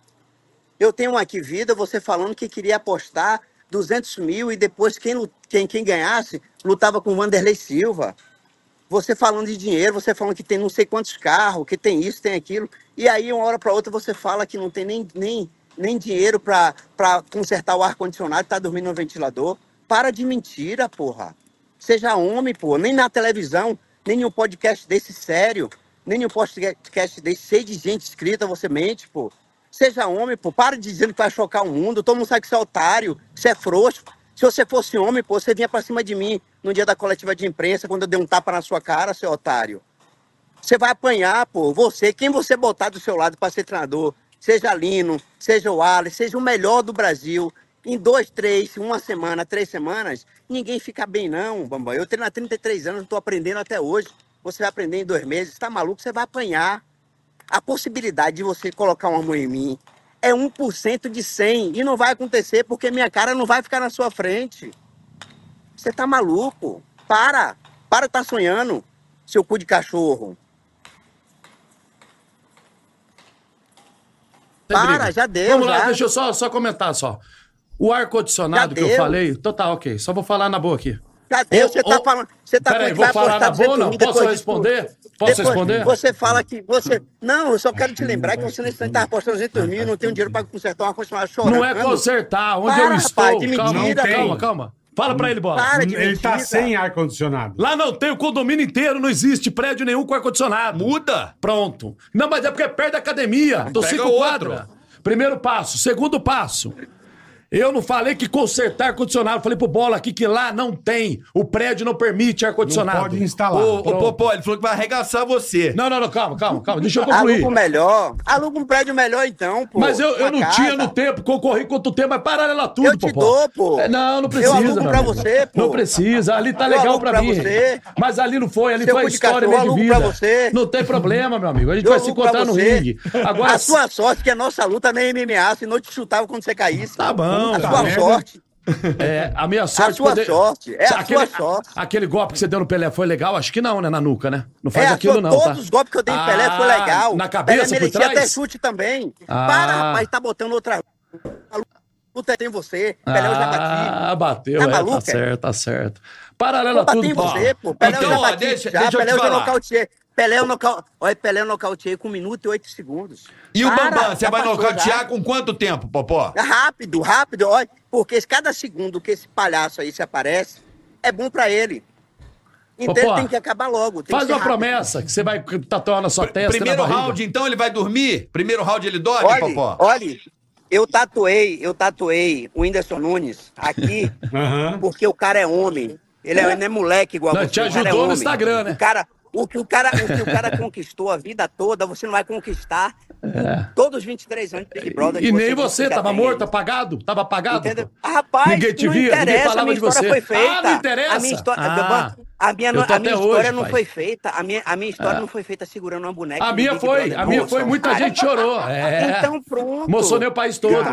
Speaker 15: Eu tenho aqui vida, você falando que queria apostar 200 mil e depois quem, lu- quem, quem ganhasse lutava com o Vanderlei Silva. Você falando de dinheiro, você falando que tem não sei quantos carros, que tem isso, tem aquilo. E aí, uma hora para outra, você fala que não tem nem, nem, nem dinheiro para consertar o ar-condicionado, tá dormindo no ventilador. Para de mentira, porra. Seja homem, porra. Nem na televisão, nem em um podcast desse sério, nem em um podcast desse cheio de gente escrita, você mente, pô. Seja homem, pô. Para de dizer que vai chocar o mundo. Todo mundo sabe que você é otário, que você é frouxo. Se você fosse homem, pô, você vinha pra cima de mim no dia da coletiva de imprensa, quando eu dei um tapa na sua cara, seu otário. Você vai apanhar, pô. Você, quem você botar do seu lado para ser treinador, seja Lino, seja o Alex, seja o melhor do Brasil, em dois, três, uma semana, três semanas, ninguém fica bem, não, Bamba. Eu treino há 33 anos, estou aprendendo até hoje. Você vai aprender em dois meses, tá maluco? Você vai apanhar. A possibilidade de você colocar uma mão em mim é 1% de 100 e não vai acontecer porque minha cara não vai ficar na sua frente. Você tá maluco? Para! Para tá sonhando, seu cu de cachorro.
Speaker 3: Tem
Speaker 15: Para,
Speaker 3: briga.
Speaker 15: já deu,
Speaker 3: Tá, Vamos lá,
Speaker 15: já.
Speaker 3: deixa eu só, só comentar só. O ar-condicionado
Speaker 15: Já
Speaker 3: que eu
Speaker 15: deu.
Speaker 3: falei, total, ok. Só vou falar na boa aqui.
Speaker 15: Cadê?
Speaker 3: Ô,
Speaker 15: Você tá
Speaker 3: ô,
Speaker 15: falando. Você tá
Speaker 3: peraí,
Speaker 15: falando que
Speaker 3: vou
Speaker 15: vai
Speaker 3: falar
Speaker 15: apostar
Speaker 3: na boa ou
Speaker 15: 200
Speaker 3: não?
Speaker 15: mil,
Speaker 3: Posso
Speaker 15: depois
Speaker 3: responder?
Speaker 15: disso-
Speaker 3: Posso
Speaker 15: depois
Speaker 3: responder?
Speaker 15: Você fala que você. Não, eu só quero te lembrar que você nesse instante tá apostando 200 mil, não tem um dinheiro para consertar uma continuar chorando.
Speaker 3: Não é consertar, onde
Speaker 15: Para,
Speaker 3: eu estou.
Speaker 15: rapaz, de
Speaker 3: calma,
Speaker 15: mentira,
Speaker 3: calma, calma,
Speaker 15: velho.
Speaker 3: Fala pra ele, Bola.
Speaker 15: Para de
Speaker 1: Ele tá mentira. sem ar-condicionado.
Speaker 3: Lá não tem o condomínio inteiro, não existe prédio nenhum com ar-condicionado. Muda. Pronto. Não, mas é porque é perto da academia. Tô
Speaker 2: Pega
Speaker 3: cinco
Speaker 2: outro.
Speaker 3: quadras. Primeiro passo. Segundo passo. Eu não falei que consertar ar-condicionado. Falei pro Bola aqui que lá não tem. O prédio não permite ar-condicionado.
Speaker 2: Não pode instalar. Ô, ô, Popó, ele falou que vai arregaçar você.
Speaker 3: Não, não, não. Calma, calma, calma. Deixa eu concluir.
Speaker 15: Aluga um melhor. Aluga um prédio melhor então, pô.
Speaker 3: Mas eu, eu
Speaker 15: Uma
Speaker 3: não
Speaker 15: casa.
Speaker 3: tinha no tempo, concorri com outro tempo, mas pararam ela é tudo, pô. Eu te
Speaker 15: dou, pô.
Speaker 3: É, não, não
Speaker 15: Eu
Speaker 3: precisa.
Speaker 15: alugo
Speaker 3: meu
Speaker 15: pra
Speaker 3: amigo.
Speaker 15: você, pô.
Speaker 3: Não precisa, ali tá
Speaker 15: Eu
Speaker 3: legal
Speaker 15: alugo
Speaker 3: pra,
Speaker 15: pra
Speaker 3: mim.
Speaker 15: você.
Speaker 3: Mas ali não foi, ali
Speaker 15: Seu
Speaker 3: foi a
Speaker 15: cu de
Speaker 3: história
Speaker 15: cachorro,
Speaker 3: meio
Speaker 15: eu
Speaker 3: de
Speaker 15: alugo
Speaker 3: vida.
Speaker 15: pra você.
Speaker 3: Não tem problema, meu amigo, a gente
Speaker 15: Eu
Speaker 3: vai se
Speaker 15: alugo pra
Speaker 3: encontrar no
Speaker 15: você.
Speaker 3: ringue. Agora,
Speaker 15: a sua sorte que a nossa luta é nem MMA, senão eu te chutava quando você caísse. Tá
Speaker 3: bom,
Speaker 15: A
Speaker 3: tá
Speaker 15: sua
Speaker 3: merda.
Speaker 15: sorte.
Speaker 3: É, a minha sorte.
Speaker 15: A sua sorte, é a
Speaker 3: aquele,
Speaker 15: sua sorte.
Speaker 3: Aquele golpe que você deu no Pelé foi legal? Acho que não, né? Na nuca, né? Não faz
Speaker 15: é,
Speaker 3: aquilo,
Speaker 15: só
Speaker 3: não.
Speaker 15: Todos
Speaker 3: tá?
Speaker 15: os golpes que eu dei em Pelé foi
Speaker 3: Ah,
Speaker 15: legal.
Speaker 3: Na cabeça,
Speaker 15: Pelé
Speaker 3: por
Speaker 15: merecia
Speaker 3: trás?
Speaker 15: até chute também.
Speaker 3: Ah.
Speaker 15: Para, rapaz, tá botando outra. A luta tem você. Pelé eu já bati.
Speaker 3: Ah, bateu,
Speaker 15: Tá
Speaker 3: é, tá
Speaker 15: maluco, é?
Speaker 3: certo, tá certo. Paralela
Speaker 15: Pô, bati
Speaker 3: tudo,
Speaker 15: em
Speaker 3: pô.
Speaker 15: você, pô. Pelé eu
Speaker 3: Então,
Speaker 15: já
Speaker 3: ó,
Speaker 15: bati.
Speaker 3: deixa-
Speaker 15: já,
Speaker 3: deixa eu
Speaker 15: Pelé
Speaker 3: te
Speaker 15: eu já
Speaker 3: falar.
Speaker 15: nocauteei. Pelé eu nocau... Olha, Pelé eu nocauteei com 1 minuto e 8 segundos.
Speaker 2: E o
Speaker 15: Para,
Speaker 2: Bambam, você
Speaker 15: já
Speaker 2: vai
Speaker 15: passou já.
Speaker 2: nocautear com quanto tempo, Popó?
Speaker 15: É Rápido, rápido, olha, porque cada segundo que esse palhaço aí se aparece é bom pra ele. Então
Speaker 3: Popó,
Speaker 15: ele tem que acabar logo. tem
Speaker 3: Faz
Speaker 15: que ser
Speaker 3: uma
Speaker 15: rápido.
Speaker 3: promessa que você vai tatuar na sua testa. e
Speaker 2: Primeiro
Speaker 3: na barriga.
Speaker 2: round, então, ele vai dormir? Primeiro round ele dorme,
Speaker 15: Olha,
Speaker 2: Popó?
Speaker 15: olha, eu tatuei, eu tatuei o Whindersson Nunes aqui porque o cara é homem. Ele é, não é moleque igual
Speaker 3: Não,
Speaker 15: a você.
Speaker 3: te
Speaker 15: o cara é
Speaker 3: ajudou no
Speaker 15: homem.
Speaker 3: Instagram, né?
Speaker 15: O cara, O que o cara, o que o cara conquistou a vida toda, você não vai conquistar
Speaker 3: É.
Speaker 15: todos os 23 anos de Big Brother.
Speaker 3: E
Speaker 15: que
Speaker 3: nem
Speaker 15: fica
Speaker 3: você, tava
Speaker 15: bem.
Speaker 3: morto, apagado? Tava apagado?
Speaker 15: Ah, Rapaz,
Speaker 3: ninguém te
Speaker 15: não
Speaker 3: via, ninguém
Speaker 15: interessa, a
Speaker 3: falava
Speaker 15: minha
Speaker 3: de
Speaker 15: história
Speaker 3: você.
Speaker 15: Foi feita.
Speaker 3: Ah, não interessa.
Speaker 15: A minha história,
Speaker 3: Ah,
Speaker 15: a minha,
Speaker 3: eu tô
Speaker 15: a minha
Speaker 3: até
Speaker 15: história
Speaker 3: hoje,
Speaker 15: não
Speaker 3: pai.
Speaker 15: foi feita. A minha, a minha história
Speaker 3: Ah.
Speaker 15: não foi feita segurando uma boneca.
Speaker 3: A
Speaker 15: do
Speaker 3: minha
Speaker 15: Big
Speaker 3: foi,
Speaker 15: Brother,
Speaker 3: a minha
Speaker 15: não.
Speaker 3: foi, muita gente chorou. É.
Speaker 15: Então pronto.
Speaker 3: Moçou meu país todo.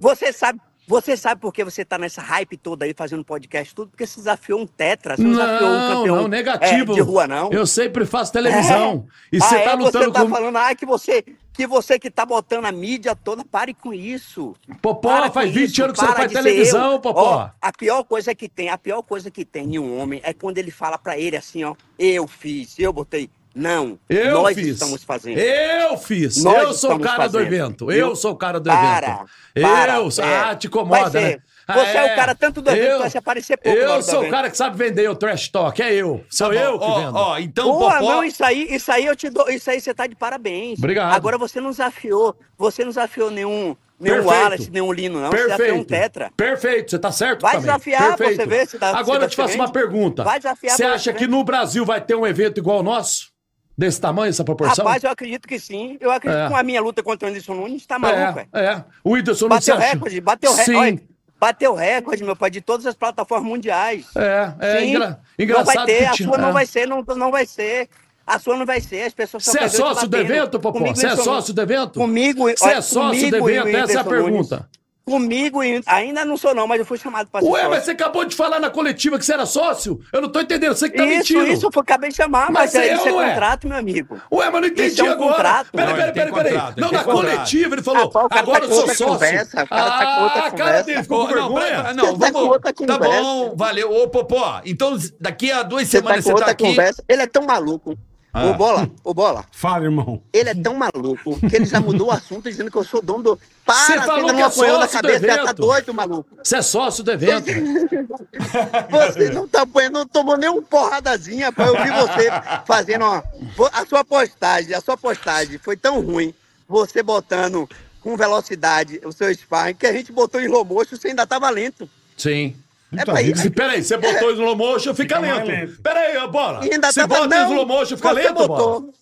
Speaker 15: Você sabe, você sabe por que você tá nessa hype toda aí fazendo podcast tudo? Porque você desafiou um tetra, você não, desafiou um
Speaker 3: Não,
Speaker 15: campeão
Speaker 3: não, negativo.
Speaker 15: é, de rua, não.
Speaker 3: Eu sempre faço televisão.
Speaker 15: É.
Speaker 3: E você
Speaker 15: Ah,
Speaker 3: tá
Speaker 15: é?
Speaker 3: lutando
Speaker 15: você tá
Speaker 3: com.
Speaker 15: falando, ah, que você, que você que tá botando a mídia toda, pare com isso.
Speaker 3: Popó,
Speaker 15: Para com
Speaker 3: faz 20
Speaker 15: isso,
Speaker 3: anos que você
Speaker 15: para
Speaker 3: faz
Speaker 15: de ser
Speaker 3: televisão,
Speaker 15: eu.
Speaker 3: Popó.
Speaker 15: Ó, a pior coisa que tem, a pior coisa que tem em um homem é quando ele fala pra ele assim, ó, eu fiz, eu botei. Não,
Speaker 3: Eu
Speaker 15: nós
Speaker 3: fiz.
Speaker 15: estamos fazendo.
Speaker 3: Eu fiz.
Speaker 15: Nós
Speaker 3: eu sou o
Speaker 15: estamos
Speaker 3: cara do
Speaker 15: fazendo.
Speaker 3: evento.
Speaker 15: Viu?
Speaker 3: Eu sou o cara do
Speaker 15: Para,
Speaker 3: evento.
Speaker 15: para,
Speaker 3: eu.
Speaker 15: é.
Speaker 3: Ah, te incomoda,
Speaker 15: Vai ser.
Speaker 3: né? Ah,
Speaker 15: Você é o cara tanto do evento,
Speaker 3: Eu-
Speaker 15: vai se aparecer pouco na
Speaker 3: Eu
Speaker 15: hora do
Speaker 3: sou o
Speaker 15: evento. Tá
Speaker 3: cara que sabe vender o trash talk. É eu. Sou eu que
Speaker 2: Tá ó,
Speaker 3: vendo.
Speaker 2: ó, então,
Speaker 15: Boa, não, isso aí, isso aí eu te dou, isso aí você tá de parabéns.
Speaker 3: Obrigado.
Speaker 15: Agora você não desafiou, você não desafiou nenhum, nenhum
Speaker 3: Perfeito.
Speaker 15: um Wallace, nenhum Lino, não. Você desafiou um Tetra.
Speaker 3: Perfeito, você tá certo
Speaker 15: Vai
Speaker 3: também.
Speaker 15: desafiar pra
Speaker 3: Perfeito.
Speaker 15: você ver se dá-
Speaker 3: Agora
Speaker 15: se dá
Speaker 3: eu te faço
Speaker 15: diferente.
Speaker 3: uma pergunta.
Speaker 15: Vai desafiar
Speaker 3: Você
Speaker 15: pra
Speaker 3: acha
Speaker 15: você
Speaker 3: que
Speaker 15: ver.
Speaker 3: no Brasil vai ter um evento igual ao nosso? Desse tamanho, essa proporção?
Speaker 15: Rapaz, eu acredito que sim. Eu acredito
Speaker 3: um- É.
Speaker 15: que com a minha luta contra o Anderson Nunes, tá maluco, é.
Speaker 3: é, é. O Whindersson não se
Speaker 15: Bateu
Speaker 3: acha-
Speaker 15: recorde, bateu
Speaker 3: Sim.
Speaker 15: recorde. Bateu recorde, meu pai, de todas as plataformas mundiais.
Speaker 3: É, é
Speaker 15: Sim.
Speaker 3: engra- engraçado
Speaker 15: Não vai ter,
Speaker 3: que
Speaker 15: a
Speaker 3: tinha-
Speaker 15: sua
Speaker 3: é.
Speaker 15: não vai ser, não, não vai ser. A sua não vai ser, as pessoas
Speaker 3: Você é sócio do evento, Popó? Você é sócio do evento?
Speaker 15: Comigo,
Speaker 3: Você
Speaker 15: olha,
Speaker 3: é sócio
Speaker 15: comigo
Speaker 3: do
Speaker 15: e o
Speaker 3: evento? Essa é a
Speaker 15: Whindersson Nunes.
Speaker 3: pergunta.
Speaker 15: Comigo e- ainda não sou não, mas eu fui chamado para ser
Speaker 3: Ué,
Speaker 15: sócio.
Speaker 3: mas você acabou de falar na coletiva que você era sócio? Eu não tô entendendo, você que tá
Speaker 15: isso,
Speaker 3: mentindo.
Speaker 15: isso, eu acabei de chamar,
Speaker 3: Mas
Speaker 15: mas,
Speaker 3: você
Speaker 15: aí
Speaker 3: é
Speaker 15: isso é
Speaker 3: ou não é?
Speaker 15: contrato, meu amigo.
Speaker 3: Ué, mas eu não entendi
Speaker 15: Isso é um
Speaker 3: agora.
Speaker 15: contrato.
Speaker 3: Peraí,
Speaker 15: Não,
Speaker 3: peraí,
Speaker 15: ele tem
Speaker 3: peraí, peraí.
Speaker 15: contrato, ele
Speaker 3: Não,
Speaker 15: tem
Speaker 3: na
Speaker 15: contrato.
Speaker 3: coletiva ele falou,
Speaker 15: Rapaz, o cara
Speaker 3: agora
Speaker 15: tá
Speaker 3: eu
Speaker 15: com
Speaker 3: sou
Speaker 15: outra
Speaker 3: sócio.
Speaker 15: conversa, o cara tá com outra
Speaker 3: ah, a cara
Speaker 15: conversa.
Speaker 3: dele ficou com
Speaker 2: Não,
Speaker 3: vergonha.
Speaker 2: para- não, vamos. Tá
Speaker 15: conversa.
Speaker 2: bom, valeu. Ô, Popó, então daqui a duas
Speaker 15: Você tá
Speaker 2: semanas
Speaker 15: com
Speaker 2: você tá
Speaker 15: outra
Speaker 2: aqui.
Speaker 15: conversa. Ele é tão maluco.
Speaker 2: Ah.
Speaker 15: Ô, Bola, ô, Bola.
Speaker 1: Fala, irmão.
Speaker 15: Ele é tão maluco que ele já mudou o assunto dizendo que eu sou dono do. Para,
Speaker 3: Você
Speaker 15: você
Speaker 3: falou
Speaker 15: ainda
Speaker 3: que é
Speaker 15: não apanhou na
Speaker 3: sócio do
Speaker 15: cabeça, você tá
Speaker 3: evento.
Speaker 15: doido, maluco.
Speaker 3: Você é sócio do evento.
Speaker 15: Você não tá apanhando, não tomou nem uma porradazinha, pô. Eu vi você fazendo uma. Vo- A sua postagem, a sua postagem foi tão ruim, você botando com velocidade o seu sparring, que a gente botou em slow motion, você ainda tá tava lento.
Speaker 3: Sim.
Speaker 15: É pra isso.
Speaker 3: Então, Peraí, você botou o slow motion, fica,
Speaker 15: Fica mais
Speaker 3: lento. Peraí, ó, bola.
Speaker 15: E ainda
Speaker 3: você
Speaker 15: tava-
Speaker 3: bota o
Speaker 15: não,
Speaker 3: slow motion, fica
Speaker 15: você
Speaker 3: lento,
Speaker 15: botou.
Speaker 3: bola.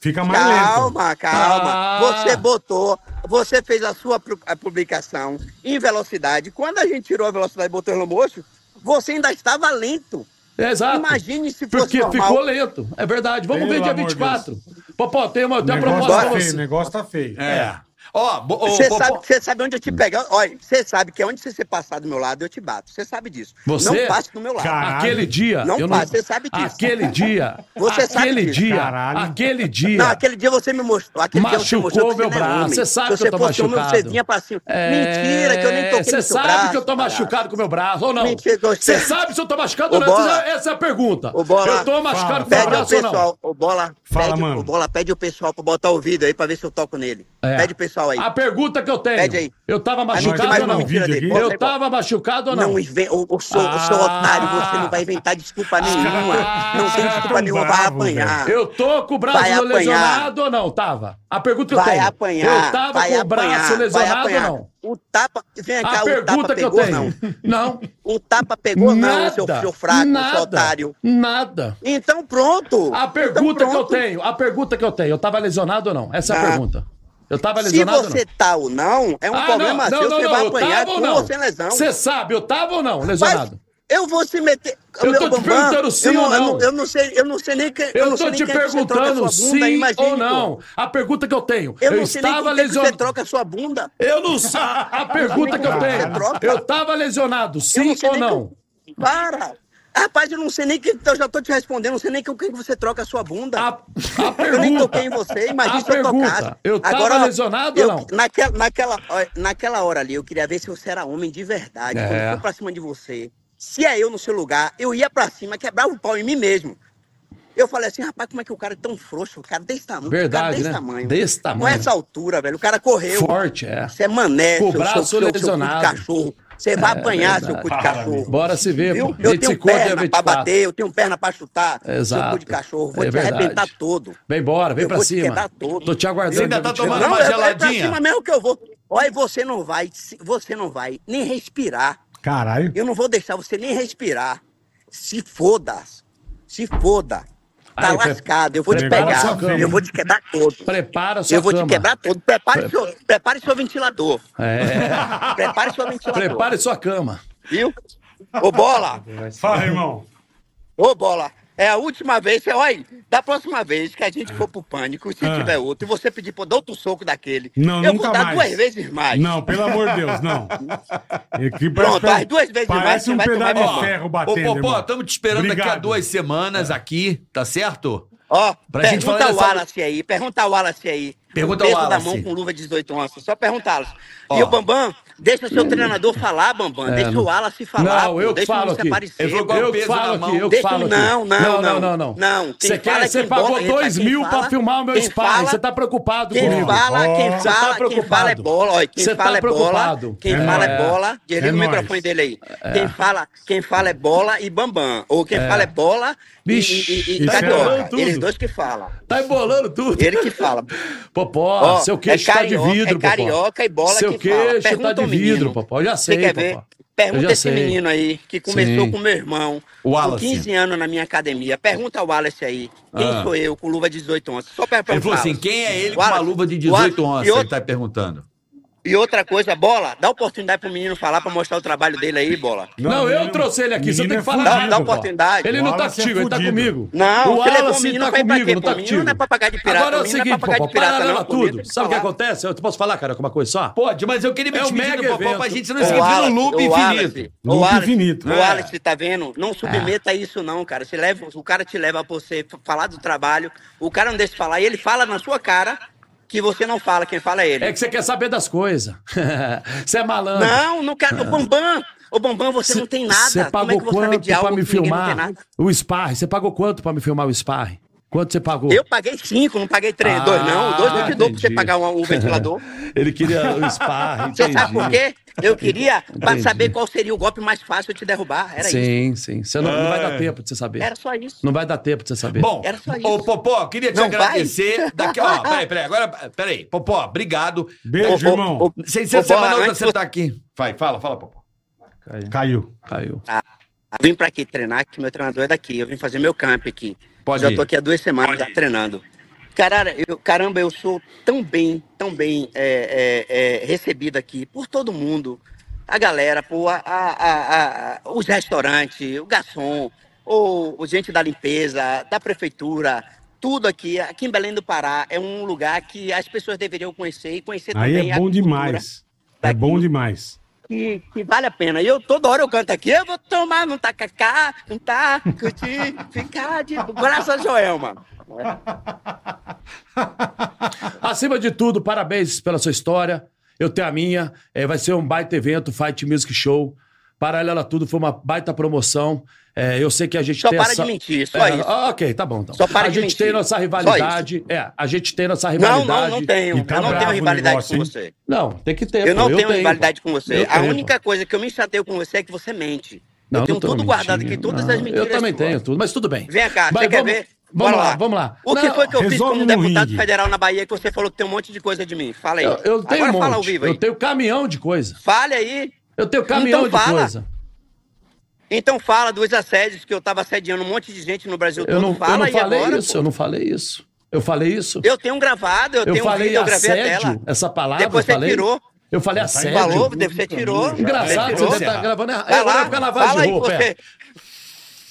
Speaker 1: Fica
Speaker 15: Calma, calma.
Speaker 3: Ah.
Speaker 15: Você botou, você fez a sua pu- a publicação em velocidade. Quando a gente tirou a velocidade e botou no moço, você ainda estava lento.
Speaker 3: Exato.
Speaker 15: Imagine se fosse
Speaker 3: Porque
Speaker 15: normal.
Speaker 3: ficou lento. É verdade. Vamos
Speaker 15: Pelo
Speaker 3: ver dia
Speaker 15: amor de
Speaker 3: 24. Popó, tem uma, tem uma
Speaker 1: negócio
Speaker 3: proposta
Speaker 1: tá
Speaker 3: pra
Speaker 1: feio,
Speaker 3: você.
Speaker 1: o negócio tá feio.
Speaker 3: É. Ó, bo- ô,
Speaker 15: Você
Speaker 3: Popó-
Speaker 15: sabe, você sabe onde eu te pegar? Olha, você sabe que onde você passar do meu lado, eu te bato. Você sabe disso.
Speaker 3: Você?
Speaker 15: Não passe do meu lado.
Speaker 3: Aquele dia.
Speaker 15: Não
Speaker 3: eu
Speaker 15: passe, você sabe disso.
Speaker 3: Aquele dia.
Speaker 15: Você sabe
Speaker 3: aquele
Speaker 15: disso.
Speaker 3: dia.
Speaker 15: Caralho.
Speaker 3: Aquele dia.
Speaker 15: Não, aquele dia você me mostrou. Aquele dia você
Speaker 3: Machucou
Speaker 15: mostrou um que
Speaker 3: meu
Speaker 15: você não é
Speaker 3: braço,
Speaker 15: homem.
Speaker 3: você sabe
Speaker 15: Se
Speaker 3: que eu tô
Speaker 15: você fosse homem,
Speaker 3: machucado.
Speaker 15: Você vinha pra cima.
Speaker 3: É,
Speaker 15: Mentira, que eu nem toquei
Speaker 3: Você
Speaker 15: no seu
Speaker 3: sabe
Speaker 15: braço,
Speaker 3: que eu tô
Speaker 15: cara.
Speaker 3: machucado com o meu braço ou não?
Speaker 15: Mentira, que eu-
Speaker 3: Você sabe se eu tô machucado ou
Speaker 15: Ô,
Speaker 3: não? Essa-
Speaker 15: Bola.
Speaker 3: Essa é a pergunta.
Speaker 15: O bola,
Speaker 3: eu tô machucado com o
Speaker 15: pede
Speaker 3: meu braço
Speaker 15: ao
Speaker 3: ou não?
Speaker 15: pessoal, O bola,
Speaker 3: Fala,
Speaker 15: pede,
Speaker 3: mano.
Speaker 15: O bola pede o pessoal pra botar o vídeo aí pra ver se eu toco nele.
Speaker 3: É.
Speaker 15: Pede o pessoal aí.
Speaker 3: A pergunta que eu tenho.
Speaker 15: Pede aí.
Speaker 3: Eu tava
Speaker 15: Mas não tem
Speaker 3: machucado
Speaker 15: mais
Speaker 3: ou não?
Speaker 15: um vídeo aqui?
Speaker 3: Eu tava machucado ou não? Ah.
Speaker 15: Não inven- ô, ô, seu, ô, seu otário, você não vai inventar desculpa nenhuma. não tem
Speaker 3: é
Speaker 15: desculpa nenhuma, vai apanhar.
Speaker 3: Eu tô com o braço
Speaker 15: Vai apanhar.
Speaker 3: lesionado ou não? Tava. A pergunta que eu
Speaker 15: Vai
Speaker 3: tenho.
Speaker 15: apanhar.
Speaker 3: eu tava
Speaker 15: vai
Speaker 3: com o
Speaker 15: apanhar,
Speaker 3: braço
Speaker 15: vai
Speaker 3: lesionado ou
Speaker 15: apanhar.
Speaker 3: não?
Speaker 15: O tapa. Vem
Speaker 3: A
Speaker 15: cá, o
Speaker 3: pergunta
Speaker 15: tapa
Speaker 3: que eu
Speaker 15: pegou ou
Speaker 3: tenho.
Speaker 15: não?
Speaker 3: Não.
Speaker 15: O tapa pegou não, seu,
Speaker 3: Nada.
Speaker 15: seu fraco,
Speaker 3: Nada.
Speaker 15: seu otário.
Speaker 3: Nada.
Speaker 15: Então pronto.
Speaker 3: A pergunta que eu tenho, a pergunta que eu tenho, eu tava lesionado ou não? Essa é a
Speaker 15: Ah.
Speaker 3: pergunta. Eu tava
Speaker 15: Se
Speaker 3: lesionado
Speaker 15: você
Speaker 3: ou não?
Speaker 15: tá ou não, é um
Speaker 3: Ah,
Speaker 15: problema
Speaker 3: não,
Speaker 15: seu,
Speaker 3: não,
Speaker 15: você
Speaker 3: não,
Speaker 15: vai
Speaker 3: eu
Speaker 15: apanhar
Speaker 3: tava ou
Speaker 15: com
Speaker 3: não?
Speaker 15: ou sem lesão.
Speaker 3: Você sabe, eu tava ou não lesionado?
Speaker 15: Eu vou se meter.
Speaker 3: Eu
Speaker 15: Meu
Speaker 3: tô te
Speaker 15: Bambam,
Speaker 3: perguntando sim
Speaker 15: eu
Speaker 3: ou não.
Speaker 15: Eu não, eu não sei, eu não sei nem que.
Speaker 3: eu
Speaker 15: não sei
Speaker 3: tô
Speaker 15: nem
Speaker 3: te
Speaker 15: quem é que você troca
Speaker 3: perguntando
Speaker 15: sua bunda,
Speaker 3: sim
Speaker 15: imagina,
Speaker 3: ou não.
Speaker 15: pô.
Speaker 3: A pergunta que eu tenho,
Speaker 15: Eu
Speaker 3: eu,
Speaker 15: não sei nem
Speaker 3: estava
Speaker 15: com quem é que você
Speaker 3: lesionado.
Speaker 15: troca sua bunda.
Speaker 3: Eu não sei. A pergunta que eu
Speaker 15: é
Speaker 3: tenho, eu tava lesionado, sim ou não?
Speaker 15: Para! Rapaz, eu não sei nem que. Eu já tô te respondendo, não sei nem com quem que você troca a sua bunda. eu nem
Speaker 3: pergunta-
Speaker 15: toquei em você, imagina
Speaker 3: a
Speaker 15: se eu
Speaker 3: pergunta,
Speaker 15: tocasse.
Speaker 3: eu tava
Speaker 15: ó,
Speaker 3: lesionado
Speaker 15: eu-
Speaker 3: ou não?
Speaker 15: Naquela, naquela, ó, naquela hora ali, eu queria ver se você era homem de verdade.
Speaker 3: É.
Speaker 15: Quando eu fui pra cima de você, se é eu no seu lugar, eu ia pra cima, quebrava o pau em mim mesmo. Eu falei assim, rapaz, como é que o cara é tão frouxo? O cara desse tamanho. o cara
Speaker 3: Verdade,
Speaker 15: desse
Speaker 3: né?
Speaker 15: tamanho.
Speaker 3: Desse
Speaker 15: Com
Speaker 3: tamanho.
Speaker 15: essa altura, velho. O cara correu.
Speaker 3: Forte, é.
Speaker 15: Você é mané,
Speaker 3: Com o
Speaker 15: seu- seu-
Speaker 3: braço
Speaker 15: seu- seu cu de
Speaker 3: lesionado.
Speaker 15: cachorro. Você vai
Speaker 3: É
Speaker 15: apanhar, seu
Speaker 3: verdade.
Speaker 15: cu de
Speaker 3: Fala,
Speaker 15: cachorro.
Speaker 3: amigo. Bora se ver,
Speaker 15: Viu?
Speaker 3: pô.
Speaker 15: Eu
Speaker 3: Gente, se
Speaker 15: tenho
Speaker 3: cuida, dia
Speaker 15: perna pra
Speaker 3: 24.
Speaker 15: bater, eu tenho perna pra chutar. Seu cu
Speaker 3: Exato.
Speaker 15: de cachorro. Vou
Speaker 3: É
Speaker 15: te
Speaker 3: verdade.
Speaker 15: arrebentar todo.
Speaker 3: Vem embora, vem
Speaker 15: Eu
Speaker 3: pra
Speaker 15: vou te
Speaker 3: cima.
Speaker 15: quebrar todo.
Speaker 3: Tô te aguardando.
Speaker 15: Você
Speaker 3: dia 24.
Speaker 15: não, é- É pra cima mesmo que eu vou. Olha, você não vai, se- você não vai nem respirar.
Speaker 1: Caralho.
Speaker 15: Eu não vou deixar você nem respirar. Se foda. Se foda. Tá
Speaker 3: Aí, pre-
Speaker 15: lascado, eu vou te
Speaker 3: prepara
Speaker 15: pegar.
Speaker 3: sua cama.
Speaker 15: Eu vou te quebrar todo.
Speaker 3: Prepara sua
Speaker 15: Eu vou te
Speaker 3: cama.
Speaker 15: quebrar todo. Prepare, seu, prepare seu ventilador.
Speaker 3: É.
Speaker 15: Prepare seu ventilador.
Speaker 3: Prepare sua cama.
Speaker 15: Viu? Ô, bola!
Speaker 3: Fala, irmão.
Speaker 15: Ô, bola! É a última vez, você- olha, da próxima vez que a gente for pro pânico, se
Speaker 1: Ah.
Speaker 15: tiver outro, e você pedir pra eu dar outro soco daquele,
Speaker 1: Não,
Speaker 15: eu
Speaker 1: nunca
Speaker 15: vou dar
Speaker 1: mais.
Speaker 15: duas vezes mais.
Speaker 1: Não, pelo amor de Deus, não. É que
Speaker 15: Pronto,
Speaker 1: parece-
Speaker 15: as duas vezes mais,
Speaker 1: Parece
Speaker 15: você
Speaker 1: um
Speaker 15: vai tomar
Speaker 1: pedaço de
Speaker 15: meu
Speaker 1: ferro
Speaker 2: Ó,
Speaker 1: batendo,
Speaker 2: Ô, Popó,
Speaker 1: irmão. É.
Speaker 2: estamos te esperando daqui a
Speaker 15: Obrigado.
Speaker 2: duas semanas aqui, tá certo?
Speaker 15: Ó,
Speaker 2: Pra gente
Speaker 15: pergunta
Speaker 2: falar
Speaker 15: ao
Speaker 2: dessa-
Speaker 15: Wallace aí, pergunta ao Wallace aí.
Speaker 2: Pergunta
Speaker 15: o
Speaker 2: ao
Speaker 15: dedo
Speaker 2: Wallace.
Speaker 15: da mão com luva de 18 onças, só pergunta Wallace.
Speaker 2: Ó.
Speaker 15: E o Bambam, deixa o seu treinador falar, Bambam,
Speaker 3: É,
Speaker 15: deixa
Speaker 3: não-
Speaker 15: o Wallace falar,
Speaker 3: Não, eu que
Speaker 15: deixa
Speaker 3: falo
Speaker 15: o Lúcio
Speaker 3: aqui.
Speaker 15: aparecer.
Speaker 3: Eu vou dar o Eu que peso falo na aqui, mão. eu que
Speaker 15: Deixa o-
Speaker 3: falo aqui.
Speaker 15: Não, não,
Speaker 3: Não,
Speaker 15: não,
Speaker 3: não, não, não.
Speaker 15: quem
Speaker 3: Você quer-
Speaker 15: fala é
Speaker 3: você
Speaker 15: quem
Speaker 3: pagou
Speaker 15: bola,
Speaker 3: dois
Speaker 15: quem
Speaker 3: mil pra
Speaker 15: fala-
Speaker 3: filmar o meu
Speaker 15: quem
Speaker 3: sparring,
Speaker 15: fala-
Speaker 3: você tá preocupado
Speaker 15: quem
Speaker 3: comigo.
Speaker 15: Fala, quem
Speaker 3: Ó. Você tá
Speaker 15: fala, quem fala é
Speaker 3: preocupado.
Speaker 15: bola, ó, quem
Speaker 3: Você tá
Speaker 15: fala é bola,
Speaker 3: preocupado.
Speaker 15: quem
Speaker 3: É.
Speaker 15: fala é bola, desliga
Speaker 3: É
Speaker 15: o
Speaker 3: nóis.
Speaker 15: microfone dele aí.
Speaker 3: É.
Speaker 15: Quem fala, quem fala é bola e Bambam, ou quem
Speaker 3: É.
Speaker 15: fala é bola e-
Speaker 3: Vixe,
Speaker 15: e- e- e
Speaker 3: isso é
Speaker 15: Carioca,
Speaker 3: bom tudo.
Speaker 15: eles dois que falam.
Speaker 3: Tá embolando tudo.
Speaker 15: Ele que fala.
Speaker 3: Popó,
Speaker 15: Ó,
Speaker 3: seu queixo
Speaker 15: é
Speaker 3: tá de
Speaker 15: carioca,
Speaker 3: vidro,
Speaker 15: é
Speaker 3: popó.
Speaker 15: carioca e bola
Speaker 3: Seu
Speaker 15: que fala.
Speaker 3: queixo tá
Speaker 15: Pergunta
Speaker 3: de
Speaker 15: ao menino.
Speaker 3: vidro, popó. Eu já
Speaker 15: Você
Speaker 3: sei,
Speaker 15: quer ver?
Speaker 3: popó. Eu
Speaker 15: Pergunta
Speaker 3: já
Speaker 15: esse
Speaker 3: sei.
Speaker 15: menino aí, que começou
Speaker 3: Sim.
Speaker 15: com meu irmão,
Speaker 3: O
Speaker 15: com
Speaker 3: Wallace.
Speaker 15: 15 anos na minha academia. Pergunta ao Wallace aí, quem
Speaker 2: Ah.
Speaker 15: sou eu, com luva de 18 onças? Só pergunta
Speaker 2: Ele falou assim: quem é ele com uma luva de 18 onças?
Speaker 15: E,
Speaker 2: Ele
Speaker 15: outra-
Speaker 2: tá perguntando.
Speaker 15: e outra coisa, bola, dá oportunidade pro menino falar pra mostrar o trabalho dele aí, bola.
Speaker 3: Não, Não, eu menino- trouxe ele aqui, você menino tem que é falar
Speaker 15: Dá,
Speaker 3: fudido,
Speaker 15: dá
Speaker 3: pô.
Speaker 15: oportunidade.
Speaker 3: Ele não tá Wallace é contigo, ele tá fudido. comigo.
Speaker 15: é Não,
Speaker 3: O
Speaker 15: você levou
Speaker 3: Wallace
Speaker 15: menino
Speaker 3: tá
Speaker 15: pra ir pra
Speaker 3: comigo,
Speaker 15: quê?
Speaker 3: não
Speaker 15: Pô,
Speaker 3: tá
Speaker 15: menino
Speaker 3: contigo.
Speaker 15: Não é pra pagar de pirata,
Speaker 3: Agora é o
Speaker 15: menino
Speaker 3: seguinte,
Speaker 15: não é pra pagar
Speaker 3: popó,
Speaker 15: de pirata,
Speaker 3: paralela
Speaker 15: não. pô,
Speaker 3: tudo.
Speaker 15: menino.
Speaker 3: Sabe o que acontece? Eu posso falar, cara, alguma coisa só?
Speaker 2: Pode, mas eu queria me
Speaker 3: É um
Speaker 2: despedir do
Speaker 3: mega
Speaker 2: Popó pra
Speaker 3: evento.
Speaker 2: gente não
Speaker 3: Ô,
Speaker 2: se repetir
Speaker 3: Wallace,
Speaker 2: no loop
Speaker 3: ô, Wallace,
Speaker 2: infinito.
Speaker 15: O Wallace, O
Speaker 2: É.
Speaker 15: Wallace, tá vendo? Não submeta
Speaker 3: É.
Speaker 15: a isso, não, cara. Você leva, o cara te leva pra você f- falar do trabalho, o cara não deixa falar, e ele fala na sua cara que você não fala, quem fala é ele.
Speaker 3: É que você quer saber das coisas.
Speaker 15: né?
Speaker 3: Você é malandro.
Speaker 15: Não, não quero. O Bambam, o Bambam, você não tem nada.
Speaker 3: Você
Speaker 15: Como é
Speaker 3: pagou
Speaker 15: que você vai
Speaker 3: quanto
Speaker 15: medir algo
Speaker 3: pra me
Speaker 15: que ninguém não tem
Speaker 3: filmar
Speaker 15: nada?
Speaker 3: o sparring? Você pagou quanto pra me filmar o sparring? Quanto você pagou?
Speaker 15: Eu paguei cinco, não paguei três,
Speaker 3: Ah,
Speaker 15: dois, não. Dois eu te dou pra você
Speaker 3: entendi.
Speaker 15: pagar um, um ventilador.
Speaker 3: Ele queria o sparring,
Speaker 15: Você sabe por
Speaker 3: entendi.
Speaker 15: quê? Eu queria pra
Speaker 3: Entendi.
Speaker 15: saber qual seria o golpe mais fácil de te derrubar. Era isso.
Speaker 3: Sim, sim. Você não, não vai
Speaker 2: É.
Speaker 3: dar tempo de você saber.
Speaker 15: Era só isso.
Speaker 3: Não vai dar tempo de você saber.
Speaker 2: Bom,
Speaker 15: Era só isso.
Speaker 2: ô Popó, queria te
Speaker 15: Não vai?
Speaker 2: agradecer. Daqui, ó, peraí, peraí, agora, peraí. Popó, obrigado.
Speaker 1: Beijo,
Speaker 2: Ô, ô,
Speaker 1: irmão.
Speaker 2: ô, Sem ser
Speaker 1: Ô, Bola,
Speaker 2: semana outra,
Speaker 1: antes
Speaker 2: você
Speaker 1: você-
Speaker 2: tá aqui. Vai, fala, fala, Popó.
Speaker 1: Caiu.
Speaker 3: Caiu.
Speaker 15: Ah, vim pra aqui treinar, que meu treinador é daqui. Eu vim fazer meu camp aqui.
Speaker 2: Pode
Speaker 15: Já
Speaker 2: ir.
Speaker 15: tô aqui há duas semanas
Speaker 2: Pode
Speaker 15: já treinando. Caralho, eu- caramba, eu sou tão bem, tão bem é, é, é, recebido aqui por todo mundo. A galera, pô, a, a- a- a- os restaurantes, o garçom, o, o gente da limpeza, da prefeitura, tudo aqui. Aqui em Belém do Pará é um lugar que as pessoas deveriam conhecer e conhecer
Speaker 1: Aí
Speaker 15: também
Speaker 1: é
Speaker 15: a
Speaker 1: bom
Speaker 15: cultura
Speaker 1: demais. É bom demais.
Speaker 15: que, que vale a pena. E eu toda hora eu canto aqui, eu vou tomar um tacacá, um taco de ficar de graça Joelma.
Speaker 3: Acima de tudo, parabéns pela sua história. Eu tenho a minha. É, vai ser um baita evento, Fight Music Show. Paralelo a tudo, foi uma baita promoção. É, eu sei que a gente
Speaker 15: Só
Speaker 3: tem
Speaker 15: para
Speaker 3: essa...
Speaker 15: de mentir, só
Speaker 3: É,
Speaker 15: isso.
Speaker 3: Ok, tá bom. Então.
Speaker 15: Só para
Speaker 3: a
Speaker 15: de
Speaker 3: gente
Speaker 15: mentir.
Speaker 3: tem nossa
Speaker 15: Só
Speaker 3: rivalidade. É, a gente tem nossa rivalidade.
Speaker 15: Não, não, não tenho.
Speaker 3: E tá
Speaker 15: eu não tenho
Speaker 3: bravo o
Speaker 15: rivalidade
Speaker 3: negócio,
Speaker 15: com
Speaker 3: hein?
Speaker 15: você.
Speaker 3: Não, tem que ter.
Speaker 15: eu não
Speaker 3: pô,
Speaker 15: tenho rivalidade
Speaker 3: pô.
Speaker 15: com você.
Speaker 3: Eu
Speaker 15: a
Speaker 3: tenho,
Speaker 15: única coisa que eu me chateio com você é que você mente.
Speaker 3: Não,
Speaker 15: eu tenho
Speaker 3: não tô
Speaker 15: tudo guardado aqui,
Speaker 3: mentindo,
Speaker 15: todas
Speaker 3: não.
Speaker 15: as mentiras.
Speaker 3: Eu também
Speaker 15: suas.
Speaker 3: tenho tudo, mas tudo bem.
Speaker 15: Vem cá,
Speaker 3: Mas
Speaker 15: você quer
Speaker 3: vamos-
Speaker 15: ver?
Speaker 3: Vamos
Speaker 15: Bora
Speaker 3: lá, vamos lá.
Speaker 15: O que
Speaker 3: Não,
Speaker 15: foi que eu fiz
Speaker 3: resolve
Speaker 15: como
Speaker 3: no
Speaker 15: deputado
Speaker 3: ringue.
Speaker 15: federal na Bahia que você falou que tem um monte de coisa de mim? Fala aí.
Speaker 3: Eu, eu tenho
Speaker 15: Agora
Speaker 3: um
Speaker 15: fala ao
Speaker 3: monte.
Speaker 15: vivo aí.
Speaker 3: Eu tenho caminhão de coisa.
Speaker 15: Fale aí.
Speaker 3: Eu tenho caminhão
Speaker 15: Então
Speaker 3: de
Speaker 15: fala.
Speaker 3: coisa.
Speaker 15: Então fala dos assédios que eu tava assediando um monte de gente no Brasil
Speaker 3: Eu
Speaker 15: todo.
Speaker 3: não,
Speaker 15: então fala
Speaker 3: eu não
Speaker 15: aí
Speaker 3: falei
Speaker 15: agora,
Speaker 3: isso,
Speaker 15: pô.
Speaker 3: eu não falei isso. Eu falei isso.
Speaker 15: Eu tenho um gravado, eu,
Speaker 3: Eu,
Speaker 15: tenho um
Speaker 3: falei
Speaker 15: vídeo, eu gravei a tela.
Speaker 3: assédio, essa palavra
Speaker 15: Depois
Speaker 3: eu
Speaker 15: você
Speaker 3: falei.
Speaker 15: tirou. Tá
Speaker 3: Eu
Speaker 1: Tá
Speaker 3: falei assédio.
Speaker 15: Falou, você tirou.
Speaker 3: Engraçado,
Speaker 15: você
Speaker 3: você
Speaker 15: tirou.
Speaker 3: deve estar gravando errado.
Speaker 15: Vai
Speaker 3: Agora
Speaker 15: lá,
Speaker 3: vai ficar lavagem
Speaker 15: fala
Speaker 3: de
Speaker 15: aí
Speaker 3: roupa, é.
Speaker 15: você.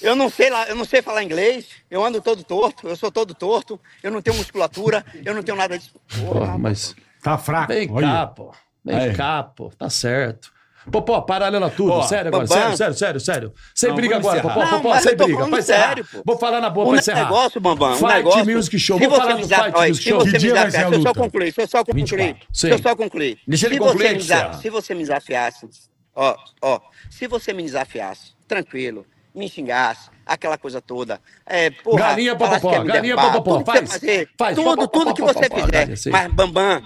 Speaker 15: Eu não, sei lá, eu não sei falar inglês, eu ando todo torto, eu sou todo torto, eu não tenho musculatura, eu não tenho nada disso.
Speaker 3: Porra, mas.
Speaker 1: Tá fraco.
Speaker 3: Vem cá,
Speaker 1: olha.
Speaker 3: pô. Vem
Speaker 1: Aí.
Speaker 3: cá, pô. Tá certo. Popó, paralela tudo,
Speaker 1: Ó,
Speaker 3: sério agora,
Speaker 15: Bambam.
Speaker 3: sério, sério, sério, sério. Sem
Speaker 15: Não,
Speaker 3: briga
Speaker 15: vamos
Speaker 3: agora,
Speaker 15: encerrar.
Speaker 3: Popó,
Speaker 15: Não,
Speaker 3: Popó,
Speaker 15: mas
Speaker 3: sem
Speaker 15: eu tô
Speaker 3: briga,
Speaker 15: falando
Speaker 3: vai encerrar.
Speaker 15: sério, pô.
Speaker 3: Vou falar na boa
Speaker 15: Um
Speaker 3: pra encerrar.
Speaker 15: negócio, Bambam, um
Speaker 3: Fight
Speaker 15: negócio.
Speaker 3: Music Show,
Speaker 15: Se
Speaker 3: vou
Speaker 15: você
Speaker 3: falar
Speaker 15: me
Speaker 3: do
Speaker 15: desafiar,
Speaker 3: Fight
Speaker 15: olha,
Speaker 3: Music
Speaker 15: se
Speaker 3: Show.
Speaker 15: você me desafiar, deixa eu só concluir, deixa eu só concluir,
Speaker 3: 24.
Speaker 15: deixa eu
Speaker 3: Sim.
Speaker 15: só concluir.
Speaker 3: Deixa ele
Speaker 15: se você
Speaker 3: concluir,
Speaker 15: me
Speaker 3: Cristiano.
Speaker 15: desa- Se você me desafiasse, ó, ó, se você me desafiasse, tranquilo, me xingasse, aquela coisa toda, é, porra,
Speaker 3: Galinha
Speaker 15: falasse que
Speaker 3: popopó,
Speaker 15: ia me
Speaker 3: galinha
Speaker 15: derrubar,
Speaker 3: popopó,
Speaker 15: tudo que você
Speaker 3: faz,
Speaker 15: fazer,
Speaker 3: faz,
Speaker 15: tudo,
Speaker 3: popopó,
Speaker 15: tudo que você
Speaker 3: popopó,
Speaker 15: fizer,
Speaker 3: galinha, sim.
Speaker 15: mas Bambam,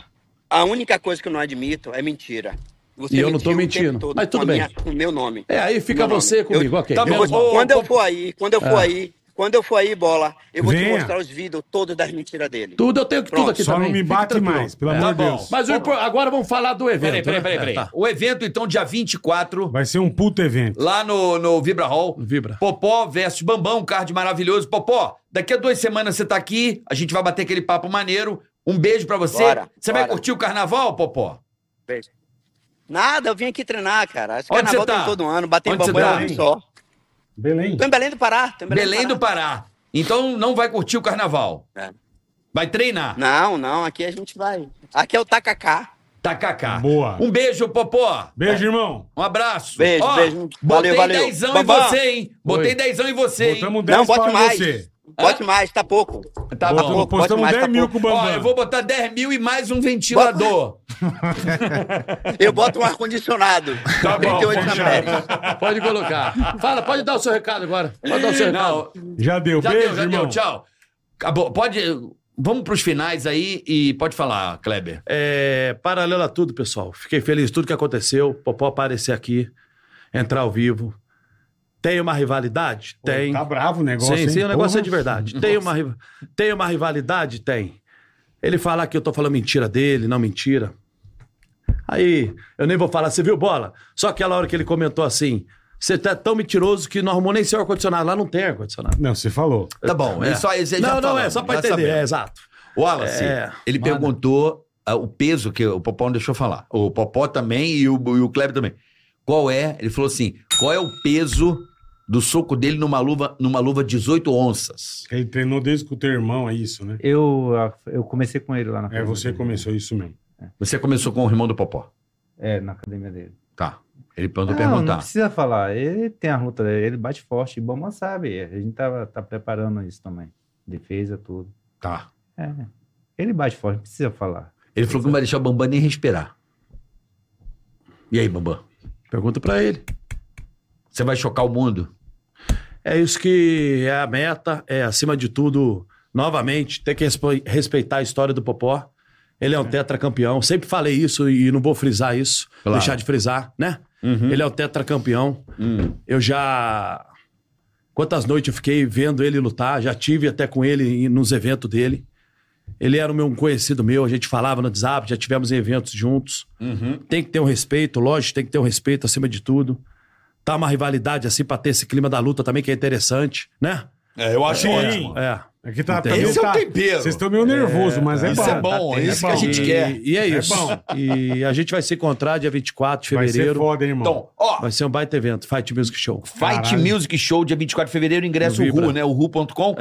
Speaker 15: a única coisa que eu não admito é mentira. Você
Speaker 3: E eu não tô
Speaker 15: mentiu o tempo
Speaker 3: mentindo,
Speaker 15: todo
Speaker 3: mas
Speaker 15: com
Speaker 3: tudo
Speaker 15: a
Speaker 3: bem.
Speaker 15: minha- com o meu nome.
Speaker 3: É, aí fica
Speaker 15: Meu nome.
Speaker 3: você comigo, ok.
Speaker 15: Tá bom,
Speaker 3: beleza.
Speaker 15: quando eu for aí, quando eu for
Speaker 3: É.
Speaker 15: aí, Quando eu for aí, bola, eu vou te
Speaker 1: Venha.
Speaker 15: mostrar os vídeos todos das mentiras dele.
Speaker 3: Tudo, eu tenho tudo
Speaker 15: Pronto,
Speaker 3: aqui
Speaker 15: só
Speaker 3: também.
Speaker 15: não me
Speaker 3: Fique
Speaker 15: bate
Speaker 3: tranquilo.
Speaker 15: mais, pelo
Speaker 3: É.
Speaker 15: amor
Speaker 3: Tá
Speaker 15: de
Speaker 3: bom.
Speaker 15: Deus.
Speaker 3: Mas o impor- agora vamos falar do
Speaker 2: Peraí,
Speaker 3: evento.
Speaker 2: peraí,
Speaker 3: né?
Speaker 2: peraí. peraí.
Speaker 3: Tá.
Speaker 2: O evento, então, dia 24,
Speaker 1: Vai ser um puto evento.
Speaker 2: lá no, no Vibra Hall.
Speaker 3: Vibra.
Speaker 2: Popó versus Bambão, um card maravilhoso. Popó, daqui a duas semanas você tá aqui, a gente vai bater aquele papo maneiro. Um beijo pra você.
Speaker 15: Bora,
Speaker 2: você vai
Speaker 15: bora.
Speaker 2: curtir o carnaval, Popó?
Speaker 15: Beijo. Nada, eu vim aqui treinar, cara. Esse
Speaker 2: Onde
Speaker 15: carnaval
Speaker 2: você tá?
Speaker 15: tem todo ano, bater em
Speaker 2: Onde você
Speaker 15: bambu é
Speaker 2: tá?
Speaker 15: um só.
Speaker 1: Belém.
Speaker 15: Tô em Belém do Pará. Tô em Belém,
Speaker 2: Belém, do Pará. Então não vai curtir o carnaval. Vai treinar.
Speaker 15: Não, não, aqui a gente vai. Aqui é o tacacá.
Speaker 2: Tacacá.
Speaker 1: Boa.
Speaker 2: Um beijo, Popó.
Speaker 1: Beijo, irmão.
Speaker 2: Um abraço.
Speaker 15: Beijo,
Speaker 2: Ó,
Speaker 15: beijo.
Speaker 2: Botei
Speaker 15: Valeu, valeu.
Speaker 2: dezão em
Speaker 15: Bambam.
Speaker 2: você, hein? Botei
Speaker 15: Oi.
Speaker 2: dezão em você, hein?
Speaker 15: não, bote mais. Bote mais, tá pouco.
Speaker 2: Tá
Speaker 15: Botamos-
Speaker 2: bom.
Speaker 15: postamos Bote mais, 10 tá mil pouco. com o Bambam.
Speaker 2: Ó, eu vou botar 10 mil e mais um ventilador.
Speaker 15: Eu boto um ar-condicionado.
Speaker 2: Tá bom,
Speaker 15: 38 amperes.
Speaker 3: Pode colocar. Fala, pode dar o seu recado agora. Pode dar o seu recado.
Speaker 2: Não,
Speaker 1: Já deu,
Speaker 2: já
Speaker 1: beijo,
Speaker 2: deu, já
Speaker 1: irmão.
Speaker 2: deu. Tchau. Acabou. Pode. Vamos pros finais aí e pode falar, Kleber.
Speaker 3: É, paralelo a tudo, pessoal. Fiquei feliz de tudo que aconteceu. Popó aparecer aqui, entrar ao vivo. Tem uma rivalidade? Tem.
Speaker 1: tá bravo o negócio,
Speaker 3: Sim,
Speaker 1: hein?
Speaker 3: sim, o negócio
Speaker 1: Porra.
Speaker 3: é de verdade. Tem uma, riva- tem uma rivalidade? Tem. Ele falar que eu tô falando mentira dele, não mentira. Aí, eu nem vou falar, você viu, bola? Só aquela hora que ele comentou assim: você tá tão mentiroso que não arrumou nem seu ar-condicionado. Lá não tem ar-condicionado.
Speaker 1: Não, você falou.
Speaker 2: Tá bom, é. isso aí você já
Speaker 3: Não, não,
Speaker 2: falou,
Speaker 3: é só pra
Speaker 2: já
Speaker 3: entender,
Speaker 2: sabemos.
Speaker 3: é, exato.
Speaker 2: Wallace,
Speaker 3: É,
Speaker 2: ele
Speaker 3: manda.
Speaker 2: perguntou ah, o peso que o Popó não deixou falar. O Popó também e o, e o Kleber também. Qual é? Ele falou assim: qual é o peso do soco dele numa luva, numa luva 18 onças?
Speaker 1: Ele treinou desde com o teu irmão, é isso, né?
Speaker 5: Eu, eu comecei com ele lá na
Speaker 1: É, você começou isso mesmo.
Speaker 2: Você começou com o irmão do Popó.
Speaker 5: É, na academia dele.
Speaker 2: Tá. Ele mandou
Speaker 5: não, Não
Speaker 2: perguntar.
Speaker 5: precisa falar. Ele tem a luta dele, ele bate forte. Bambam sabe. A gente tá, tá preparando isso também. Defesa, tudo.
Speaker 2: Tá.
Speaker 5: É. Ele bate forte, não precisa falar.
Speaker 2: Ele falou que não vai deixar o Bambam nem respirar. E aí, Bambam?
Speaker 3: Pergunta pra ele.
Speaker 2: Você vai chocar o mundo?
Speaker 3: É isso que é a meta, é acima de tudo, novamente, ter que respe- respeitar a história do Popó. Ele é um tetracampeão, sempre falei isso e não vou frisar isso,
Speaker 2: Claro. Uhum.
Speaker 3: deixar de frisar, né? Ele é o tetracampeão. Eu já. Quantas noites eu fiquei vendo ele lutar, já tive até com ele em- nos eventos dele. Ele era um meu- um conhecido meu, a gente falava no WhatsApp, já tivemos em eventos juntos. Tem que ter um respeito, lógico, tem que ter um respeito acima de tudo. Tá uma rivalidade assim pra ter esse clima da luta também, que é interessante, né?
Speaker 2: É, eu
Speaker 3: acho ótimo. É.
Speaker 1: Aqui tá,
Speaker 3: Entendeu?
Speaker 1: também
Speaker 3: Esse é o
Speaker 1: tá-
Speaker 3: tempero.
Speaker 1: Vocês estão meio nervosos, mas é
Speaker 3: Isso
Speaker 1: bom.
Speaker 3: é bom,
Speaker 1: Tá
Speaker 3: é
Speaker 1: tenso,
Speaker 3: isso que a
Speaker 1: bom.
Speaker 3: gente quer. E é isso.
Speaker 1: bom.
Speaker 3: E a gente vai se encontrar dia 24 de
Speaker 1: Vai ser
Speaker 3: fevereiro.
Speaker 1: foda, hein, irmão? Então,
Speaker 3: Vai ser um baita evento, Fight Music Show.
Speaker 2: Fight Music Show, dia 24 de fevereiro, ingresso
Speaker 3: No Vibra.
Speaker 2: RU, né? O RU.com.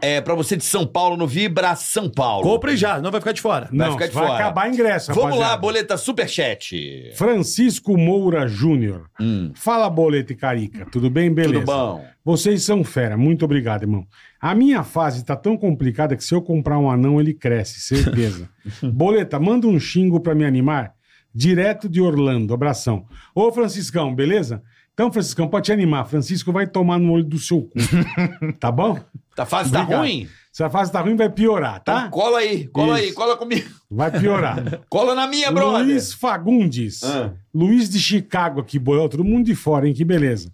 Speaker 2: É, pra você de São Paulo, no Vibra São Paulo.
Speaker 3: Compre já, não vai ficar de fora.
Speaker 2: Vai
Speaker 1: Não,
Speaker 2: ficar de
Speaker 1: vai
Speaker 2: fora.
Speaker 1: acabar ingresso,
Speaker 2: Vamos lá,
Speaker 1: rapaziada.
Speaker 2: boleta superchat.
Speaker 1: Francisco Moura Júnior. Fala, Boleta e Carica. Tudo bem? Beleza?
Speaker 2: Hum. Tudo bom.
Speaker 1: Vocês são fera. Muito obrigado, irmão. A minha fase tá tão complicada que se eu comprar um anão, ele cresce, certeza. Boleta, manda um xingo pra me animar. Direto de Orlando. Abração. Ô, Franciscão, beleza? Então, Franciscão, pode te animar. Francisco vai tomar no olho do seu cu. tá bom?
Speaker 2: Tá fase tá
Speaker 1: Obrigado.
Speaker 2: ruim?
Speaker 1: Se a fase tá ruim, vai piorar, tá?
Speaker 2: Então cola aí, cola aí,
Speaker 1: Isso.
Speaker 2: cola comigo.
Speaker 1: Vai piorar.
Speaker 2: Cola na minha, brother. Ah.
Speaker 1: Luiz Fagundes. Luiz de Chicago aqui, Boleta. Todo mundo de fora, hein? Que beleza.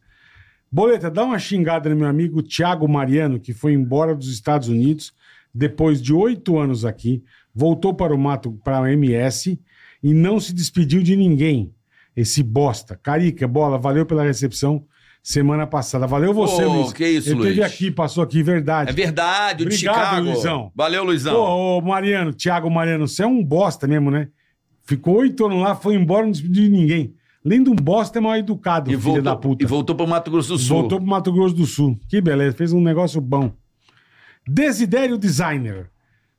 Speaker 1: Boleta, dá uma xingada no meu amigo Tiago Mariano, que foi embora dos Estados Unidos depois de oito anos aqui, voltou para o mato, para a MS e não se despediu de ninguém. Esse bosta. Carica, bola, valeu pela recepção semana passada. Valeu você,
Speaker 2: Ô,
Speaker 1: Luiz.
Speaker 2: que isso,
Speaker 1: Ele teve
Speaker 2: Luiz.
Speaker 1: aqui, passou aqui, verdade.
Speaker 2: É verdade, o de
Speaker 1: Obrigado,
Speaker 2: Chicago.
Speaker 1: Luizão.
Speaker 2: Valeu, Luizão.
Speaker 1: Ô, ô, Mariano, Thiago Mariano, você é um bosta mesmo, né? Ficou oito anos lá, foi embora, não despediu de ninguém. Além de um bosta, é mal educado,
Speaker 2: e,
Speaker 1: filho
Speaker 2: voltou,
Speaker 1: da puta.
Speaker 2: e voltou pro Mato Grosso do Sul.
Speaker 1: Voltou pro Mato Grosso do Sul. Que beleza, fez um negócio bom. Desidério Designer.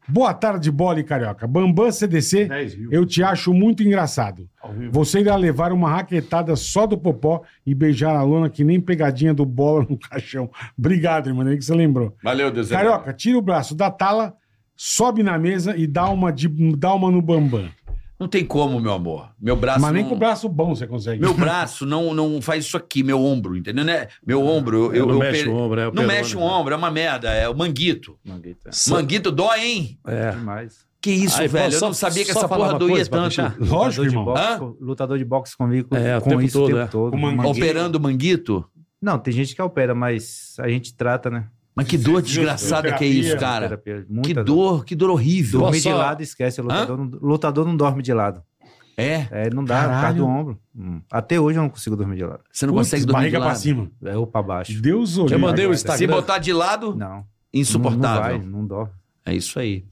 Speaker 1: Boa tarde, bola e carioca. Bambam CDC, eu te acho muito engraçado. Você irá levar uma raquetada só do Popó e beijar a lona que nem pegadinha do bola no caixão. Obrigado, irmão, nem que você lembrou.
Speaker 2: Valeu, Deus. é
Speaker 1: Carioca, tira o braço da tala, sobe na mesa e dá uma, de, dá uma no bambam.
Speaker 2: Não tem como, meu amor. Meu braço
Speaker 1: Mas nem
Speaker 2: não...
Speaker 1: com o braço bom você consegue.
Speaker 2: Meu braço não, não faz isso aqui, meu ombro, entendeu? Né? Meu ombro, eu,
Speaker 3: É,
Speaker 2: eu,
Speaker 3: não
Speaker 2: eu
Speaker 3: mexe o ombro, é o
Speaker 2: Não
Speaker 3: perone,
Speaker 2: mexe o ombro, é uma merda, é o manguito.
Speaker 5: Manguito, é.
Speaker 2: Manguito dói, hein?
Speaker 3: É.
Speaker 5: Demais.
Speaker 2: Que isso,
Speaker 5: Aí,
Speaker 2: velho?
Speaker 5: só-
Speaker 2: eu não sabia que
Speaker 5: só
Speaker 2: essa
Speaker 5: falar
Speaker 2: porra
Speaker 5: uma
Speaker 2: doía
Speaker 5: coisa pra
Speaker 2: tanto. ah.
Speaker 5: fechar? Lutador de boxe
Speaker 2: Hã?
Speaker 5: co- Lutador de boxe comigo
Speaker 2: É, o
Speaker 5: com
Speaker 2: tempo
Speaker 5: isso
Speaker 2: todo,
Speaker 5: o tempo
Speaker 2: é.
Speaker 5: todo. né?
Speaker 2: Com manguito. Operando manguito?
Speaker 5: Não, tem gente que opera, mas a gente trata, né?
Speaker 2: Mas que dor desgraçada que é isso, cara. Que dor, que dor horrível.
Speaker 5: Dormir de
Speaker 2: Posso-
Speaker 5: lado, esquece. Lutador não, lutador não dorme de lado.
Speaker 2: É?
Speaker 5: É, não dá, por causa
Speaker 2: Caralho.
Speaker 5: do ombro. Hum. Até hoje eu não consigo dormir de lado.
Speaker 2: Você não Putz, consegue dormir barriga de pra lado? cima.
Speaker 5: É, ou pra baixo.
Speaker 1: Deus
Speaker 2: Eu mandei o Instagram. Se botar de lado,
Speaker 5: não.
Speaker 2: insuportável.
Speaker 5: Não, não, vai, não dó.
Speaker 2: É isso aí.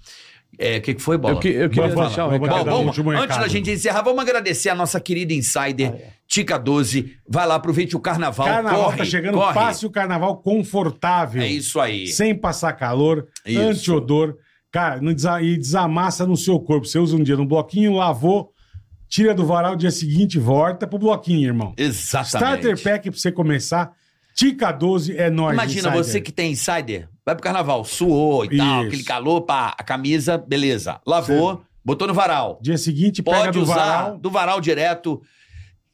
Speaker 2: É, o que, que foi, Bola?
Speaker 3: Eu que- eu queria
Speaker 2: Bola,
Speaker 3: deixar o
Speaker 2: Bola.
Speaker 3: recado,
Speaker 2: Bom,
Speaker 5: um
Speaker 3: o
Speaker 2: vamos,
Speaker 3: último
Speaker 2: antes
Speaker 3: recado.
Speaker 2: da gente encerrar, vamos agradecer a nossa querida insider
Speaker 5: Ah, é.
Speaker 2: Tica 12. Vai lá, aproveite o carnaval.
Speaker 1: Carnaval
Speaker 2: corre,
Speaker 1: tá chegando,
Speaker 2: corre.
Speaker 1: passe o carnaval confortável.
Speaker 2: É isso aí.
Speaker 1: Sem passar calor,
Speaker 2: Isso.
Speaker 1: anti-odor. Cara, não desa- e desamassa no seu corpo. Você usa um dia no bloquinho, lavou, tira do varal, dia seguinte volta pro bloquinho, irmão.
Speaker 2: Exatamente.
Speaker 1: Starter Pack pra você começar. Tica 12 é nóis.
Speaker 2: Imagina
Speaker 1: insider.
Speaker 2: você que tem insider, vai pro carnaval, suou e tal,
Speaker 1: Isso.
Speaker 2: aquele calor, pá, a camisa, beleza. Lavou, botou no varal.
Speaker 1: Dia seguinte, pega
Speaker 2: Pode
Speaker 1: do
Speaker 2: usar
Speaker 1: varal.
Speaker 2: do varal direto.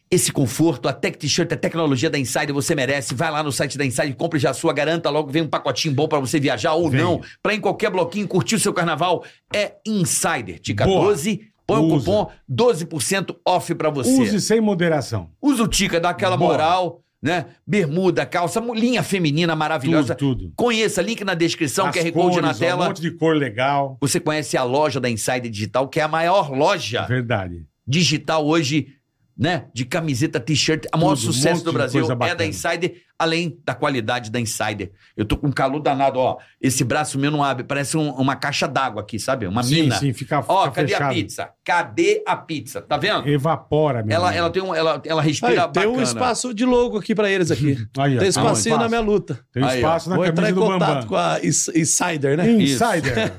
Speaker 2: Esse conforto, a Tech T-shirt, a tecnologia da Insider, você merece. Vai lá no site da Insider, compre já a sua, garanta logo, vem um pacotinho bom pra você viajar ou
Speaker 1: Vem.
Speaker 2: não, Pra em qualquer bloquinho curtir o seu carnaval. É Insider, dica
Speaker 1: Boa.
Speaker 2: 12, põe o
Speaker 1: Usa.
Speaker 2: cupom 12% off pra você.
Speaker 1: Use sem moderação.
Speaker 2: Usa o Tica, dá aquela
Speaker 1: Boa.
Speaker 2: moral, né? Bermuda, calça, linha feminina maravilhosa.
Speaker 1: Tudo,
Speaker 2: Conheça, link na descrição,
Speaker 1: As
Speaker 2: QR Code na
Speaker 1: cores, ó,
Speaker 2: tela.
Speaker 1: Um monte de cor legal.
Speaker 2: Você conhece a loja da Insider Digital, que é a maior loja
Speaker 1: Verdade.
Speaker 2: digital hoje, né? De camiseta, t-shirt. O maior
Speaker 1: Tudo, um
Speaker 2: sucesso
Speaker 1: monte
Speaker 2: do
Speaker 1: de
Speaker 2: Brasil
Speaker 1: coisa
Speaker 2: é
Speaker 1: bacana.
Speaker 2: da Insider, além da qualidade da Insider. Eu tô com um calor danado, ó. Esse braço meu não abre, parece um- uma caixa d'água aqui, sabe? Uma
Speaker 1: Sim,
Speaker 2: mina.
Speaker 1: sim, fica-
Speaker 2: Ó,
Speaker 1: fica
Speaker 2: cadê a
Speaker 1: fechado.
Speaker 2: pizza? Cadê a pizza? Tá vendo?
Speaker 1: Evapora, meu
Speaker 2: Ela,
Speaker 1: amigo.
Speaker 2: ela tem um, ela, ela respira
Speaker 3: Aí, tem um
Speaker 2: bacana.
Speaker 3: espaço de logo aqui pra eles aqui.
Speaker 1: Aí,
Speaker 3: tem
Speaker 1: ó.
Speaker 2: Ah, um
Speaker 3: espacinho
Speaker 2: espaço.
Speaker 3: na minha luta.
Speaker 2: Tem um Aí, ó. espaço na
Speaker 3: Vou entrar em
Speaker 2: camisa do
Speaker 3: contato
Speaker 2: Bambam.
Speaker 3: com a Ins- Insider, né?
Speaker 2: Isso.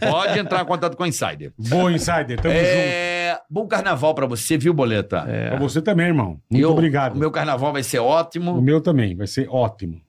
Speaker 2: Pode entrar em contato com a Insider.
Speaker 1: Boa, Insider. Tamo
Speaker 2: é... Bom carnaval pra você, viu, Boleta?
Speaker 3: É.
Speaker 1: Pra você também, irmão. Muito
Speaker 2: Eu-
Speaker 1: obrigado.
Speaker 2: O meu carnaval vai ser ótimo.
Speaker 1: O meu também, vai ser ótimo.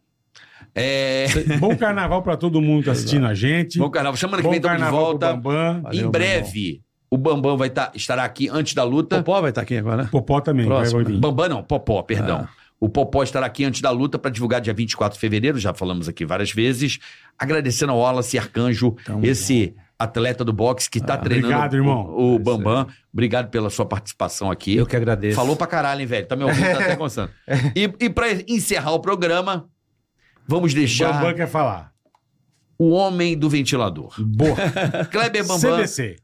Speaker 2: É...
Speaker 1: Bom carnaval pra todo mundo que tá assistindo a gente.
Speaker 2: Bom carnaval. Semana que
Speaker 1: Bom
Speaker 2: vem estamos de
Speaker 1: carnaval
Speaker 2: volta.
Speaker 1: pro Bambam.
Speaker 2: em
Speaker 1: Valeu,
Speaker 2: breve, o Bambam vai tá, estará aqui antes da luta.
Speaker 3: Popó vai estar aqui agora, né?
Speaker 1: Popó também
Speaker 2: Próximo.
Speaker 1: vai vir.
Speaker 2: Bambam não, Popó, perdão. O Popó estará aqui antes da luta para divulgar dia 24 de fevereiro, já falamos aqui várias vezes. Agradecendo ao Wallace Arcanjo, esse atleta do boxe que está treinando
Speaker 1: Ah, obrigado,
Speaker 2: o-
Speaker 1: irmão.
Speaker 2: o, Bambam. Obrigado pela sua participação aqui.
Speaker 5: Eu que agradeço.
Speaker 2: Falou pra caralho, hein, velho? Tá me ouvindo, tá até gostando. E, e para encerrar o programa, vamos
Speaker 1: O
Speaker 2: deixar
Speaker 1: Bambam quer falar.
Speaker 2: o homem do ventilador.
Speaker 1: Boa.
Speaker 2: Kleber Bambam.
Speaker 3: CDC.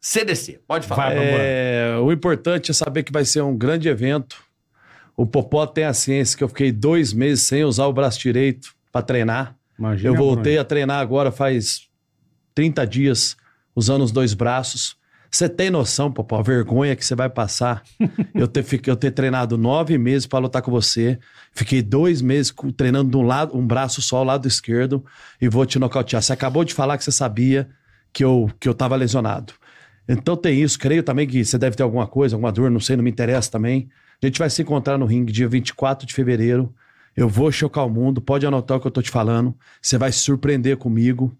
Speaker 2: CDC, pode falar.
Speaker 3: É, o importante é saber que vai ser um grande evento. O Popó tem a ciência que eu fiquei dois meses sem usar o braço direito para treinar.
Speaker 1: Imagina,
Speaker 3: eu voltei a treinar agora faz 30 dias, usando os dois braços. Você tem noção, Popó, a vergonha que você vai passar. eu, ter, fi- eu ter treinado nove meses para lutar com você. Fiquei dois meses co- treinando de um, lado, um braço só, o lado esquerdo, e vou te nocautear. Você acabou de falar que você sabia que eu, que eu tava lesionado. Então tem isso, creio também que você deve ter alguma coisa, alguma dor, não sei, não me interessa também. A gente vai se encontrar no ringue dia 24 de fevereiro. Eu vou chocar o mundo, pode anotar o que eu tô te falando. Você vai se surpreender comigo.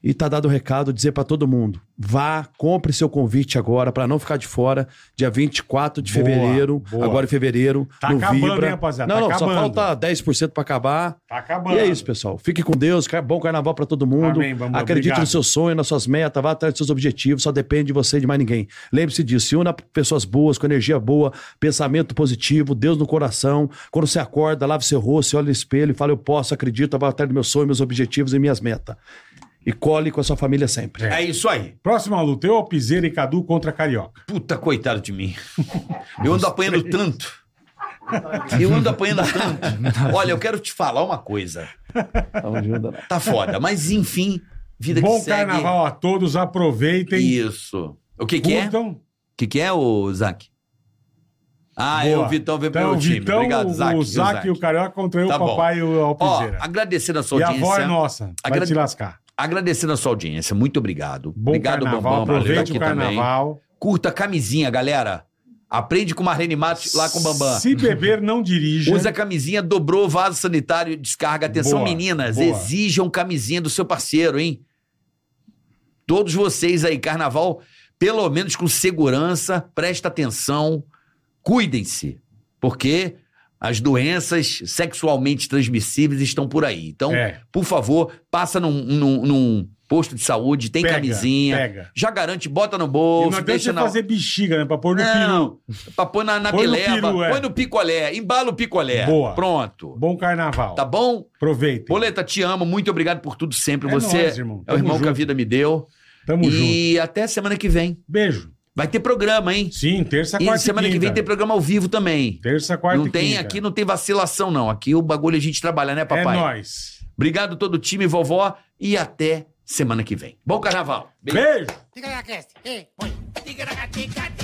Speaker 3: E tá dado o recado, dizer pra todo mundo: vá, compre seu convite agora pra não ficar de fora, dia 24 de
Speaker 1: Boa,
Speaker 3: fevereiro,
Speaker 1: boa.
Speaker 3: agora em fevereiro,
Speaker 1: Tá
Speaker 3: no
Speaker 1: acabando,
Speaker 3: Vibra.
Speaker 1: hein, rapaziada?
Speaker 3: Não,
Speaker 1: Tá
Speaker 3: não, só
Speaker 1: acabando.
Speaker 3: falta 10% pra acabar.
Speaker 1: Tá acabando.
Speaker 3: E é isso, pessoal. Fique com Deus. car- Bom carnaval pra todo mundo.
Speaker 1: Amém, Bambam.
Speaker 3: Acredite
Speaker 1: Obrigado.
Speaker 3: no seu sonho, nas suas metas, vá atrás dos seus objetivos. Só depende de você e de mais ninguém. Lembre-se disso. Se una pessoas boas, com energia boa, pensamento positivo, Deus no coração. Quando você acorda, lave seu rosto, se olha no espelho e fala: Eu posso, acredito, vou atrás do meu sonho, meus objetivos e minhas metas. E cole com a sua família sempre.
Speaker 2: É isso aí.
Speaker 1: Próxima luta, eu, Alpizeira e Cadu contra Carioca.
Speaker 2: Puta, coitado de mim. Eu ando apanhando tanto. Eu ando apanhando tanto. Olha, eu quero te falar uma coisa. Tá foda, mas enfim, vida
Speaker 1: Bom
Speaker 2: que segue.
Speaker 1: carnaval a todos, aproveitem.
Speaker 2: Isso. O que que é?
Speaker 1: Curtam.
Speaker 2: O que, que é, ô Zac? Ah, é
Speaker 1: Boa.
Speaker 2: o Vitão vem pro
Speaker 1: Então,
Speaker 2: meu
Speaker 1: o
Speaker 2: time.
Speaker 1: Vitão,
Speaker 2: Obrigado,
Speaker 1: o
Speaker 2: Zac. e
Speaker 1: Zac e o Carioca contra eu, o
Speaker 2: bom.
Speaker 1: papai e o Alpizeira.
Speaker 2: Ó, agradecendo a sua
Speaker 1: E a
Speaker 2: audiência.
Speaker 1: avó é nossa, vai te lascar.
Speaker 2: Agradecendo a sua audiência, muito obrigado.
Speaker 1: Bom
Speaker 2: obrigado,
Speaker 1: carnaval,
Speaker 2: Bambam, valeu
Speaker 1: aproveite
Speaker 2: aqui
Speaker 1: o carnaval.
Speaker 2: também. Curta a camisinha, galera. Aprende com o Marlene Matos lá com o Bambam.
Speaker 1: Se beber, não dirija.
Speaker 2: Usa a camisinha, dobrou o vaso sanitário, descarga. Atenção,
Speaker 1: Boa,
Speaker 2: meninas,
Speaker 1: boa.
Speaker 2: exijam camisinha do seu parceiro, hein? Todos vocês aí, carnaval, pelo menos com segurança, presta atenção, cuidem-se, porque as doenças sexualmente transmissíveis estão por aí. Então,
Speaker 1: É.
Speaker 2: por favor, passa num, num, num- Posto de saúde, tem
Speaker 1: Pega,
Speaker 2: camisinha.
Speaker 1: pega.
Speaker 2: Já garante, bota no
Speaker 1: E
Speaker 2: bolso,
Speaker 1: não adianta
Speaker 2: deixa
Speaker 1: você
Speaker 2: na.
Speaker 1: fazer bexiga, né? Pra pôr no
Speaker 2: Não,
Speaker 1: peru.
Speaker 2: Pra pôr na, na
Speaker 1: Põe no
Speaker 2: bileba,
Speaker 1: peru, é.
Speaker 2: põe no picolé, embala o picolé.
Speaker 1: Boa.
Speaker 2: Pronto.
Speaker 1: Bom carnaval.
Speaker 2: Tá bom?
Speaker 1: Aproveita.
Speaker 2: Boleta, te amo. Muito obrigado por tudo sempre.
Speaker 1: É
Speaker 2: Você
Speaker 1: nóis, irmão.
Speaker 2: é o
Speaker 1: Tamo
Speaker 2: irmão que a
Speaker 1: junto.
Speaker 2: vida me deu.
Speaker 1: Tamo
Speaker 2: e até semana que vem.
Speaker 1: Beijo.
Speaker 2: Vai ter programa, hein?
Speaker 1: Sim, terça,
Speaker 2: e
Speaker 1: quarta e
Speaker 2: semana que vem
Speaker 1: quinta.
Speaker 2: tem programa ao vivo também.
Speaker 1: Terça, quarta
Speaker 2: Não
Speaker 1: e
Speaker 2: tem
Speaker 1: quinta.
Speaker 2: aqui, não tem vacilação não. Aqui o bagulho é a gente trabalha, né, papai?
Speaker 1: É nóis.
Speaker 2: Obrigado todo o time, vovó e até semana que vem. Bom carnaval.
Speaker 1: Beijo.
Speaker 17: Tica na cast. Ei, põe. Tica na tica,